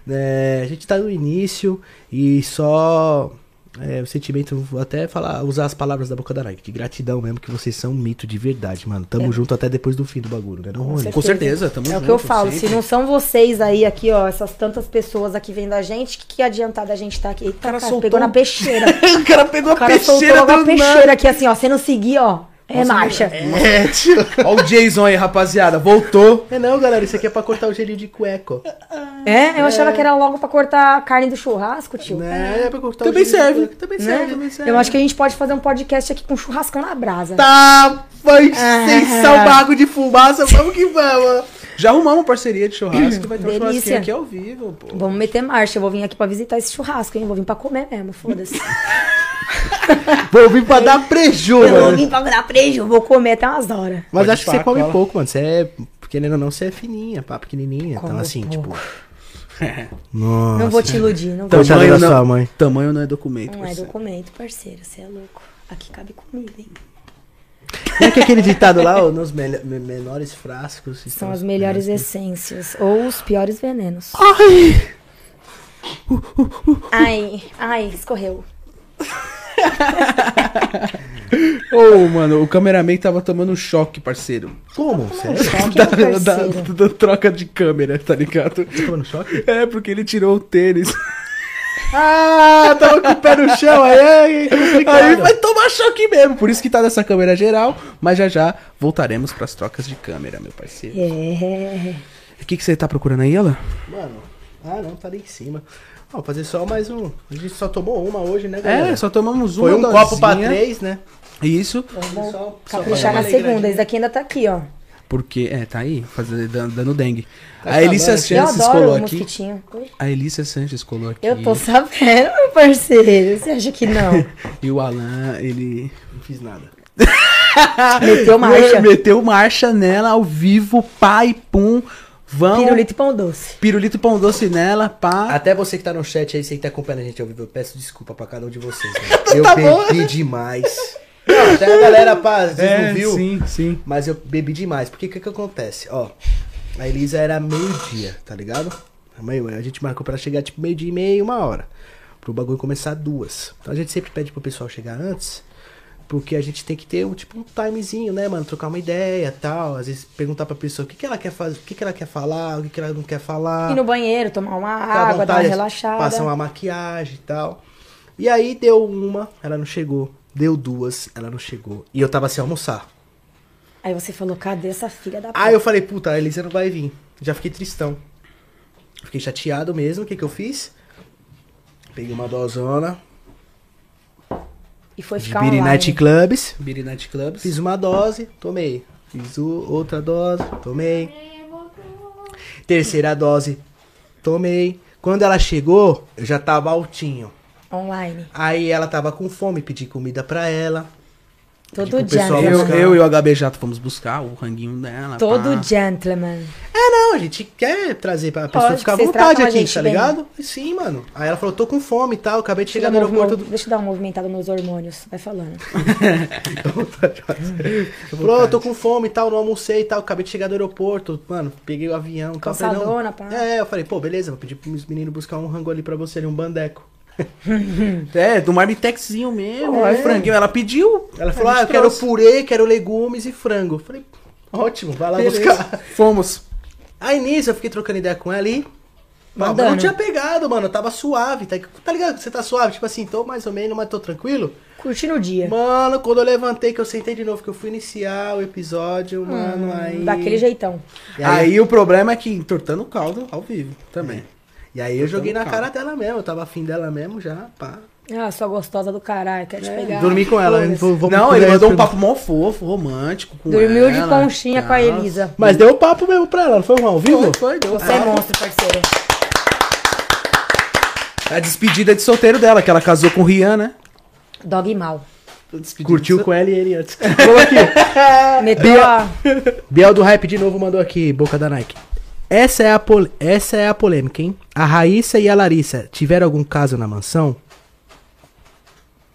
Speaker 1: É, a gente tá no início e só É, o sentimento, vou até falar, usar as palavras da boca da Nike, de gratidão mesmo, que vocês são um mito de verdade, mano. Tamo junto até depois do fim do bagulho, né? Não, Rony?
Speaker 2: Com certeza, tamo
Speaker 3: É
Speaker 2: junto.
Speaker 3: o que eu falo,
Speaker 2: sempre.
Speaker 3: se não são vocês aí aqui, ó, essas tantas pessoas aqui vendo a gente, que, que adiantada a gente tá aqui. Eita,
Speaker 2: cara
Speaker 3: cara,
Speaker 2: soltou
Speaker 3: pegou
Speaker 2: um-
Speaker 3: na peixeira.
Speaker 2: o cara pegou
Speaker 3: O cara soltou logo a peixeira aqui, assim, ó, se não seguir, ó, é marcha.
Speaker 1: É, tio.
Speaker 2: Ó o Jason aí, rapaziada. Voltou.
Speaker 1: É não, galera, isso aqui é pra cortar o gelinho de cueco.
Speaker 3: É? Eu achava que era logo pra cortar a carne do churrasco, tio.
Speaker 1: Né? É pra cortar
Speaker 2: Também
Speaker 1: o gelinho de
Speaker 2: serve.
Speaker 1: cueco. Também
Speaker 3: Né?
Speaker 1: serve, é, também serve.
Speaker 3: Eu acho que a gente pode fazer um podcast aqui com churrascão na brasa.
Speaker 1: Tá, vai sem o bago de fumaça, vamos que vamos.
Speaker 2: Já arrumamos uma parceria de churrasco. Vai ter um
Speaker 3: Delícia.
Speaker 2: churrasquinho aqui ao vivo, pô.
Speaker 3: Vamos meter marcha, eu vou vir aqui pra visitar esse churrasco, hein? Vou vir pra comer mesmo, foda-se.
Speaker 1: Vou vir pra dar preju,
Speaker 3: eu vou
Speaker 1: mano.
Speaker 3: vir pra dar prejuízo, eu vou comer até umas horas.
Speaker 1: Mas
Speaker 2: Pode
Speaker 1: acho que você
Speaker 2: pá,
Speaker 1: come
Speaker 2: cola.
Speaker 1: pouco, mano. Você é, querendo ou não, você é fininha, pá, pequenininha. então,
Speaker 3: Como
Speaker 1: assim,
Speaker 3: pouco.
Speaker 1: tipo... Nossa.
Speaker 3: não vou te iludir, não vou
Speaker 1: Então,
Speaker 3: te
Speaker 1: Coitada da sua mãe.
Speaker 2: tamanho não é documento.
Speaker 3: Não é
Speaker 2: parceiro.
Speaker 3: documento, parceiro, você é louco. Aqui cabe comida, hein?
Speaker 1: Como é que é aquele ditado lá, ó, nos mele- me- menores frascos...
Speaker 3: São
Speaker 1: estão
Speaker 3: as melhores essências ou os piores venenos.
Speaker 1: Ai!
Speaker 3: Ai, ai, escorreu.
Speaker 2: Ô, mano, o cameraman tava tomando um choque, parceiro.
Speaker 1: É. Como? Sério?
Speaker 3: Choque,
Speaker 2: Da,
Speaker 3: parceiro.
Speaker 2: da- da troca de câmera, tá ligado?
Speaker 1: Tava no choque?
Speaker 2: É, porque ele tirou o tênis.
Speaker 1: Ah, tava com o pé no chão, aí é complicado.
Speaker 2: Aí vai tomar choque mesmo. Por isso que tá nessa câmera geral. Mas já já voltaremos pras trocas de câmera, meu parceiro.
Speaker 3: É.
Speaker 2: O que que você tá procurando aí, Alan?
Speaker 1: Mano, ah não, tá ali em cima. Vou fazer só mais um. A gente só tomou uma hoje, né, galera?
Speaker 2: É, só tomamos uma
Speaker 1: Foi um copo pra
Speaker 2: dosinha.
Speaker 1: três, né?
Speaker 2: Isso,
Speaker 3: É.
Speaker 1: Só- só pra dar
Speaker 3: Caprichar
Speaker 1: uma
Speaker 3: na segunda,
Speaker 1: alegradinha.
Speaker 3: esse daqui ainda tá aqui, ó.
Speaker 2: porque... É, tá aí, fazendo, dando, dando dengue.
Speaker 1: Tá
Speaker 2: a Elícia
Speaker 1: acabando aqui.
Speaker 3: Eu
Speaker 2: Sanches
Speaker 3: adoro
Speaker 2: colou
Speaker 3: o
Speaker 2: aqui.
Speaker 3: mosquitinho. Ui,
Speaker 2: A Elícia Sanches colou aqui.
Speaker 3: Eu tô sabendo, meu parceiro. Você acha que não?
Speaker 2: E o Alan, ele...
Speaker 1: Não fiz nada.
Speaker 3: Meteu marcha.
Speaker 2: Meteu marcha nela ao vivo, pá e pum. Vamos. Pirulito,
Speaker 3: Pirulito e pão doce.
Speaker 2: e pão doce nela, pá.
Speaker 1: Até você que tá no chat aí, você que tá acompanhando a gente ao vivo, eu peço desculpa pra cada um de vocês. né? Eu
Speaker 2: Tá bom.
Speaker 1: bebi demais. Não, até a galera, pá, às vezes não viu.
Speaker 2: É, sim, sim.
Speaker 1: Mas eu bebi demais. Porque o que que acontece? Ó, a Elisa era meio-dia, tá ligado? Meio, a gente marcou pra ela chegar tipo meio-dia e meia, uma hora. Pro bagulho começar duas. Então a gente sempre pede pro pessoal chegar antes. Porque a gente tem que ter um tipo um timezinho, né, mano? Trocar uma ideia tal. Às vezes perguntar pra pessoa o que, que ela quer fazer, o que, que ela quer falar, o que, que ela não quer falar.
Speaker 3: Ir no banheiro, tomar uma
Speaker 1: Fica Ah. Tá à
Speaker 3: água, dar uma
Speaker 1: vontade, assim,
Speaker 3: relaxada.
Speaker 1: Passar uma maquiagem e tal. E aí deu uma, ela não chegou. Deu duas, ela não chegou. E eu tava sem almoçar.
Speaker 3: Aí você falou, cadê essa filha da
Speaker 1: Aí Ah, eu falei, puta, a Elisa não vai vir. Já fiquei tristão. Fiquei chateado mesmo. O que que eu fiz? Peguei uma dosona
Speaker 3: E foi
Speaker 1: de
Speaker 3: ficar
Speaker 1: Beer Night
Speaker 3: online.
Speaker 1: Clubs.
Speaker 2: Beauty Night Clubs.
Speaker 1: Fiz uma dose, tomei. Fiz o- outra dose, tomei. Terceira dose, tomei. Quando ela chegou, eu já tava altinho.
Speaker 3: Online.
Speaker 1: Aí ela tava com fome, pedi comida pra ela. Tipo,
Speaker 3: Todo
Speaker 1: o pessoal
Speaker 2: Eu,
Speaker 1: buscar.
Speaker 3: gentleman.
Speaker 2: eu e o HB Jato fomos buscar o ranguinho dela.
Speaker 3: Todo
Speaker 1: Ah.
Speaker 2: pá.
Speaker 3: gentleman.
Speaker 1: É, não, a gente quer trazer pra pessoa
Speaker 3: Lógico,
Speaker 1: ficar à
Speaker 3: vocês
Speaker 1: vontade
Speaker 3: tratam a
Speaker 1: aqui,
Speaker 3: gente
Speaker 1: tá
Speaker 3: bem.
Speaker 1: ligado? E sim, mano. Aí ela falou, tô com fome e tal, acabei de chegar
Speaker 3: Deixa eu,
Speaker 1: no
Speaker 3: dar um
Speaker 1: aeroporto.
Speaker 3: movimento- deixa eu dar um movimentado nos hormônios. Vai falando.
Speaker 1: Falou, eu tô com fome e tal, não almocei e tal, acabei de chegar do aeroporto, mano, peguei o avião. e tal. Eu falei, não.
Speaker 3: Cansadona, pá.
Speaker 1: É, eu falei, pô, beleza, vou pedir pros meninos buscar um rango ali pra você, ali, um bandeco.
Speaker 2: É, do marmitexinho
Speaker 3: É.
Speaker 2: mesmo. Aí franguinho, ela pediu.
Speaker 1: Ela
Speaker 3: Tá
Speaker 1: falou,
Speaker 2: A
Speaker 1: ah,
Speaker 2: gente
Speaker 1: eu quero
Speaker 2: trouxe.
Speaker 1: purê, quero legumes e frango. Eu falei, ótimo, vai lá
Speaker 2: Beleza.
Speaker 1: buscar.
Speaker 2: Fomos.
Speaker 1: Aí nisso, eu fiquei trocando ideia com ela e... Não,
Speaker 3: Mandando.
Speaker 1: não tinha pegado, mano, eu tava suave, tá, tá ligado? Você tá suave, tipo assim, tô mais ou menos, mas tô tranquilo.
Speaker 3: Curtindo o dia.
Speaker 1: Mano, quando eu levantei, que eu sentei de novo, que eu fui iniciar o episódio, mano, aí...
Speaker 3: Ah, Daquele jeitão.
Speaker 1: E
Speaker 2: Aí,
Speaker 1: aí, É.
Speaker 2: o problema é que entortando o caldo ao vivo também.
Speaker 1: e aí eu joguei na
Speaker 2: Então, Calma.
Speaker 1: cara dela mesmo, eu tava afim dela mesmo já, pá.
Speaker 3: Ah, sua gostosa do caralho, quero te pegar.
Speaker 1: É. Dormi com ela.
Speaker 3: Foda-se.
Speaker 1: vou- vou
Speaker 2: não,
Speaker 1: procurar
Speaker 2: ele mandou um
Speaker 1: isso.
Speaker 2: papo mó fofo, romântico. Com
Speaker 3: Dormiu de
Speaker 2: ela,
Speaker 3: conchinha com a
Speaker 2: tal.
Speaker 3: Elisa.
Speaker 1: Mas deu papo mesmo pra ela, não foi um ao vivo?
Speaker 2: Foi, foi, deu.
Speaker 3: Você é monstro, parceiro.
Speaker 2: A despedida de solteiro dela, que ela casou com o Rian, né?
Speaker 3: Dog mal.
Speaker 1: Curtiu com ela e ele antes. Vamos aqui.
Speaker 3: Meteu a...
Speaker 1: Biel do Hype de novo mandou aqui, boca da Nike. Essa é, a pol- Essa é a polêmica, hein? A Raíssa e a Larissa tiveram algum caso na mansão?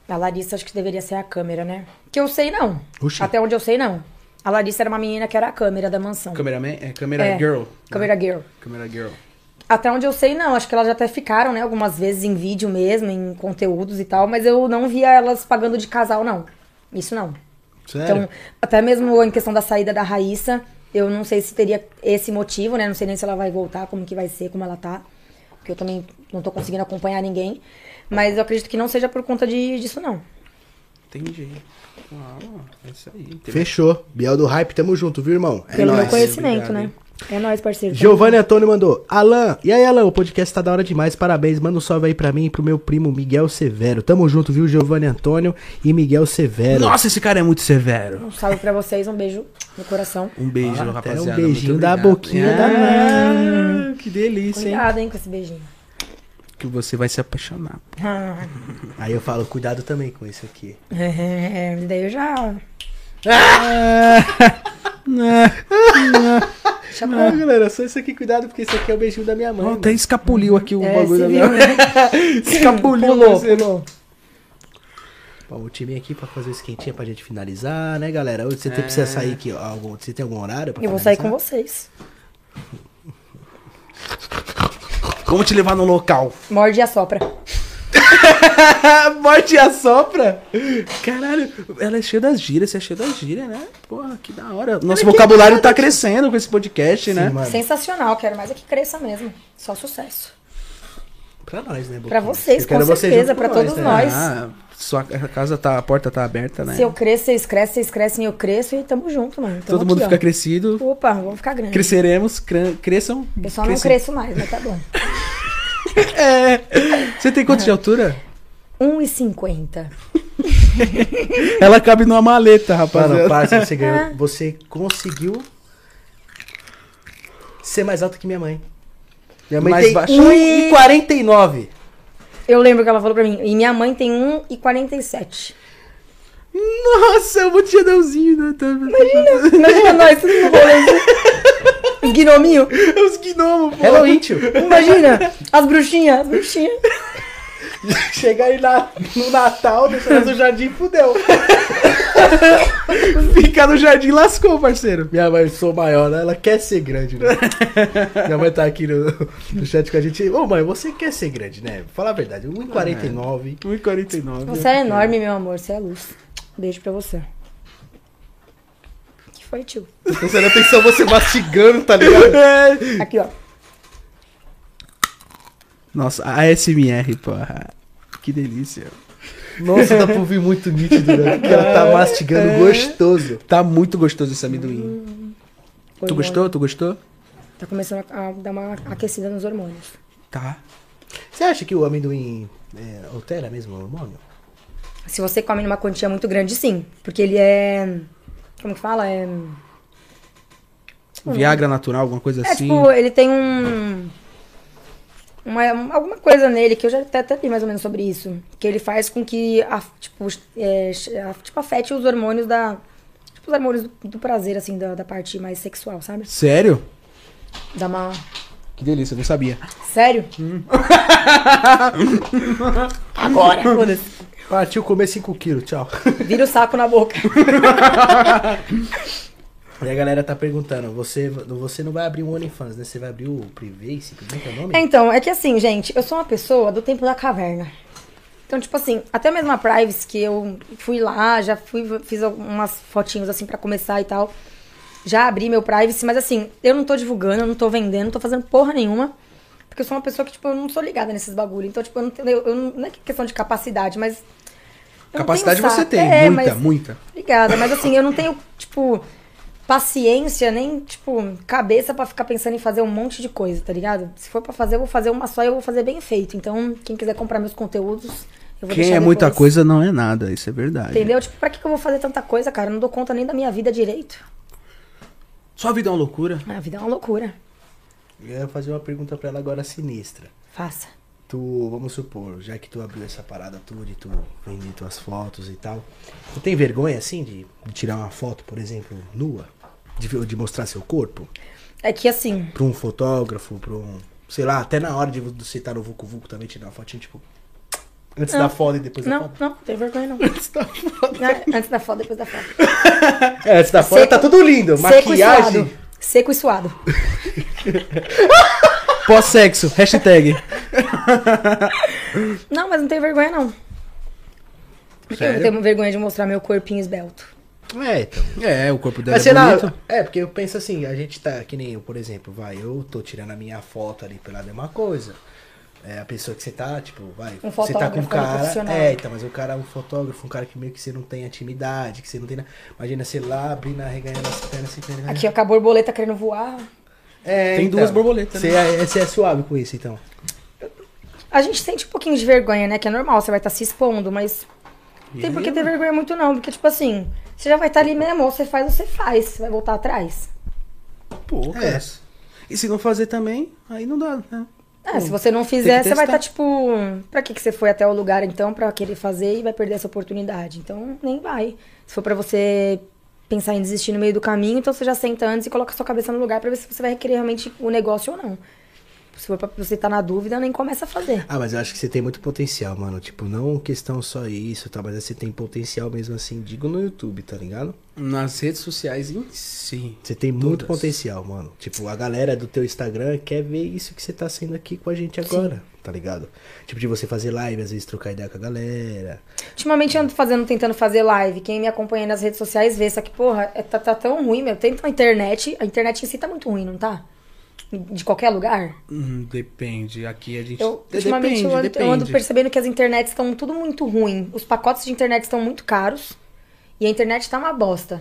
Speaker 3: A Larissa acho que deveria ser a câmera, né? Que eu sei não.
Speaker 1: Oxi.
Speaker 3: Até onde eu sei não. A Larissa era uma menina que era a câmera da mansão.
Speaker 2: Cameraman? É, câmera
Speaker 3: É,
Speaker 2: girl.
Speaker 3: Câmera girl.
Speaker 2: Câmera girl.
Speaker 3: Até onde eu sei, não. Acho que elas já até ficaram, né? Algumas vezes em vídeo mesmo, em conteúdos e tal. Mas eu não via elas pagando de casal, não. Isso não.
Speaker 1: Sério?
Speaker 3: Então, até mesmo em questão da saída da Raíssa, eu não sei se teria esse motivo, né? Não sei nem se ela vai voltar, como que vai ser, como ela tá. Porque eu também não tô conseguindo acompanhar ninguém. Mas eu acredito que não seja por conta de, disso, não.
Speaker 2: Entendi. Ah, é isso aí. Teve-
Speaker 1: Fechou. Biel do Hype, tamo junto, viu, irmão? É
Speaker 3: Pelo
Speaker 1: nóis.
Speaker 3: meu conhecimento,
Speaker 2: obrigado,
Speaker 3: né? É nóis, parceiro.
Speaker 1: Giovanni Antônio mandou. Alan, e aí, Alan? O podcast tá da hora demais, parabéns. Manda um salve aí pra mim e pro meu primo Miguel Severo. Tamo junto, viu, Giovanni Antônio e Miguel Severo.
Speaker 2: Nossa, esse cara é muito severo.
Speaker 3: Um salve pra vocês, um beijo no coração.
Speaker 2: Um beijo,
Speaker 1: Até
Speaker 2: rapaziada.
Speaker 1: um
Speaker 2: muito
Speaker 1: beijinho da
Speaker 2: obrigado. É,
Speaker 1: boquinha da
Speaker 2: ah, Que delícia, hein?
Speaker 3: Cuidado, hein, com esse beijinho.
Speaker 2: Que você vai se apaixonar.
Speaker 3: Ah,
Speaker 1: Aí eu falo, cuidado também com isso aqui.
Speaker 3: é, daí eu já. Chapou.
Speaker 1: Ah, galera, só isso aqui, cuidado, porque isso aqui é o beijinho da minha mãe.
Speaker 2: Ó, Até escapuliu aqui o
Speaker 3: É,
Speaker 2: bagulho.
Speaker 3: se
Speaker 2: da
Speaker 3: viu,
Speaker 2: minha-
Speaker 3: né?
Speaker 2: Escapuliu.
Speaker 3: Pulou,
Speaker 2: você-
Speaker 3: pulou.
Speaker 1: Ó, o time aqui pra fazer o esquentinha pra gente finalizar, né, galera? Hoje você tem,
Speaker 2: É.
Speaker 1: precisa sair aqui, ó, algum, você tem algum horário pra
Speaker 3: Eu vou sair com
Speaker 1: finalizar?
Speaker 3: vocês.
Speaker 2: Como te levar no local?
Speaker 3: Morde e assopra.
Speaker 2: Morte e assopra? Caralho, ela é cheia das gírias, você é cheia das gírias, né? Porra, que da hora. Nosso
Speaker 3: é
Speaker 2: vocabulário tá crescendo com esse podcast, né?
Speaker 1: Sim, mano.
Speaker 3: Sensacional, quero mais é que cresça mesmo. Só sucesso.
Speaker 1: Pra nós, né,
Speaker 3: Pra
Speaker 1: Boquinha?
Speaker 3: vocês,
Speaker 1: Eu quero
Speaker 3: com
Speaker 1: vocês
Speaker 3: certeza,
Speaker 1: junto
Speaker 3: pra
Speaker 1: com
Speaker 3: todos
Speaker 1: né?
Speaker 3: nós.
Speaker 2: Ah, sua a casa tá, a porta tá aberta, né?
Speaker 3: Se eu cresço, vocês crescem, vocês crescem, eu cresço e tamo junto, mano. Tamo
Speaker 2: Todo mundo
Speaker 3: tá aqui,
Speaker 2: fica
Speaker 3: ó.
Speaker 2: crescido.
Speaker 3: Opa, vamos ficar grande.
Speaker 2: Cresceremos, cran- cresçam.
Speaker 3: Eu só não
Speaker 2: cresçam.
Speaker 3: cresço mais, mas tá bom.
Speaker 2: É. Você tem quanto de altura?
Speaker 3: 1,50.
Speaker 2: Ela cabe numa maleta,
Speaker 1: Mano,
Speaker 2: rapaziada.
Speaker 1: parça, você ganhou.
Speaker 3: Ah.
Speaker 1: Você conseguiu ser mais alta que minha mãe. Minha mãe
Speaker 2: Mais
Speaker 1: tem
Speaker 2: baixo.
Speaker 1: 1,49.
Speaker 3: Eu lembro que ela falou pra mim. E minha mãe tem 1,47.
Speaker 2: Nossa, eu vou te anelzinho, né? Tá-
Speaker 3: Imagina nós, tudo no rolê. assim. Os gnominhos.
Speaker 2: É Os gnomos, pô.
Speaker 1: Hello, Intio.
Speaker 3: Imagina, as bruxinhas, as bruxinhas.
Speaker 1: Chega aí na, no Natal, deixa nós no jardim, fudeu.
Speaker 2: Ficar no jardim lascou, parceiro.
Speaker 1: Minha mãe, sou maior, né? ela quer ser grande, né? Minha mãe tá aqui no, no chat com a gente. Ô, mãe, você quer ser grande, né? Fala a verdade, 1,49.
Speaker 2: 1,49.
Speaker 3: Você é enorme, meu amor, você é luz. Beijo pra você. Que foi, tio?
Speaker 1: Então você não pensou você mastigando, tá ligado?
Speaker 2: É.
Speaker 3: Aqui, ó.
Speaker 2: Nossa, a ASMR, porra. Que delícia.
Speaker 1: Nossa, dá pra ouvir muito nítido, né? Porque ela tá mastigando gostoso.
Speaker 2: Tá muito gostoso esse
Speaker 3: Hum,
Speaker 2: amendoim.
Speaker 3: Hormônio.
Speaker 2: Tu gostou? Tu gostou?
Speaker 3: Tá começando a a dar uma aquecida nos hormônios.
Speaker 2: Tá.
Speaker 1: Você acha que o amendoim é, altera mesmo o hormônio?
Speaker 3: Se você come numa quantia muito grande, sim. Porque ele é. Como que fala? É.
Speaker 2: Viagra natural, alguma coisa
Speaker 3: Hum. É
Speaker 2: assim.
Speaker 3: tipo, ele tem um. Uma, um- alguma coisa nele que eu já até, até li mais ou menos sobre isso. Que ele faz com que a- tipo, é, a- tipo, afete os hormônios da. Tipo, os hormônios do, do prazer, assim, da, da parte mais sexual, sabe?
Speaker 2: Sério?
Speaker 3: Dá uma.
Speaker 2: Que delícia, eu não sabia.
Speaker 3: Sério? Agora! foda-se.
Speaker 1: Partiu comer 5 quilos, tchau.
Speaker 3: Vira o saco na boca.
Speaker 1: E a galera tá perguntando, você, você não vai abrir um OnlyFans, né? Você vai abrir o Privé, se como é que é o nome?
Speaker 3: É, Então, é que assim, gente, eu sou uma pessoa do tempo da caverna. Então, tipo assim, até mesmo a Privacy, que eu fui lá, já fui, fiz algumas fotinhos assim pra começar e tal. Já abri meu Privacy, mas assim, eu não tô divulgando, eu não tô vendendo, não tô fazendo porra nenhuma. Porque eu sou uma pessoa que, tipo, eu não sou ligada nesses bagulho. Então, tipo, eu não tenho. eu não, não é questão de capacidade, mas. eu não
Speaker 2: Capacidade
Speaker 3: tenho
Speaker 2: você
Speaker 3: saco.
Speaker 2: tem,
Speaker 3: É,
Speaker 2: muita,
Speaker 3: mas-
Speaker 2: muita.
Speaker 3: Obrigada, mas assim, eu não tenho, tipo, paciência, nem, tipo, cabeça pra ficar pensando em fazer um monte de coisa, tá ligado? Se for pra fazer, eu vou fazer uma só e eu vou fazer bem feito. Então, quem quiser comprar meus conteúdos, eu vou
Speaker 2: Quem
Speaker 3: deixar
Speaker 2: é muita
Speaker 3: depois.
Speaker 2: coisa não é nada, isso é verdade.
Speaker 3: Entendeu? Tipo, pra que que eu vou fazer tanta coisa, cara? Eu não dou conta nem da minha vida direito.
Speaker 2: Sua vida é uma loucura.
Speaker 3: Minha vida é uma loucura.
Speaker 1: Eu ia fazer uma pergunta pra ela agora sinistra.
Speaker 3: Faça.
Speaker 1: Tu, vamos supor, já que tu abriu essa parada toda e tu vende tuas fotos e tal, tu tem vergonha assim de, de tirar uma foto, por exemplo, nua? De, ver- de mostrar seu corpo?
Speaker 3: É que assim,
Speaker 1: Pra um fotógrafo, pra um. Sei lá, até na hora de você estar no Vucu Vucu também tirar uma fotinha, tipo. Antes da foto e depois da
Speaker 3: não,
Speaker 1: foto.
Speaker 3: não, não tem vergonha não.
Speaker 1: Antes da foto.
Speaker 3: É, Antes da foto, depois da foto.
Speaker 1: É, antes da foto
Speaker 2: Então,
Speaker 3: Seco-
Speaker 1: tá tudo lindo.
Speaker 3: Seco e
Speaker 1: Maquiagem.
Speaker 3: suado. Seco e suado.
Speaker 2: Pós-sexo, hashtag.
Speaker 3: Não, mas não tenho vergonha, não. Eu
Speaker 1: Sério?
Speaker 3: tenho vergonha de mostrar meu corpinho esbelto.
Speaker 1: É, então.
Speaker 2: É, o corpo dela
Speaker 1: Mas
Speaker 2: é
Speaker 1: sei lá,
Speaker 2: bonito.
Speaker 1: é, porque eu penso assim, a gente tá, que nem eu, por exemplo, vai, eu tô tirando a minha foto ali pelada, é uma coisa. É a pessoa que você tá, tipo, vai,
Speaker 3: Um
Speaker 1: você tá com um
Speaker 3: fotógrafo, um
Speaker 1: cara.
Speaker 3: profissional.
Speaker 1: É, então, mas o cara é um fotógrafo, um cara que meio que você não tem intimidade, que você não tem nada. Imagina, sei lá, abrindo, arreganhando as pernas, assim, né?
Speaker 3: Aqui, ó, com a borboleta querendo voar.
Speaker 1: É,
Speaker 2: Tem duas borboletas, né?
Speaker 1: Você é, você é suave com isso, então.
Speaker 3: A gente sente um pouquinho de vergonha, né? Que é normal, você vai estar se expondo, mas não tem por
Speaker 2: É,
Speaker 3: que ter vergonha muito, não. Porque, tipo assim, você já vai estar ali mesmo, ou você faz ou você faz. Você vai voltar atrás.
Speaker 2: Pô, cara. E se não fazer também, aí não dá, né?
Speaker 3: É,
Speaker 2: Pô,
Speaker 3: se você não
Speaker 2: que
Speaker 3: fizer, você vai
Speaker 2: testar.
Speaker 3: estar, tipo, pra que, que você foi até o lugar, então, pra querer fazer e vai perder essa oportunidade? Então, nem vai. Se for pra você pensar em desistir no meio do caminho, então você já senta antes e coloca a sua cabeça no lugar pra ver se você vai querer realmente o negócio ou não. Se for pra você estar na dúvida, nem começa a fazer.
Speaker 1: Ah, mas eu acho que você tem muito potencial, mano. Tipo, não questão só isso, tá? Mas você tem potencial mesmo assim, digo no YouTube, tá ligado?
Speaker 2: Nas redes sociais em si.
Speaker 1: Você tem muito
Speaker 2: Todas.
Speaker 1: potencial, mano. Tipo, a galera do teu Instagram quer ver isso que você tá sendo aqui com a gente agora, tá ligado? Tipo, de você fazer live, às vezes trocar ideia com a galera.
Speaker 3: Ultimamente eu ando fazendo, tentando fazer live. Quem me acompanha nas redes sociais vê, só que, porra, é- tá, tá tão ruim, meu. Tem a internet, a internet em si tá muito ruim, não tá? De qualquer lugar.
Speaker 2: Hum, depende. Aqui a gente.
Speaker 3: Eu,
Speaker 2: É,
Speaker 3: ultimamente eu, ando, eu ando
Speaker 2: depende.
Speaker 3: percebendo que as internets estão tudo muito ruim. Os pacotes de internet estão muito caros. E a internet tá uma bosta.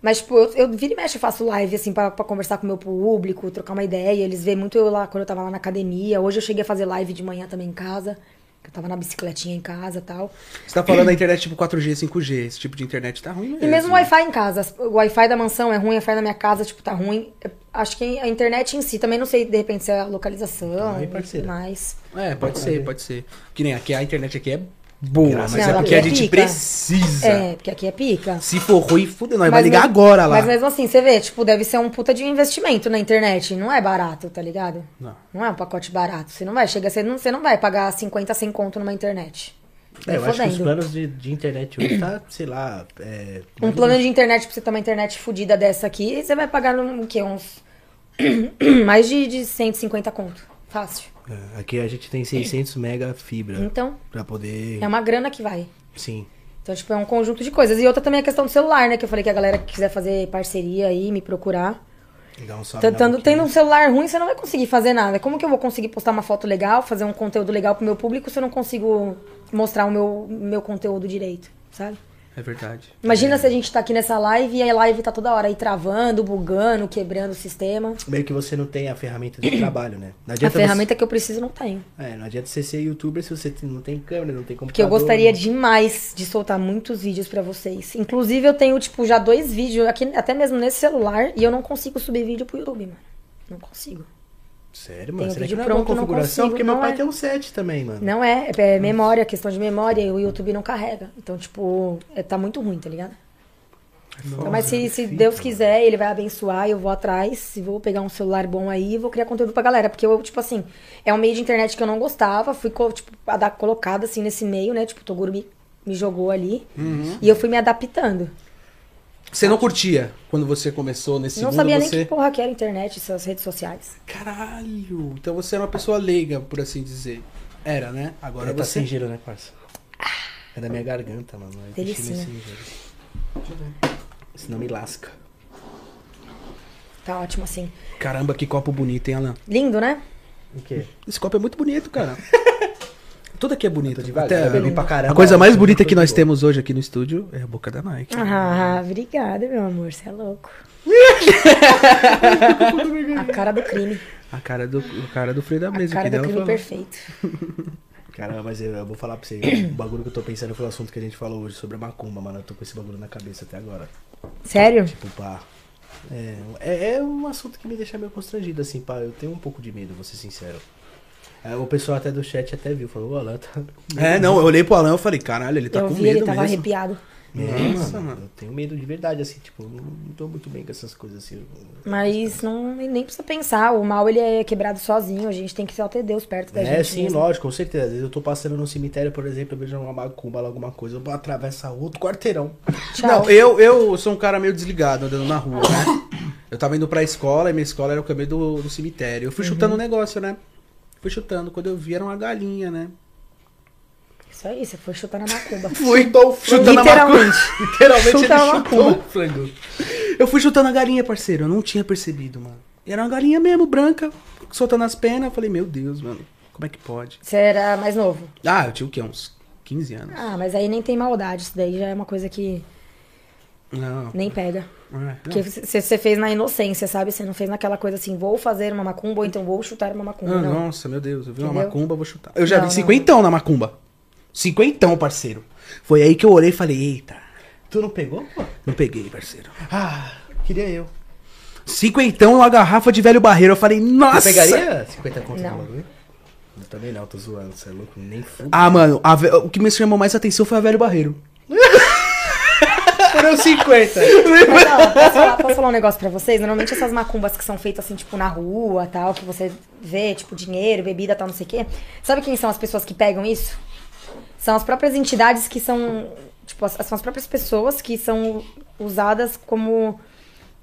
Speaker 3: Mas, tipo, eu, eu vira e mexe, eu faço live, assim, pra, pra conversar com o meu público, trocar uma ideia. Eles veem muito eu lá quando eu tava lá na academia. Hoje eu cheguei a fazer live de manhã também em casa. que Eu tava na bicicletinha em casa e tal.
Speaker 2: Você tá falando da internet tipo 4G, 5G. Esse tipo de internet tá ruim mesmo.
Speaker 3: E mesmo o Wi-Fi em casa. as- O Wi-Fi da mansão é ruim, o Wi-Fi da minha casa, tipo, tá ruim. Eu Acho que a internet em si, também não sei, de repente, se é a localização
Speaker 1: Tá aí,
Speaker 3: e tudo
Speaker 1: parceira.
Speaker 3: mais.
Speaker 2: É, pode ser, pode ser. Que nem aqui, a internet aqui é boa,
Speaker 1: Graças
Speaker 2: mas
Speaker 1: a
Speaker 2: é
Speaker 1: Deus.
Speaker 2: porque a gente
Speaker 3: Fica.
Speaker 2: precisa.
Speaker 3: É, porque aqui é pica.
Speaker 2: Se for ruim, fudeu. Nós
Speaker 3: Mas
Speaker 2: vai ligar
Speaker 3: mesmo-
Speaker 2: agora lá.
Speaker 3: Mas mesmo assim, você vê, tipo, deve ser um puta de investimento na internet. Não é barato, tá ligado?
Speaker 2: Não.
Speaker 3: Não é um pacote barato. Você não vai, chega, você não, você não vai pagar 50, 100 conto numa internet.
Speaker 1: É,
Speaker 3: Nem
Speaker 1: eu acho que os
Speaker 3: fodendo.
Speaker 1: planos de, de internet hoje tá, sei lá, é.
Speaker 3: Um plano de internet, pra você ter uma internet fodida dessa aqui, você vai pagar, um, o quê? Uns... Mais de, de 150 conto. Fácil.
Speaker 1: é, Aqui a gente tem 600 mega fibra
Speaker 3: Então,
Speaker 1: pra poder.
Speaker 3: é uma grana que vai.
Speaker 1: Sim.
Speaker 3: Então, tipo, é um conjunto de coisas. E outra também é a questão do celular, né? Que eu falei que a galera que quiser fazer parceria aí, me procurar.
Speaker 1: Dar um salve na
Speaker 3: Tentando,
Speaker 1: boquinha.
Speaker 3: tendo um celular ruim, você não vai conseguir fazer nada. Como que eu vou conseguir postar uma foto legal, fazer um conteúdo legal pro meu público se eu não consigo mostrar o meu, meu conteúdo direito, sabe?
Speaker 2: É verdade.
Speaker 3: Imagina se a gente tá aqui nessa live e a live tá toda hora aí travando, bugando, quebrando o sistema.
Speaker 1: Meio que você não tem a ferramenta de trabalho, né? Não
Speaker 3: A
Speaker 1: adianta
Speaker 3: ferramenta que eu preciso não tem.
Speaker 1: Você... É, não adianta você ser youtuber se você não tem câmera, não tem computador.
Speaker 3: Porque eu gostaria
Speaker 1: não-
Speaker 3: demais de soltar muitos vídeos pra vocês. Inclusive, eu tenho, tipo, já dois vídeos aqui, até mesmo nesse celular, e eu não consigo subir vídeo pro YouTube, mano. Não consigo.
Speaker 1: Sério, mano?
Speaker 3: Tem
Speaker 1: Será que
Speaker 3: vídeo
Speaker 1: não é uma
Speaker 3: pronto, não
Speaker 1: configuração?
Speaker 3: consigo,
Speaker 1: Porque meu
Speaker 3: não
Speaker 1: pai
Speaker 3: é.
Speaker 1: tem um set também, mano.
Speaker 3: Não é, é memória, questão de memória, e o YouTube não carrega. Então, tipo, é, tá muito ruim, tá ligado? Então, mas se, se Deus quiser, ele vai abençoar, eu vou atrás, e vou pegar um celular bom aí e vou criar conteúdo pra galera. Porque eu, tipo assim, é um meio de internet que eu não gostava, fui, co- tipo, a dar colocada assim nesse meio, né? Tipo, o Toguro me, me jogou ali. E eu fui me adaptando.
Speaker 2: Você não curtia quando você começou nesse
Speaker 3: não
Speaker 2: mundo?
Speaker 3: sabia
Speaker 2: você...
Speaker 3: nem que porra que era internet, essas redes sociais.
Speaker 2: Caralho! Então você era uma pessoa leiga, por assim dizer. Era, né? Agora
Speaker 1: Agora
Speaker 3: um
Speaker 1: tá
Speaker 2: você.
Speaker 1: sem gelo, né, parça?
Speaker 3: Ah.
Speaker 1: É da minha garganta, mano. Eu
Speaker 3: Delicinha.
Speaker 1: deixei meio sem gelo. Senão me lasca.
Speaker 3: Tá ótimo assim.
Speaker 2: Caramba, que copo bonito, hein, Alan?
Speaker 3: Lindo, né?
Speaker 1: O quê?
Speaker 2: Esse copo é muito bonito, cara. Tudo aqui é bonito.
Speaker 1: devagar,
Speaker 2: Até
Speaker 1: eu bebi pra caramba.
Speaker 2: a coisa mais bonita
Speaker 1: Foi
Speaker 2: que nós
Speaker 1: boa.
Speaker 2: temos hoje aqui no estúdio é a boca da Nike.
Speaker 3: Ah, obrigada, meu amor, você é louco. a cara do crime.
Speaker 2: A cara do, o cara do freio da
Speaker 3: A
Speaker 2: mesa.
Speaker 3: cara
Speaker 2: que
Speaker 3: do
Speaker 2: dela
Speaker 3: crime
Speaker 2: falou.
Speaker 3: perfeito.
Speaker 1: Cara, mas eu, eu vou falar pra você. O bagulho que eu tô pensando foi o assunto que a gente falou hoje sobre a macumba, mano. Eu tô com esse bagulho na cabeça até agora.
Speaker 3: Sério?
Speaker 1: Tipo, pá. É, é, é um assunto que me deixa meio constrangido, assim, pá. Eu tenho um pouco de medo, vou ser sincero. É, o pessoal até do chat até viu, falou, ô, Alan, tá...
Speaker 2: É, não, eu olhei pro Alan e falei, caralho, ele tá
Speaker 3: eu
Speaker 2: com
Speaker 3: vi,
Speaker 2: medo
Speaker 3: ele tava
Speaker 2: mesmo.
Speaker 3: arrepiado.
Speaker 2: Nossa,
Speaker 1: Nossa, mano.
Speaker 2: mano.
Speaker 1: assim, Eu tenho medo de verdade, assim, tipo, eu não tô muito bem com essas coisas, assim. eu-
Speaker 3: Mas não, nem precisa pensar, o mal ele é quebrado sozinho, a gente tem que só ter Deus perto da gente.
Speaker 1: É, sim,
Speaker 3: mesmo.
Speaker 1: lógico, com certeza. Às vezes eu tô passando num cemitério, por exemplo, eu vejo uma macumba lá, alguma coisa, eu atravesso outro quarteirão.
Speaker 3: Tchau.
Speaker 2: Não, eu, eu sou um cara meio desligado andando na rua, né? Eu tava indo pra escola e minha escola era o caminho do, do cemitério. Eu
Speaker 3: Uhum.
Speaker 2: fui chutando o negócio, né? Fui chutando. Quando eu vi, era uma galinha, né?
Speaker 3: Isso aí, você foi chutar na macumba.
Speaker 2: Fui chutando a macumba.
Speaker 3: Literalmente.
Speaker 2: Literalmente
Speaker 3: Chutar
Speaker 2: ele
Speaker 3: uma
Speaker 2: chutou
Speaker 3: macumba.
Speaker 2: o frango. Eu fui chutando a galinha, parceiro. Eu não tinha percebido, mano. E era uma galinha mesmo, branca, soltando as penas. Eu falei, meu Deus, mano. Como é que pode?
Speaker 3: Você era mais novo.
Speaker 2: Ah, eu tinha o quê? Uns 15 anos.
Speaker 3: Ah, mas aí nem tem maldade. Isso daí já é uma coisa que
Speaker 2: Não.
Speaker 3: nem pega.
Speaker 2: É,
Speaker 3: Porque você você fez na inocência, sabe? Você não fez naquela coisa assim, vou fazer uma macumba ou então vou chutar uma macumba.
Speaker 2: Ah,
Speaker 3: não.
Speaker 2: Nossa, meu Deus, eu vi uma
Speaker 3: Entendeu?
Speaker 2: macumba, vou chutar. Eu já
Speaker 3: Não,
Speaker 2: vi
Speaker 3: não.
Speaker 2: cinquentão na macumba. Cinquentão, parceiro. Foi aí que eu olhei e falei, eita,
Speaker 1: Tu não pegou, pô?
Speaker 2: não peguei, parceiro.
Speaker 1: Ah, queria eu.
Speaker 2: Cinquentão e uma garrafa de velho barreiro. Eu falei, nossa.
Speaker 1: Você pegaria 50 conto
Speaker 3: Não.
Speaker 1: no bagulho? Eu também não, tô zoando, você é louco, nem fumo.
Speaker 2: Ah, mano, a ve- o que me chamou mais atenção foi a velho barreiro.
Speaker 1: Ah, Foram 50.
Speaker 3: Mas, ó, posso, falar, posso falar um negócio pra vocês? Normalmente essas macumbas que são feitas assim, tipo, na rua, tal, que você vê, tipo, dinheiro, bebida, tal, não sei o quê. Sabe quem são as pessoas que pegam isso? São as próprias entidades que são. Tipo, as, são as próprias pessoas que são usadas como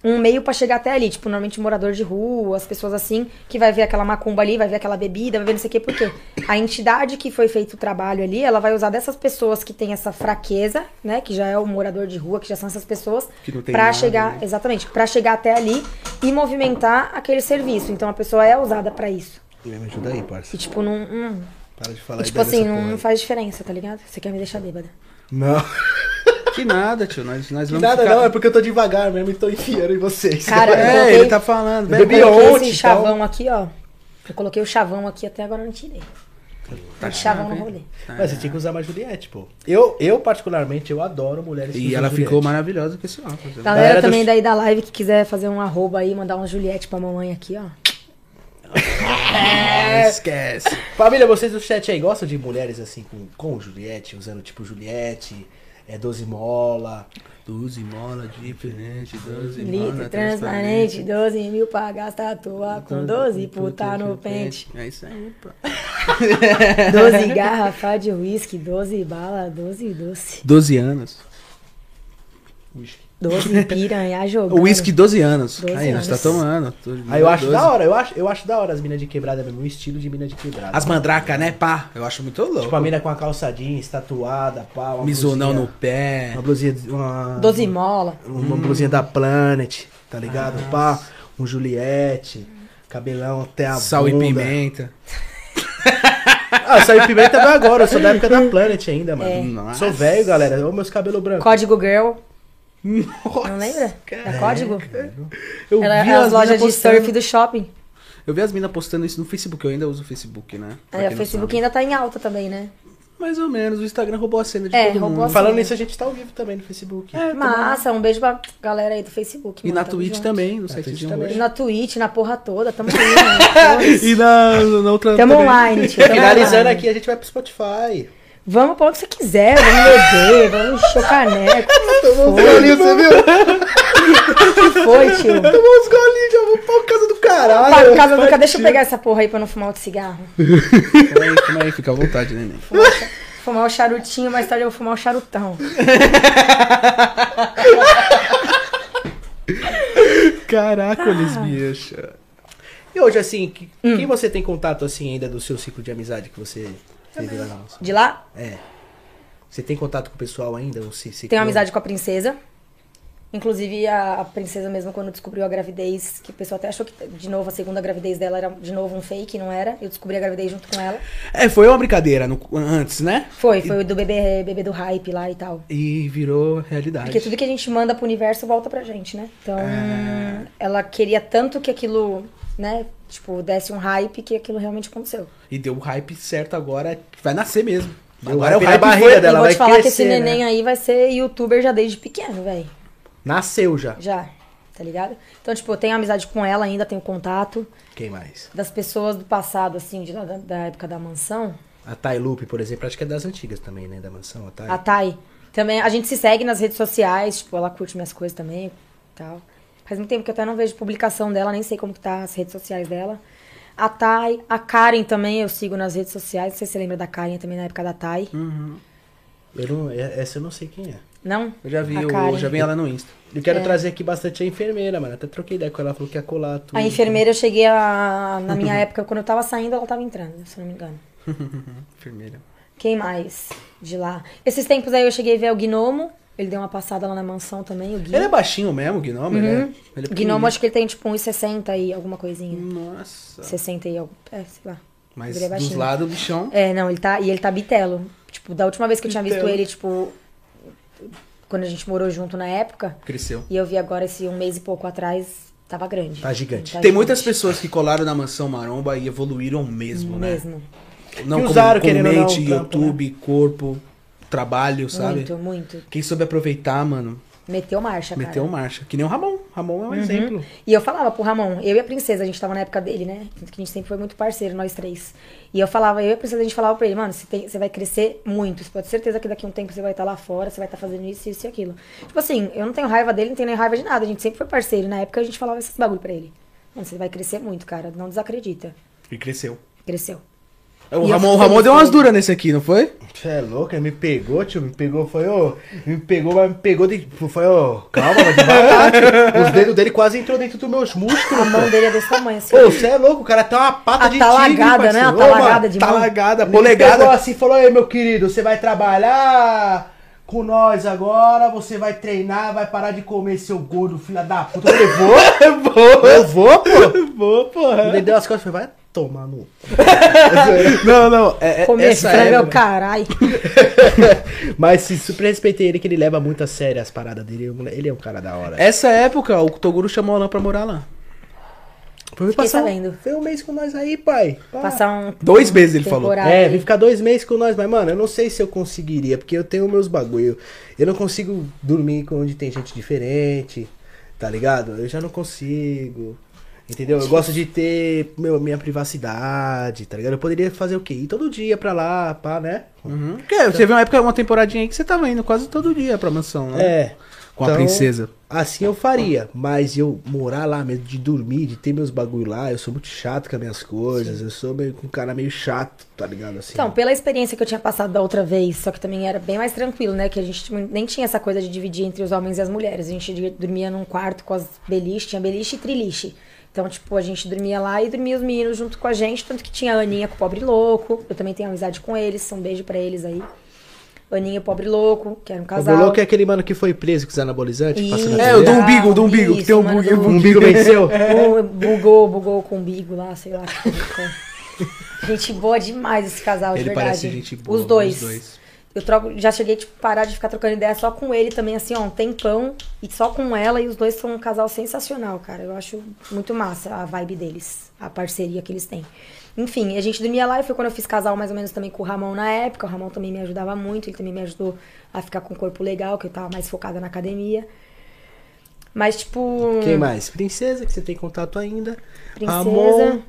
Speaker 3: um meio pra chegar até ali. Tipo, normalmente morador de rua, as pessoas assim, que vai ver aquela macumba ali, vai ver aquela bebida, vai ver não sei o quê, por quê? A entidade que foi feito o trabalho ali, ela vai usar dessas pessoas que tem essa fraqueza, né? Que já é o morador de rua, que já são essas pessoas,
Speaker 2: Que não tem
Speaker 3: pra
Speaker 2: nada,
Speaker 3: chegar.
Speaker 2: né?
Speaker 3: Exatamente, pra chegar até ali e movimentar aquele serviço. Então a pessoa é usada pra isso.
Speaker 1: Me ajuda aí,
Speaker 3: E
Speaker 1: parça.
Speaker 3: tipo, não. hum.
Speaker 1: Para de
Speaker 2: é
Speaker 3: E,
Speaker 1: falar
Speaker 3: tipo
Speaker 1: aí dessa
Speaker 3: assim,
Speaker 1: porra
Speaker 3: não
Speaker 1: aí.
Speaker 3: faz diferença, tá ligado? Você quer me deixar bêbada.
Speaker 1: Não.
Speaker 2: Que nada, tio. Nós, nós
Speaker 1: Que
Speaker 2: vamos
Speaker 1: nada
Speaker 2: ficar...
Speaker 1: não, é porque eu tô devagar mesmo e tô enfiando em vocês.
Speaker 3: Cara, eu
Speaker 2: É,
Speaker 3: coloquei-
Speaker 2: ele tá falando.
Speaker 1: Eu
Speaker 2: velho
Speaker 1: bebi
Speaker 3: Eu
Speaker 2: barreiro.
Speaker 3: coloquei
Speaker 1: ontem,
Speaker 3: esse
Speaker 1: então.
Speaker 3: chavão aqui, ó. Eu coloquei o chavão aqui, até agora eu não tirei. Tá chavão no rolê.
Speaker 1: Mas você tinha que usar mais Juliette, pô. Eu, eu particularmente, eu adoro mulheres que
Speaker 2: E
Speaker 1: usam
Speaker 2: ela
Speaker 1: Juliette.
Speaker 2: ficou maravilhosa com esse óculos. né?
Speaker 1: do-
Speaker 3: Galera também daí da live que quiser fazer um arroba aí, mandar um Juliette pra mamãe aqui, ó.
Speaker 2: Ah, Esquece.
Speaker 1: Família, vocês do chat aí gostam de mulheres assim com, com Juliette, usando tipo Juliette, é 12 mola.
Speaker 2: Doze mola diferente, doze mola
Speaker 3: Litro transparente, 12 mil pra gastar à toa, com 12 puta no pente.
Speaker 2: É isso aí, pô.
Speaker 3: 12 garrafa de uísque, 12 bala, 12 doce.
Speaker 2: Doze anos.
Speaker 3: 12 piranha jogando.
Speaker 2: Whisky 12 anos.
Speaker 3: 12
Speaker 2: aí, nós tá
Speaker 3: anos.
Speaker 2: tomando.
Speaker 1: Aí eu acho
Speaker 2: 12.
Speaker 1: da hora, eu acho, eu acho da hora as minas de quebrada mesmo, o estilo de mina de quebrada.
Speaker 2: As mandraca, né, pá? Eu acho muito louco.
Speaker 1: Tipo a mina com a calça jeans, tatuada, pá, uma
Speaker 2: Mizonão no
Speaker 1: blusinha-
Speaker 2: pé.
Speaker 1: Uma blusinha. Uma,
Speaker 3: 12 mola.
Speaker 1: uma blusinha da Planet, tá ligado? Pá, um Juliette, cabelão até a
Speaker 2: Sal e
Speaker 1: bunda.
Speaker 2: pimenta.
Speaker 1: Ah, saiu pimenta vai agora, eu sou da época da Planet ainda, mano.
Speaker 2: Nossa.
Speaker 1: Sou velho, galera. Olha meus cabelos brancos.
Speaker 3: Código Girl.
Speaker 2: Nossa,
Speaker 3: Não lembra?
Speaker 2: cara.
Speaker 3: É código?
Speaker 2: Eu
Speaker 3: Ela
Speaker 2: vi
Speaker 3: é as
Speaker 2: mina
Speaker 3: lojas de
Speaker 2: postando-
Speaker 3: surf do shopping.
Speaker 2: Eu vi as minas postando isso no Facebook. Eu ainda uso o Facebook, né? Pra
Speaker 3: Aí,
Speaker 2: quem
Speaker 3: o
Speaker 2: não
Speaker 3: Facebook
Speaker 2: sabe.
Speaker 3: ainda tá em alta também, né?
Speaker 2: Mais ou menos. O Instagram roubou a cena de
Speaker 3: É,
Speaker 2: todo
Speaker 3: roubou
Speaker 2: mundo.
Speaker 3: a
Speaker 1: Falando
Speaker 3: Sim.
Speaker 1: nisso, a gente tá ao vivo também no Facebook.
Speaker 3: Massa, um beijo pra galera aí do Facebook.
Speaker 2: E
Speaker 3: mano,
Speaker 2: na
Speaker 3: tamo
Speaker 2: Twitch
Speaker 3: junto.
Speaker 2: também, no
Speaker 1: Na
Speaker 2: site
Speaker 1: Twitch
Speaker 2: de um
Speaker 1: também.
Speaker 3: E
Speaker 2: roxo.
Speaker 3: na Twitch, na porra toda, tamo aí, mano.
Speaker 2: E na, na outra
Speaker 3: Tamo
Speaker 2: também.
Speaker 3: online, tio. tamo
Speaker 1: Finalizando
Speaker 3: online.
Speaker 1: aqui, a gente vai pro Spotify.
Speaker 3: Vamos pra onde você quiser, vamos beber, vamos encher o caneco.
Speaker 1: Tomou uns golinhos, você viu?
Speaker 3: O que foi, tio?
Speaker 1: Tomou uns golinhos, já vou pra casa do caralho.
Speaker 3: Tá, Casa Branca, deixa eu pegar essa porra aí pra eu não fumar outro cigarro.
Speaker 2: Calma aí, calma aí. Fica à vontade, neném.
Speaker 3: Fumar o charutinho, mais tarde eu vou fumar o charutão.
Speaker 2: Caraca,
Speaker 3: Ah.
Speaker 2: eles me acham.
Speaker 1: E hoje, assim, que-
Speaker 3: Hum.
Speaker 1: quem você tem contato, assim, ainda do seu ciclo de amizade que você teve lá na nossa?
Speaker 3: De lá,
Speaker 1: É. Você tem contato com o pessoal ainda? Ou se, se
Speaker 3: tenho amizade com a princesa. Inclusive, a, a princesa mesmo, quando descobriu a gravidez, que o pessoal até achou que, de novo, a segunda gravidez dela era, de novo, um fake, não era? Eu descobri a gravidez junto com ela.
Speaker 2: É, foi uma brincadeira no- antes, né?
Speaker 3: Foi, foi o do bebê, bebê do hype lá e tal.
Speaker 2: E virou realidade.
Speaker 3: Porque tudo que a gente manda pro universo volta pra gente, né? Então,
Speaker 1: É.
Speaker 3: ela queria tanto que aquilo, né? Tipo, desse um hype que aquilo realmente aconteceu.
Speaker 2: E deu o hype certo agora, que vai nascer mesmo.
Speaker 1: Deu
Speaker 2: agora é o
Speaker 1: hype na
Speaker 2: hype
Speaker 1: barriga
Speaker 2: foi-
Speaker 1: dela.
Speaker 3: e
Speaker 1: vai
Speaker 3: vou te falar que esse
Speaker 1: crescer, né?
Speaker 3: neném aí vai ser youtuber já desde pequeno, velho.
Speaker 1: Nasceu já.
Speaker 3: Já, tá ligado? Então, tipo, eu tenho amizade com ela ainda, tenho contato.
Speaker 1: Quem mais?
Speaker 3: Das pessoas do passado, assim, de lá da, da época da mansão.
Speaker 1: A Thay Lupe, por exemplo, acho que é das antigas também, né? Da mansão, a Thay.
Speaker 2: É.
Speaker 3: A Thay. Também, a gente se segue nas redes sociais, tipo, ela curte minhas coisas também tal. Faz muito tempo que eu até não vejo publicação dela, nem sei como que tá as redes sociais dela. A
Speaker 2: Hum.
Speaker 3: Thay, a Karen também eu sigo nas redes sociais, não sei se você lembra da Karen também na época da Thay.
Speaker 1: Eu não, é- essa eu não sei quem é.
Speaker 3: Não?
Speaker 2: Eu já vi,
Speaker 3: A
Speaker 2: o-
Speaker 3: Karen.
Speaker 2: já vi ela no Insta.
Speaker 1: Eu quero
Speaker 3: É.
Speaker 1: trazer aqui bastante a enfermeira, mano. Até troquei ideia com ela, ela falou que ia colar tudo.
Speaker 3: A enfermeira, eu cheguei a. Na minha época, quando eu tava saindo, ela tava entrando, se eu não me engano.
Speaker 2: Enfermeira.
Speaker 3: Quem mais de lá? Esses tempos aí eu cheguei a ver o Gnomo. Ele deu uma passada lá na mansão também, o Gui.
Speaker 2: Ele é baixinho mesmo, o Gnome,
Speaker 3: Uhum.
Speaker 2: né? Ele
Speaker 3: O Gnomo, acho que ele tem tipo 1,60 e alguma coisinha.
Speaker 2: pequenininho. Nossa.
Speaker 3: 60 e algo. É, sei lá.
Speaker 2: Tá. Mas
Speaker 3: Ele é
Speaker 2: dos
Speaker 3: baixinho.
Speaker 2: lados, o bichão.
Speaker 3: É, não, ele tá. E ele tá bitelo. Tipo, da última vez que eu tinha visto
Speaker 1: Bitelo.
Speaker 3: ele, tipo. Quando a gente morou junto na época.
Speaker 2: Cresceu.
Speaker 3: E eu vi agora esse um mês e pouco atrás, tava grande.
Speaker 1: Tá gigante.
Speaker 2: Tem muitas pessoas que colaram na mansão maromba e evoluíram mesmo, né?
Speaker 3: Mesmo.
Speaker 2: Não
Speaker 1: Que
Speaker 2: como
Speaker 1: usaram,
Speaker 2: com
Speaker 1: querendo ou não,
Speaker 2: mente,
Speaker 1: o trampo,
Speaker 2: YouTube, corpo, trabalho, sabe?
Speaker 3: Muito, muito.
Speaker 2: Quem soube aproveitar, mano,
Speaker 3: Meteu marcha, cara.
Speaker 2: meteu marcha. Que nem o Ramon. Ramon é um
Speaker 3: uhum.
Speaker 2: exemplo.
Speaker 3: E eu falava pro Ramon, eu e a princesa, a gente tava na época dele, né? Tanto que a gente sempre foi muito parceiro, nós três. E eu falava, eu e a princesa, a gente falava pra ele, mano, você, tem- você vai crescer muito. Você pode ter certeza que daqui a um tempo você vai estar lá fora, você vai estar fazendo isso, isso e aquilo. Tipo assim, eu não tenho raiva dele, não tenho nem raiva de nada. A gente sempre foi parceiro. E na época a gente falava esses bagulho pra ele. Mano, você vai crescer muito, cara. Não desacredita.
Speaker 2: E cresceu.
Speaker 3: Cresceu.
Speaker 2: O
Speaker 3: eu
Speaker 2: Ramon,
Speaker 3: fico
Speaker 2: o Ramon
Speaker 3: feliz
Speaker 2: deu
Speaker 3: por
Speaker 2: umas
Speaker 3: ele.
Speaker 2: duras nesse aqui, não foi?
Speaker 1: Você é louco, me pegou, tio, me pegou, foi, ô, me pegou, mas me pegou, de, foi, ô, calma, mas devagar, tio. Os dedos dele quase entrou dentro dos meus músculos,
Speaker 3: A mão
Speaker 1: mano.
Speaker 3: dele é desse tamanho, assim.
Speaker 1: Ô, você é louco, o cara tem uma pata de tigre,
Speaker 3: Atalagada, né?
Speaker 1: parceiro. Ô,
Speaker 3: Atalagada
Speaker 1: mano,
Speaker 3: de mão.
Speaker 2: Talagada,
Speaker 1: Ele pegou
Speaker 2: Tá polegada.
Speaker 1: assim e falou, ei, meu querido, você vai trabalhar com nós agora, você vai treinar, vai parar de comer seu gordo, filha da puta. Eu falei, vou, eu vou, pô.
Speaker 2: Boa, porra.
Speaker 1: Ele deu as costas e falei, vai tomar no...
Speaker 2: Não, não. É, é,
Speaker 3: Comer
Speaker 2: essa
Speaker 3: frango é o
Speaker 2: época,
Speaker 3: caralho.
Speaker 1: Mas se super respeitei ele, que ele leva muito a sério as paradas dele, o moleque- ele é um cara da hora.
Speaker 2: essa época, o Toguro chamou o Alan pra morar lá.
Speaker 1: Foi me
Speaker 3: Fiquei
Speaker 1: passar um-
Speaker 3: sabendo.
Speaker 1: Foi um mês com nós aí, pai. Pá.
Speaker 3: Passar um.
Speaker 2: Dois meses ele falou.
Speaker 3: temporada
Speaker 1: É,
Speaker 3: aí.
Speaker 1: vim ficar dois meses com nós, mas, mano, eu não sei se eu conseguiria, porque eu tenho meus bagulho. Eu não consigo dormir com onde tem gente diferente, tá ligado? Eu já não consigo. Entendeu? Eu gosto de ter meu, minha privacidade, tá ligado? Eu poderia fazer o quê? Ir todo dia pra lá, pá, né?
Speaker 2: Uhum. Porque você viu uma época, uma temporadinha aí que você tava indo quase todo dia pra mansão, né?
Speaker 1: É.
Speaker 2: Com a
Speaker 1: Então,
Speaker 2: princesa.
Speaker 1: Assim eu faria, mas eu morar lá mesmo, de dormir, de ter meus bagulho lá, eu sou muito chato com as minhas coisas, eu sou meio, um cara meio chato, tá ligado? Assim,
Speaker 3: Então, pela experiência que eu tinha passado da outra vez, só que também era bem mais tranquilo, né? Que a gente nem tinha essa coisa de dividir entre os homens e as mulheres. A gente dormia num quarto com as beliches, tinha beliche e triliche. Então, tipo, a gente dormia lá e dormia os meninos junto com a gente, tanto que tinha a Aninha com o Pobre Louco. Eu também tenho amizade com eles, um beijo pra eles aí. Aninha e o Pobre Louco, que era um
Speaker 1: O
Speaker 3: casal.
Speaker 1: Boloco é aquele mano que foi preso com os anabolizantes? que passou na
Speaker 3: Isso.
Speaker 1: TV?
Speaker 2: É, o do umbigo, o do umbigo, que tem um
Speaker 3: Isso, mano,
Speaker 2: umbigo.
Speaker 3: do
Speaker 1: O umbigo venceu?
Speaker 3: É Bu- Bugou, bugou com o umbigo lá, sei lá. que ficou. gente boa demais esse casal, de
Speaker 2: Ele
Speaker 3: verdade.
Speaker 2: parece gente boa,
Speaker 3: Os dois.
Speaker 2: os dois.
Speaker 3: Eu troco, já cheguei, tipo, parar de ficar trocando ideia só com ele também, assim, ó, um tempão. E só com ela, e os dois são um casal sensacional, cara. Eu acho muito massa a vibe deles, a parceria que eles têm. Enfim, a gente dormia lá e foi quando eu fiz casal mais ou menos também com o Ramon na época. O Ramon também me ajudava muito, ele também me ajudou a ficar com o corpo legal, que eu tava mais focada na academia. Mas, tipo.
Speaker 1: Quem mais? Princesa, que você tem contato ainda.
Speaker 3: Princesa.
Speaker 1: Ramon,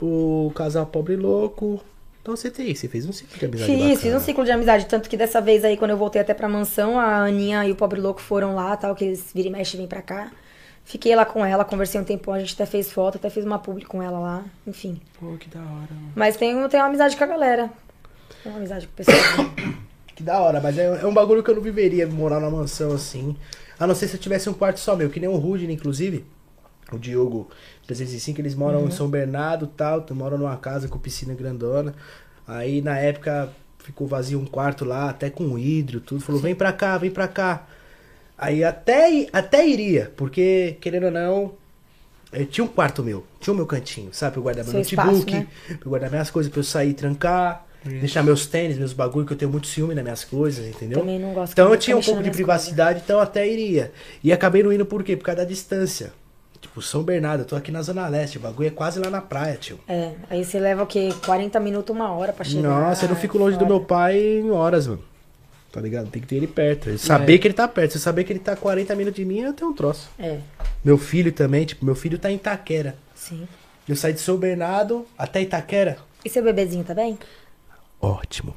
Speaker 1: o casal pobre louco. Então você tem, você fez um ciclo de amizade
Speaker 3: Fiz,
Speaker 1: bacana.
Speaker 3: fiz um ciclo de amizade. Tanto que dessa vez aí, quando eu voltei até pra mansão, a Aninha e o Pobre Louco foram lá, tal, que eles vira e mexe vêm pra cá. Fiquei lá com ela, conversei um tempão, a gente até fez foto, até fiz uma publi com ela lá, enfim.
Speaker 2: Pô, que da hora, mano.
Speaker 3: Mas tenho, tenho uma amizade com a galera. Tenho uma amizade com o pessoal.
Speaker 1: Que da hora, mas é, é um bagulho que eu não viveria morar numa mansão assim. A não ser se eu tivesse um quarto só meu, que nem o Rudine, inclusive. O Diogo 305, eles moram
Speaker 3: Uhum.
Speaker 1: em São Bernardo e tal, t- moram numa casa com piscina grandona. Aí na época ficou vazio um quarto lá, até com hidro, tudo. Falou, vem pra cá, vem pra cá. Aí até, i- até iria, porque, querendo ou não, eu tinha um quarto meu, tinha o meu cantinho, sabe? Pra eu guardar meu
Speaker 3: Seu espaço,
Speaker 1: notebook,
Speaker 3: né?
Speaker 1: pra eu guardar minhas coisas, pra eu sair e trancar, deixar meus tênis, meus bagulho, que eu tenho muito ciúme nas minhas coisas, entendeu?
Speaker 3: Também não gosto que
Speaker 1: Então eu
Speaker 3: ninguém
Speaker 1: tinha um
Speaker 3: tá mexendo
Speaker 1: pouco de
Speaker 3: nas minhas
Speaker 1: privacidade, então até iria. E acabei não indo por quê? Por causa da distância. Tipo, São Bernardo, eu tô aqui na Zona Leste, o bagulho é quase lá na praia, tio.
Speaker 3: É, aí você leva o quê? 40 minutos, uma hora pra chegar. Ah,
Speaker 1: Nossa, eu não fico longe do meu pai em horas, mano. Tá ligado? Tem que ter ele perto. Eu Saber que ele tá perto. Se eu saber que ele tá 40 minutos de mim, eu tenho um troço.
Speaker 3: É,
Speaker 1: Meu filho também, tipo, meu filho tá em Itaquera.
Speaker 3: sim.
Speaker 1: Eu saí de São Bernardo até Itaquera.
Speaker 3: E seu bebezinho, tá bem?
Speaker 1: Ótimo.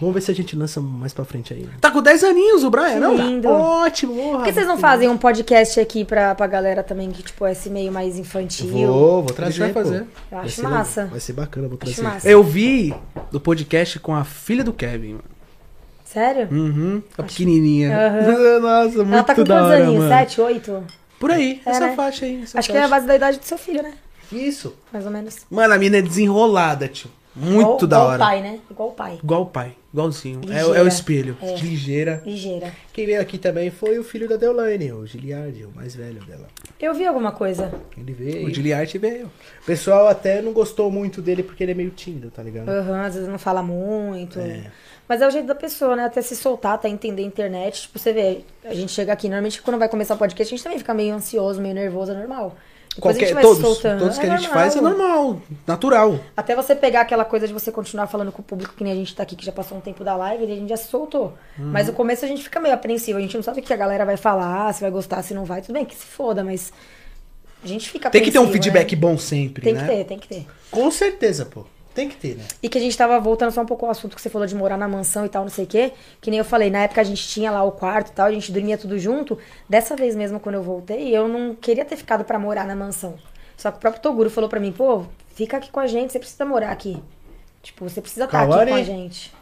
Speaker 1: Vamos ver se a gente lança mais pra frente aí.
Speaker 2: Tá com 10 aninhos o Brian,
Speaker 3: Que
Speaker 2: não?
Speaker 3: lindo.
Speaker 2: Ótimo, porra.
Speaker 1: Ah,
Speaker 3: Por que vocês não fazem um podcast aqui pra, pra galera também que, tipo, é esse meio mais infantil?
Speaker 1: Vou, vou
Speaker 2: trazer,
Speaker 1: trazer,
Speaker 2: pô.
Speaker 3: Eu acho massa.
Speaker 1: Vai ser bacana, vou
Speaker 3: Acho
Speaker 1: trazer.
Speaker 3: massa.
Speaker 2: Eu vi do podcast com a filha do Kevin, mano.
Speaker 3: Sério?
Speaker 1: Hum,
Speaker 2: Uhum. A pequenininha. Nossa, muito
Speaker 3: Ela tá com
Speaker 2: da
Speaker 3: quantos
Speaker 2: hora,
Speaker 3: aninhos?
Speaker 2: mano.
Speaker 3: Sete, oito?
Speaker 2: Por aí,
Speaker 3: É,
Speaker 2: essa
Speaker 3: né?
Speaker 2: faixa aí. essa
Speaker 3: Acho que é a
Speaker 2: faixa.
Speaker 3: base da idade do seu filho, né?
Speaker 1: Isso.
Speaker 3: Mais ou menos.
Speaker 2: Mano, a mina é desenrolada, tio. Muito
Speaker 3: Igual-
Speaker 2: da hora.
Speaker 3: Igual o pai, né? Igual o pai.
Speaker 2: Igual o pai. Igualzinho. É, é o
Speaker 3: Ligeira.
Speaker 2: espelho.
Speaker 3: É.
Speaker 2: Ligeira.
Speaker 3: Ligeira.
Speaker 1: Quem veio aqui também foi o filho da Deolane, o Giliardi, o mais velho dela.
Speaker 3: Eu vi alguma coisa.
Speaker 1: Ele veio.
Speaker 2: O Giliarte veio.
Speaker 1: O pessoal até não gostou muito dele porque ele é meio tímido, tá ligado?
Speaker 3: Aham, às vezes não fala muito.
Speaker 1: É.
Speaker 3: Mas é o jeito da pessoa, né? Até se soltar, até entender a internet. Tipo, você vê, a gente chega aqui, normalmente quando vai começar o podcast, a gente também fica meio ansioso, meio nervoso, é normal. Depois a gente
Speaker 2: Qualquer,
Speaker 3: vai
Speaker 2: todos,
Speaker 3: se soltando.
Speaker 2: todos
Speaker 3: é
Speaker 2: que a gente faz é normal, natural.
Speaker 3: Até você pegar aquela coisa de você continuar falando com o público, que nem a gente tá aqui, que já passou um tempo da live, e a gente já se soltou.
Speaker 2: Uhum.
Speaker 3: Mas no começo a gente fica meio apreensivo, a gente não sabe o que a galera vai falar, se vai gostar, se não vai. Tudo bem, que se foda, mas a gente fica
Speaker 2: Tem que ter um
Speaker 3: apreensivo,
Speaker 2: feedback
Speaker 3: né?
Speaker 2: bom sempre,
Speaker 3: Tem
Speaker 2: né?
Speaker 3: que ter, tem que ter.
Speaker 1: Com certeza, pô. Tem que ter, né?
Speaker 3: E que a gente tava voltando só um pouco ao assunto que você falou de morar na mansão e tal, não sei o quê. Que nem eu falei, na época a gente tinha lá o quarto e tal, a gente dormia tudo junto. Dessa vez mesmo, quando eu voltei, eu não queria ter ficado pra morar na mansão. Só que o próprio Toguro falou pra mim, pô, fica aqui com a gente, você precisa morar aqui. Tipo, você precisa estar aqui
Speaker 1: Kaori?
Speaker 3: com a gente.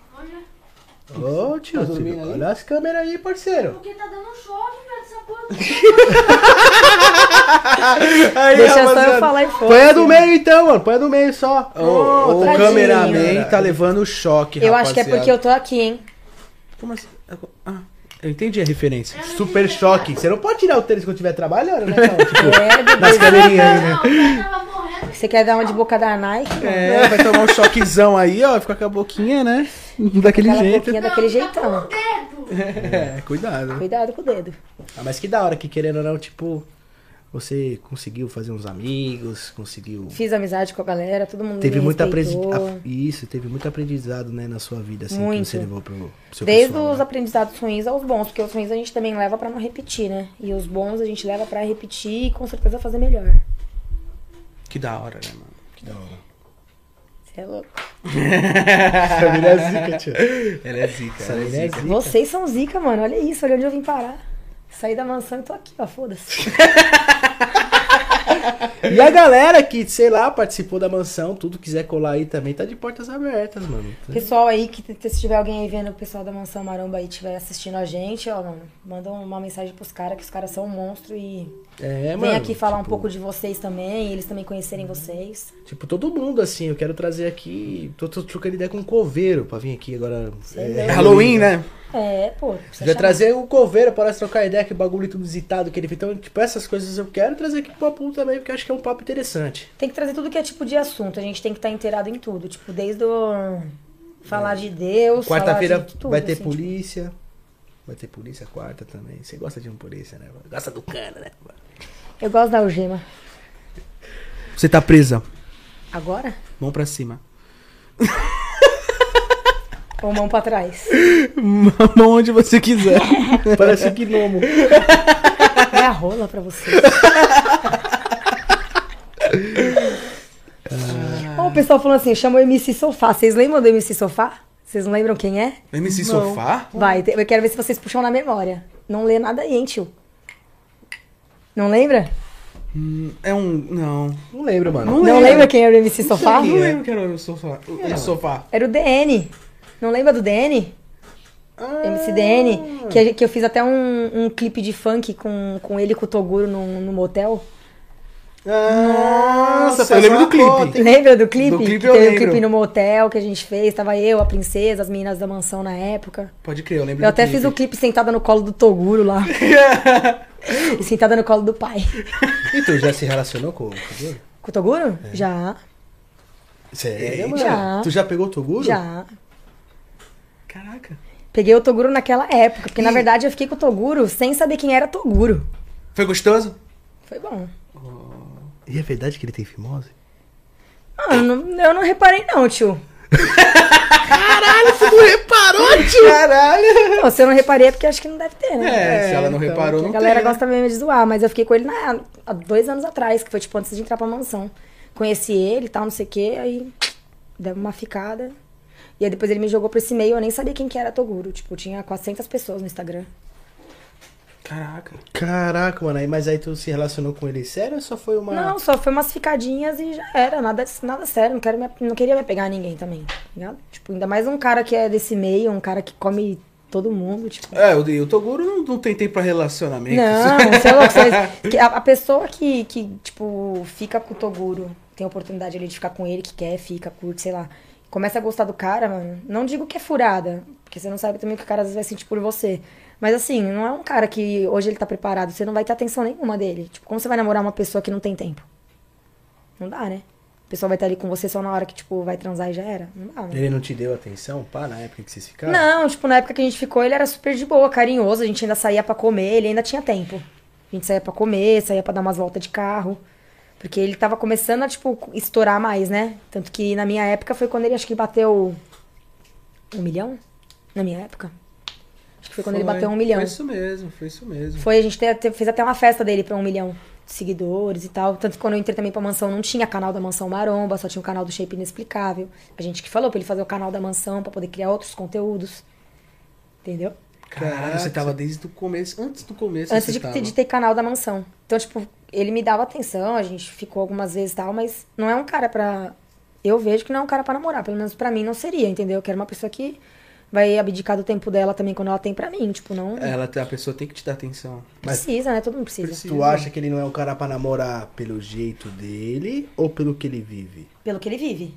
Speaker 1: Ô, tio,
Speaker 2: Tá
Speaker 1: você-
Speaker 2: dormindo aí?
Speaker 1: olha as câmeras aí, parceiro.
Speaker 4: Porque tá dando choque, velho, essa porra.
Speaker 1: Aí,
Speaker 3: Deixa só eu falar e foda.
Speaker 1: Põe a do meio então, mano. Põe a do meio só.
Speaker 2: Ô,
Speaker 1: Ô,
Speaker 2: o
Speaker 1: tadinho.
Speaker 2: cameraman tá levando choque,
Speaker 3: Eu acho que é
Speaker 2: rapaziada.
Speaker 3: porque eu tô aqui, hein?
Speaker 2: Como assim? Ah, eu entendi a referência.
Speaker 1: Super choque. Você não pode tirar o tênis quando estiver trabalhando, né, cara? Tipo,
Speaker 3: É, bebê.
Speaker 1: nas cadeirinhas aí, né?
Speaker 4: Não, o cara tava morrendo.
Speaker 3: Você quer dar uma de boca da Nike? mano?
Speaker 2: É, vai tomar um choquezão aí, ó, fica com a boquinha, né? Daquele
Speaker 3: Aquela
Speaker 2: jeito.
Speaker 3: boquinha
Speaker 4: tá
Speaker 3: daquele jeitão.
Speaker 4: Dedo.
Speaker 2: É, cuidado.
Speaker 3: Cuidado com o dedo.
Speaker 1: Ah, mas que da hora que querendo ou não, tipo, você conseguiu fazer uns amigos, conseguiu.
Speaker 3: Fiz amizade com a galera, todo mundo
Speaker 1: Teve
Speaker 3: me
Speaker 1: muito
Speaker 3: respeitou.
Speaker 1: aprendizado. Isso, teve muito aprendizado, né, na sua vida, assim,
Speaker 3: Muito.
Speaker 1: que você levou pro, pro seu
Speaker 3: Desde
Speaker 1: pessoal,
Speaker 3: os
Speaker 1: né?
Speaker 3: aprendizados ruins aos bons, porque os ruins a gente também leva pra não repetir, né? E os bons a gente leva pra repetir e com certeza fazer melhor.
Speaker 2: Que da hora, né, mano? Que da hora.
Speaker 3: Você é louco.
Speaker 1: Família é zica, tio.
Speaker 2: Ela é zica, ela é
Speaker 1: Família é
Speaker 2: zica.
Speaker 1: zica.
Speaker 3: Vocês são zica, mano. Olha isso, olha onde eu vim parar. Saí da mansão e tô aqui, ó. Foda-se.
Speaker 1: E a galera que, sei lá, participou da mansão, tudo quiser colar aí também, tá de portas abertas, mano.
Speaker 3: Pessoal aí, que t- se tiver alguém aí vendo o pessoal da mansão Maromba aí estiver assistindo a gente, ó, mano, manda uma mensagem pros caras, que os caras são um monstro e
Speaker 1: É,
Speaker 3: vem
Speaker 1: mano.
Speaker 3: aqui falar um
Speaker 1: tipo,
Speaker 3: pouco de vocês também, e eles também conhecerem vocês.
Speaker 1: Tipo, todo mundo, assim, eu quero trazer aqui. Tô, tô trocando ideia com um coveiro pra vir aqui agora.
Speaker 3: É
Speaker 2: É Halloween, né?
Speaker 3: É, pô.
Speaker 1: Já
Speaker 3: precisa chamar.
Speaker 1: trazer o coveiro para nós trocar ideia, que bagulho tudo visitado que ele fez. Então, tipo, essas coisas eu quero trazer aqui pro Papu também, porque eu acho que é um papo interessante.
Speaker 3: Tem que trazer tudo que é tipo de assunto. A gente tem que estar inteirado em tudo. Tipo, desde o... falar de Deus. falar
Speaker 1: É. Quarta-feira
Speaker 3: de tudo,
Speaker 1: vai ter
Speaker 3: assim, tipo,
Speaker 1: polícia. Vai ter polícia quarta também. Você gosta de um polícia, né? mano? Gosta do cana, né? mano?
Speaker 3: tipo, Eu gosto da algema.
Speaker 2: Você tá presa.
Speaker 3: Agora?
Speaker 2: Mão pra cima.
Speaker 3: Ou mão pra trás?
Speaker 2: Mão onde você quiser.
Speaker 1: Parece um gnomo.
Speaker 3: É a rola pra você.
Speaker 1: Ah.
Speaker 3: Ó, o pessoal falando assim, chama o MC Sofá. Vocês lembram do MC Sofá? Vocês não lembram quem é?
Speaker 2: MC
Speaker 1: Não.
Speaker 2: Sofá?
Speaker 3: Vai, te- eu quero ver se vocês puxam na memória. Não lê nada aí, hein, tio? Não lembra?
Speaker 2: Hum, É um. Não.
Speaker 1: Não lembro, mano.
Speaker 3: Não, lembra quem era o MC Sofá? É.
Speaker 2: Não
Speaker 1: é.
Speaker 2: lembro que era o sofá. O o sofá.
Speaker 3: Era o DN. Não lembra do DN?
Speaker 2: Ah.
Speaker 3: MC DN. Que, a- que eu fiz até um, um clipe de funk com, com ele e com o Toguro num, num motel.
Speaker 1: Nossa,
Speaker 2: eu
Speaker 1: faz
Speaker 2: lembro
Speaker 1: uma
Speaker 2: do clipe.
Speaker 1: cota, hein?
Speaker 3: Lembra do clipe?
Speaker 2: Do clipe
Speaker 3: que
Speaker 2: eu
Speaker 3: teve o
Speaker 2: lembro.
Speaker 3: clipe no motel que a gente fez. Tava eu, a princesa, as meninas da mansão na época.
Speaker 2: Pode crer, eu lembro
Speaker 3: Eu até fiz o clipe sentada no colo do Toguro lá. sentada no colo do pai.
Speaker 1: E tu já se relacionou com o Toguro?
Speaker 3: Com o Toguro?
Speaker 2: É.
Speaker 3: Já.
Speaker 1: Sério,
Speaker 2: Já.
Speaker 1: É, mano? Tu já pegou o Toguro?
Speaker 3: Já.
Speaker 2: Caraca.
Speaker 3: Peguei o Toguro naquela época. Porque, na
Speaker 2: Ih.
Speaker 3: verdade, eu fiquei com o Toguro sem saber quem era Toguro.
Speaker 2: Foi gostoso?
Speaker 3: Foi bom.
Speaker 1: E é verdade que ele tem fimose?
Speaker 3: Mano, Ah, eu não reparei não, tio.
Speaker 1: Tu reparou, tio? Caralho!
Speaker 3: Não, se eu não reparei é porque acho que não deve ter,
Speaker 2: É,
Speaker 3: né?
Speaker 2: se ela não
Speaker 1: então,
Speaker 2: reparou,
Speaker 3: a
Speaker 2: não
Speaker 3: galera
Speaker 2: tem, né?
Speaker 3: gosta mesmo de zoar, mas eu fiquei com ele na- há dois anos atrás, que foi tipo antes de entrar pra mansão. Conheci ele e tal, não sei o quê, aí deu uma ficada. E aí depois ele me jogou pra esse e-mail, eu nem sabia quem que era Toguro. Tipo, tinha 400 pessoas no Instagram.
Speaker 2: Caraca.
Speaker 1: Caraca, mano. Aí, mas aí tu se relacionou com ele sério ou só foi uma.
Speaker 3: Não, só foi umas ficadinhas e já era, nada, nada sério, não, quero me- não queria me pegar ninguém também, tá ligado? Tipo, ainda mais um cara que é desse meio, um cara que come todo mundo, tipo.
Speaker 2: É, o, de- o Toguro não, não tem tempo pra relacionamento.
Speaker 3: Não, sei lá, vocês, que a, a pessoa que, que, tipo, fica com o Toguro, tem a oportunidade ali de ficar com ele, que quer, fica, curte, sei lá. Começa a gostar do cara, mano. Não digo que é furada, porque você não sabe também o que o cara às vezes vai sentir por você. Mas assim, não é um cara que hoje ele tá preparado, você não vai ter atenção nenhuma dele. Tipo, como você vai namorar uma pessoa que não tem tempo? Não dá, né? A pessoa vai estar ali com você só na hora que, tipo, vai transar e já era. Não dá, né?
Speaker 1: Ele não te deu atenção, pá, na época que vocês ficaram?
Speaker 3: Não, tipo, na época que a gente ficou, ele era super de boa, carinhoso. A gente ainda saía pra comer, ele ainda tinha tempo. A gente saía pra comer, saía pra dar umas voltas de carro. Porque ele tava começando a, tipo, estourar mais, né? Tanto que na minha época foi quando ele acho que bateu. Um milhão? Na minha época? Acho que foi quando ele bateu um milhão.
Speaker 2: Foi isso mesmo, foi isso mesmo.
Speaker 3: Foi, a gente te- te- fez até uma festa dele pra um milhão de seguidores e tal. Tanto que quando eu entrei também pra mansão, não tinha canal da Mansão Maromba, só tinha o canal do Shape Inexplicável. A gente que falou pra ele fazer o canal da mansão pra poder criar outros conteúdos. Entendeu?
Speaker 2: Caralho, você tava desde o começo, antes do começo.
Speaker 3: Antes
Speaker 2: você
Speaker 3: de,
Speaker 2: tava.
Speaker 3: ter- de ter canal da mansão. Então, tipo, ele me dava atenção, a gente ficou algumas vezes e tal, mas não é um cara pra. Eu vejo que não é um cara pra namorar, pelo menos pra mim não seria, entendeu? Eu quero uma pessoa que vai abdicar do tempo dela também quando ela tem pra mim. Tipo, não
Speaker 2: É, Ela, a pessoa tem que te dar atenção.
Speaker 3: precisa, né? Todo mundo precisa.
Speaker 1: Tu acha que ele não é um cara pra namorar pelo jeito dele ou pelo que ele vive?
Speaker 3: pelo que ele vive.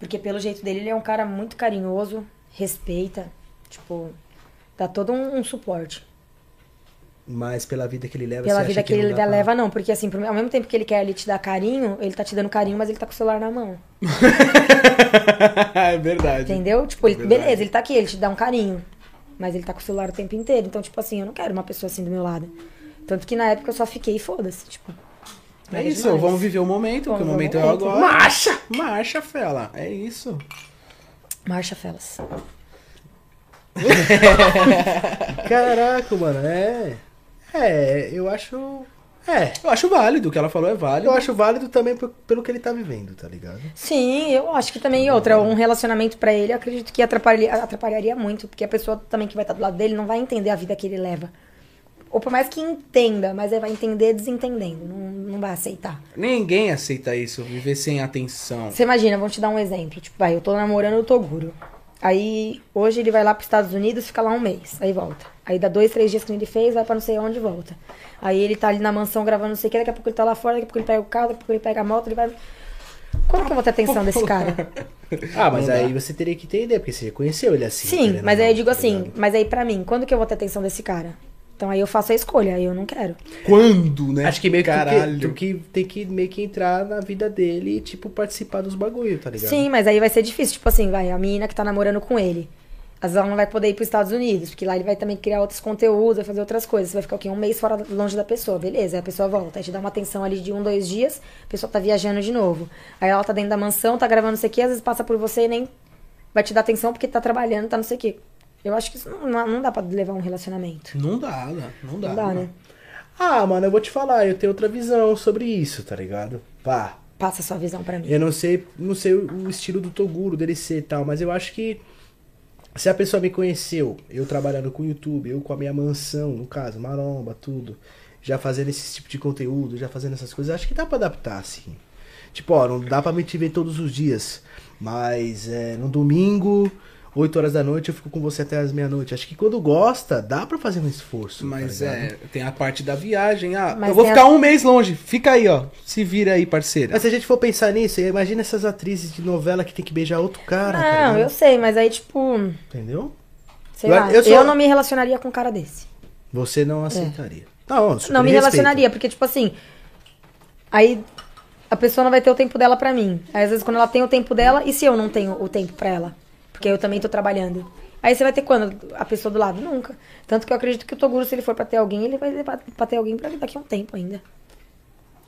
Speaker 3: Porque pelo jeito dele, ele é um cara muito carinhoso, respeita, tipo, dá todo um, um suporte.
Speaker 1: Mas pela vida que ele leva,
Speaker 3: Pela
Speaker 1: você
Speaker 3: vida
Speaker 1: acha
Speaker 3: que, ele
Speaker 1: não dá
Speaker 3: dá-
Speaker 1: pra-
Speaker 3: leva, não. Porque assim, pro- ao mesmo tempo que ele quer ele te dar carinho, ele tá te dando carinho, mas ele tá com o celular na mão.
Speaker 2: é verdade.
Speaker 3: Entendeu? Tipo, ele-
Speaker 2: Verdade.
Speaker 3: beleza, ele tá aqui, ele te dá um carinho. Mas ele tá com o celular o tempo inteiro. Então, tipo assim, eu não quero uma pessoa assim do meu lado. Tanto que na época eu só fiquei, foda-se, tipo.
Speaker 2: É
Speaker 3: Era
Speaker 2: isso,
Speaker 3: demais.
Speaker 2: vamos viver o momento, porque o
Speaker 3: Vamos
Speaker 2: momento
Speaker 3: ver
Speaker 2: é
Speaker 3: o momento.
Speaker 2: agora. Marcha! Marcha, fela. É isso.
Speaker 3: Marcha Felas.
Speaker 1: Caraca, mano, é. É, eu acho. É.
Speaker 2: Eu acho válido, o que ela falou é válido.
Speaker 1: Eu acho válido também pe- pelo que ele tá vivendo, tá ligado?
Speaker 3: Sim, eu acho que também outra, um relacionamento pra ele, eu acredito que atrapalha- atrapalharia muito, porque a pessoa também que vai estar do lado dele não vai entender a vida que ele leva. Ou por mais que entenda, mas ele vai entender desentendendo, não, não vai aceitar.
Speaker 2: Ninguém aceita isso, viver sem atenção.
Speaker 3: Você imagina, vamos te dar um exemplo. Tipo, vai, eu tô namorando o Toguro. Aí, hoje ele vai lá pros Estados Unidos, fica lá um mês, aí volta. Aí dá dois, três dias que ele fez, vai pra não sei onde e volta. Aí ele tá ali na mansão gravando não sei o que, daqui a pouco ele tá lá fora, daqui a pouco ele pega o carro, daqui a pouco ele pega a moto, ele vai... Como que eu vou ter atenção desse cara?
Speaker 1: Ah, mas
Speaker 2: Não dá.
Speaker 1: aí você teria que entender, porque você reconheceu ele assim.
Speaker 3: Sim,
Speaker 1: querendo
Speaker 3: mas
Speaker 1: ou
Speaker 3: aí
Speaker 1: não,
Speaker 3: eu digo
Speaker 1: tá
Speaker 3: assim,
Speaker 1: ligado?
Speaker 3: mas aí pra mim, quando que eu vou ter atenção desse cara? Então aí eu faço a escolha, aí eu não quero.
Speaker 1: Tá
Speaker 2: Quando, né?
Speaker 1: Acho que meio que
Speaker 2: Caralho.
Speaker 1: tu, que tu que tem que meio que entrar na vida dele e, tipo, participar dos bagulho, tá ligado?
Speaker 3: Sim, mas aí vai ser difícil, tipo assim, vai, a menina que tá namorando com ele. Às vezes ela não vai poder ir pros Estados Unidos, porque lá ele vai também criar outros conteúdos, vai fazer outras coisas. Você vai ficar o quê? Um mês fora, longe da pessoa, beleza. Aí a pessoa volta, aí te dá uma atenção ali de um, dois dias, a pessoa tá viajando de novo. Aí ela tá dentro da mansão, tá gravando não sei o quê, às vezes passa por você e nem vai te dar atenção porque tá trabalhando, tá não sei o quê. Eu acho que isso não, não dá pra levar um relacionamento.
Speaker 2: Não dá, né? não dá.
Speaker 1: Tá,
Speaker 3: Não dá, né?
Speaker 1: Ah, mano, eu vou te falar, eu tenho outra visão sobre isso, tá ligado? Pá,
Speaker 3: Passa a sua visão pra mim.
Speaker 1: Eu não sei, não sei o o estilo do Toguro dele ser e tal, mas eu acho que se a pessoa me conheceu, eu trabalhando com o YouTube, eu com a minha mansão, no caso, maromba, tudo, já fazendo esse tipo de conteúdo, já fazendo essas coisas, acho que dá pra adaptar, assim. Tipo, ó, não dá pra me te ver todos os dias, mas é, no domingo, 8 horas da noite, eu fico com você até as meia-noite. Acho que quando gosta, dá pra fazer um esforço. tá
Speaker 2: Mas
Speaker 1: ligado?
Speaker 2: é, tem a parte da viagem. Ah,
Speaker 3: Mas
Speaker 2: eu vou
Speaker 3: tem
Speaker 2: ficar
Speaker 3: a-
Speaker 2: um mês longe. Fica aí, ó. Se vira aí, parceira.
Speaker 1: Mas se a gente for pensar nisso, imagina essas atrizes de novela que tem que beijar outro cara. tá
Speaker 3: Não,
Speaker 1: ligado?
Speaker 3: eu sei, mas aí, tipo,
Speaker 1: Entendeu?
Speaker 3: sei
Speaker 1: Eu-
Speaker 3: lá,
Speaker 1: eu
Speaker 3: eu,
Speaker 1: sou-
Speaker 3: não me relacionaria com um cara desse.
Speaker 1: Você não aceitaria. Não, super
Speaker 3: É. não me
Speaker 1: respeito.
Speaker 3: relacionaria, porque, tipo assim, aí a pessoa não vai ter o tempo dela pra mim. Aí, às vezes, quando ela tem o tempo dela, e se eu não tenho o tempo pra ela? Porque eu também tô trabalhando. Aí você vai ter quando? A pessoa do lado? Nunca. Tanto que eu acredito que o Toguro, se ele for pra ter alguém, ele vai levar pra ter alguém pra daqui a um tempo ainda.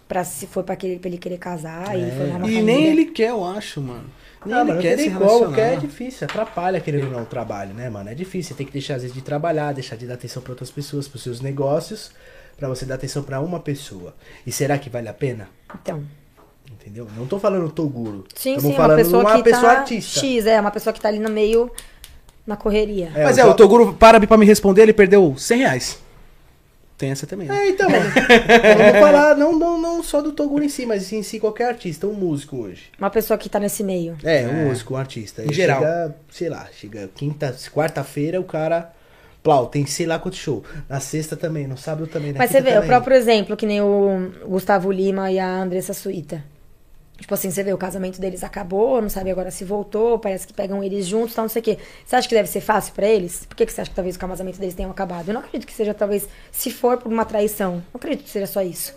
Speaker 3: Pra se for pra, aquele, pra ele querer casar
Speaker 1: É.
Speaker 3: e formar uma
Speaker 2: E
Speaker 3: família.
Speaker 2: nem ele quer, eu acho, mano. Nem
Speaker 1: Não,
Speaker 2: Ah, ele
Speaker 1: mano,
Speaker 2: quer se
Speaker 1: tem igual,
Speaker 2: relacionar.
Speaker 1: quer é difícil, atrapalha querendo ou não o trabalho, né, mano? É difícil, você tem que deixar às vezes de trabalhar, deixar de dar atenção pra outras pessoas, pros seus negócios, pra você dar atenção pra uma pessoa. E será que vale a pena?
Speaker 3: Então...
Speaker 1: Entendeu? Não tô falando Toguro.
Speaker 3: Sim,
Speaker 1: Tamo
Speaker 3: sim,
Speaker 1: falando
Speaker 3: uma pessoa
Speaker 1: uma
Speaker 3: que
Speaker 1: pessoa
Speaker 3: tá
Speaker 1: artista.
Speaker 3: X, é, uma pessoa que tá ali no meio na correria.
Speaker 1: É,
Speaker 2: Mas
Speaker 1: eu
Speaker 2: é,
Speaker 1: só-
Speaker 2: o Toguro para pra me responder, ele perdeu 100 reais. Tem essa também. né?
Speaker 1: É, então, mano. eu vou falar não, não, não só do Toguro em si, mas em si qualquer artista, um músico hoje.
Speaker 3: Uma pessoa que tá nesse meio.
Speaker 1: É,
Speaker 2: É.
Speaker 1: um músico, um artista.
Speaker 2: Em geral.
Speaker 1: Chega, sei lá, chega quinta, quarta-feira, o cara Plau, tem sei lá quanto show. Na sexta também, no sábado também. na
Speaker 3: Mas você
Speaker 1: quinta
Speaker 3: vê, o
Speaker 1: tá também.
Speaker 3: próprio exemplo, que nem o Gustavo Lima e a Andressa Suíta. Tipo assim, você vê, o casamento deles acabou, não sabe agora se voltou, parece que pegam eles juntos, tal, não sei o quê. Você acha que deve ser fácil pra eles? Por que, que você acha que talvez o casamento deles tenha acabado? Eu não acredito que seja, talvez, se for por uma traição. Não acredito que seja só isso.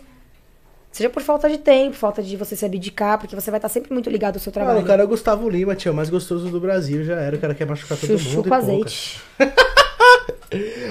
Speaker 3: Seja por falta de tempo, falta de você se abdicar, porque você vai estar sempre muito ligado ao seu
Speaker 1: Mano,
Speaker 3: trabalho.
Speaker 1: o cara é o Gustavo Lima, tio, o mais gostoso do Brasil, já era. O cara quer machucar todo
Speaker 3: Chuchu
Speaker 1: mundo. e
Speaker 3: com
Speaker 1: pouca.
Speaker 3: azeite.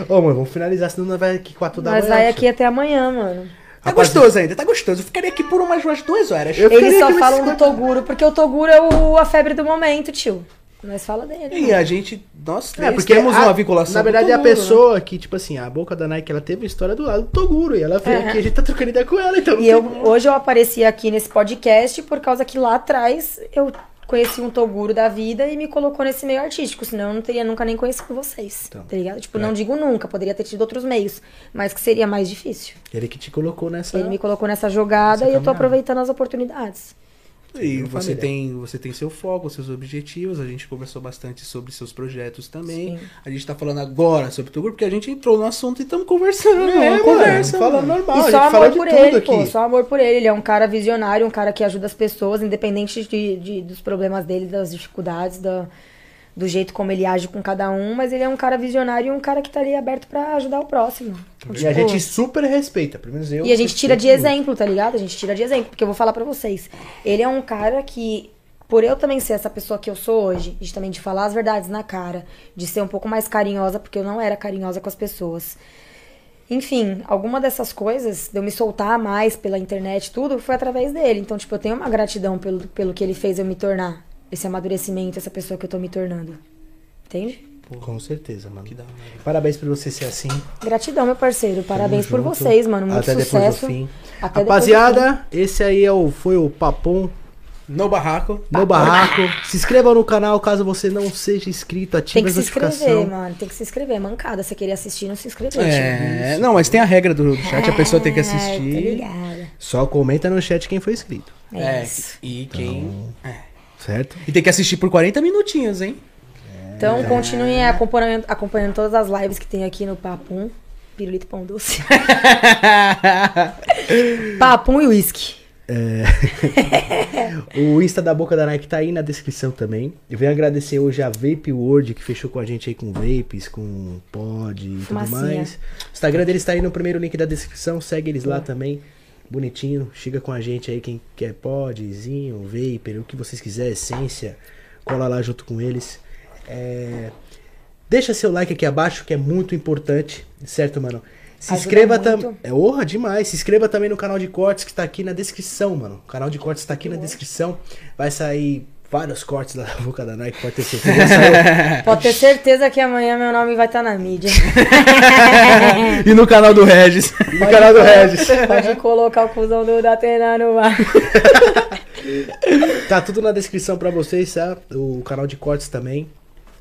Speaker 1: Ô, mano, vamos finalizar, senão nós vai aqui 4 da
Speaker 3: Mas
Speaker 1: manhã.
Speaker 3: vai
Speaker 1: tio.
Speaker 3: aqui é até amanhã, mano.
Speaker 2: Tá
Speaker 1: Rapaz,
Speaker 2: gostoso ainda, tá gostoso. Eu ficaria aqui por umas, umas duas horas.
Speaker 1: Eu
Speaker 3: Eles
Speaker 1: queria
Speaker 3: só
Speaker 1: que
Speaker 3: falam
Speaker 1: eles-
Speaker 3: do Toguro, porque o Toguro é o- a febre do momento, tio. Nós fala dele. né?
Speaker 2: E a gente, nós três,
Speaker 1: É, porque
Speaker 2: temos
Speaker 1: a-
Speaker 2: uma vinculação.
Speaker 1: Na
Speaker 2: com
Speaker 1: verdade,
Speaker 2: todo
Speaker 1: é a
Speaker 2: mundo, né?
Speaker 1: pessoa que, tipo assim, a boca da Nike, ela teve uma história do lado do Toguro. E ela veio
Speaker 3: Aham.
Speaker 1: aqui, a gente tá trocando ideia com ela, então.
Speaker 3: E eu, hoje eu apareci aqui nesse podcast por causa que lá atrás eu conheci um Toguro da vida e me colocou nesse meio artístico, senão eu não teria nunca nem conhecido vocês.
Speaker 1: Então,
Speaker 3: tá ligado? Tipo, não digo nunca, poderia ter tido outros meios, mas que seria mais difícil.
Speaker 1: Ele que te colocou nessa.
Speaker 3: Ele me colocou nessa
Speaker 1: Essa
Speaker 3: jogada e eu tô
Speaker 1: caminhada.
Speaker 3: aproveitando as oportunidades.
Speaker 2: E
Speaker 1: Viu,
Speaker 2: você
Speaker 1: família?
Speaker 2: tem, você tem seu foco, seus objetivos. A gente conversou bastante sobre seus projetos também.
Speaker 3: Sim.
Speaker 2: A gente tá falando agora sobre o teu grupo, porque a gente entrou no assunto e estamos conversando.
Speaker 1: É, mano,
Speaker 2: conversa.
Speaker 1: fala
Speaker 2: mano.
Speaker 1: normal, a
Speaker 3: E
Speaker 1: gente
Speaker 3: só
Speaker 1: fala
Speaker 3: amor
Speaker 1: de
Speaker 3: por
Speaker 1: tudo
Speaker 3: ele,
Speaker 1: aqui.
Speaker 3: pô, só amor por ele. Ele é um cara visionário, um cara que ajuda as pessoas, independente de, de- dos problemas dele, das dificuldades, da- do jeito como ele age com cada um. Mas ele é um cara visionário e um cara que tá ali aberto pra ajudar o próximo. Então,
Speaker 1: E
Speaker 3: tipo,
Speaker 1: a gente super respeita, pelo menos eu.
Speaker 3: e a gente tira de
Speaker 1: respeito muito.
Speaker 3: exemplo, tá ligado? A gente tira de exemplo, porque eu vou falar pra vocês. Ele é um cara que, por eu também ser essa pessoa que eu sou hoje, de também de falar as verdades na cara, de ser um pouco mais carinhosa, porque eu não era carinhosa com as pessoas. Enfim, alguma dessas coisas, de eu me soltar mais pela internet, tudo, foi através dele. Então, tipo, eu tenho uma gratidão pelo, pelo que ele fez eu me tornar. Esse amadurecimento, essa pessoa que eu tô me tornando. Entende?
Speaker 1: Com certeza, mano. Parabéns por você ser assim.
Speaker 3: Gratidão, meu parceiro. Parabéns por
Speaker 1: junto.
Speaker 3: vocês, mano. Muito
Speaker 1: Até
Speaker 3: sucesso.
Speaker 1: depois do fim.
Speaker 3: Até depois então. do
Speaker 1: Rapaziada, esse aí é o, foi o Papum
Speaker 2: No barraco.
Speaker 1: no Barraco. Se inscreva no canal caso você não seja inscrito.
Speaker 2: Tipo
Speaker 1: Ative
Speaker 3: Tem que
Speaker 1: a
Speaker 3: se inscrever,
Speaker 1: notificação.
Speaker 3: mano. Tem que se inscrever. É Mancada. Você queria assistir, não se inscreveu. Tá
Speaker 2: É, não, mas tem a regra do chat, a pessoa tem que
Speaker 3: tio. Ai, Tá
Speaker 2: assistir.
Speaker 3: ligada.
Speaker 1: Só comenta no chat quem foi inscrito,
Speaker 3: É,
Speaker 2: É,
Speaker 3: isso.
Speaker 2: e quem. é.
Speaker 1: certo?
Speaker 2: E tem que assistir por 40 minutinhos, hein?
Speaker 3: Então,
Speaker 2: É.
Speaker 3: continuem acompanhando, acompanhando todas as lives que tem aqui no Papum. Pirulito Pão Doce. Papum e Whisky.
Speaker 1: O Insta da Boca da Nike tá aí na descrição também. Eu venho agradecer hoje a Vape World, que fechou com a gente aí com vapes, com pod e tudo
Speaker 3: Fumacinha.
Speaker 1: mais. O Instagram deles tá aí no primeiro link da descrição. Segue eles lá também. Bonitinho. Chega com a gente aí quem quer podzinho, vapor, o que vocês quiserem, essência. Cola lá junto com eles. É, Deixa seu like aqui abaixo, que é muito importante, certo, mano? Se
Speaker 3: Ajuda
Speaker 1: inscreva também.
Speaker 3: muito.
Speaker 1: É honra demais. Se inscreva também no canal de cortes que tá aqui na descrição, mano. O canal de cortes tá aqui na descrição. Vai sair vários cortes lá da boca da Nike, pode ter certeza. Já saiu.
Speaker 2: É.
Speaker 3: Pode ter certeza que amanhã meu nome vai estar na mídia.
Speaker 2: E no canal do Regis.
Speaker 1: E no canal do Regis.
Speaker 3: Pode colocar o cuzão do da Atena no ar.
Speaker 1: Tá tudo na descrição pra vocês, tá? O canal de cortes também.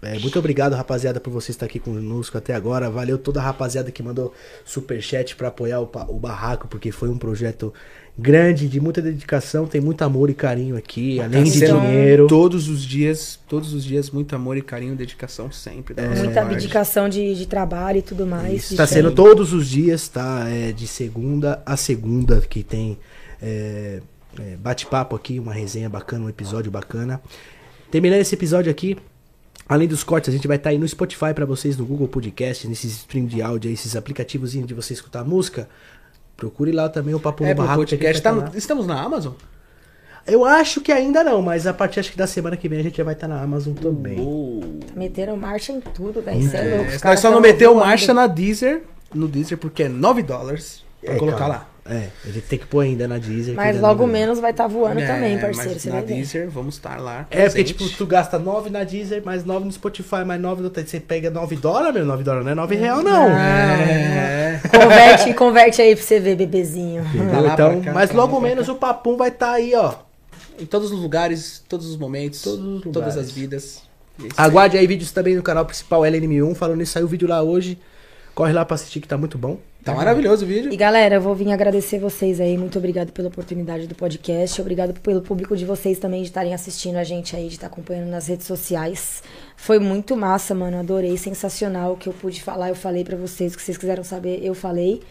Speaker 1: É, muito obrigado, rapaziada, por vocês estar aqui conosco até agora. Valeu toda a rapaziada que mandou superchat pra apoiar o, pa- o Barraco, porque foi um projeto grande, de muita dedicação, tem muito amor e carinho aqui, além de
Speaker 3: sendo
Speaker 1: dinheiro.
Speaker 2: Todos os dias, todos os dias, muito amor e carinho, dedicação sempre. É, da nossa
Speaker 3: Muita
Speaker 2: parte.
Speaker 3: abdicação de, de trabalho e tudo mais.
Speaker 1: Isso, tá
Speaker 3: Isso
Speaker 1: sendo
Speaker 3: aí.
Speaker 1: todos os dias, tá? É, de segunda a segunda que tem é, é, bate-papo aqui, uma resenha bacana, um episódio bacana. Terminando esse episódio aqui, além dos cortes, a gente vai estar aí no Spotify pra vocês, no Google Podcast, nesses stream de áudio, aí, esses aplicativos de você escutar música. Procure lá também o Papo
Speaker 2: É,
Speaker 1: no
Speaker 2: pro
Speaker 1: Barraco. que a
Speaker 2: podcast.
Speaker 1: gente vai
Speaker 2: tá
Speaker 1: tá
Speaker 2: no-
Speaker 1: lá.
Speaker 2: estamos na Amazon?
Speaker 1: Eu acho que ainda não, mas a partir acho que da semana que vem a gente já vai estar na Amazon também.
Speaker 3: Meteram marcha em tudo, velho. Cê é louco.
Speaker 2: É,
Speaker 3: Os
Speaker 2: nós
Speaker 3: caras
Speaker 2: só não
Speaker 3: tão
Speaker 2: meteu
Speaker 3: voando.
Speaker 2: marcha na Deezer, no Deezer, porque é 9 dólares pra
Speaker 1: É,
Speaker 2: colocar
Speaker 1: calma.
Speaker 2: lá.
Speaker 1: É, a gente tem que pôr ainda na Deezer. que
Speaker 3: Mas
Speaker 1: ainda não
Speaker 3: logo
Speaker 1: deu.
Speaker 3: menos vai estar voando
Speaker 2: né, É,
Speaker 3: também, parceiro.
Speaker 2: mas
Speaker 3: Você
Speaker 2: na
Speaker 3: vai ver.
Speaker 2: Deezer, vamos estar lá.
Speaker 1: É, porque,
Speaker 2: presente.
Speaker 1: tipo, tu gasta 9 na Deezer, mais 9 no Spotify, mais 9 no... Você pega 9 dólares, meu, 9 dólares não é 9 real, não.
Speaker 2: É.
Speaker 3: Converte, converte aí pra você ver, bebezinho.
Speaker 2: Pra
Speaker 1: Entendeu?
Speaker 2: lá,
Speaker 1: Então,
Speaker 2: pra cá,
Speaker 1: mas
Speaker 2: pra lá,
Speaker 1: logo
Speaker 2: pra
Speaker 1: menos o papum vai estar aí, ó.
Speaker 2: Em todos os lugares, todos os momentos,
Speaker 1: Todos os lugares.
Speaker 2: todas as vidas. É isso aí.
Speaker 1: um. Aguarde aí vídeos também no canal principal LNM1. Falando isso, saiu o vídeo lá hoje. Corre lá pra assistir que tá muito bom.
Speaker 2: Tá maravilhoso o vídeo.
Speaker 3: E galera, eu vou vir agradecer vocês aí. Muito obrigado pela oportunidade do podcast. Obrigado pelo público de vocês também de estarem assistindo a gente aí, de estar acompanhando nas redes sociais. Foi muito massa, mano. Adorei, sensacional o que eu pude falar. Eu falei pra vocês o que vocês quiseram saber, eu falei.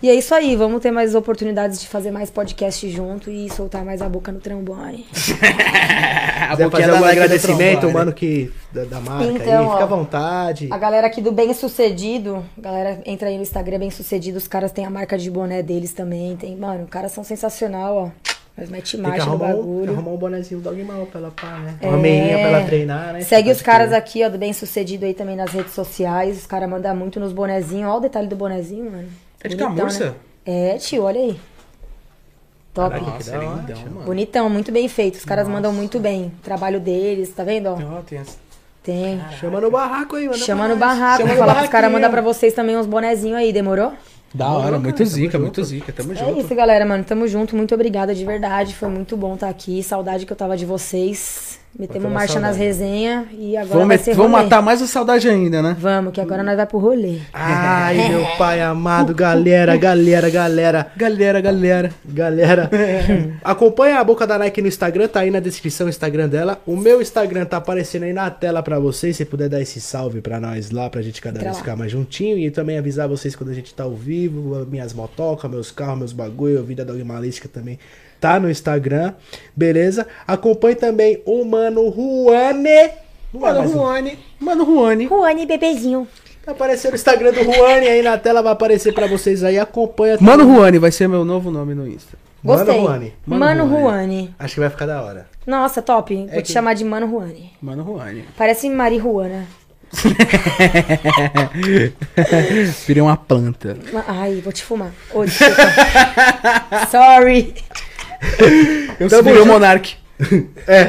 Speaker 3: E é isso aí, vamos ter mais oportunidades de fazer mais podcast junto e soltar mais a boca no trombone.
Speaker 2: Ah, A
Speaker 1: Quiser
Speaker 2: boquinha
Speaker 1: fazer
Speaker 2: da
Speaker 1: algum
Speaker 2: Nike do
Speaker 1: agradecimento,
Speaker 2: trombone.
Speaker 1: mano, que, da, da marca
Speaker 3: Então,
Speaker 1: aí,
Speaker 3: ó,
Speaker 1: fica à vontade.
Speaker 3: A galera aqui do Bem Sucedido, galera, entra aí no Instagram Bem Sucedido, os caras têm a marca de boné deles também, tem, mano, os caras são sensacional, ó. Mas mete
Speaker 1: Tem que
Speaker 3: marcha no
Speaker 1: arrumar um, tem que
Speaker 3: bagulho. É.
Speaker 1: arrumar um bonezinho do Dogmal pra ela pá, né? Uma meinha pra ela treinar, né?
Speaker 3: Segue os
Speaker 1: Pode
Speaker 3: caras
Speaker 1: crer.
Speaker 3: aqui, ó, do Bem Sucedido aí também nas redes sociais, os caras mandam muito nos bonezinhos, ó o detalhe do bonezinho, mano.
Speaker 2: É de
Speaker 3: Bonitão,
Speaker 2: camurça?
Speaker 3: né? É, tio, olha aí. Top.
Speaker 1: Caraca,
Speaker 2: Nossa,
Speaker 1: Que da hora,
Speaker 2: lindão,
Speaker 1: tio.
Speaker 2: mano.
Speaker 3: Bonitão, muito bem feito. Os caras mandam muito bem. O trabalho deles, tá vendo? Ó,
Speaker 2: Ó, tem as-
Speaker 3: tem.
Speaker 1: Chama no barraco aí, mano.
Speaker 3: Chama no barraco,
Speaker 2: Chama no
Speaker 3: fala pros caras
Speaker 2: barraquinho.
Speaker 3: mandar pra vocês também uns bonezinhos aí, demorou?
Speaker 2: Da hora,
Speaker 1: cara,
Speaker 2: muito
Speaker 1: tamo
Speaker 2: zica,
Speaker 1: junto.
Speaker 2: muito zica. Tamo
Speaker 3: É
Speaker 2: junto.
Speaker 3: isso, galera, mano. Tamo junto. Muito obrigada de verdade. Foi muito bom estar aqui. Saudade que eu tava de vocês. Metemos
Speaker 1: uma
Speaker 3: marcha nas
Speaker 1: saudade.
Speaker 3: resenhas e agora
Speaker 2: Vamos,
Speaker 3: vai
Speaker 2: met-
Speaker 3: ser
Speaker 2: vamos
Speaker 3: rolê.
Speaker 2: matar mais o saudade ainda, né?
Speaker 3: Vamos, que agora nós vai pro rolê.
Speaker 1: Ai, meu pai amado, galera, galera, galera,
Speaker 2: Galera, galera.
Speaker 1: galera. Acompanha a Boca da Nike no Instagram, tá aí na descrição o Instagram dela. O meu Instagram tá aparecendo aí na tela pra vocês. Se puder dar esse salve pra nós lá, pra gente cada
Speaker 3: Entra
Speaker 1: vez
Speaker 3: lá.
Speaker 1: ficar mais juntinho. E também avisar vocês quando a gente tá ao vivo, minhas motocas, meus carros, meus bagulho, a vida dogmalística também tá no Instagram, beleza? Acompanhe também o Mano Juane. Não é
Speaker 2: Mano
Speaker 1: mais um
Speaker 2: Ruane. Mano Ruane.
Speaker 3: Juane bebezinho.
Speaker 1: Tá aparecendo o Instagram do Juane aí na tela, vai aparecer pra vocês aí. Acompanha
Speaker 2: Mano Ruane vai ser meu novo nome no Insta.
Speaker 3: Gostei.
Speaker 1: Mano Juane.
Speaker 2: Mano
Speaker 3: Mano
Speaker 2: Juane.
Speaker 3: Juane.
Speaker 1: Acho que vai ficar da hora.
Speaker 3: Nossa, top. Vou te
Speaker 2: que-
Speaker 3: chamar de Mano Juane.
Speaker 2: Mano Ruane.
Speaker 3: Parece Mari Juana.
Speaker 2: Virei uma planta.
Speaker 3: Ma- Ai, vou te fumar. Ô, desculpa. Sorry.
Speaker 2: Eu
Speaker 1: Tamo
Speaker 2: virei um o
Speaker 1: junto.
Speaker 2: Monark.
Speaker 1: É.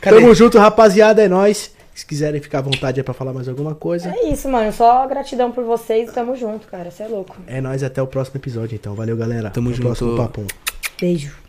Speaker 2: Cadê?
Speaker 1: Tamo junto, rapaziada, é nóis. Se quiserem ficar à vontade aí pra falar mais alguma coisa,
Speaker 3: É isso, mano. Só gratidão por vocês. Tamo junto, cara. Você é louco.
Speaker 1: é nóis até o próximo episódio, então. Valeu, galera.
Speaker 2: Tamo
Speaker 1: Até o
Speaker 2: junto.
Speaker 1: próximo papo.
Speaker 3: Beijo.